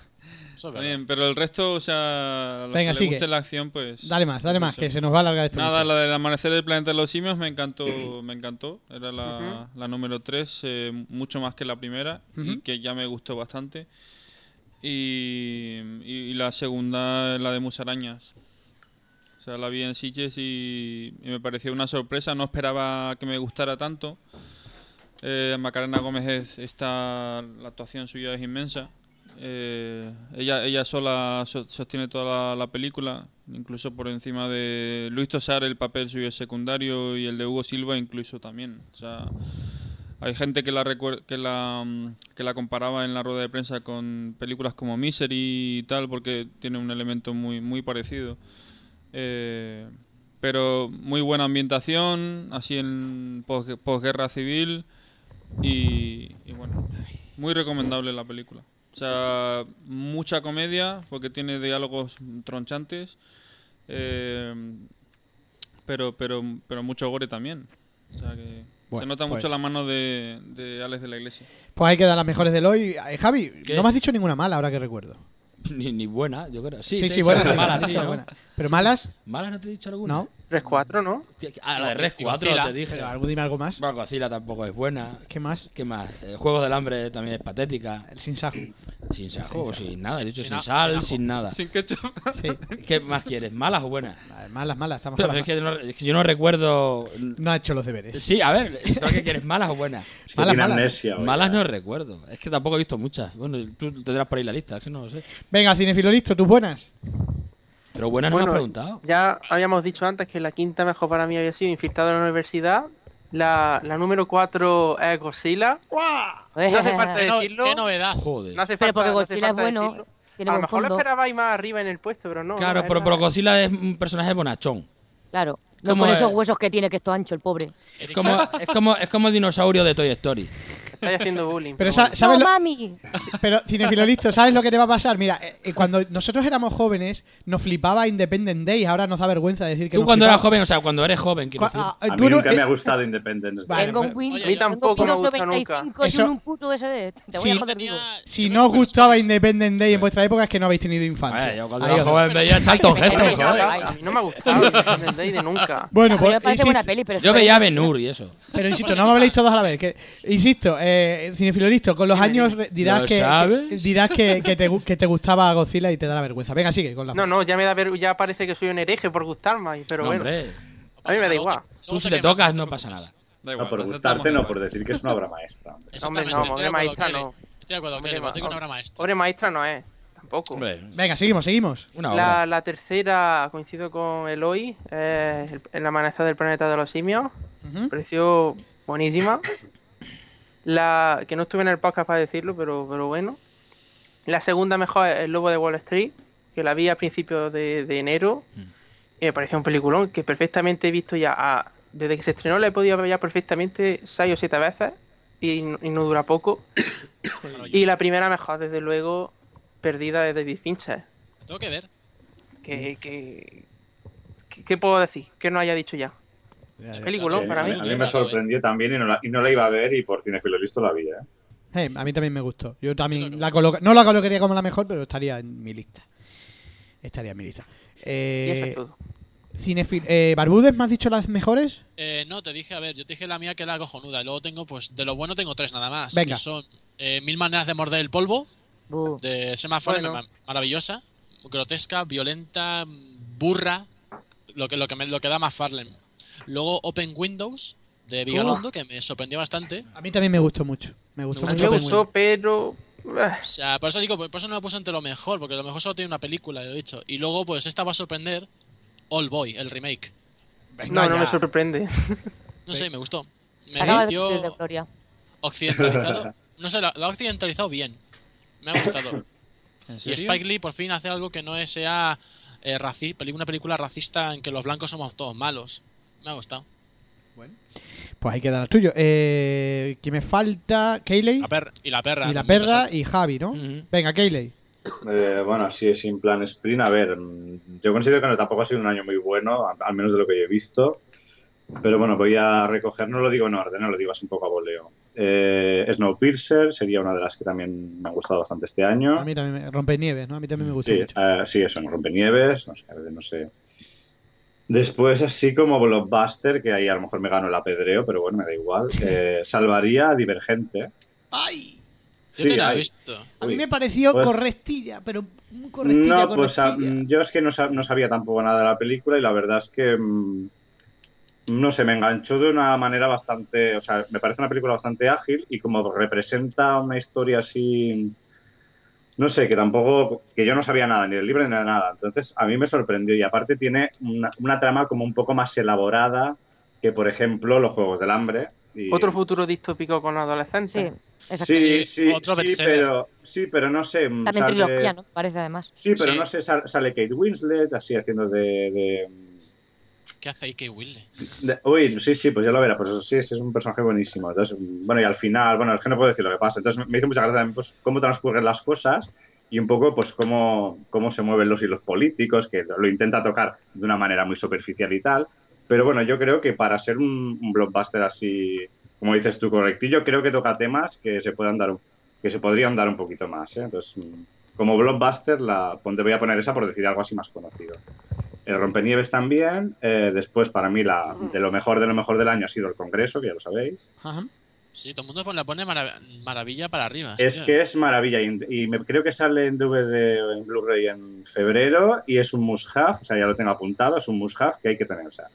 [SPEAKER 8] Está
[SPEAKER 6] verdad.
[SPEAKER 8] bien, pero el resto, o sea, los
[SPEAKER 2] Venga,
[SPEAKER 8] que le
[SPEAKER 2] sigue.
[SPEAKER 8] guste la acción, pues.
[SPEAKER 2] Dale más, dale más,
[SPEAKER 8] eso.
[SPEAKER 2] que se nos va a alargar esto.
[SPEAKER 8] Nada,
[SPEAKER 2] mucho.
[SPEAKER 8] la del amanecer del planeta de los simios me encantó, me encantó. Era la, la número 3, mucho más que la primera, y que ya me gustó bastante. Y, y- y la segunda, la de Musarañas. O sea, la vi en Sitges y, y me pareció una sorpresa, no esperaba que me gustara tanto. Eh, Macarena Gómez es- está, la actuación suya es inmensa. Eh, ella, ella sola so- sostiene toda la, la película, incluso por encima de Luis Tosar, el papel suyo es secundario y el de Hugo Silva incluso también. O sea, hay gente que la recuer- que la mm, que la comparaba en la rueda de prensa con películas como Misery y tal, porque tiene un elemento muy muy parecido. Eh, pero muy buena ambientación, así en posgue- posguerra civil. Y, y bueno, muy recomendable la película. O sea, mucha comedia, porque tiene diálogos tronchantes. eh, pero, pero, pero mucho gore también. O sea que
[SPEAKER 2] Bueno,
[SPEAKER 8] se nota mucho
[SPEAKER 2] pues.
[SPEAKER 8] la mano de, de Alex de la Iglesia.
[SPEAKER 2] Pues hay que dar las mejores del hoy. Eh, Javi,
[SPEAKER 3] ¿Qué?
[SPEAKER 2] no me has dicho ninguna mala ahora que recuerdo.
[SPEAKER 3] Ni, ni buena, yo creo. Sí,
[SPEAKER 2] sí,
[SPEAKER 3] te he
[SPEAKER 2] sí,
[SPEAKER 3] dicho
[SPEAKER 2] buenas.
[SPEAKER 3] alguna
[SPEAKER 2] sí,
[SPEAKER 3] mala,
[SPEAKER 2] has
[SPEAKER 3] sí,
[SPEAKER 2] dicho
[SPEAKER 3] ¿no?
[SPEAKER 2] buena. Pero malas,
[SPEAKER 3] ¿Malas no te he dicho alguna?
[SPEAKER 2] no.
[SPEAKER 7] Res 4, ¿no?
[SPEAKER 3] ¿Qué- qué- Ah, la de Res 4,
[SPEAKER 6] Godzilla.
[SPEAKER 3] te dije.
[SPEAKER 2] Pero algún dime algo más.
[SPEAKER 3] Bueno, Godzilla tampoco es buena.
[SPEAKER 2] ¿Qué más?
[SPEAKER 3] ¿Qué más? Eh, Juegos del Hambre también es patética.
[SPEAKER 2] El sin sajo.
[SPEAKER 3] Sin sajo, sin, nada. He dicho
[SPEAKER 6] sin
[SPEAKER 3] sin,
[SPEAKER 6] ajo,
[SPEAKER 3] sal,
[SPEAKER 6] sin
[SPEAKER 3] sin,
[SPEAKER 6] ajo.
[SPEAKER 3] nada.
[SPEAKER 8] Sin ketchup.
[SPEAKER 2] Sí.
[SPEAKER 3] ¿Qué más quieres? ¿Malas o buenas?
[SPEAKER 2] Las malas, malas. Estamos con
[SPEAKER 3] Pero
[SPEAKER 2] las
[SPEAKER 3] es
[SPEAKER 2] malas.
[SPEAKER 3] que, no, es que yo no recuerdo.
[SPEAKER 2] No ha hecho los deberes.
[SPEAKER 3] Sí, a ver, ¿pero qué quieres? ¿Malas o buenas?
[SPEAKER 5] Es que
[SPEAKER 2] Malas,
[SPEAKER 5] tiene
[SPEAKER 2] malas.
[SPEAKER 5] amnesia. oye.
[SPEAKER 3] Malas no recuerdo. Es que tampoco he visto muchas. Bueno, tú tendrás por ahí la lista, es que no lo sé.
[SPEAKER 2] Venga, cinefilo listo, tus buenas.
[SPEAKER 3] Pero buenas no me
[SPEAKER 7] Bueno,
[SPEAKER 3] has preguntado.
[SPEAKER 7] Ya habíamos dicho antes que la quinta mejor para mí había sido Infiltrado en la Universidad. La, la número 4 es Godzilla. No hace falta
[SPEAKER 4] Eh,
[SPEAKER 6] ¿Qué, no-
[SPEAKER 7] decirlo.
[SPEAKER 6] qué novedad?
[SPEAKER 3] Ah, Joder.
[SPEAKER 7] No hace
[SPEAKER 4] Pero
[SPEAKER 7] falta,
[SPEAKER 4] porque
[SPEAKER 7] no hace
[SPEAKER 4] Godzilla es
[SPEAKER 7] falta
[SPEAKER 4] bueno,
[SPEAKER 7] decirlo.
[SPEAKER 4] tiene
[SPEAKER 7] a lo
[SPEAKER 4] buen
[SPEAKER 7] mejor lo
[SPEAKER 4] fondo.
[SPEAKER 7] esperabais más arriba en el puesto, pero no.
[SPEAKER 3] Claro,
[SPEAKER 7] no,
[SPEAKER 3] pero,
[SPEAKER 7] es
[SPEAKER 3] pero
[SPEAKER 7] la-
[SPEAKER 3] Godzilla es un personaje bonachón.
[SPEAKER 4] Claro. No
[SPEAKER 3] ¿Cómo
[SPEAKER 4] con esos
[SPEAKER 3] es?
[SPEAKER 4] huesos que tiene, que esto ancho, el pobre.
[SPEAKER 3] Es como, es como, es como el dinosaurio de Toy Story.
[SPEAKER 7] Estáis haciendo bullying.
[SPEAKER 2] Pero,
[SPEAKER 7] bueno.
[SPEAKER 2] sa- ¿sabes
[SPEAKER 4] ¡No,
[SPEAKER 2] lo-
[SPEAKER 4] mami!
[SPEAKER 2] pero cinefilo listo, ¿sabes lo que te va a pasar? Mira, eh, eh, cuando nosotros éramos jóvenes, nos flipaba Independent Day. Ahora nos da vergüenza decir que
[SPEAKER 3] Tú
[SPEAKER 2] nos
[SPEAKER 3] cuando eras
[SPEAKER 2] flipaba.
[SPEAKER 3] joven, o sea, cuando eres joven, quiero
[SPEAKER 2] Cua-
[SPEAKER 3] decir.
[SPEAKER 2] ah,
[SPEAKER 5] A
[SPEAKER 2] tú
[SPEAKER 5] mí
[SPEAKER 2] no-
[SPEAKER 5] nunca me
[SPEAKER 2] eh,
[SPEAKER 5] ha gustado Independence Day.
[SPEAKER 2] Vale,
[SPEAKER 4] Tengo un
[SPEAKER 2] pero-
[SPEAKER 4] Windows.
[SPEAKER 6] A mí
[SPEAKER 7] tampoco me ha gustado
[SPEAKER 4] nunca.
[SPEAKER 2] Eso-
[SPEAKER 4] un puto SD. Te voy
[SPEAKER 2] Sí.
[SPEAKER 4] a joder vivo.
[SPEAKER 2] si no os gustaba Independent Day en vuestra época es que no habéis tenido
[SPEAKER 3] Eh,
[SPEAKER 2] infancia.
[SPEAKER 3] yo cuando
[SPEAKER 2] Adiós.
[SPEAKER 3] era joven veía Charlton Heston,
[SPEAKER 7] Bueno,
[SPEAKER 3] joder.
[SPEAKER 7] ya, a mí no me ha gustado Independence Day de nunca.
[SPEAKER 4] A
[SPEAKER 2] Bueno,
[SPEAKER 4] mí me
[SPEAKER 2] pues,
[SPEAKER 4] parece buena
[SPEAKER 2] insisto-
[SPEAKER 4] peli, pero
[SPEAKER 3] Yo
[SPEAKER 4] es-
[SPEAKER 3] veía a Benur y eso.
[SPEAKER 2] Pero insisto, no me habléis todos a la vez. Que, insisto, eh, cinefilo listo, con los
[SPEAKER 7] Dime,
[SPEAKER 2] años
[SPEAKER 7] dime.
[SPEAKER 2] re- dirás,
[SPEAKER 3] ¿Lo
[SPEAKER 2] que,
[SPEAKER 3] sabes?
[SPEAKER 2] que- dirás que, que te, gu- que te gustaba Godzilla y te da la vergüenza. Venga, sigue con la.
[SPEAKER 7] No, no, ya me da ver- ya parece que soy un hereje por gustarme, pero
[SPEAKER 3] No,
[SPEAKER 7] bueno,
[SPEAKER 3] hombre.
[SPEAKER 7] a mí me da igual.
[SPEAKER 3] Tú si te tocas no pasa nada.
[SPEAKER 8] Da igual.
[SPEAKER 5] No, por
[SPEAKER 8] lo aceptamos
[SPEAKER 5] gustarte,
[SPEAKER 8] igual.
[SPEAKER 5] no, por decir que es una obra maestra. hombre.
[SPEAKER 6] Exactamente,
[SPEAKER 7] no,
[SPEAKER 6] estoy
[SPEAKER 7] obra
[SPEAKER 6] de acuerdo,
[SPEAKER 7] maestra
[SPEAKER 6] Kelly.
[SPEAKER 7] no.
[SPEAKER 6] Estoy de acuerdo, Kelly.
[SPEAKER 7] Hombre,
[SPEAKER 6] Parece que una
[SPEAKER 7] ma-
[SPEAKER 6] obra maestra.
[SPEAKER 7] obra maestra no es, tampoco.
[SPEAKER 3] Hombre,
[SPEAKER 2] Venga, seguimos, seguimos.
[SPEAKER 3] una
[SPEAKER 7] La,
[SPEAKER 3] hora.
[SPEAKER 7] la tercera, coincido con Eloy, eh, el, el amanecer del planeta de los simios.
[SPEAKER 2] Ujú.
[SPEAKER 7] Pareció buenísima. La que no estuve en el podcast para decirlo, pero, pero bueno. La segunda mejor es El Lobo de Wall Street, que la vi a principios de, de enero. Y me pareció un peliculón que perfectamente he visto ya. a- desde que se estrenó la he podido ver ya perfectamente seis o siete veces. Y, no- y no dura poco. y la primera mejor, desde luego, Perdida de David Fincher.
[SPEAKER 6] La tengo que ver.
[SPEAKER 7] Que, que, que- ¿Qué puedo decir? Que no haya dicho ya. Peliculón
[SPEAKER 5] Eh,
[SPEAKER 7] para
[SPEAKER 5] a mí,
[SPEAKER 7] mí.
[SPEAKER 5] a mí me sorprendió también y no, la, y no la iba a ver y por cinefilo listo la vi. ¿eh?
[SPEAKER 2] Eh, a mí también me gustó. Yo
[SPEAKER 6] Yo
[SPEAKER 2] también
[SPEAKER 6] creo
[SPEAKER 2] la coloca- no la colocaría como la mejor, pero estaría en mi lista. Estaría en mi lista.
[SPEAKER 7] Y eso es
[SPEAKER 2] Eh,
[SPEAKER 7] todo.
[SPEAKER 2] cinefil- eh, ¿Barbudes me has dicho las mejores?
[SPEAKER 6] Eh, no, te dije, a ver, yo te dije la mía que era cojonuda. Y luego tengo, pues, de lo bueno tengo tres nada más.
[SPEAKER 2] Venga.
[SPEAKER 6] Que son eh, Mil maneras de morder el polvo,
[SPEAKER 4] Bu.
[SPEAKER 6] de Semáforo,
[SPEAKER 7] Bueno.
[SPEAKER 6] ma- maravillosa, grotesca, violenta, burra, lo que, lo que, me, lo que da más Farlem. Luego Open Windows, de
[SPEAKER 7] Uh.
[SPEAKER 6] Vigalondo, que me sorprendió bastante.
[SPEAKER 2] A mí también me gustó mucho. Me gustó
[SPEAKER 6] Me
[SPEAKER 7] A mí
[SPEAKER 2] mucho.
[SPEAKER 7] me
[SPEAKER 6] Open
[SPEAKER 7] gustó, pero. eh,
[SPEAKER 6] O sea, por eso digo, por eso no la puse entre lo mejor, porque lo mejor solo tiene una película, ya lo he dicho. Y luego, pues, esta va a sorprender, All Boy, el remake.
[SPEAKER 2] Venga,
[SPEAKER 7] No, no
[SPEAKER 2] ya.
[SPEAKER 7] me sorprende.
[SPEAKER 6] No sé, me gustó. Me
[SPEAKER 4] Se acaba de
[SPEAKER 6] pareció
[SPEAKER 4] decir de Gloria.
[SPEAKER 6] occidentalizado. No sé, la la ha occidentalizado bien. Me ha gustado. Y Spike Lee por fin hace algo que no sea eh, raci- peli- una película racista en que los blancos somos todos malos. Me ha gustado.
[SPEAKER 2] Pues ahí quedan los tuyos. Eh, ¿Quién me falta? Kayley
[SPEAKER 6] La perra- y la perra.
[SPEAKER 2] y la
[SPEAKER 6] también
[SPEAKER 2] perra
[SPEAKER 6] resalta.
[SPEAKER 2] y Javi, ¿no?
[SPEAKER 3] Ujú.
[SPEAKER 2] Venga, Kayley.
[SPEAKER 5] Eh, bueno, así es, sin plan sprint. A ver, mm, yo considero que no, tampoco ha sido un año muy bueno, a- al menos de lo que yo he visto. Pero bueno, voy a recoger, no lo digo en orden, no lo digo así un poco a voleo. Eh, Snowpiercer sería una de las que también me han gustado bastante este año.
[SPEAKER 2] A mí también me rompe nieves, ¿no? A mí también me gustó
[SPEAKER 5] Sí,
[SPEAKER 2] mucho.
[SPEAKER 5] eh, sí, eso, no Rompenieves, no sé, a ver, no sé. Después, así como Blockbuster, que ahí a lo mejor me gano el apedreo, pero bueno, me da igual. eh, salvaría a Divergente.
[SPEAKER 2] ¡Ay!
[SPEAKER 6] Yo te la he
[SPEAKER 5] ahí.
[SPEAKER 6] visto.
[SPEAKER 2] A mí
[SPEAKER 5] Uy.
[SPEAKER 2] me pareció
[SPEAKER 5] Pues-
[SPEAKER 2] correctilla, pero muy correctilla,
[SPEAKER 5] No, pues a-
[SPEAKER 2] correctilla.
[SPEAKER 5] yo es que no, sa- no sabía tampoco nada de la película y la verdad es que mm, no sé, me enganchó de una manera bastante, o sea, me parece una película bastante ágil y como representa una historia así, no sé, que tampoco, que yo no sabía nada, ni del libro ni de nada, entonces a mí me sorprendió y aparte tiene una, una trama como un poco más elaborada que, por ejemplo, los Juegos del Hambre. y-
[SPEAKER 7] Otro futuro distópico con adolescentes.
[SPEAKER 4] Sí, exacto.
[SPEAKER 5] Sí,
[SPEAKER 6] Sí,
[SPEAKER 5] sí,
[SPEAKER 6] otro
[SPEAKER 5] sí,
[SPEAKER 6] bestseller.
[SPEAKER 5] pero, sí, pero no sé. mm,
[SPEAKER 4] También
[SPEAKER 5] sale-
[SPEAKER 4] trilogía, ¿no? Parece además.
[SPEAKER 5] Sí, pero
[SPEAKER 6] Sí.
[SPEAKER 5] no sé, sal- sale Kate Winslet así haciendo de,
[SPEAKER 6] ¿Qué hace Ike Wilde?
[SPEAKER 5] de- de- Uy, sí, sí, pues ya lo verá, pues eso sí, sí, es un personaje buenísimo. Entonces, bueno, y al final, bueno, es que no puedo decir lo que pasa. Entonces me hizo mucha gracia también pues, cómo transcurren las cosas y un poco pues cómo, cómo se mueven los hilos políticos, que lo intenta tocar de una manera muy superficial y tal. Pero bueno, yo creo que para ser un, un blockbuster así, como dices tú, correctillo, creo que toca temas que se puedan dar un- que se podrían dar un poquito más. ¿eh? Entonces, mm, como blockbuster, la, pon- te voy a poner esa por decir algo así más conocido. El Rompenieves también. eh, después, para mí, la, de lo mejor de lo mejor del año ha sido el Congreso, que ya lo sabéis.
[SPEAKER 6] Ajá. Sí, todo el mundo la pone marav- maravilla para arriba.
[SPEAKER 5] Es
[SPEAKER 6] tío.
[SPEAKER 5] que es maravilla. Y, y me, creo que sale en DVD o en Blu-ray en febrero. Y es un must-have. O sea, ya lo tengo apuntado. Es un must-have que hay que tener. O sea,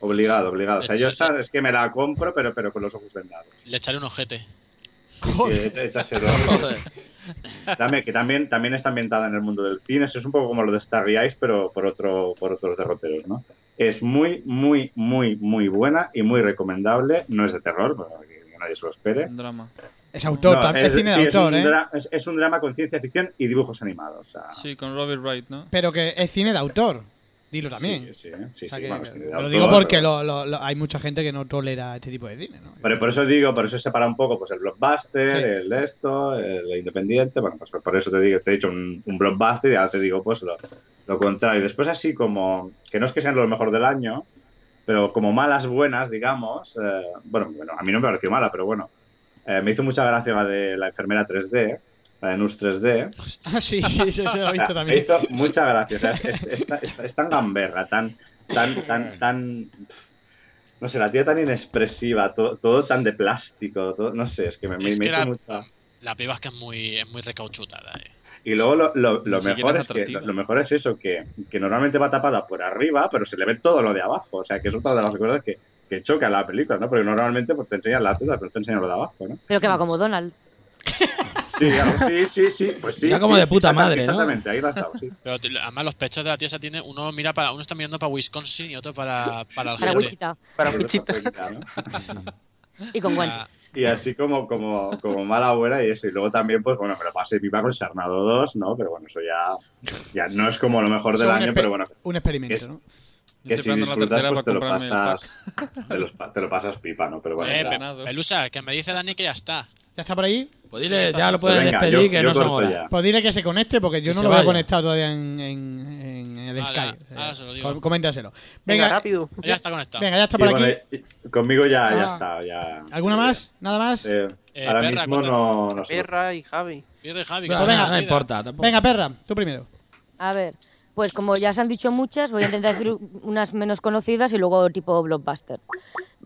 [SPEAKER 5] obligado, obligado. O sea, yo esa- es que me la compro, pero, pero con los ojos vendados.
[SPEAKER 6] Le echaré un ojete.
[SPEAKER 5] Sí, sí, échaselo. Dame, que también, también está ambientada en el mundo del cine. Eso es un poco como lo de Starry Eyes, pero por, otro, por otros derroteros, ¿no? Es muy, muy, muy, muy buena y muy recomendable. No es de terror, bueno, que nadie se lo espere.
[SPEAKER 8] Un drama.
[SPEAKER 2] Es autor,
[SPEAKER 5] No,
[SPEAKER 2] también es, cine
[SPEAKER 5] sí,
[SPEAKER 2] de
[SPEAKER 5] es
[SPEAKER 2] autor,
[SPEAKER 5] un
[SPEAKER 2] ¿eh?
[SPEAKER 5] dra- es, es un drama con ciencia ficción y dibujos animados. o sea,
[SPEAKER 8] Sí, con Robert Wright, ¿no?
[SPEAKER 2] Pero que es cine de autor. Dilo también.
[SPEAKER 5] Sí, sí, sí,
[SPEAKER 2] O sea
[SPEAKER 5] sí,
[SPEAKER 2] que-
[SPEAKER 5] bueno, es cine de
[SPEAKER 2] te lo
[SPEAKER 5] autor,
[SPEAKER 2] digo porque
[SPEAKER 5] pero-
[SPEAKER 2] lo- lo- lo- hay mucha gente que no tolera este tipo de cine, ¿no?
[SPEAKER 5] Pero por eso digo, por eso separa un poco pues el blockbuster,
[SPEAKER 2] Sí.
[SPEAKER 5] el esto, el independiente. Bueno, pues por eso te digo, te he dicho un, un blockbuster y ahora te digo pues lo, lo contrario. Después así como, que no es que sean lo mejor del año, pero como malas buenas, digamos. eh, bueno, bueno, a mí no me pareció mala, pero bueno. eh, me hizo mucha gracia la de la enfermera 3D, la de NUS 3D.
[SPEAKER 2] Ah, sí, sí, sí, sí, lo he
[SPEAKER 5] O
[SPEAKER 2] visto
[SPEAKER 5] sea,
[SPEAKER 2] también.
[SPEAKER 5] Me hizo mucha gracia. o sea, es, es- es- es- es tan gamberra, tan, tan, tan, tan. No sé, la tía tan inexpresiva, to- todo tan de plástico, todo, no sé, es que me, me-
[SPEAKER 6] Es
[SPEAKER 5] me
[SPEAKER 6] que
[SPEAKER 5] hizo
[SPEAKER 6] la-
[SPEAKER 5] mucha.
[SPEAKER 6] La piba es que es muy, es muy recauchutada. eh.
[SPEAKER 5] Y luego lo, lo- lo
[SPEAKER 8] Ni siquiera
[SPEAKER 5] mejor,
[SPEAKER 8] es
[SPEAKER 5] es que, lo,
[SPEAKER 8] atractiva.
[SPEAKER 5] lo mejor es eso, que, que normalmente va tapada por arriba, pero se le ve todo lo de abajo. O sea, que es otra de las cosas que, que choca la película, ¿no? Porque normalmente pues, te enseñan la tela, pero te enseñan lo de abajo, ¿no?
[SPEAKER 4] Pero que va como Donald.
[SPEAKER 5] Sí, algo- sí, sí, sí, pues sí.
[SPEAKER 3] Mira
[SPEAKER 5] sí,
[SPEAKER 3] como de puta madre, ¿no?
[SPEAKER 5] Exactamente, ahí la has dado, sí.
[SPEAKER 6] Pero te- además los pechos de la tía esa tiene, uno mira para, uno está mirando para Wisconsin y otro para, para el
[SPEAKER 4] Para
[SPEAKER 6] gente.
[SPEAKER 4] Wichita.
[SPEAKER 7] Para
[SPEAKER 5] Sí,
[SPEAKER 7] Wichita.
[SPEAKER 5] perfecta, pues, ¿no?
[SPEAKER 4] Y con guantes.
[SPEAKER 5] Y así como, como, como mala buena y eso. Y luego también, pues bueno, me lo pasé pipa con Sarnado 2, ¿no? Pero bueno, eso ya, ya no es como lo mejor del
[SPEAKER 2] Son un
[SPEAKER 5] año,
[SPEAKER 2] espe-
[SPEAKER 5] pero bueno,
[SPEAKER 2] Un experimento,
[SPEAKER 5] Es-
[SPEAKER 2] ¿no?
[SPEAKER 8] Yo
[SPEAKER 5] que
[SPEAKER 8] estoy
[SPEAKER 5] si
[SPEAKER 8] esperando la
[SPEAKER 5] disfrutas,
[SPEAKER 8] tercera
[SPEAKER 5] pues te lo,
[SPEAKER 8] para comprarme el
[SPEAKER 5] pasas, te, los pa- te lo pasas pipa, ¿no? Pero bueno,
[SPEAKER 6] Eh,
[SPEAKER 5] ya.
[SPEAKER 6] pe-
[SPEAKER 8] Nada.
[SPEAKER 6] Pelusa, que me dice Dani que ya está.
[SPEAKER 2] ¿Ya está por ahí?
[SPEAKER 3] Pues dile, ya lo puedes
[SPEAKER 5] Pues venga,
[SPEAKER 3] despedir,
[SPEAKER 5] yo-
[SPEAKER 3] que
[SPEAKER 5] yo
[SPEAKER 3] no son
[SPEAKER 5] corto
[SPEAKER 3] horas.
[SPEAKER 5] ya.
[SPEAKER 2] Pues dile que se conecte porque yo
[SPEAKER 3] Que
[SPEAKER 2] no
[SPEAKER 3] se
[SPEAKER 2] lo veo
[SPEAKER 3] vaya.
[SPEAKER 2] conectado todavía en, en- en- en el
[SPEAKER 6] Ahora,
[SPEAKER 2] Skype. Sky.
[SPEAKER 6] ahora se lo digo.
[SPEAKER 2] Com- Coméntaselo.
[SPEAKER 7] Venga,
[SPEAKER 2] Venga,
[SPEAKER 7] rápido.
[SPEAKER 6] Ya está conectado.
[SPEAKER 2] venga, ya está
[SPEAKER 5] Y
[SPEAKER 2] por aquí.
[SPEAKER 5] bueno, y- conmigo ya, ya
[SPEAKER 2] Ah.
[SPEAKER 5] está. Ya,
[SPEAKER 2] ¿Alguna más? ¿Nada más?
[SPEAKER 5] Eh,
[SPEAKER 6] Eh,
[SPEAKER 5] ahora
[SPEAKER 6] perra,
[SPEAKER 5] mismo
[SPEAKER 6] cuéntame.
[SPEAKER 5] no, no sé.
[SPEAKER 7] Perra y Javi.
[SPEAKER 6] Pierde Javi, que
[SPEAKER 3] Bueno,
[SPEAKER 6] se me
[SPEAKER 2] Pues venga,
[SPEAKER 3] no
[SPEAKER 6] olvida.
[SPEAKER 3] importa, tampoco.
[SPEAKER 2] Venga, perra, tú primero.
[SPEAKER 4] A ver, pues como ya se han dicho muchas, voy a intentar decir unas menos conocidas y luego tipo blockbuster.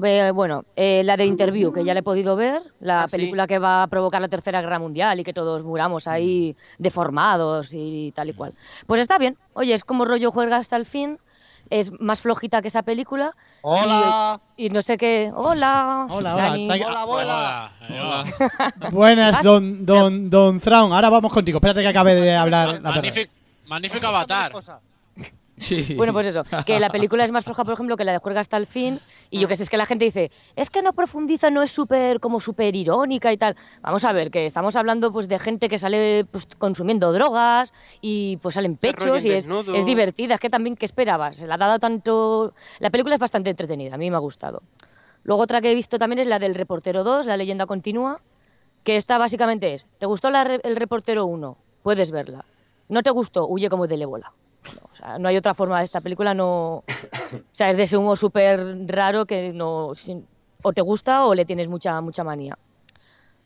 [SPEAKER 4] Eh, bueno, eh, la de Interview, que ya la he podido ver, la
[SPEAKER 7] Ah, sí.
[SPEAKER 4] película que va a provocar la Tercera Guerra Mundial y que todos muramos ahí
[SPEAKER 7] Mm.
[SPEAKER 4] deformados y tal y cual. Pues está bien, oye, es como rollo juega hasta el fin, es más flojita que esa película
[SPEAKER 9] Hola,
[SPEAKER 4] y no sé qué... Hola,
[SPEAKER 2] Hola, hola,
[SPEAKER 4] Dani.
[SPEAKER 2] traiga-
[SPEAKER 9] hola abuela.
[SPEAKER 6] Hola, eh, hola.
[SPEAKER 2] Buenas, don, don, don Thrawn. Ahora vamos contigo. Espérate que acabe de hablar la perra.
[SPEAKER 6] Magnífico, magnífico avatar.
[SPEAKER 9] Cosa.
[SPEAKER 3] Sí.
[SPEAKER 4] Bueno, pues eso, que la película es más floja, por ejemplo, que la de Juerga hasta el fin. Y yo que sé, es que la gente dice, es que no profundiza, no es súper, como súper irónica y tal. Vamos a ver, que estamos hablando pues de gente que sale pues, consumiendo drogas y pues salen
[SPEAKER 7] Se
[SPEAKER 4] pechos y
[SPEAKER 7] rollan
[SPEAKER 4] es,
[SPEAKER 7] desnudos.
[SPEAKER 4] es divertida. Es que también, ¿qué esperabas? Se la ha dado tanto... La película es bastante entretenida, a mí me ha gustado. Luego otra que he visto también es la del Reportero 2, La leyenda continúa, que esta básicamente es, ¿te gustó la re- el Reportero 1? Puedes verla. ¿No te gustó? Huye como del ébola. No, o sea, no hay otra forma, esta película no... O sea, es de ese humor súper raro que no... sin- O te gusta o le tienes mucha, mucha manía.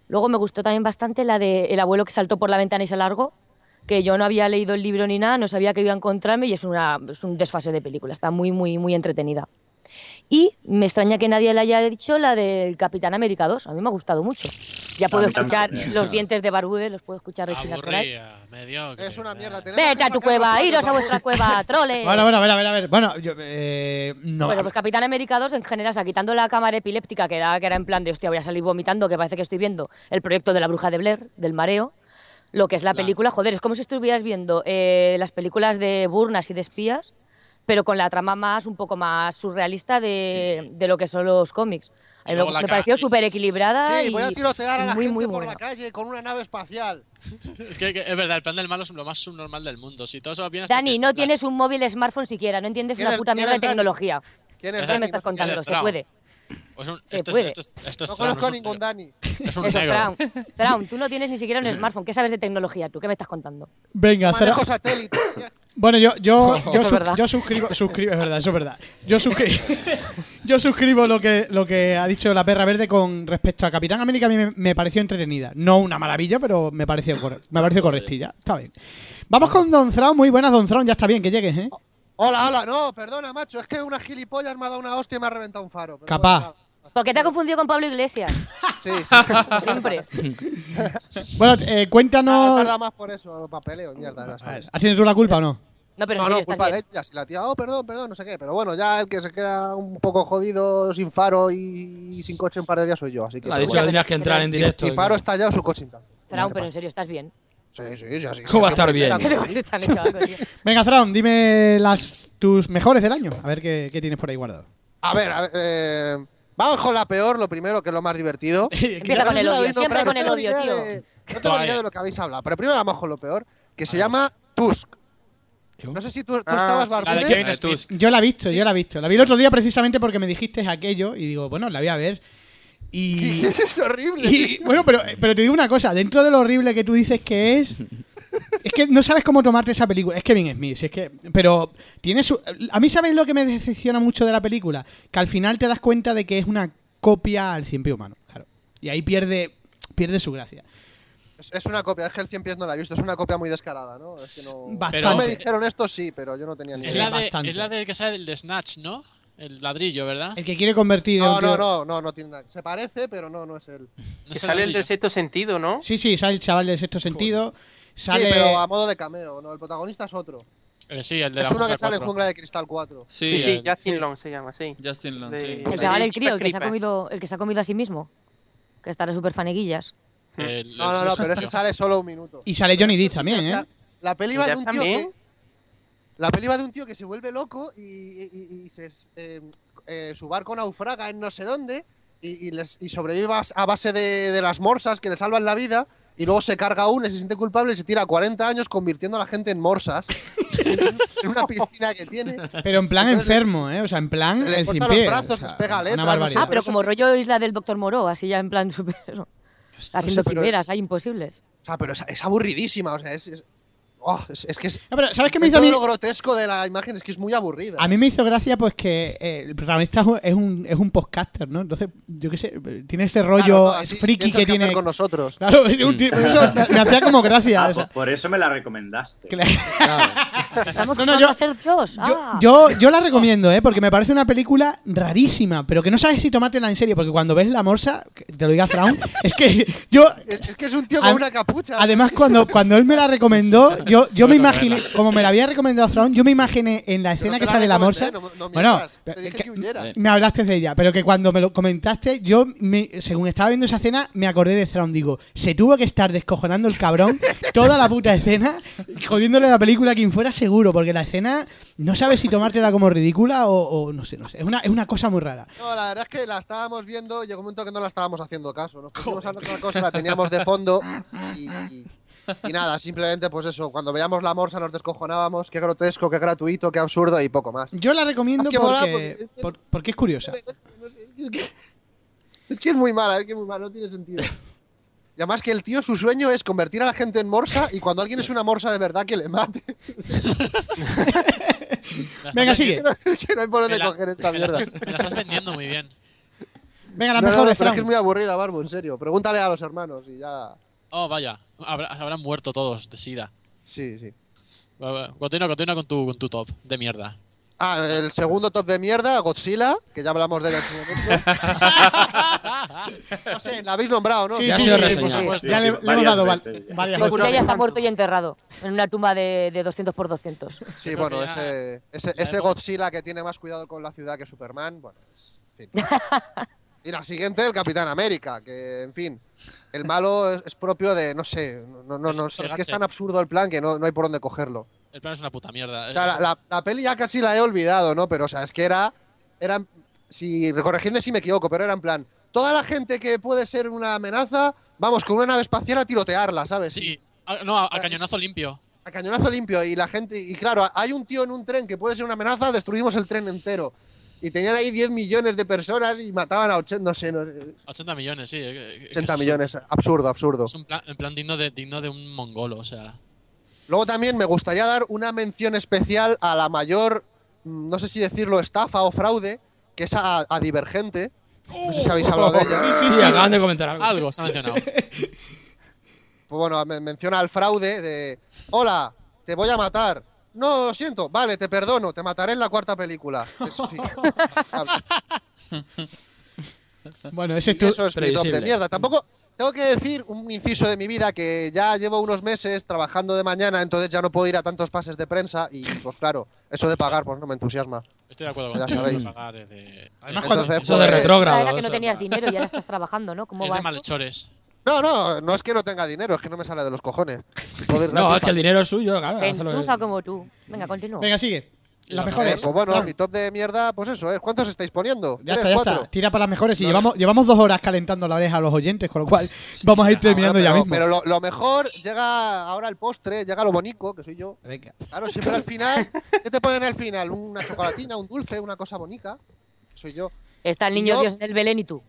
[SPEAKER 4] Luego me gustó también bastante la de El abuelo que saltó por la ventana y se largó, que yo no había leído el libro ni nada, no sabía que iba a encontrarme y es, una, es un desfase de película, está muy, muy, muy entretenida. Y me extraña que nadie le haya dicho la del Capitán América 2, a mí me ha gustado mucho. Ya puedo
[SPEAKER 5] mí
[SPEAKER 4] escuchar
[SPEAKER 5] también.
[SPEAKER 4] los dientes de Barbude, los puedo escuchar rechinar por ahí.
[SPEAKER 6] Aburrida, eh, mediocre.
[SPEAKER 9] Es una mierda. tenemos que
[SPEAKER 4] Vete a tu
[SPEAKER 9] sacar
[SPEAKER 4] cueva,
[SPEAKER 9] los
[SPEAKER 4] iros a
[SPEAKER 9] cuatro,
[SPEAKER 4] vuestra cueva, troles.
[SPEAKER 2] Bueno, bueno, a ver, a ver, a ver. Bueno, yo, eh, no.
[SPEAKER 4] Bueno, pues Capitán América 2 en general, o sea, quitando la cámara epiléptica que era, que era en plan de hostia, voy a salir vomitando, que parece que estoy viendo el proyecto de la bruja de Blair, del mareo, lo que es la
[SPEAKER 6] Claro.
[SPEAKER 4] película, joder, es como si estuvieras viendo eh, las películas de burnas y de espías, pero con la trama más, un poco más surrealista de, de lo que son los cómics. A
[SPEAKER 6] Y
[SPEAKER 4] mí me,
[SPEAKER 6] luego la
[SPEAKER 4] me
[SPEAKER 6] ca-
[SPEAKER 4] pareció
[SPEAKER 6] y-
[SPEAKER 4] súper equilibrada
[SPEAKER 9] Sí,
[SPEAKER 4] y
[SPEAKER 9] voy a tirotear a la
[SPEAKER 4] muy,
[SPEAKER 9] gente
[SPEAKER 4] muy
[SPEAKER 9] por
[SPEAKER 4] buena.
[SPEAKER 9] la calle con una nave espacial.
[SPEAKER 6] Es que, que es verdad, el plan del malo es lo más subnormal del mundo. Si todo eso va bien hasta
[SPEAKER 4] Dani,
[SPEAKER 6] que-
[SPEAKER 4] no
[SPEAKER 6] la-
[SPEAKER 4] tienes un móvil smartphone siquiera, no entiendes
[SPEAKER 9] ¿Quién
[SPEAKER 4] una
[SPEAKER 9] es-
[SPEAKER 4] puta
[SPEAKER 9] quién
[SPEAKER 4] mierda de
[SPEAKER 9] es Dani?
[SPEAKER 4] tecnología.
[SPEAKER 9] ¿Quién
[SPEAKER 6] ¿Qué
[SPEAKER 9] es
[SPEAKER 4] ¿Qué
[SPEAKER 9] Dani?
[SPEAKER 4] me estás
[SPEAKER 9] No sé quién
[SPEAKER 4] contando?
[SPEAKER 9] es.
[SPEAKER 4] Se
[SPEAKER 6] Zrao.
[SPEAKER 4] puede.
[SPEAKER 6] o es un-
[SPEAKER 4] Se
[SPEAKER 6] esto, es,
[SPEAKER 4] puede.
[SPEAKER 6] esto, es, esto es
[SPEAKER 9] No
[SPEAKER 6] Zrao,
[SPEAKER 9] conozco a
[SPEAKER 6] es un-
[SPEAKER 9] ningún Dani.
[SPEAKER 6] Es un
[SPEAKER 4] Eso,
[SPEAKER 6] negro.
[SPEAKER 4] Traum. Traum, tú no tienes ni siquiera un smartphone. ¿Qué sabes de tecnología tú? ¿Qué me estás contando?
[SPEAKER 2] Venga, Thrawn.
[SPEAKER 9] Manejo satélite.
[SPEAKER 2] Bueno, yo, yo, yo,
[SPEAKER 4] Eso es
[SPEAKER 2] sus-
[SPEAKER 4] verdad.
[SPEAKER 2] yo suscribo, suscribo- es verdad, eso es verdad. Yo suscribo, yo suscribo lo que, lo que ha dicho la perra verde con respecto a Capitán América. A mí me, me pareció entretenida. No una maravilla, pero me pareció, corre- me pareció correctilla. Está bien. Vamos con Don Thrawn. Muy buenas, Don Thrawn. Ya está bien, que llegues, ¿eh?
[SPEAKER 9] Hola, hola, no, perdona, macho, es que una gilipollas me ha dado una hostia y me ha reventado un faro. pero
[SPEAKER 2] Capaz.
[SPEAKER 9] bueno,
[SPEAKER 4] Porque te ha confundido con Pablo Iglesias.
[SPEAKER 9] nada. Sí, sí.
[SPEAKER 4] Siempre.
[SPEAKER 2] Bueno, eh,
[SPEAKER 9] No
[SPEAKER 2] cuéntanos.
[SPEAKER 9] tarda más por eso, los papeles, mierda. ya sabes.
[SPEAKER 2] ¿Has tenido tú la culpa o no?
[SPEAKER 4] No, pero en
[SPEAKER 9] No,
[SPEAKER 4] serio,
[SPEAKER 9] no,
[SPEAKER 4] está
[SPEAKER 9] culpa
[SPEAKER 4] bien.
[SPEAKER 9] de ella. Si la tía, oh, perdón, perdón, no sé qué. Pero bueno, ya el que se queda un poco jodido, sin faro y sin coche en par de días soy yo. Así que.
[SPEAKER 3] Ha
[SPEAKER 9] pero
[SPEAKER 3] dicho que
[SPEAKER 9] bueno.
[SPEAKER 3] tenías que entrar en
[SPEAKER 9] Mi-
[SPEAKER 3] directo.
[SPEAKER 9] Mi faro está ya o su coche está.
[SPEAKER 4] Traum, pero en serio, estás bien.
[SPEAKER 9] Sí, sí, sí. Así
[SPEAKER 3] ¿Cómo va a estar bien?
[SPEAKER 4] Pero se están hecho algo, tío.
[SPEAKER 2] Venga, Zraun, dime las tus mejores del año. A ver qué, qué tienes por ahí guardado.
[SPEAKER 9] A ver, a ver. eh, Vamos con la peor, lo primero, que es lo más divertido.
[SPEAKER 4] Empieza
[SPEAKER 9] No
[SPEAKER 4] con
[SPEAKER 9] sé si
[SPEAKER 4] el
[SPEAKER 9] lo
[SPEAKER 4] odio,
[SPEAKER 9] habéis
[SPEAKER 4] siempre
[SPEAKER 9] nombrado,
[SPEAKER 4] con
[SPEAKER 9] no
[SPEAKER 4] el
[SPEAKER 9] tengo ni
[SPEAKER 4] odio,
[SPEAKER 9] idea
[SPEAKER 4] tío.
[SPEAKER 9] de- No tengo ni idea de lo que habéis hablado, pero primero vamos con lo peor, que se llama Tusk. No sé si tú, tú
[SPEAKER 7] Ah,
[SPEAKER 9] estabas
[SPEAKER 6] La de
[SPEAKER 9] barbudo.
[SPEAKER 6] Kevin
[SPEAKER 8] Eh,
[SPEAKER 6] Smith.
[SPEAKER 8] Tusk.
[SPEAKER 2] Yo la he visto, yo la he visto. La vi el otro día precisamente porque me dijiste aquello y digo, bueno, la voy a ver. Y,
[SPEAKER 9] Es horrible.
[SPEAKER 2] y- bueno, pero, pero te digo una cosa, dentro de lo horrible que tú dices que es, es que no sabes cómo tomarte esa película. Es Kevin Smith, si es que, pero tiene su... A mí sabes lo que me decepciona mucho de la película, que al final te das cuenta de que es una copia al cien pie humano, claro. Y ahí pierde pierde su gracia.
[SPEAKER 9] Es, es una copia, es que el 100 pies no la he visto, es una copia muy descarada, ¿no? Es que no...
[SPEAKER 2] Bastante.
[SPEAKER 9] No me dijeron esto, sí, pero yo no tenía ni
[SPEAKER 6] Es
[SPEAKER 2] Sí,
[SPEAKER 9] idea.
[SPEAKER 6] la, de,
[SPEAKER 2] bastante.
[SPEAKER 6] es la del que sale del de Snatch, ¿no? El ladrillo, ¿verdad?
[SPEAKER 9] Eh,
[SPEAKER 2] El que quiere convertir en
[SPEAKER 9] No,
[SPEAKER 2] un
[SPEAKER 9] no,
[SPEAKER 2] tío-
[SPEAKER 9] no, no, no tiene nada. Se parece, pero no, no es él.
[SPEAKER 6] No
[SPEAKER 7] Que
[SPEAKER 6] es el
[SPEAKER 7] sale el del
[SPEAKER 6] ladrillo.
[SPEAKER 7] sexto sentido, ¿no?
[SPEAKER 2] Sí, sí, sale el chaval del sexto sentido, sale
[SPEAKER 9] Sí, pero a modo de cameo, ¿no? El protagonista es otro.
[SPEAKER 6] Eh, sí, el de la
[SPEAKER 9] Es uno
[SPEAKER 6] jungla
[SPEAKER 9] que sale en
[SPEAKER 6] 4.
[SPEAKER 9] Jungla de Cristal 4.
[SPEAKER 8] Sí,
[SPEAKER 7] Sí, eh, sí,
[SPEAKER 6] el-
[SPEAKER 7] Justin Long se llama, sí.
[SPEAKER 8] Justin Long,
[SPEAKER 7] De-
[SPEAKER 8] sí.
[SPEAKER 4] El
[SPEAKER 7] Ahí,
[SPEAKER 4] chaval, el
[SPEAKER 7] Jeepers
[SPEAKER 4] crío, el que se ha
[SPEAKER 7] Creepers.
[SPEAKER 4] comido, el que se ha comido a sí mismo. Que estará súper faneguillas.
[SPEAKER 6] El-
[SPEAKER 9] No, no,
[SPEAKER 6] el-
[SPEAKER 9] no, pero ese sale solo un minuto.
[SPEAKER 2] y sale Johnny Depp también,
[SPEAKER 9] O
[SPEAKER 2] ¿eh?
[SPEAKER 9] sea, La peli va
[SPEAKER 7] Ya
[SPEAKER 9] de un tío
[SPEAKER 7] también.
[SPEAKER 9] que. La peli va de un tío que se vuelve loco y, y- y se- eh, eh, su barco naufraga en no sé dónde y, y les, y sobrevive a- a base de, de las morsas que le salvan la vida y luego se carga a uno y se siente culpable y se tira 40 años convirtiendo a la gente en morsas en, en una piscina que tiene.
[SPEAKER 2] Pero en plan
[SPEAKER 9] Entonces le-
[SPEAKER 2] enfermo, ¿eh? O sea, en plan
[SPEAKER 9] le
[SPEAKER 2] el
[SPEAKER 9] corta
[SPEAKER 2] sin
[SPEAKER 9] los
[SPEAKER 2] pie.
[SPEAKER 9] brazos,
[SPEAKER 2] o sea,
[SPEAKER 9] les pega letras,
[SPEAKER 2] Una
[SPEAKER 9] no
[SPEAKER 2] barbaridad.
[SPEAKER 9] sé.
[SPEAKER 4] Ah, pero
[SPEAKER 9] eso
[SPEAKER 4] como
[SPEAKER 9] que-
[SPEAKER 4] rollo isla del Doctor Moro, así ya en plan súper. Haciendo
[SPEAKER 9] pero
[SPEAKER 4] quimeras,
[SPEAKER 9] es-
[SPEAKER 4] hay imposibles.
[SPEAKER 9] O sea, pero es, es aburridísima, o sea, es, es- oh, es- es que es,
[SPEAKER 2] No, pero ¿sabes qué me hizo a
[SPEAKER 9] todo
[SPEAKER 2] mí?
[SPEAKER 9] lo grotesco de la imagen es que es muy aburrida.
[SPEAKER 2] A mí me hizo gracia pues que eh, el protagonista es un, es un podcaster, ¿no? Entonces, yo qué sé, tiene ese rollo
[SPEAKER 9] Claro, no, así
[SPEAKER 2] es friki
[SPEAKER 9] piensas
[SPEAKER 2] que
[SPEAKER 9] qué hacer
[SPEAKER 2] tiene...
[SPEAKER 9] con nosotros.
[SPEAKER 2] Claro, es un tío- eso me, me hacía como gracia.
[SPEAKER 5] Ah,
[SPEAKER 2] o sea,
[SPEAKER 5] por, por eso me la recomendaste.
[SPEAKER 2] que la-
[SPEAKER 4] Estamos
[SPEAKER 2] No, no,
[SPEAKER 4] jugando
[SPEAKER 2] yo-
[SPEAKER 4] a ser Dios.
[SPEAKER 2] yo,
[SPEAKER 4] Ah.
[SPEAKER 2] yo, yo la recomiendo, ¿eh? Porque me parece una película rarísima, pero que no sabes si tomártela en serio, porque cuando ves la morsa, que te lo diga Fraun, es que yo...
[SPEAKER 9] Es, es que es un tío
[SPEAKER 2] Ad-
[SPEAKER 9] con una capucha.
[SPEAKER 2] Además, cuando, cuando él me la recomendó, yo, yo me
[SPEAKER 6] Bueno,
[SPEAKER 2] imaginé, como me la había recomendado Fraun, yo me imaginé en la escena
[SPEAKER 9] te
[SPEAKER 2] que
[SPEAKER 9] la
[SPEAKER 2] sale la morsa.
[SPEAKER 9] recomendé, ¿eh? no- no
[SPEAKER 2] bueno,
[SPEAKER 9] mientas, te dije que
[SPEAKER 2] que-
[SPEAKER 9] huyeras.
[SPEAKER 2] me hablaste de ella, pero que cuando me lo comentaste, yo, me- según estaba viendo esa escena, me acordé de Fraun. Digo, se tuvo que estar descojonando el cabrón toda la puta escena, jodiéndole la película a quien fuera seguro, porque la escena no sabes si tomártela como ridícula o, o no sé, no sé. Es una, es una cosa muy rara.
[SPEAKER 9] No, la verdad es que la estábamos viendo y llegó un momento que no la estábamos haciendo caso. Nos pusimos a otra cosa, la teníamos de fondo y, y- y nada, simplemente pues eso, cuando veíamos la morsa nos descojonábamos, qué grotesco, qué gratuito, qué absurdo y poco más.
[SPEAKER 2] Yo la recomiendo
[SPEAKER 9] Más que mola,
[SPEAKER 2] porque,
[SPEAKER 9] porque-
[SPEAKER 2] por- porque es curiosa.
[SPEAKER 9] No sé, es, que, es que es muy mala, es que es muy mala, no tiene sentido. Y además que el tío su sueño es convertir a la gente en morsa y cuando alguien es una morsa de verdad que le mate.
[SPEAKER 6] La estás
[SPEAKER 2] Venga, sigue.
[SPEAKER 9] Que no, que no hay por
[SPEAKER 6] Me
[SPEAKER 9] dónde
[SPEAKER 6] la,
[SPEAKER 9] coger esta
[SPEAKER 6] me la
[SPEAKER 9] mierda.
[SPEAKER 6] estás, me la estás vendiendo muy bien.
[SPEAKER 2] Venga, la
[SPEAKER 9] No, no,
[SPEAKER 2] mejor
[SPEAKER 9] no,
[SPEAKER 2] de
[SPEAKER 9] pero es que
[SPEAKER 2] Fraun.
[SPEAKER 9] es muy aburrida, Barbu, en serio. Pregúntale a los hermanos y ya.
[SPEAKER 6] Oh, vaya. Habrá- habrán muerto todos de sida.
[SPEAKER 9] Sí, sí.
[SPEAKER 6] Va, va, Continúa, continúa con tu, con tu top de mierda.
[SPEAKER 9] Ah, el segundo top de mierda, Godzilla, que ya hablamos de él en su momento. no sé, la habéis nombrado, ¿no?
[SPEAKER 2] Sí,
[SPEAKER 3] Ya
[SPEAKER 2] sí,
[SPEAKER 3] ha sido
[SPEAKER 2] sí,
[SPEAKER 3] reseñado.
[SPEAKER 2] por supuesto.
[SPEAKER 5] Sí,
[SPEAKER 2] Ya
[SPEAKER 5] sí,
[SPEAKER 2] le, le hemos
[SPEAKER 5] varias
[SPEAKER 2] dado val-
[SPEAKER 5] veces ya.
[SPEAKER 2] varias
[SPEAKER 7] Creo
[SPEAKER 2] veces.
[SPEAKER 7] que una-
[SPEAKER 4] Godzilla está
[SPEAKER 7] tanto.
[SPEAKER 4] muerto y enterrado en una tumba de, de 200 por 200.
[SPEAKER 9] Sí,
[SPEAKER 6] Creo
[SPEAKER 9] bueno,
[SPEAKER 6] que ya-
[SPEAKER 9] ese, ese,
[SPEAKER 6] ya
[SPEAKER 9] ese
[SPEAKER 6] hemos-
[SPEAKER 9] Godzilla que tiene más cuidado con la ciudad que Superman, bueno, es- en fin. Y la siguiente, el Capitán América, que, en fin, el malo es, es propio de, no sé, no, no,
[SPEAKER 6] Es
[SPEAKER 9] no,
[SPEAKER 6] un
[SPEAKER 9] sé, es que
[SPEAKER 6] gache.
[SPEAKER 9] es tan absurdo el plan que no, no hay por dónde cogerlo.
[SPEAKER 6] El plan es una puta mierda.
[SPEAKER 9] O sea, la, la- la peli ya casi la he olvidado, ¿no? Pero, o sea, es que era. era si corregidme si me equivoco, pero era en plan. Toda la gente que puede ser una amenaza, vamos con una nave espacial a tirotearla, ¿sabes?
[SPEAKER 6] Sí. Ah, No, a, a cañonazo limpio.
[SPEAKER 9] A cañonazo limpio. Y la gente. Y claro, hay un tío en un tren que puede ser una amenaza, destruimos el tren entero. Y tenían ahí 10 millones de personas y mataban a 80, no sé, no sé,
[SPEAKER 6] 80 millones, sí. eh, eh,
[SPEAKER 9] 80
[SPEAKER 6] es un-
[SPEAKER 9] millones. Absurdo, absurdo.
[SPEAKER 6] Es un plan, en plan digno, de, digno de un mongolo, o sea.
[SPEAKER 9] Luego también me gustaría dar una mención especial a la mayor, mm, no sé si decirlo estafa o fraude, que es a, a Divergente. No sé si habéis hablado de ella.
[SPEAKER 3] Sí, acaban de comentar algo.
[SPEAKER 6] Algo se ha mencionado.
[SPEAKER 9] Pues bueno, me menciona el fraude de, hola, te voy a matar. No, lo siento. Vale, te perdono. Te mataré en la cuarta película. Es- en fin. Ah,
[SPEAKER 2] Bueno, ese
[SPEAKER 9] Y
[SPEAKER 2] es tu-
[SPEAKER 9] eso es mi top
[SPEAKER 3] previsible.
[SPEAKER 9] de mierda. Tampoco tengo que decir un inciso de mi vida que ya llevo unos meses trabajando de mañana, entonces ya no puedo ir a tantos pases de prensa y pues claro, eso de pagar pues no me entusiasma.
[SPEAKER 6] Estoy de acuerdo
[SPEAKER 9] Ya
[SPEAKER 6] contigo.
[SPEAKER 9] sabéis.
[SPEAKER 6] pagar es de- Además,
[SPEAKER 2] Además,
[SPEAKER 6] cuando-
[SPEAKER 9] Entonces,
[SPEAKER 3] Eso de
[SPEAKER 9] pues,
[SPEAKER 3] retrógrado.
[SPEAKER 4] era que no
[SPEAKER 3] eso-
[SPEAKER 4] tenías dinero y ahora estás trabajando, ¿no? ¿Cómo
[SPEAKER 6] es
[SPEAKER 4] va
[SPEAKER 6] de
[SPEAKER 4] esto?
[SPEAKER 6] malhechores.
[SPEAKER 9] No, no, no es que no tenga dinero, es que no me sale de los cojones. Joder,
[SPEAKER 3] No, es
[SPEAKER 9] gratis
[SPEAKER 3] que el dinero es suyo, claro. hágalo él.
[SPEAKER 4] Gentuza como tú. Venga, continúa.
[SPEAKER 2] Venga, sigue. Las
[SPEAKER 9] pa-
[SPEAKER 2] mejores.
[SPEAKER 9] Eh, pues bueno,
[SPEAKER 2] Fran,
[SPEAKER 9] mi top de mierda, pues eso, ¿eh? ¿Cuántos estáis poniendo?
[SPEAKER 2] Ya
[SPEAKER 9] ¿Tres,
[SPEAKER 2] está, ya
[SPEAKER 9] cuatro?
[SPEAKER 2] está. Tira para las mejores y llevamos, llevamos dos horas calentando la oreja a los oyentes, con lo cual vamos a ir terminando
[SPEAKER 9] Bueno,
[SPEAKER 2] ya
[SPEAKER 9] pero,
[SPEAKER 2] mismo.
[SPEAKER 9] pero lo, lo mejor llega ahora el postre, llega lo bonito, que soy yo.
[SPEAKER 2] Venga.
[SPEAKER 9] Claro, siempre al final. ¿Qué te ponen al final? Una chocolatina, un dulce, una cosa bonita. Soy yo.
[SPEAKER 4] Está el niño
[SPEAKER 9] yo-
[SPEAKER 4] Dios en el Belén y tú.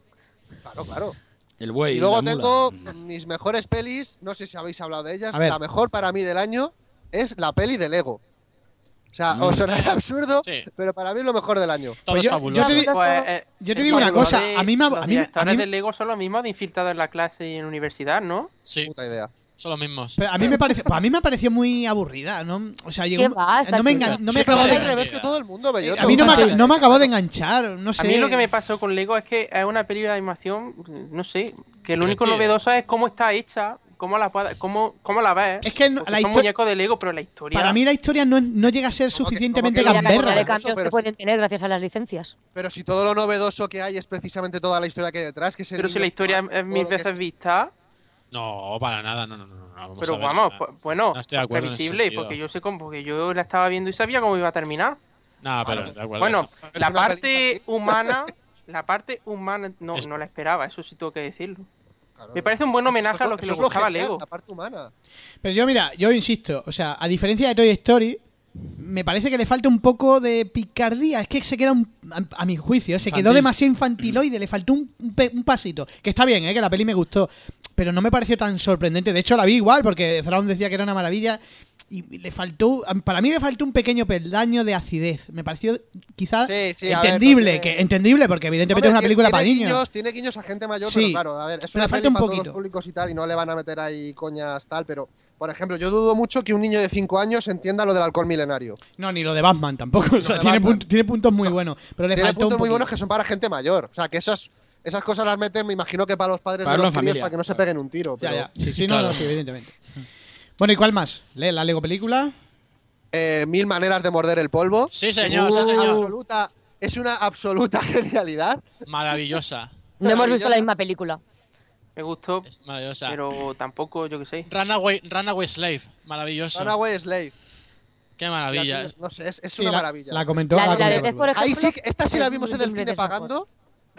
[SPEAKER 9] Claro, claro.
[SPEAKER 3] El buey.
[SPEAKER 9] y luego
[SPEAKER 3] la mula. Mm.
[SPEAKER 9] tengo mis mejores pelis, no sé si habéis hablado de ellas,
[SPEAKER 2] A ver.
[SPEAKER 9] la mejor para mí del año es la peli de Lego. O sea,
[SPEAKER 3] Mm.
[SPEAKER 9] os sonará absurdo,
[SPEAKER 6] Sí.
[SPEAKER 9] pero para mí es lo mejor del año.
[SPEAKER 6] Todo
[SPEAKER 2] Pues
[SPEAKER 6] es
[SPEAKER 2] yo- yo
[SPEAKER 6] fabuloso.
[SPEAKER 2] te di-
[SPEAKER 7] Pues, eh,
[SPEAKER 2] Yo te
[SPEAKER 7] el
[SPEAKER 2] digo una
[SPEAKER 7] director
[SPEAKER 2] cosa,
[SPEAKER 7] de-
[SPEAKER 2] a mí me- a
[SPEAKER 7] Los
[SPEAKER 2] mí me- a
[SPEAKER 7] directores
[SPEAKER 2] mí-
[SPEAKER 7] de Lego son los mismos de infiltrados en la clase y en universidad, ¿no?
[SPEAKER 6] Sí,
[SPEAKER 9] Puta idea.
[SPEAKER 6] son los mismos.
[SPEAKER 2] Pero a mí me parece, pues a mí me pareció muy aburrida, ¿no? O sea, llegó,
[SPEAKER 4] ¿Qué va? Está
[SPEAKER 2] no me,
[SPEAKER 4] chula.
[SPEAKER 2] engan- no me
[SPEAKER 9] Se
[SPEAKER 2] acabó
[SPEAKER 9] pasa
[SPEAKER 2] de
[SPEAKER 9] al revés que todo el mundo, Belloto.
[SPEAKER 2] Eh, a mí no me,
[SPEAKER 9] O sea,
[SPEAKER 2] ac- no me acabó de enganchar, no sé.
[SPEAKER 7] A mí lo que me pasó con Lego es que es una película de animación, no sé, que lo único
[SPEAKER 6] Divertida.
[SPEAKER 7] novedoso es cómo está hecha, cómo la, pueda- cómo, cómo la ves.
[SPEAKER 2] Es que no-
[SPEAKER 7] porque
[SPEAKER 2] la
[SPEAKER 7] son
[SPEAKER 2] histo-
[SPEAKER 7] muñecos de Lego, pero la historia.
[SPEAKER 2] Para mí la historia no, no llega a ser
[SPEAKER 9] Como que-
[SPEAKER 2] suficientemente
[SPEAKER 9] como
[SPEAKER 4] Mira
[SPEAKER 9] que-
[SPEAKER 4] la cantidad de
[SPEAKER 2] gamberra.
[SPEAKER 4] cambios
[SPEAKER 9] Pero
[SPEAKER 4] que
[SPEAKER 9] sí.
[SPEAKER 4] pueden tener gracias a las licencias.
[SPEAKER 9] Pero si todo lo novedoso que hay es precisamente toda la historia que hay detrás, que es el
[SPEAKER 7] pero si
[SPEAKER 9] niño-
[SPEAKER 7] la historia es mil
[SPEAKER 9] todo lo que
[SPEAKER 7] veces
[SPEAKER 9] es-
[SPEAKER 7] vista,
[SPEAKER 6] No, para nada, no, no, no. no, Vamos a
[SPEAKER 7] pero
[SPEAKER 6] ver,
[SPEAKER 7] vamos,
[SPEAKER 6] no.
[SPEAKER 7] pues, bueno,
[SPEAKER 6] no estoy de acuerdo en ese
[SPEAKER 7] previsible,
[SPEAKER 6] sentido.
[SPEAKER 7] porque yo sé cómo, porque yo la estaba viendo y sabía cómo iba a terminar.
[SPEAKER 6] No, pero de acuerdo.
[SPEAKER 7] Bueno, la
[SPEAKER 9] una
[SPEAKER 7] parte
[SPEAKER 9] película
[SPEAKER 7] humana, la parte humana no,
[SPEAKER 6] Es-
[SPEAKER 7] no la esperaba, eso sí tengo que decirlo.
[SPEAKER 9] Claro,
[SPEAKER 7] Me parece un buen homenaje
[SPEAKER 9] eso
[SPEAKER 7] a
[SPEAKER 9] es
[SPEAKER 7] lo que
[SPEAKER 9] eso
[SPEAKER 7] le
[SPEAKER 9] es lo
[SPEAKER 7] gustaba a
[SPEAKER 9] genial,
[SPEAKER 7] Lego.
[SPEAKER 9] La parte humana.
[SPEAKER 2] Pero yo, mira, yo insisto, o sea, a diferencia de Toy Story, me parece que le falta un poco de picardía. Es que se queda, un- a, a mi juicio, ¿eh? se quedó
[SPEAKER 6] Infantil.
[SPEAKER 2] demasiado infantiloide, le faltó un, un pe- un pasito. Que está bien, ¿eh? que la peli me gustó, pero no me pareció tan sorprendente. De hecho, la vi igual, porque Thrawn decía que era una maravilla. Y le faltó, para mí le faltó un pequeño peldaño de acidez. Me pareció quizás
[SPEAKER 9] Sí, sí, a ver,
[SPEAKER 2] entendible,
[SPEAKER 9] no tiene-
[SPEAKER 2] que, entendible, porque evidentemente es una
[SPEAKER 9] Hombre,
[SPEAKER 2] película
[SPEAKER 9] tiene
[SPEAKER 2] para niños.
[SPEAKER 9] Tiene guiños a gente mayor,
[SPEAKER 2] Sí,
[SPEAKER 9] pero claro, a ver, es
[SPEAKER 2] pero
[SPEAKER 9] una
[SPEAKER 2] falta
[SPEAKER 9] falta
[SPEAKER 2] un
[SPEAKER 9] para todos
[SPEAKER 2] poquito.
[SPEAKER 9] los públicos y tal, y no le van a meter ahí coñas tal, pero, por ejemplo, yo dudo mucho que un niño de 5 años entienda lo del alcohol milenario.
[SPEAKER 2] No, ni lo de Batman tampoco. O sea,
[SPEAKER 9] de
[SPEAKER 2] tiene,
[SPEAKER 9] Batman.
[SPEAKER 2] punt- tiene puntos muy buenos. Pero le
[SPEAKER 9] Tiene
[SPEAKER 2] faltó un
[SPEAKER 9] puntos muy
[SPEAKER 2] poquito.
[SPEAKER 9] buenos que son para gente mayor. O sea, que esas, esas cosas las meten, me imagino que para los padres
[SPEAKER 3] Para
[SPEAKER 9] de
[SPEAKER 3] la
[SPEAKER 9] los críos,
[SPEAKER 3] familia,
[SPEAKER 9] para que no se
[SPEAKER 3] claro.
[SPEAKER 9] peguen un tiro.
[SPEAKER 2] Ya,
[SPEAKER 9] Pero,
[SPEAKER 2] ya. Sí, sí, no,
[SPEAKER 3] Claro.
[SPEAKER 2] no, sí, evidentemente. Bueno, ¿y cuál más? ¿Le, ¿La Lego película?
[SPEAKER 9] eh, mil maneras de morder el polvo.
[SPEAKER 6] Sí, señor,
[SPEAKER 9] es
[SPEAKER 6] sí,
[SPEAKER 9] una
[SPEAKER 6] señor.
[SPEAKER 9] Uh, absoluta- es una absoluta genialidad.
[SPEAKER 6] Maravillosa.
[SPEAKER 4] No hemos visto
[SPEAKER 9] Maravillosa.
[SPEAKER 4] la misma película.
[SPEAKER 7] Me gustó,
[SPEAKER 6] Es maravillosa.
[SPEAKER 7] pero tampoco, yo qué sé.
[SPEAKER 6] Runaway, Runaway Slave, maravilloso.
[SPEAKER 9] Runaway Slave.
[SPEAKER 6] Qué
[SPEAKER 9] Ya
[SPEAKER 6] maravilla.
[SPEAKER 9] tienes- no sé, es, es
[SPEAKER 2] Sí,
[SPEAKER 9] una
[SPEAKER 2] la-
[SPEAKER 9] maravilla.
[SPEAKER 2] La comentó.
[SPEAKER 4] La,
[SPEAKER 2] la
[SPEAKER 4] la de
[SPEAKER 2] comentó.
[SPEAKER 4] Death, por ejemplo,
[SPEAKER 9] Ahí sí, que- esta sí la
[SPEAKER 4] es
[SPEAKER 9] vimos
[SPEAKER 4] muy
[SPEAKER 9] en el
[SPEAKER 4] dulce
[SPEAKER 9] cine
[SPEAKER 4] esa
[SPEAKER 9] pagando.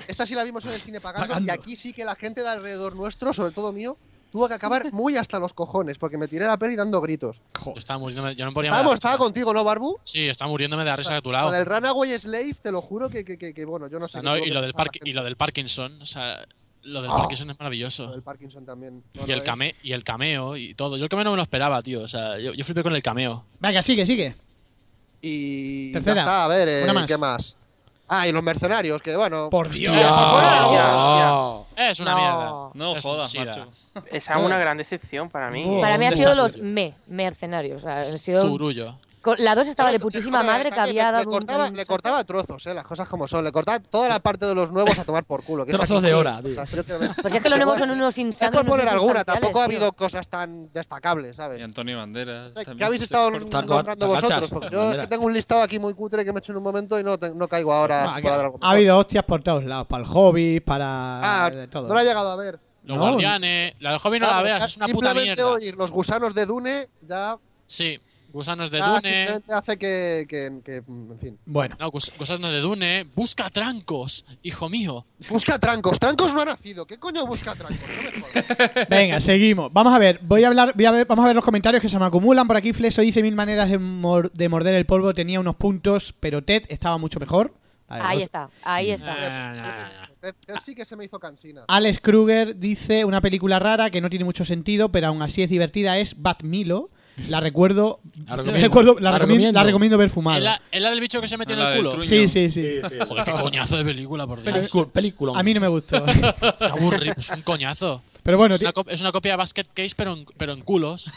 [SPEAKER 9] Esta sí la vimos en el cine pagando,
[SPEAKER 2] Pagando.
[SPEAKER 9] Y aquí sí que la gente de alrededor nuestro, sobre todo mío, tuvo que acabar muy hasta los cojones, porque me tiré la peli dando gritos.
[SPEAKER 6] Yo estaba muriéndome, yo no podía
[SPEAKER 9] Estábamos, estaba contigo, ¿no, Barbu?
[SPEAKER 6] Sí, estaba muriéndome de la risa a tu lado.
[SPEAKER 9] Con el Runaway Slave, te lo juro que, que, que- que, bueno, yo no
[SPEAKER 6] O
[SPEAKER 9] sé.
[SPEAKER 6] sea,
[SPEAKER 9] qué
[SPEAKER 6] no,
[SPEAKER 9] tuvo
[SPEAKER 6] y
[SPEAKER 9] que
[SPEAKER 6] lo del
[SPEAKER 9] pensar la
[SPEAKER 6] parque- y
[SPEAKER 9] gente.
[SPEAKER 6] lo del Parkinson, o sea, lo del
[SPEAKER 9] Ah.
[SPEAKER 6] Parkinson es
[SPEAKER 9] Lo
[SPEAKER 6] maravilloso.
[SPEAKER 9] del Parkinson también.
[SPEAKER 6] Y
[SPEAKER 9] Bueno,
[SPEAKER 6] el,
[SPEAKER 9] es-
[SPEAKER 6] came- y el cameo y todo. Yo el cameo no me lo esperaba, tío. O sea, yo, yo flipé con el cameo.
[SPEAKER 2] Venga, sigue, sigue.
[SPEAKER 9] Y.
[SPEAKER 2] Tercera.
[SPEAKER 9] ya está, a ver, eh,
[SPEAKER 2] Una más.
[SPEAKER 9] ¿qué más? Ah, y los mercenarios, que bueno.
[SPEAKER 2] Por
[SPEAKER 6] Hostia.
[SPEAKER 2] Dios.
[SPEAKER 3] oh,
[SPEAKER 7] Ah,
[SPEAKER 6] Es una
[SPEAKER 4] No.
[SPEAKER 6] mierda.
[SPEAKER 8] No
[SPEAKER 6] es un
[SPEAKER 8] jodas,
[SPEAKER 6] sida.
[SPEAKER 8] macho.
[SPEAKER 7] Esa es una gran decepción para mí.
[SPEAKER 2] Oh,
[SPEAKER 4] Para mí
[SPEAKER 2] un
[SPEAKER 4] ha sido los
[SPEAKER 2] desastre.
[SPEAKER 4] me, mercenarios. O sea, han sido-
[SPEAKER 6] Turullo.
[SPEAKER 4] con- la dos estaba de
[SPEAKER 9] Pero,
[SPEAKER 4] putísima
[SPEAKER 9] déjame,
[SPEAKER 4] madre que
[SPEAKER 9] también
[SPEAKER 4] había
[SPEAKER 9] le, le
[SPEAKER 4] dado un-
[SPEAKER 9] cortaba,
[SPEAKER 4] un-
[SPEAKER 9] le cortaba trozos, eh, las cosas como son. Le cortaba toda la parte de los nuevos a tomar por culo. que eso
[SPEAKER 3] Trozos
[SPEAKER 9] aquí
[SPEAKER 3] de
[SPEAKER 9] sí,
[SPEAKER 3] hora,
[SPEAKER 9] o sea,
[SPEAKER 3] tío.
[SPEAKER 9] yo creo que-
[SPEAKER 4] Pues es que los nuevos son unos
[SPEAKER 9] Es
[SPEAKER 4] insanos.
[SPEAKER 9] por
[SPEAKER 4] unos
[SPEAKER 9] poner alguna,
[SPEAKER 4] insustanciales,
[SPEAKER 9] tampoco ha
[SPEAKER 4] tío.
[SPEAKER 9] habido cosas tan destacables,
[SPEAKER 8] Y
[SPEAKER 9] ¿sabes?
[SPEAKER 8] Antonio Banderas.
[SPEAKER 9] O sea, Pues. ¿Qué
[SPEAKER 8] también
[SPEAKER 9] habéis
[SPEAKER 8] se
[SPEAKER 9] estado
[SPEAKER 8] corta.
[SPEAKER 3] Taco-
[SPEAKER 9] nombrando
[SPEAKER 3] tacachas,
[SPEAKER 9] vosotros? Porque yo es que
[SPEAKER 3] bandera.
[SPEAKER 9] tengo un listado aquí muy cutre que me he hecho en un momento y no, te- no caigo ahora.
[SPEAKER 2] Ah,
[SPEAKER 9] si
[SPEAKER 2] que
[SPEAKER 9] puedo haber algo
[SPEAKER 2] ha
[SPEAKER 9] mejor.
[SPEAKER 2] habido hostias por todos lados. Para el hobby, para.
[SPEAKER 9] Ah,
[SPEAKER 2] de todo.
[SPEAKER 9] no lo he llegado a ver.
[SPEAKER 6] Los
[SPEAKER 2] No.
[SPEAKER 6] guardianes. La del hobby no la
[SPEAKER 9] Claro,
[SPEAKER 6] veas,
[SPEAKER 9] ya
[SPEAKER 6] es una puta
[SPEAKER 9] simplemente
[SPEAKER 6] mierda.
[SPEAKER 9] oír los gusanos de Dune ya,
[SPEAKER 6] Sí, gusanos de
[SPEAKER 9] ya
[SPEAKER 6] Dune.
[SPEAKER 9] Ah, simplemente hace que, que- que, mm, En fin.
[SPEAKER 2] Bueno,
[SPEAKER 6] No, gus- gusanos de Dune. Busca trancos, hijo mío.
[SPEAKER 9] Busca trancos. Trancos no ha nacido. ¿Qué coño busca trancos? No me jodas.
[SPEAKER 2] venga, seguimos. Vamos a ver, voy a hablar, voy a ver, vamos a ver los comentarios que se me acumulan. Por aquí Fleso dice mil maneras de, mor- de morder el polvo, tenía unos puntos, pero Ted estaba mucho mejor. A ver,
[SPEAKER 4] Ahí
[SPEAKER 2] los-
[SPEAKER 4] está, ahí está.
[SPEAKER 6] Nah, nah, nah.
[SPEAKER 9] Ted- Ted sí que se me hizo cansina.
[SPEAKER 3] Ah,
[SPEAKER 2] Alex Kruger dice una película rara que no tiene mucho sentido, pero aún así es divertida, es Bat Milo. La recuerdo, la
[SPEAKER 3] La recomiendo.
[SPEAKER 2] recuerdo- la, recomiendo.
[SPEAKER 3] La recomiendo.
[SPEAKER 2] la recomiendo ver fumada.
[SPEAKER 6] ¿Es la, es la del bicho que se metió en
[SPEAKER 8] La
[SPEAKER 6] el
[SPEAKER 8] del
[SPEAKER 6] culo?
[SPEAKER 8] truño.
[SPEAKER 2] Sí, sí, sí.
[SPEAKER 6] Joder, qué coñazo de película, por Dios.
[SPEAKER 3] Pelicu- Película.
[SPEAKER 2] A mí no me gustó.
[SPEAKER 6] Qué aburrido, es un coñazo.
[SPEAKER 2] Pero bueno,
[SPEAKER 6] es,
[SPEAKER 2] ti-
[SPEAKER 6] una cop- es una copia de Basket Case, pero en, pero en culos.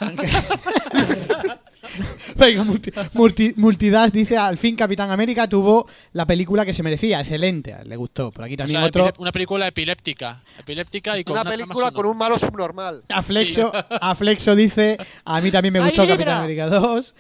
[SPEAKER 2] Venga, multi, multi- Multidas dice, al fin Capitán América tuvo la película que se merecía, excelente, le gustó. Por aquí
[SPEAKER 6] O
[SPEAKER 2] también
[SPEAKER 6] sea,
[SPEAKER 2] otro...
[SPEAKER 6] epile- una película epiléptica. Epiléptica y con
[SPEAKER 9] Una
[SPEAKER 6] una,
[SPEAKER 9] película con un malo subnormal.
[SPEAKER 2] Aflexo, Aflexo dice, a mí también me
[SPEAKER 9] ¡Ay,
[SPEAKER 2] gustó
[SPEAKER 9] libra!
[SPEAKER 2] Capitán América 2.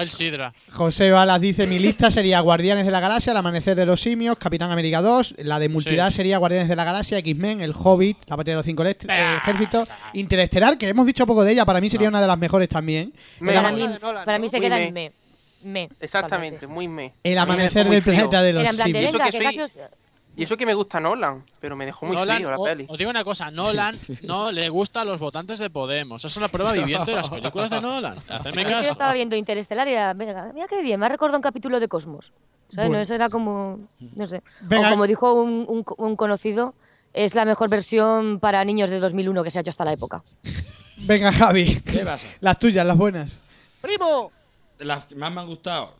[SPEAKER 6] Hell Sidra.
[SPEAKER 2] José Balas dice, mi lista sería Guardianes de la Galaxia, El Amanecer de los Simios, Capitán América 2, la de Multidad
[SPEAKER 6] Sí.
[SPEAKER 2] sería Guardianes de la Galaxia, X-Men, El Hobbit, La Patria de los Cinco Elect- eh, Ejércitos,
[SPEAKER 6] Ah, o sea.
[SPEAKER 2] Interestelar, que hemos dicho poco de ella, para mí sería una de las mejores también.
[SPEAKER 7] Me-
[SPEAKER 4] Para
[SPEAKER 9] Una
[SPEAKER 4] mí,
[SPEAKER 9] de Nolan,
[SPEAKER 4] para
[SPEAKER 9] ¿no?
[SPEAKER 4] mí se
[SPEAKER 7] Muy
[SPEAKER 4] queda
[SPEAKER 7] me.
[SPEAKER 4] en me. Me.
[SPEAKER 7] Exactamente, muy me.
[SPEAKER 2] El
[SPEAKER 7] A mí me
[SPEAKER 2] Amanecer
[SPEAKER 7] dejó muy
[SPEAKER 2] del
[SPEAKER 7] frío.
[SPEAKER 2] Planeta de
[SPEAKER 4] Era
[SPEAKER 2] los
[SPEAKER 4] en plan de,
[SPEAKER 2] Simios.
[SPEAKER 7] Eso
[SPEAKER 4] venga,
[SPEAKER 7] que
[SPEAKER 4] que
[SPEAKER 7] soy-
[SPEAKER 4] casi os-
[SPEAKER 7] Y eso que me gusta Nolan, pero me dejó muy
[SPEAKER 6] Nolan,
[SPEAKER 7] frío la
[SPEAKER 6] o-
[SPEAKER 7] peli.
[SPEAKER 6] os digo una cosa, Nolan no le gusta a los votantes de Podemos. Es una prueba viviente de las películas de Nolan. Hacedme
[SPEAKER 4] Yo
[SPEAKER 6] caso.
[SPEAKER 4] estaba viendo Interestelar y era, venga, mira qué bien, me ha recordado un capítulo de Cosmos. ¿Sabes? No,
[SPEAKER 2] Pues-
[SPEAKER 4] eso era como, no sé.
[SPEAKER 2] Venga.
[SPEAKER 4] O como dijo un, un- un conocido, es la mejor versión para niños de 2001 que se ha hecho hasta la época.
[SPEAKER 2] Venga, Javi,
[SPEAKER 3] ¿Qué pasa?
[SPEAKER 2] las tuyas, las buenas.
[SPEAKER 9] ¡Primo!
[SPEAKER 3] Las que más me han gustado,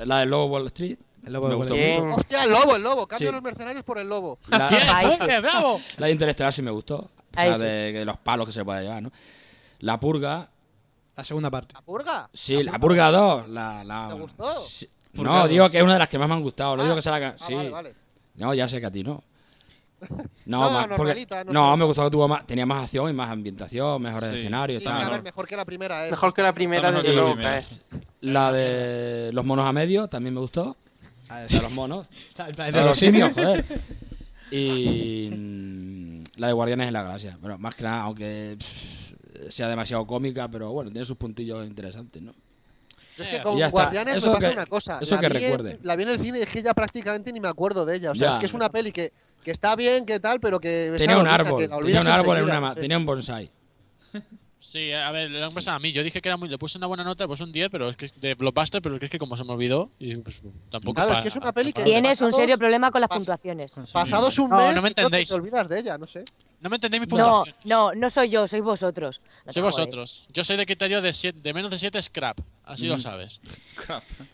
[SPEAKER 3] eh, la de Lobo Wall Street.
[SPEAKER 2] El Lobo
[SPEAKER 3] me
[SPEAKER 2] de Wall
[SPEAKER 3] gustó
[SPEAKER 7] Street.
[SPEAKER 3] mucho.
[SPEAKER 9] Hostia, el lobo, el lobo. Cambio
[SPEAKER 3] Mm. Sí.
[SPEAKER 9] los mercenarios por el lobo.
[SPEAKER 3] La,
[SPEAKER 6] Bien, Jorge, bravo!
[SPEAKER 3] la de Interestelar sí me gustó. O
[SPEAKER 4] Ahí
[SPEAKER 3] sea,
[SPEAKER 4] sí.
[SPEAKER 3] de, de los palos que se puede llevar, ¿no? La Purga.
[SPEAKER 2] La segunda parte.
[SPEAKER 9] ¿La purga?
[SPEAKER 3] Sí, la Purga 2. La, la-
[SPEAKER 9] ¿Te gustó?
[SPEAKER 3] Sí.
[SPEAKER 2] Purga
[SPEAKER 3] No,
[SPEAKER 2] 2.
[SPEAKER 3] digo que es una de las que más me han gustado. No digo
[SPEAKER 9] Ah,
[SPEAKER 3] que sea la que.
[SPEAKER 9] ah,
[SPEAKER 3] sí.
[SPEAKER 9] vale, vale.
[SPEAKER 3] No, ya sé que a ti no. No,
[SPEAKER 9] No,
[SPEAKER 3] más, porque,
[SPEAKER 9] normalita, no
[SPEAKER 3] no,
[SPEAKER 9] sé.
[SPEAKER 3] me gustó que tuvo más, tenía más acción y más ambientación, mejores
[SPEAKER 8] Sí.
[SPEAKER 3] escenarios.
[SPEAKER 9] Sí,
[SPEAKER 3] tal,
[SPEAKER 9] sí, a
[SPEAKER 3] ¿no?
[SPEAKER 9] ver, mejor que la primera, ¿eh?
[SPEAKER 7] Mejor que la primera,
[SPEAKER 8] Está mejor
[SPEAKER 7] desde
[SPEAKER 8] que la
[SPEAKER 7] luego.
[SPEAKER 8] primera.
[SPEAKER 7] eh.
[SPEAKER 3] La de los monos a medio también me gustó. La de los monos.
[SPEAKER 2] La
[SPEAKER 3] Ah, La de los simios, joder. Y mm, la de Guardianes de la Galaxia. Bueno, más que nada, aunque pff, sea demasiado cómica, pero bueno, tiene sus puntillos interesantes, ¿no?
[SPEAKER 9] Yo es que con
[SPEAKER 3] Y ya está.
[SPEAKER 9] Guardianes
[SPEAKER 3] Eso
[SPEAKER 9] me pasa
[SPEAKER 3] que-
[SPEAKER 9] una cosa.
[SPEAKER 3] eso
[SPEAKER 9] la
[SPEAKER 3] que
[SPEAKER 9] vi en-
[SPEAKER 3] recuerde.
[SPEAKER 9] la vi en el cine y es que ya prácticamente ni me acuerdo de ella. O sea,
[SPEAKER 3] Ya.
[SPEAKER 9] es que es una peli que, que está bien, que tal, pero que... esa
[SPEAKER 3] Tenía un
[SPEAKER 9] loquita,
[SPEAKER 3] árbol,
[SPEAKER 9] que la
[SPEAKER 3] tenía
[SPEAKER 9] olvidas
[SPEAKER 3] un árbol en
[SPEAKER 9] enseguida,
[SPEAKER 3] una ma-
[SPEAKER 9] sí.
[SPEAKER 3] tenía un bonsai.
[SPEAKER 6] Sí, a ver, le han pasado a mí. Yo dije que era muy. Le puse una buena nota, le puse un 10, pero es que es de blockbuster, pero es que, es que como se me olvidó, y pues tampoco.
[SPEAKER 9] Claro, es
[SPEAKER 6] pa-
[SPEAKER 9] que es una peli que-
[SPEAKER 6] pa-
[SPEAKER 4] Tienes un
[SPEAKER 9] pasados-
[SPEAKER 4] serio problema con las
[SPEAKER 9] pas-
[SPEAKER 4] puntuaciones.
[SPEAKER 9] Pasados un
[SPEAKER 6] No,
[SPEAKER 9] mes,
[SPEAKER 6] no me
[SPEAKER 9] yo creo que
[SPEAKER 6] entendéis.
[SPEAKER 9] te olvidas de ella, no sé.
[SPEAKER 6] No me entendéis mis
[SPEAKER 4] No,
[SPEAKER 6] puntuaciones.
[SPEAKER 4] no, no soy yo, soy vosotros. No te
[SPEAKER 6] Soy
[SPEAKER 4] jodes.
[SPEAKER 6] vosotros. Yo soy de criterio de, siete- de menos de 7 scrap. Así
[SPEAKER 9] Mm.
[SPEAKER 6] lo sabes.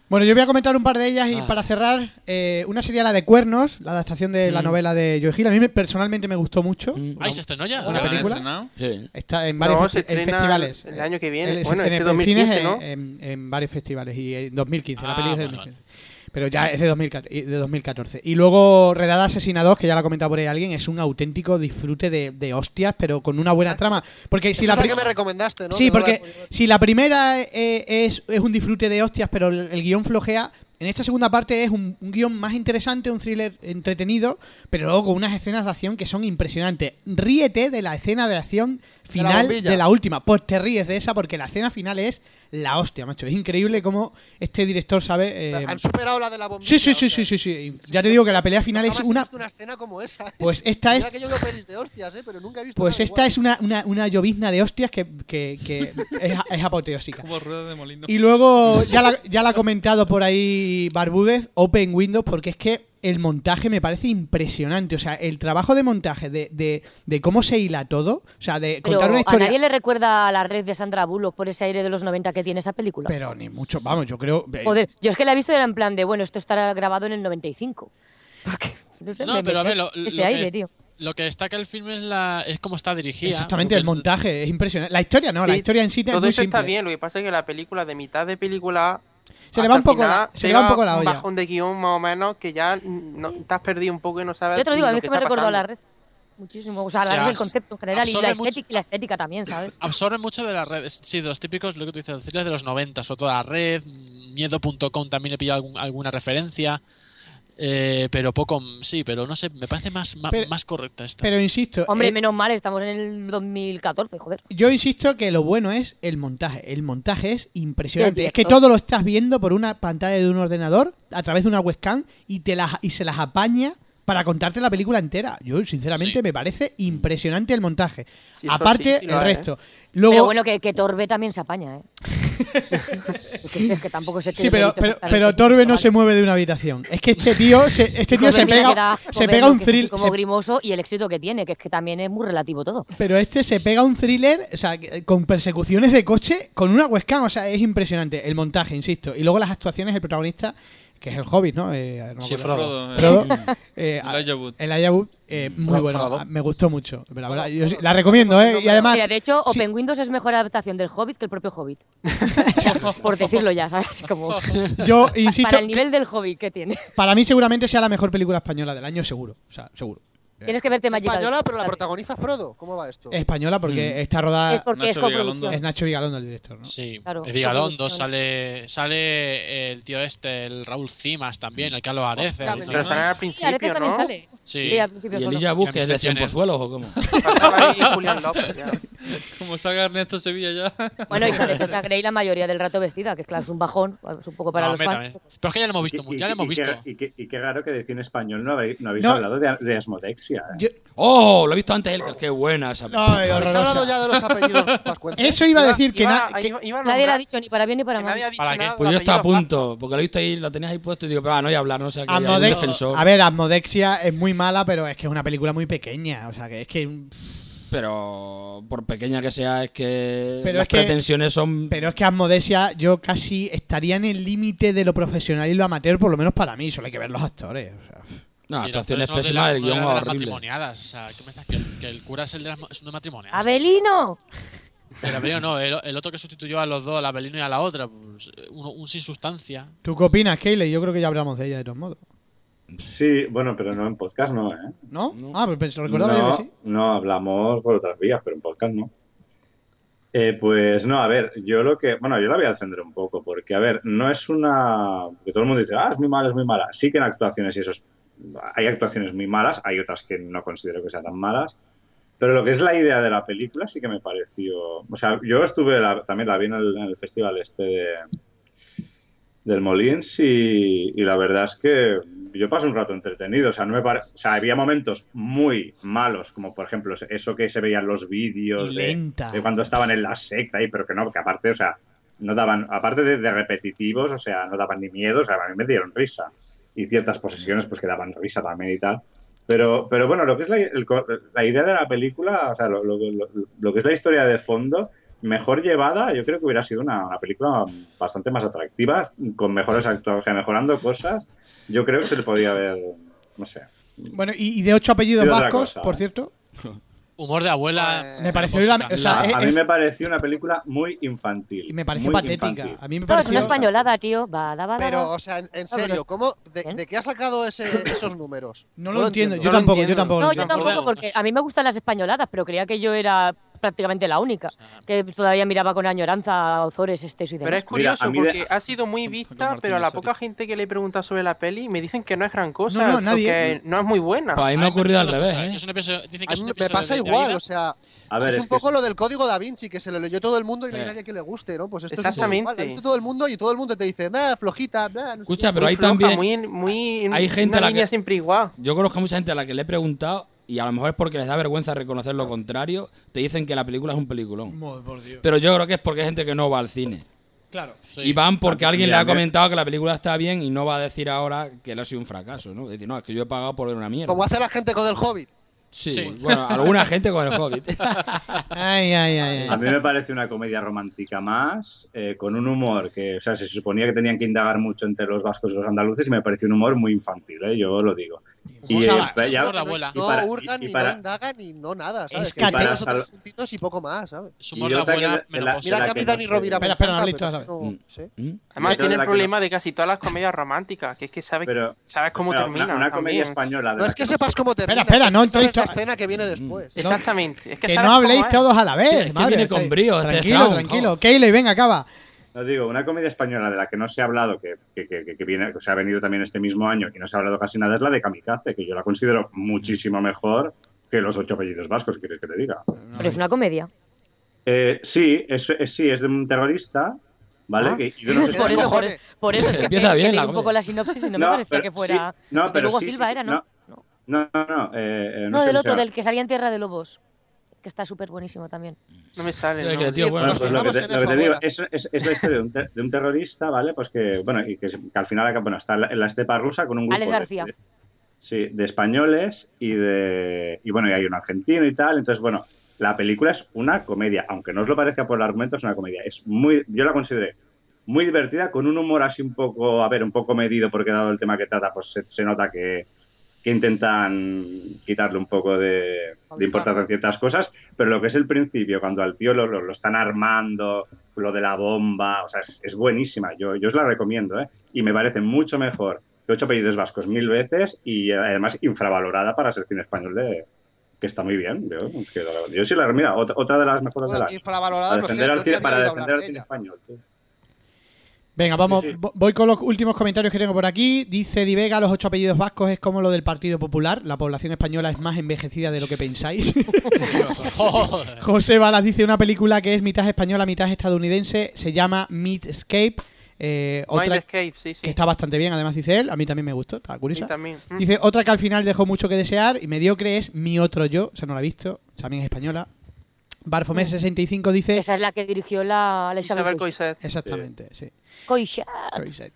[SPEAKER 2] Bueno, yo voy a comentar un par de ellas y
[SPEAKER 3] Ah.
[SPEAKER 2] para cerrar, eh, una sería la de Cuernos, la adaptación de la
[SPEAKER 3] Mm.
[SPEAKER 2] novela de Joe Hill. A mí me- personalmente me gustó mucho.
[SPEAKER 3] Mm.
[SPEAKER 6] ¿Ahí se estrenó ya?
[SPEAKER 2] ¿Una
[SPEAKER 6] Ah,
[SPEAKER 8] ¿La han
[SPEAKER 2] película?
[SPEAKER 8] estrenado?
[SPEAKER 3] Sí.
[SPEAKER 2] Está en varios
[SPEAKER 7] No,
[SPEAKER 2] festi-
[SPEAKER 7] se
[SPEAKER 2] en
[SPEAKER 7] estrena
[SPEAKER 2] festivales.
[SPEAKER 7] el año que viene.
[SPEAKER 2] El-
[SPEAKER 7] Bueno,
[SPEAKER 2] en
[SPEAKER 7] este
[SPEAKER 2] el cine
[SPEAKER 7] 2015,
[SPEAKER 2] es
[SPEAKER 7] ¿no?
[SPEAKER 2] en, en varios festivales y en 2015, la
[SPEAKER 6] Ah,
[SPEAKER 2] peli es de
[SPEAKER 6] vale,
[SPEAKER 2] 2015. Pero ya es de, 2014, y- de 2014. Y luego Redada Asesina 2, que ya la ha comentado por ahí alguien, es un auténtico disfrute de, de hostias, pero con una buena
[SPEAKER 9] Ah,
[SPEAKER 2] trama. Porque si
[SPEAKER 9] Esa
[SPEAKER 2] la,
[SPEAKER 9] es la
[SPEAKER 2] pri-
[SPEAKER 9] que me recomendaste, ¿no?
[SPEAKER 2] Sí,
[SPEAKER 9] Que no la he
[SPEAKER 2] porque
[SPEAKER 9] podido ver.
[SPEAKER 2] si la primera eh, es, es un disfrute de hostias, pero el, el guión flojea, en esta segunda parte es un, un guión más interesante, un thriller entretenido, pero luego con unas escenas de acción que son impresionantes. Ríete de la escena de acción
[SPEAKER 9] la
[SPEAKER 2] final de la,
[SPEAKER 9] bombilla.
[SPEAKER 2] última. Pues te ríes de esa porque la escena final es la hostia, macho. Es increíble cómo este director sabe... eh,
[SPEAKER 9] Han superado la de la bombilla.
[SPEAKER 2] sí, sí, sí,
[SPEAKER 9] o sea,
[SPEAKER 2] sí, sí, sí. Ya te digo que la pelea final
[SPEAKER 9] yo
[SPEAKER 2] es
[SPEAKER 9] jamás he
[SPEAKER 2] una...
[SPEAKER 9] visto escena como esa. ¿eh?
[SPEAKER 2] Pues esta es
[SPEAKER 9] Mira que yo veo pelis de hostias, ¿eh? Pero nunca he visto
[SPEAKER 2] pues
[SPEAKER 9] nada
[SPEAKER 2] esta
[SPEAKER 9] igual.
[SPEAKER 2] es una, una, una llovizna de hostias que, que- que es, es apoteósica.
[SPEAKER 8] Como rueda de molino.
[SPEAKER 2] Y luego, ya la, ya la ha comentado por ahí Barbúdez, Open Windows, porque es que el montaje me parece impresionante. O sea, el trabajo de montaje, de, de, de cómo se hila todo. O sea, de
[SPEAKER 4] Pero
[SPEAKER 2] contar una
[SPEAKER 4] a nadie
[SPEAKER 2] historia.
[SPEAKER 4] le recuerda a la red de Sandra Bullock por ese aire de los 90 que tiene esa película.
[SPEAKER 2] Pero ni mucho, vamos, yo creo. eh,
[SPEAKER 4] Joder, yo es que la he visto y era en plan de, bueno, esto estará grabado en el 95. Porque, no, sé,
[SPEAKER 6] No,
[SPEAKER 4] me-
[SPEAKER 6] pero a
[SPEAKER 4] me-
[SPEAKER 6] ver, lo, lo
[SPEAKER 4] ese
[SPEAKER 6] que,
[SPEAKER 4] aire,
[SPEAKER 6] es-
[SPEAKER 4] tío.
[SPEAKER 6] lo que destaca el filme es, la, es cómo está dirigida.
[SPEAKER 2] Exactamente, el
[SPEAKER 6] porque-
[SPEAKER 2] montaje es impresionante. La historia no, la
[SPEAKER 7] Sí,
[SPEAKER 2] historia en sí es
[SPEAKER 7] Todo
[SPEAKER 2] muy
[SPEAKER 7] eso está
[SPEAKER 2] simple.
[SPEAKER 7] bien, lo que pasa es que la película de mitad de película A,
[SPEAKER 2] Se le
[SPEAKER 7] hasta
[SPEAKER 2] va un
[SPEAKER 7] el
[SPEAKER 2] poco,
[SPEAKER 7] final,
[SPEAKER 2] la, se le va un
[SPEAKER 7] pega
[SPEAKER 2] poco la
[SPEAKER 7] un
[SPEAKER 2] olla.
[SPEAKER 7] bajón de guión más o menos que ya mm, no, te has perdido un poco y no sabes
[SPEAKER 4] Yo te lo digo,
[SPEAKER 7] ni
[SPEAKER 4] a mí
[SPEAKER 7] lo
[SPEAKER 4] es
[SPEAKER 7] que
[SPEAKER 4] que me
[SPEAKER 7] está
[SPEAKER 4] recordó a la
[SPEAKER 7] pasando.
[SPEAKER 4] red. Muchísimo. O sea,
[SPEAKER 6] O sea,
[SPEAKER 4] la red el
[SPEAKER 6] as-
[SPEAKER 4] concepto en general y la,
[SPEAKER 6] absorbe mucho-
[SPEAKER 4] estética, y la estética también, ¿sabes?
[SPEAKER 6] absorbe mucho de la red. Es- Sí, de los típicos, lo que tú dices, thrillers de los 90, sobre todo la red. Miedo.com también he pillado algún- alguna referencia. eh, pero poco, sí, pero no sé, me parece más, ma- más,
[SPEAKER 2] Pero-
[SPEAKER 6] correcta esta.
[SPEAKER 2] Pero insisto,
[SPEAKER 4] Hombre,
[SPEAKER 2] eh,
[SPEAKER 4] menos mal, estamos en el 2014, joder.
[SPEAKER 2] Yo insisto que lo bueno es el montaje. El montaje es impresionante.
[SPEAKER 4] Sí, es
[SPEAKER 2] Es que
[SPEAKER 4] cierto.
[SPEAKER 2] todo lo estás viendo por una pantalla de un ordenador, a través de una webcam, y, te las, y se las apaña para contarte la película entera. Yo, sinceramente,
[SPEAKER 6] Sí.
[SPEAKER 2] me parece impresionante el montaje.
[SPEAKER 7] Sí, eso
[SPEAKER 2] Aparte,
[SPEAKER 7] sí, sí
[SPEAKER 2] el
[SPEAKER 7] lo es, ¿eh?
[SPEAKER 2] resto. Luego,
[SPEAKER 4] Pero bueno, que, que Torbe también se apaña, ¿eh? es, que, es que tampoco se
[SPEAKER 2] sí, pero, pero, pero Torbe no se mueve de una habitación. Es que este tío se, este tío se pega, se pega un
[SPEAKER 4] thrill.
[SPEAKER 2] thrill.
[SPEAKER 4] Como
[SPEAKER 2] se-
[SPEAKER 4] grimoso y el éxito que tiene, que es que también es muy relativo todo.
[SPEAKER 2] Pero este se pega un thriller, o sea, que- con persecuciones de coche, con una webcam, o sea, es impresionante el montaje, insisto. Y luego las actuaciones, el protagonista, que es el Hobbit, ¿no? Eh, no me
[SPEAKER 6] Sí,
[SPEAKER 2] acuerdo.
[SPEAKER 8] Frodo, eh.
[SPEAKER 2] Frodo, eh, a-
[SPEAKER 8] Elijah Wood.
[SPEAKER 2] el Ayabu, muy
[SPEAKER 10] Fra-
[SPEAKER 2] bueno.
[SPEAKER 10] Frado.
[SPEAKER 2] Ah, Me gustó mucho. La, verdad, yo sí- la recomiendo, ¿eh? Y además,
[SPEAKER 4] Mira, de hecho,
[SPEAKER 2] sí.
[SPEAKER 4] Open Windows es mejor adaptación del Hobbit que el propio Hobbit. Por decirlo ya, ¿sabes? Como
[SPEAKER 2] yo insisto,
[SPEAKER 4] para el nivel del Hobbit que tiene.
[SPEAKER 2] que para mí seguramente sea la mejor película española del año, seguro. O sea, seguro.
[SPEAKER 4] Tienes que verte
[SPEAKER 9] Es
[SPEAKER 4] Magical
[SPEAKER 9] española, pero la
[SPEAKER 4] Gathering.
[SPEAKER 9] protagoniza Frodo. ¿cómo va esto?
[SPEAKER 2] Española porque está
[SPEAKER 4] Es
[SPEAKER 2] rodada.
[SPEAKER 4] porque
[SPEAKER 8] Nacho
[SPEAKER 4] es
[SPEAKER 8] Vigalondo.
[SPEAKER 2] Es
[SPEAKER 4] coproducción.
[SPEAKER 2] Ah, Nacho Vigalondo el director, ¿no?
[SPEAKER 6] Sí,
[SPEAKER 4] Claro,
[SPEAKER 6] el Vigalondo
[SPEAKER 4] superproducción.
[SPEAKER 6] sale, sale el tío este, el Raúl Cimas también, el que lo Arece.
[SPEAKER 9] Hostia,
[SPEAKER 6] ¿no?
[SPEAKER 9] me
[SPEAKER 8] Pero salen al
[SPEAKER 4] Sí, Arete
[SPEAKER 8] principio,
[SPEAKER 4] también
[SPEAKER 8] ¿no?
[SPEAKER 4] sale.
[SPEAKER 6] Sí.
[SPEAKER 4] Sí, al principio
[SPEAKER 3] ¿Y
[SPEAKER 4] solo.
[SPEAKER 3] Elijah Wood, que es de
[SPEAKER 6] Camiseta en el-
[SPEAKER 3] Cienpozuelos o cómo?
[SPEAKER 7] Faltaba ahí Julián López, ya.
[SPEAKER 8] Como salga Ernesto Sevilla ya.
[SPEAKER 4] Bueno, y sale Sosa Grey la mayoría del rato vestida, que claro, es un bajón, es un poco para
[SPEAKER 6] No,
[SPEAKER 4] los
[SPEAKER 6] hombre,
[SPEAKER 4] fans.
[SPEAKER 6] también. Pero es que ya lo hemos visto,
[SPEAKER 5] Y-
[SPEAKER 6] mucho, ya lo
[SPEAKER 5] y-
[SPEAKER 6] hemos
[SPEAKER 5] y
[SPEAKER 6] visto.
[SPEAKER 5] Qué, y, qué, y qué raro que de cine español no habéis, no habéis
[SPEAKER 2] No.
[SPEAKER 5] hablado de, de Asmodexia. ¿eh?
[SPEAKER 2] Yo-
[SPEAKER 3] ¡Oh! Lo he visto antes él. ¡Qué buena esa
[SPEAKER 2] Ay,
[SPEAKER 9] ¿Habéis
[SPEAKER 2] horrorosa.
[SPEAKER 9] hablado ya de los apellidos vascuences?
[SPEAKER 2] Eso iba a decir que, na- que-
[SPEAKER 7] iba- iba a
[SPEAKER 4] Nadie
[SPEAKER 7] nombrar
[SPEAKER 4] lo ha dicho ni para bien ni para
[SPEAKER 7] que
[SPEAKER 4] mal.
[SPEAKER 7] nadie ha dicho
[SPEAKER 6] ¿Para qué?
[SPEAKER 7] nada
[SPEAKER 3] Pues yo
[SPEAKER 7] del
[SPEAKER 3] estaba a
[SPEAKER 7] apellido
[SPEAKER 3] punto, porque lo he visto ahí, lo tenías ahí puesto y digo, pero ah, no voy a hablar, no sé qué.
[SPEAKER 2] Asmodex-
[SPEAKER 3] es defensor.
[SPEAKER 2] a ver, Asmodexia es muy mala, pero es que es una película muy pequeña. O sea, que es que.
[SPEAKER 3] Pero por pequeña que sea, es que
[SPEAKER 2] Pero
[SPEAKER 3] las
[SPEAKER 2] es que-
[SPEAKER 3] pretensiones son.
[SPEAKER 2] Pero es que Asmodexia, yo casi estaría en el límite de lo profesional y lo amateur, por lo menos para mí. Solo hay que ver los actores. o sea.
[SPEAKER 3] no,
[SPEAKER 6] Sí, los
[SPEAKER 3] actuaciones
[SPEAKER 6] tres son de
[SPEAKER 3] pésimas,
[SPEAKER 6] la-
[SPEAKER 3] el
[SPEAKER 6] uno de
[SPEAKER 3] guión
[SPEAKER 6] las
[SPEAKER 3] horrible.
[SPEAKER 6] matrimoniadas. O sea, ¿qué me estás? Que el, que el cura es el de las ma- es uno matrimonial.
[SPEAKER 4] ¡Abelino!
[SPEAKER 6] Pero Abelino no, el, el otro que sustituyó a los dos, al Abelino y a la otra, pues, uno, un sin sustancia.
[SPEAKER 2] ¿Tú qué opinas, Kayleigh? Yo creo que ya hablamos de ella de todos modos.
[SPEAKER 5] Sí, bueno, pero no en podcast no, ¿eh?
[SPEAKER 2] ¿No?
[SPEAKER 3] No.
[SPEAKER 2] Ah, pues lo recordaba
[SPEAKER 5] no,
[SPEAKER 2] yo que sí.
[SPEAKER 5] no, hablamos por otras vías, pero en podcast no. Eh, pues no, a ver, yo lo que. Bueno, yo la voy a defender un poco, porque, a ver, no es una. Que todo el mundo dice, ah, es muy mala, es muy mala. Sí que en actuaciones y eso es- Hay actuaciones muy malas, hay otras que no considero que sean tan malas. Pero lo que es la idea de la película sí que me pareció. O sea, yo estuve. la- también la vi en el, en el festival este de- del Molins y, y la verdad es que yo pasé un rato entretenido. O sea, no me pare- o sea, había momentos muy malos, como por ejemplo eso que se veían los vídeos
[SPEAKER 2] Y
[SPEAKER 5] de
[SPEAKER 2] lenta.
[SPEAKER 5] de cuando estaban en la secta y pero que no, que aparte, o sea, no daban, aparte de, de repetitivos, o sea, no daban ni miedo, o sea, a mí me dieron risa. Y ciertas posesiones pues que daban risa también y tal. Pero, pero bueno, lo que es la, el co- la idea de la película, o sea, lo, lo- lo- lo que es la historia de fondo, mejor llevada, yo creo que hubiera sido una, una película bastante más atractiva, con mejores actores, o sea, mejorando cosas, yo creo que se le podía haber, no sé.
[SPEAKER 2] Bueno, y, y de ocho apellidos
[SPEAKER 5] Y otra
[SPEAKER 2] vascos,
[SPEAKER 5] cosa,
[SPEAKER 2] por
[SPEAKER 5] eh.
[SPEAKER 2] cierto.
[SPEAKER 6] Humor de
[SPEAKER 9] Pues,
[SPEAKER 6] abuela.
[SPEAKER 2] Me pareció.
[SPEAKER 6] Música.
[SPEAKER 2] la- o sea,
[SPEAKER 5] A-
[SPEAKER 2] es-
[SPEAKER 5] a mí
[SPEAKER 2] es-
[SPEAKER 5] me pareció una película muy infantil.
[SPEAKER 2] y me pareció
[SPEAKER 5] muy
[SPEAKER 2] patética.
[SPEAKER 5] infantil.
[SPEAKER 2] A mí me
[SPEAKER 4] No, es
[SPEAKER 2] pareció.
[SPEAKER 4] una españolada, tío. Bada, bada,
[SPEAKER 9] Pero,
[SPEAKER 4] bada.
[SPEAKER 9] o sea, en, en
[SPEAKER 4] Ah, pero-
[SPEAKER 9] serio, ¿cómo, de,
[SPEAKER 4] ¿Eh?
[SPEAKER 9] de qué ha sacado ese- esos números?
[SPEAKER 2] No lo entiendo. Yo
[SPEAKER 7] No lo
[SPEAKER 2] tampoco, yo
[SPEAKER 7] entiendo.
[SPEAKER 2] tampoco. lo
[SPEAKER 4] No, yo
[SPEAKER 2] entiendo.
[SPEAKER 4] tampoco, porque a mí me gustan las españoladas, pero creía que yo era prácticamente la única.
[SPEAKER 6] O sea,
[SPEAKER 4] Que todavía miraba con añoranza a Ozores, este y demás.
[SPEAKER 7] Pero es curioso
[SPEAKER 5] a mí de-
[SPEAKER 7] porque ha sido muy vista,
[SPEAKER 8] Martín
[SPEAKER 7] pero a la
[SPEAKER 8] Osorio.
[SPEAKER 7] poca gente que le he preguntado sobre la peli me dicen que no es gran cosa,
[SPEAKER 2] No, no, nadie.
[SPEAKER 7] que no es muy buena.
[SPEAKER 3] Pues a mí me ha
[SPEAKER 6] Ay,
[SPEAKER 3] ocurrido al
[SPEAKER 6] pasa
[SPEAKER 3] revés,
[SPEAKER 6] otra cosa,
[SPEAKER 3] ¿eh?
[SPEAKER 6] que es un episodio- dicen
[SPEAKER 9] A
[SPEAKER 6] que es
[SPEAKER 9] mí
[SPEAKER 6] un
[SPEAKER 9] me
[SPEAKER 6] episodio
[SPEAKER 9] pasa
[SPEAKER 6] de- de
[SPEAKER 9] igual,
[SPEAKER 6] vida.
[SPEAKER 9] o sea,
[SPEAKER 5] A ver,
[SPEAKER 9] es
[SPEAKER 5] es
[SPEAKER 9] un
[SPEAKER 5] que
[SPEAKER 9] poco lo del código da Vinci, que se lo leyó todo el mundo y no hay
[SPEAKER 3] Eh.
[SPEAKER 9] nadie que le guste, ¿no? Pues esto
[SPEAKER 7] Exactamente.
[SPEAKER 9] es igual, lo ha visto todo el mundo y todo el mundo te dice, nada, flojita, bla, no sé
[SPEAKER 3] Escucha,
[SPEAKER 9] qué".
[SPEAKER 3] pero
[SPEAKER 7] muy
[SPEAKER 3] hay
[SPEAKER 7] floja,
[SPEAKER 3] también.
[SPEAKER 7] muy, muy
[SPEAKER 3] hay gente a
[SPEAKER 7] una
[SPEAKER 3] la
[SPEAKER 7] línea
[SPEAKER 3] que-
[SPEAKER 7] siempre igual.
[SPEAKER 3] ¿eh? Yo conozco a mucha gente a la que le he preguntado y a lo mejor es porque les da vergüenza reconocer lo contrario, te dicen que la película es un peliculón.
[SPEAKER 2] Madre por Dios.
[SPEAKER 3] Pero yo creo que es porque hay gente que no va al cine.
[SPEAKER 2] Claro.
[SPEAKER 6] Sí.
[SPEAKER 3] Y van porque
[SPEAKER 2] Ah,
[SPEAKER 3] alguien le
[SPEAKER 5] Mira,
[SPEAKER 3] ha
[SPEAKER 5] mira.
[SPEAKER 3] comentado que la película está bien y no va a decir ahora que le ha sido un fracaso, ¿no? Decir, no, es que yo he pagado por ver una mierda.
[SPEAKER 9] Como hace la gente con el Hobbit.
[SPEAKER 3] Sí,
[SPEAKER 6] Sí.
[SPEAKER 3] bueno, alguna gente con el Hobbit.
[SPEAKER 2] Ay, ay, ay.
[SPEAKER 5] A
[SPEAKER 2] ay.
[SPEAKER 5] mí me parece una comedia romántica más, eh, con un humor que, o sea, se suponía que tenían que indagar mucho entre los vascos y los andaluces y me pareció un humor muy infantil, ¿eh? yo lo digo.
[SPEAKER 6] Humor
[SPEAKER 5] Y,
[SPEAKER 6] de-
[SPEAKER 5] eh,
[SPEAKER 6] humor de
[SPEAKER 5] ya-
[SPEAKER 6] abuela.
[SPEAKER 5] y
[SPEAKER 9] No
[SPEAKER 5] para-
[SPEAKER 9] hurgan,
[SPEAKER 5] y- y
[SPEAKER 9] ni
[SPEAKER 5] para-
[SPEAKER 9] no indagan, ni no nada, ¿sabes?
[SPEAKER 2] Es
[SPEAKER 9] que tiene
[SPEAKER 2] cate-
[SPEAKER 9] los otros
[SPEAKER 5] para-
[SPEAKER 9] puntitos y poco más, ¿sabes?
[SPEAKER 6] Es
[SPEAKER 5] y
[SPEAKER 6] humor de
[SPEAKER 5] otra que
[SPEAKER 6] abuela
[SPEAKER 5] de- de la-
[SPEAKER 6] menopausia.
[SPEAKER 9] Mira
[SPEAKER 5] ¿Será
[SPEAKER 9] que a mí
[SPEAKER 5] que
[SPEAKER 9] Dani
[SPEAKER 5] no
[SPEAKER 9] Rovira
[SPEAKER 5] sé?
[SPEAKER 9] me
[SPEAKER 2] Espera, espera,
[SPEAKER 9] encanta,
[SPEAKER 2] Manolito,
[SPEAKER 9] pero
[SPEAKER 2] ahora.
[SPEAKER 9] esto no- sí.
[SPEAKER 3] ¿Mm?
[SPEAKER 7] Además
[SPEAKER 5] Yo
[SPEAKER 7] tiene
[SPEAKER 5] de
[SPEAKER 7] el
[SPEAKER 5] la que
[SPEAKER 7] problema de casi todas las comedias románticas, que es que sabes,
[SPEAKER 5] Pero,
[SPEAKER 7] sabes cómo
[SPEAKER 5] pero
[SPEAKER 7] termina.
[SPEAKER 5] una, una comedia
[SPEAKER 7] también.
[SPEAKER 5] española. de
[SPEAKER 9] No
[SPEAKER 5] la
[SPEAKER 9] es que
[SPEAKER 5] no
[SPEAKER 9] sepas cómo termina.
[SPEAKER 2] espera,
[SPEAKER 9] es
[SPEAKER 2] no
[SPEAKER 9] que sabes
[SPEAKER 2] entréis to-
[SPEAKER 9] la escena que viene después.
[SPEAKER 7] Exactamente. Es que, ¿eh?
[SPEAKER 2] Que
[SPEAKER 7] sabes
[SPEAKER 2] no habléis
[SPEAKER 7] cómo es.
[SPEAKER 2] todos a la
[SPEAKER 3] Tío, es
[SPEAKER 2] vez.
[SPEAKER 3] que
[SPEAKER 2] madre,
[SPEAKER 3] viene
[SPEAKER 2] estáis-
[SPEAKER 3] con brío este
[SPEAKER 2] Tranquilo,
[SPEAKER 3] Fraun,
[SPEAKER 2] tranquilo.
[SPEAKER 3] vamos.
[SPEAKER 2] Kayleigh, venga, acaba.
[SPEAKER 5] No digo, una comedia española de la que no se ha hablado, que, que, que- que viene, que se ha venido también este mismo año y no se ha hablado casi nada, es la de Kamikaze, que yo la considero muchísimo mejor que los ocho apellidos vascos, ¿quieres que te diga?
[SPEAKER 4] Pero es una comedia.
[SPEAKER 5] Eh, sí, es, es- sí, es de un terrorista, ¿vale?
[SPEAKER 4] Ah.
[SPEAKER 5] Que- y de unos
[SPEAKER 9] Qué
[SPEAKER 4] por, eso, por,
[SPEAKER 9] cojones.
[SPEAKER 4] eso- por eso es que
[SPEAKER 3] Empieza
[SPEAKER 4] te-
[SPEAKER 3] bien
[SPEAKER 4] te
[SPEAKER 3] la
[SPEAKER 4] leí un poco
[SPEAKER 3] comedia.
[SPEAKER 4] la sinopsis y no, me parecía
[SPEAKER 5] pero
[SPEAKER 4] que
[SPEAKER 5] sí,
[SPEAKER 4] fuera.
[SPEAKER 5] no,
[SPEAKER 4] porque
[SPEAKER 5] pero
[SPEAKER 4] Hugo
[SPEAKER 5] sí, sí,
[SPEAKER 4] Silva
[SPEAKER 5] sí,
[SPEAKER 4] era, ¿no?
[SPEAKER 5] No, no, no. no, eh, eh,
[SPEAKER 4] No,
[SPEAKER 5] no
[SPEAKER 4] del
[SPEAKER 5] sé cómo se
[SPEAKER 4] otro,
[SPEAKER 5] llama.
[SPEAKER 4] del que salía en Tierra de Lobos. Que está súper buenísimo también.
[SPEAKER 7] No me sale.
[SPEAKER 3] Tío,
[SPEAKER 7] ¿no?
[SPEAKER 3] que el tío,
[SPEAKER 9] Sí,
[SPEAKER 3] bueno,
[SPEAKER 5] Bueno,
[SPEAKER 9] Nos
[SPEAKER 5] pues lo que
[SPEAKER 9] fijamos en
[SPEAKER 5] te, lo que
[SPEAKER 9] eso,
[SPEAKER 5] te digo
[SPEAKER 9] abuelas.
[SPEAKER 5] es, es, es la historia de un, ter- de un terrorista, ¿vale? Pues que, bueno, y que, se- que al final acaba- bueno, está en la, en la estepa rusa con un grupo
[SPEAKER 4] Alex
[SPEAKER 5] de-
[SPEAKER 4] García.
[SPEAKER 5] de- sí, de españoles y de y bueno, y hay un argentino y tal, entonces bueno, la película es una comedia, aunque no os lo parezca por el argumento, es una comedia. Es muy yo la consideré muy divertida, con un humor así un poco, a ver, un poco medido, porque dado el tema que trata, pues se, se nota que, que intentan quitarle un poco de, de importancia a ciertas cosas, pero lo que es el principio, cuando al tío lo, lo- lo están armando, lo de la bomba, o sea, es, es buenísima, yo, yo os la recomiendo, ¿eh? y me parece mucho mejor que ocho apellidos vascos mil veces y eh, además infravalorada para ser cine español de que está muy bien, yo, es que lo- yo sí la mira, otra, otra de las mejores
[SPEAKER 9] Bueno,
[SPEAKER 5] de las
[SPEAKER 9] infravalorada,
[SPEAKER 5] para
[SPEAKER 9] no sé,
[SPEAKER 5] defender
[SPEAKER 9] yo
[SPEAKER 5] al
[SPEAKER 9] sí
[SPEAKER 5] cine,
[SPEAKER 9] había
[SPEAKER 5] para
[SPEAKER 9] oído
[SPEAKER 5] defender
[SPEAKER 9] hablar
[SPEAKER 5] al
[SPEAKER 9] de
[SPEAKER 5] cine
[SPEAKER 9] ella.
[SPEAKER 5] español. tío.
[SPEAKER 2] Venga, vamos,
[SPEAKER 5] sí.
[SPEAKER 2] vo- voy con los últimos comentarios que tengo por aquí. Dice Di Vega, los ocho apellidos vascos es como lo del Partido Popular. La población española es más envejecida de lo que pensáis.
[SPEAKER 6] Joder.
[SPEAKER 2] José Balas dice una película que es mitad española, mitad estadounidense. Se llama Meetscape. Eh, otra
[SPEAKER 7] Escape, sí,
[SPEAKER 2] que
[SPEAKER 7] sí.
[SPEAKER 2] está bastante bien, además dice él. A mí también me gustó, estaba
[SPEAKER 7] Y
[SPEAKER 2] curiosa.
[SPEAKER 7] también. mm.
[SPEAKER 2] Dice otra que al final dejó mucho que desear y mediocre es Mi Otro Yo. O sea, no la he visto. También es española. Barfomé65 dice...
[SPEAKER 4] Esa es la que dirigió la, la
[SPEAKER 7] Isabel Coixet.
[SPEAKER 2] Exactamente, sí.
[SPEAKER 4] Coixet.
[SPEAKER 2] Coixet.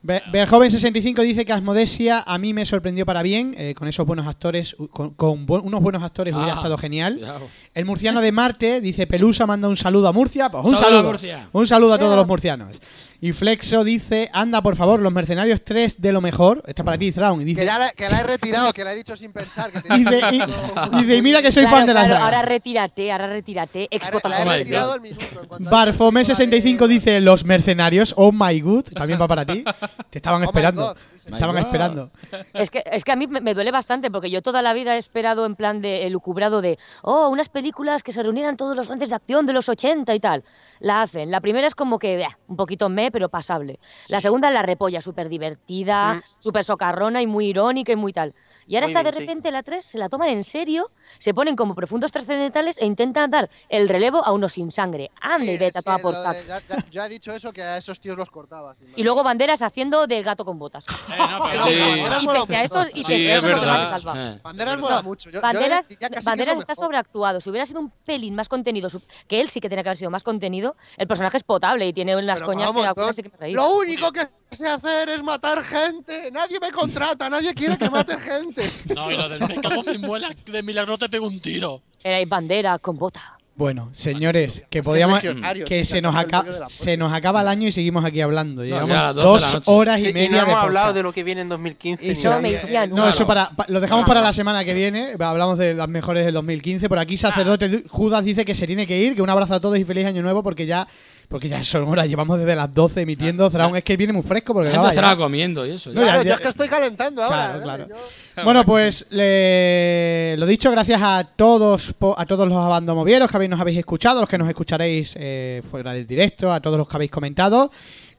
[SPEAKER 2] Be- Berjoven65 dice que Asmodesia a mí me sorprendió para bien. eh, con esos buenos actores, u- con, con bu- unos buenos actores hubiera
[SPEAKER 3] Ah.
[SPEAKER 2] estado genial.
[SPEAKER 3] Cuidado.
[SPEAKER 2] El murciano de Marte dice: Pelusa manda un saludo a Murcia. Pues un
[SPEAKER 3] Saludo a
[SPEAKER 2] saludo.
[SPEAKER 3] Murcia.
[SPEAKER 2] Un saludo a todos los murcianos. Y Flexo dice: Anda, por favor, los mercenarios 3 de lo mejor. Está para ti, Thrawn.
[SPEAKER 9] Que,
[SPEAKER 2] Y dice:
[SPEAKER 9] ya la, que la he retirado, que la he dicho sin pensar. Que
[SPEAKER 2] y
[SPEAKER 9] tenía
[SPEAKER 2] de- y- y de- mira que soy
[SPEAKER 4] Claro,
[SPEAKER 2] fan de la
[SPEAKER 4] claro,
[SPEAKER 2] saga.
[SPEAKER 4] Ahora retírate, ahora retírate. Ex
[SPEAKER 9] La he- la he
[SPEAKER 3] Hombre,
[SPEAKER 9] retirado
[SPEAKER 3] yo-
[SPEAKER 9] al minuto. en cuanto ha dicho película
[SPEAKER 2] Barfome65
[SPEAKER 9] de-
[SPEAKER 2] dice Los Mercenarios, Oh My Good, también va para ti. Te estaban
[SPEAKER 9] Oh my
[SPEAKER 2] esperando.
[SPEAKER 9] God, sí,
[SPEAKER 2] Te estaban
[SPEAKER 3] My God.
[SPEAKER 2] esperando.
[SPEAKER 4] Es que, es que a mí me, me duele bastante porque yo toda la vida he esperado en plan de elucubrado de, oh, unas películas que se reunieran todos los grandes de acción de los 80 y tal. La hacen. La primera es como que, bah, un poquito me, pero pasable. La segunda es la repolla, súper divertida,
[SPEAKER 7] Mm.
[SPEAKER 4] súper socarrona y muy irónica y muy tal. Y ahora
[SPEAKER 7] Muy
[SPEAKER 4] está de
[SPEAKER 7] bien, sí.
[SPEAKER 4] repente la 3, se la toman en serio, se ponen como profundos trascendentales e intentan dar el relevo a unos sin sangre. Anda
[SPEAKER 9] Sí,
[SPEAKER 4] y vete a
[SPEAKER 9] es
[SPEAKER 4] tomar
[SPEAKER 9] que
[SPEAKER 4] por
[SPEAKER 9] lo de-
[SPEAKER 4] saco.
[SPEAKER 9] ya- ya- Yo he dicho eso, que a esos tíos los cortaba. sin más.
[SPEAKER 4] Y luego banderas haciendo del gato con botas.
[SPEAKER 6] Eh, no, pero-
[SPEAKER 8] Sí.
[SPEAKER 9] Banderas
[SPEAKER 4] Y
[SPEAKER 9] mola
[SPEAKER 4] pese a eso,
[SPEAKER 9] mucho.
[SPEAKER 4] y
[SPEAKER 8] Sí,
[SPEAKER 4] pese a
[SPEAKER 8] es
[SPEAKER 4] eso no te vas a
[SPEAKER 8] verdad.
[SPEAKER 4] salvar.
[SPEAKER 3] Eh.
[SPEAKER 9] Banderas mola mucho. Yo, yo le
[SPEAKER 4] Banderas,
[SPEAKER 9] diría casi que
[SPEAKER 4] Banderas
[SPEAKER 9] es lo
[SPEAKER 4] está
[SPEAKER 9] mejor.
[SPEAKER 4] sobreactuado. Si hubiera sido un pelín más contenido, su- que él sí que tenía que haber sido más contenido, el personaje es potable y tiene unas
[SPEAKER 9] Pero
[SPEAKER 4] coñas
[SPEAKER 9] mola un montón.
[SPEAKER 4] que algunas sí que me reí.
[SPEAKER 9] Lo único que sé hacer es matar gente. Nadie me contrata, nadie quiere que mate gente.
[SPEAKER 6] No, y lo del me cago en mi muela, de milagro te pego un tiro.
[SPEAKER 4] Era bandera con bota.
[SPEAKER 2] Bueno, señores, que
[SPEAKER 9] Es que
[SPEAKER 2] podíamos.
[SPEAKER 9] es legionario,
[SPEAKER 2] Que
[SPEAKER 9] tío,
[SPEAKER 2] se nos,
[SPEAKER 9] está
[SPEAKER 2] acaba,
[SPEAKER 9] el rollo de la
[SPEAKER 2] se nos acaba el año y seguimos aquí hablando. Llevamos
[SPEAKER 3] ya a las 12 de la
[SPEAKER 2] dos
[SPEAKER 3] noche.
[SPEAKER 2] horas
[SPEAKER 7] Sí,
[SPEAKER 2] y
[SPEAKER 7] y
[SPEAKER 2] media
[SPEAKER 7] no hemos
[SPEAKER 2] de
[SPEAKER 7] hablado
[SPEAKER 2] podcast.
[SPEAKER 7] de lo que viene en 2015. ni
[SPEAKER 2] Eso,
[SPEAKER 4] no
[SPEAKER 7] nada.
[SPEAKER 4] me
[SPEAKER 2] eh,
[SPEAKER 4] decía
[SPEAKER 2] no,
[SPEAKER 4] nada.
[SPEAKER 2] eso para, pa- lo dejamos para la semana que viene. Hablamos de las mejores del 2015. Por aquí sacerdote Du- Judas dice que se tiene que ir, que un abrazo a todos y feliz año nuevo porque ya porque ya son horas, llevamos desde las 12 emitiendo. Thrawn es que viene muy fresco porque
[SPEAKER 3] La
[SPEAKER 2] acaba
[SPEAKER 3] gente
[SPEAKER 2] ya.
[SPEAKER 3] estará comiendo y eso.
[SPEAKER 2] No,
[SPEAKER 3] ya.
[SPEAKER 9] Claro,
[SPEAKER 2] ya-
[SPEAKER 9] yo es que estoy calentando ahora.
[SPEAKER 2] Claro,
[SPEAKER 9] ¿eh?
[SPEAKER 2] claro.
[SPEAKER 9] Yo-
[SPEAKER 2] Bueno, pues le- lo dicho, gracias a todos po- a todos los abandomovieros que habéis, nos habéis escuchado, los que nos escucharéis eh, fuera del directo, a todos los que habéis comentado.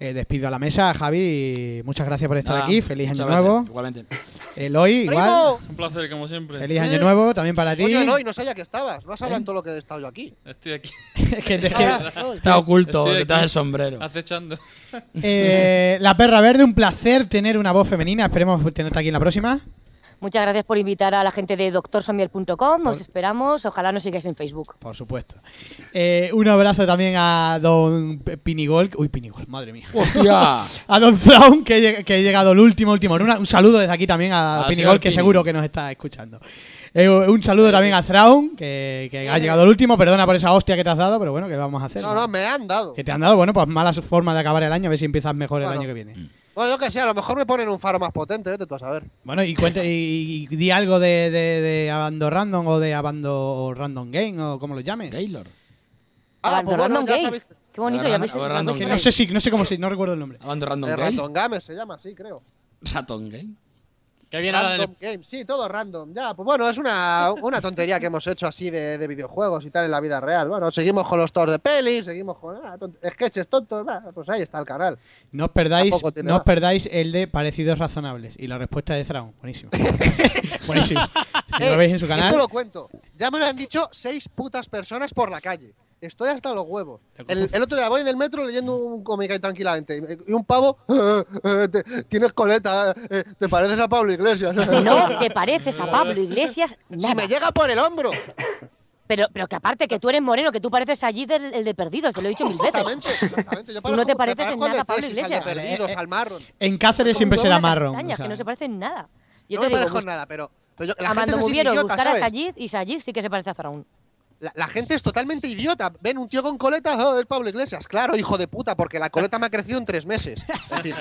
[SPEAKER 2] Eh, despido a la mesa, Javi, y muchas gracias por estar
[SPEAKER 3] Nada,
[SPEAKER 2] aquí. Feliz año
[SPEAKER 3] muchas gracias.
[SPEAKER 2] nuevo.
[SPEAKER 3] Igualmente.
[SPEAKER 2] Eloy, igual.
[SPEAKER 9] ¡Primo!
[SPEAKER 8] Un placer, como siempre.
[SPEAKER 2] Feliz
[SPEAKER 3] Eh,
[SPEAKER 2] año nuevo también para ti.
[SPEAKER 9] Coño, no, y no sabía que estabas. No has hablado en todo lo que he estado yo aquí.
[SPEAKER 8] Estoy aquí
[SPEAKER 2] Que- ¿Eh? que-
[SPEAKER 9] Ahora, no,
[SPEAKER 3] Está oculto
[SPEAKER 8] Estoy
[SPEAKER 3] detrás
[SPEAKER 8] aquí.
[SPEAKER 3] del sombrero.
[SPEAKER 8] acechando.
[SPEAKER 2] eh, la perra verde, un placer tener una voz femenina. Esperemos tenerte aquí en la próxima.
[SPEAKER 4] Muchas gracias por invitar a la gente de doctorsamiel.com. Os esperamos. Ojalá nos sigáis en Facebook.
[SPEAKER 2] Por supuesto. Eh, un abrazo también a don P- Pinigol. Uy, Pinigol, madre mía.
[SPEAKER 3] ¡Hostia!
[SPEAKER 2] A Don Thrawn, que, lleg- que ha llegado el último, último. Una- un saludo desde aquí también a
[SPEAKER 3] Ah,
[SPEAKER 2] Pinigol,
[SPEAKER 3] señor
[SPEAKER 2] que
[SPEAKER 3] Pini.
[SPEAKER 2] seguro que nos está escuchando. Eh, un saludo también a Thrawn, que, que ha llegado el último. Perdona por esa hostia que te has dado, pero bueno, ¿qué vamos a hacer?
[SPEAKER 9] no, no, me han dado.
[SPEAKER 2] Que te han dado, bueno, pues malas formas de acabar el año, a ver si empiezas mejor el
[SPEAKER 9] Bueno.
[SPEAKER 2] año que
[SPEAKER 3] Mm.
[SPEAKER 2] viene.
[SPEAKER 9] Bueno, yo que sé, a lo mejor me ponen un faro más potente, vete tú a saber.
[SPEAKER 2] Bueno, y, cuenta, y, y di algo de, de, de Abando Random o de Abando Random Game o como lo llames.
[SPEAKER 3] Gaylord.
[SPEAKER 9] Ah, pues bueno,
[SPEAKER 4] Abandonadlo,
[SPEAKER 9] ya
[SPEAKER 4] gay.
[SPEAKER 9] sabéis. que-
[SPEAKER 4] Qué bonito.
[SPEAKER 3] Abandonadlo,
[SPEAKER 4] ya habéis-
[SPEAKER 3] abandonadlo,
[SPEAKER 2] Que
[SPEAKER 4] habéis-
[SPEAKER 2] no sé si, no sé cómo se, no recuerdo el nombre.
[SPEAKER 3] Abando Random
[SPEAKER 9] eh,
[SPEAKER 3] Gay.
[SPEAKER 9] Random Games se llama, sí, creo.
[SPEAKER 3] Ratón Gay.
[SPEAKER 6] Que viene ahora del
[SPEAKER 9] Random Games, sí, todo random. Ya, pues bueno, es una, una tontería que hemos hecho así de, de videojuegos y tal en la vida real. Bueno, seguimos con los tours de peli, seguimos con ah, tont- sketches tontos, va, pues ahí está el canal.
[SPEAKER 2] No os perdáis,
[SPEAKER 9] Tampoco tiene
[SPEAKER 2] no os
[SPEAKER 9] nada.
[SPEAKER 2] perdáis el de parecidos razonables y la respuesta de Thrawn. Buenísimo. Buenísimo. Si
[SPEAKER 9] Eh,
[SPEAKER 2] lo veis en su canal.
[SPEAKER 9] Esto lo cuento. Ya me lo han dicho seis putas personas por la calle. Estoy hasta los huevos. El, el otro día voy en el metro leyendo un cómic ahí tranquilamente y- y un pavo, "Eh, eh, te- tienes coleta, eh, te pareces a Pablo Iglesias.
[SPEAKER 4] No te pareces a Pablo Iglesias.
[SPEAKER 9] Si me
[SPEAKER 4] Nada.
[SPEAKER 9] llega por el hombro,
[SPEAKER 4] Pues Pero, pero que aparte que tú eres moreno, que tú pareces allí del, el de perdidos. Te lo he dicho mil veces.
[SPEAKER 9] exactamente. exactamente. Yo
[SPEAKER 4] Tú no te
[SPEAKER 9] me
[SPEAKER 4] pareces
[SPEAKER 9] parezco
[SPEAKER 4] en
[SPEAKER 9] al de
[SPEAKER 4] nada a
[SPEAKER 9] Texas,
[SPEAKER 4] Pablo
[SPEAKER 9] al
[SPEAKER 4] Iglesias. Eh,
[SPEAKER 9] de Perdidos, al Marron.
[SPEAKER 2] En Cáceres siempre
[SPEAKER 4] Como un
[SPEAKER 2] será
[SPEAKER 4] huevo en las
[SPEAKER 2] marrón.
[SPEAKER 4] castañas,
[SPEAKER 2] o sea.
[SPEAKER 4] que no se parecen nada. Yo
[SPEAKER 9] No me
[SPEAKER 4] te digo,
[SPEAKER 9] parezco en
[SPEAKER 4] bus-
[SPEAKER 9] nada, pero, pero yo- la gente
[SPEAKER 4] Amando
[SPEAKER 9] es así
[SPEAKER 4] Mubieros,
[SPEAKER 9] idiota,
[SPEAKER 4] buscar a
[SPEAKER 9] ¿sabes?
[SPEAKER 4] Sayid y Sayid sí que se parece a Faraón.
[SPEAKER 9] La, la gente es totalmente idiota. Ven un tío con coleta, oh, es Pablo Iglesias. Claro, hijo de puta, porque la coleta me ha crecido en tres meses. En fin,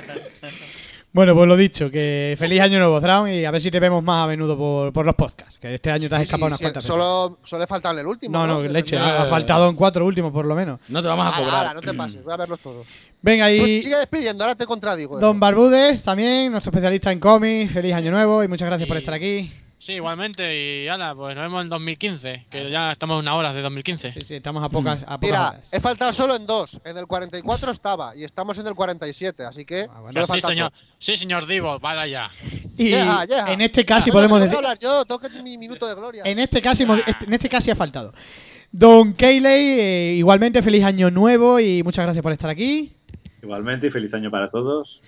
[SPEAKER 2] Bueno, pues lo dicho, que feliz año nuevo, Thrawn, y a ver si te vemos más a menudo por, por los podcasts, que este año te has
[SPEAKER 9] sí,
[SPEAKER 2] escapado unas
[SPEAKER 9] sí,
[SPEAKER 2] cuantas veces.
[SPEAKER 9] solo, solo he faltado en el último.
[SPEAKER 2] No, no,
[SPEAKER 9] Que
[SPEAKER 2] leche,
[SPEAKER 9] tendré-
[SPEAKER 2] ha ha faltado en cuatro últimos por lo menos.
[SPEAKER 3] No te vamos a
[SPEAKER 9] Ala, ala,
[SPEAKER 3] cobrar.
[SPEAKER 9] no te pases, voy a verlos todos.
[SPEAKER 2] Venga,
[SPEAKER 9] Tú
[SPEAKER 2] y
[SPEAKER 9] sigue despidiendo, ahora te contradigo. eh.
[SPEAKER 2] Don Barbudes también, nuestro especialista en cómics, feliz año nuevo y muchas gracias por
[SPEAKER 6] Y-
[SPEAKER 2] estar aquí.
[SPEAKER 6] Sí, igualmente, y ala, pues nos vemos en 2015, que ya estamos a una hora de 2015.
[SPEAKER 2] Sí, sí, estamos a pocas, a pocas
[SPEAKER 9] Mira,
[SPEAKER 2] horas.
[SPEAKER 9] he faltado solo en dos. En el 44 estaba y estamos en el 47, así que.
[SPEAKER 2] Ah, bueno.
[SPEAKER 9] solo he
[SPEAKER 6] sí,
[SPEAKER 9] faltado
[SPEAKER 6] señor.
[SPEAKER 9] dos.
[SPEAKER 6] Sí, señor Divo, vaya ya.
[SPEAKER 9] eh,
[SPEAKER 2] Y
[SPEAKER 9] yeah, yeah.
[SPEAKER 2] en este caso
[SPEAKER 9] Coño,
[SPEAKER 2] podemos
[SPEAKER 9] que
[SPEAKER 2] decir...
[SPEAKER 9] tengo que hablar yo, tengo que- mi minuto de gloria.
[SPEAKER 2] En este caso, hemos- este- en este caso ha faltado. Don Cayley, eh, igualmente feliz año nuevo y muchas gracias por estar aquí.
[SPEAKER 5] Igualmente, y feliz año para todos.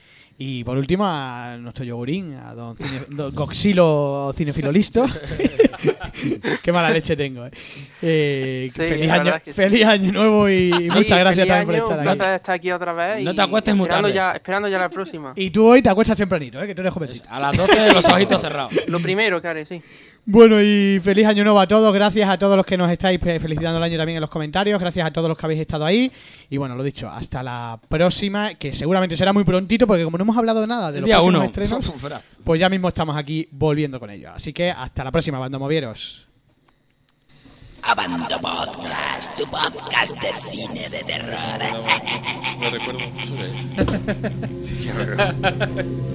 [SPEAKER 2] Y por último, a nuestro yogurín, a don, cine- don Goxilo Cinefilo Listo. Qué mala leche tengo. eh. Eh,
[SPEAKER 7] Sí,
[SPEAKER 2] feliz,
[SPEAKER 7] la
[SPEAKER 2] año,
[SPEAKER 7] verdad es que sí.
[SPEAKER 2] feliz año nuevo y
[SPEAKER 7] Sí,
[SPEAKER 2] muchas gracias
[SPEAKER 7] feliz
[SPEAKER 2] también por estar
[SPEAKER 7] año, un
[SPEAKER 2] aquí.
[SPEAKER 7] placer estar aquí otra vez.
[SPEAKER 3] No
[SPEAKER 7] y
[SPEAKER 3] te acuestes muy
[SPEAKER 7] esperando
[SPEAKER 3] tarde.
[SPEAKER 7] Ya, esperando ya la próxima.
[SPEAKER 2] Y tú hoy te acuestas tempranito, eh, que tú eres jovencito.
[SPEAKER 3] A las 12 los ojitos cerrados.
[SPEAKER 7] Lo primero que haré, sí.
[SPEAKER 2] Bueno, y feliz año nuevo a todos. Gracias a todos los que nos estáis eh, felicitando el año también en los comentarios. Gracias a todos los que habéis estado ahí. Y bueno, lo dicho, hasta la próxima, que seguramente será muy prontito, porque como no hemos hablado nada de
[SPEAKER 3] El
[SPEAKER 2] los
[SPEAKER 3] día
[SPEAKER 2] próximos
[SPEAKER 3] 1.
[SPEAKER 2] estrenos, pues ya mismo estamos aquí volviendo con ello. Así que hasta la próxima, bando movieros.
[SPEAKER 1] Abando Podcast, tu podcast de cine de terror.
[SPEAKER 8] Lo recuerdo.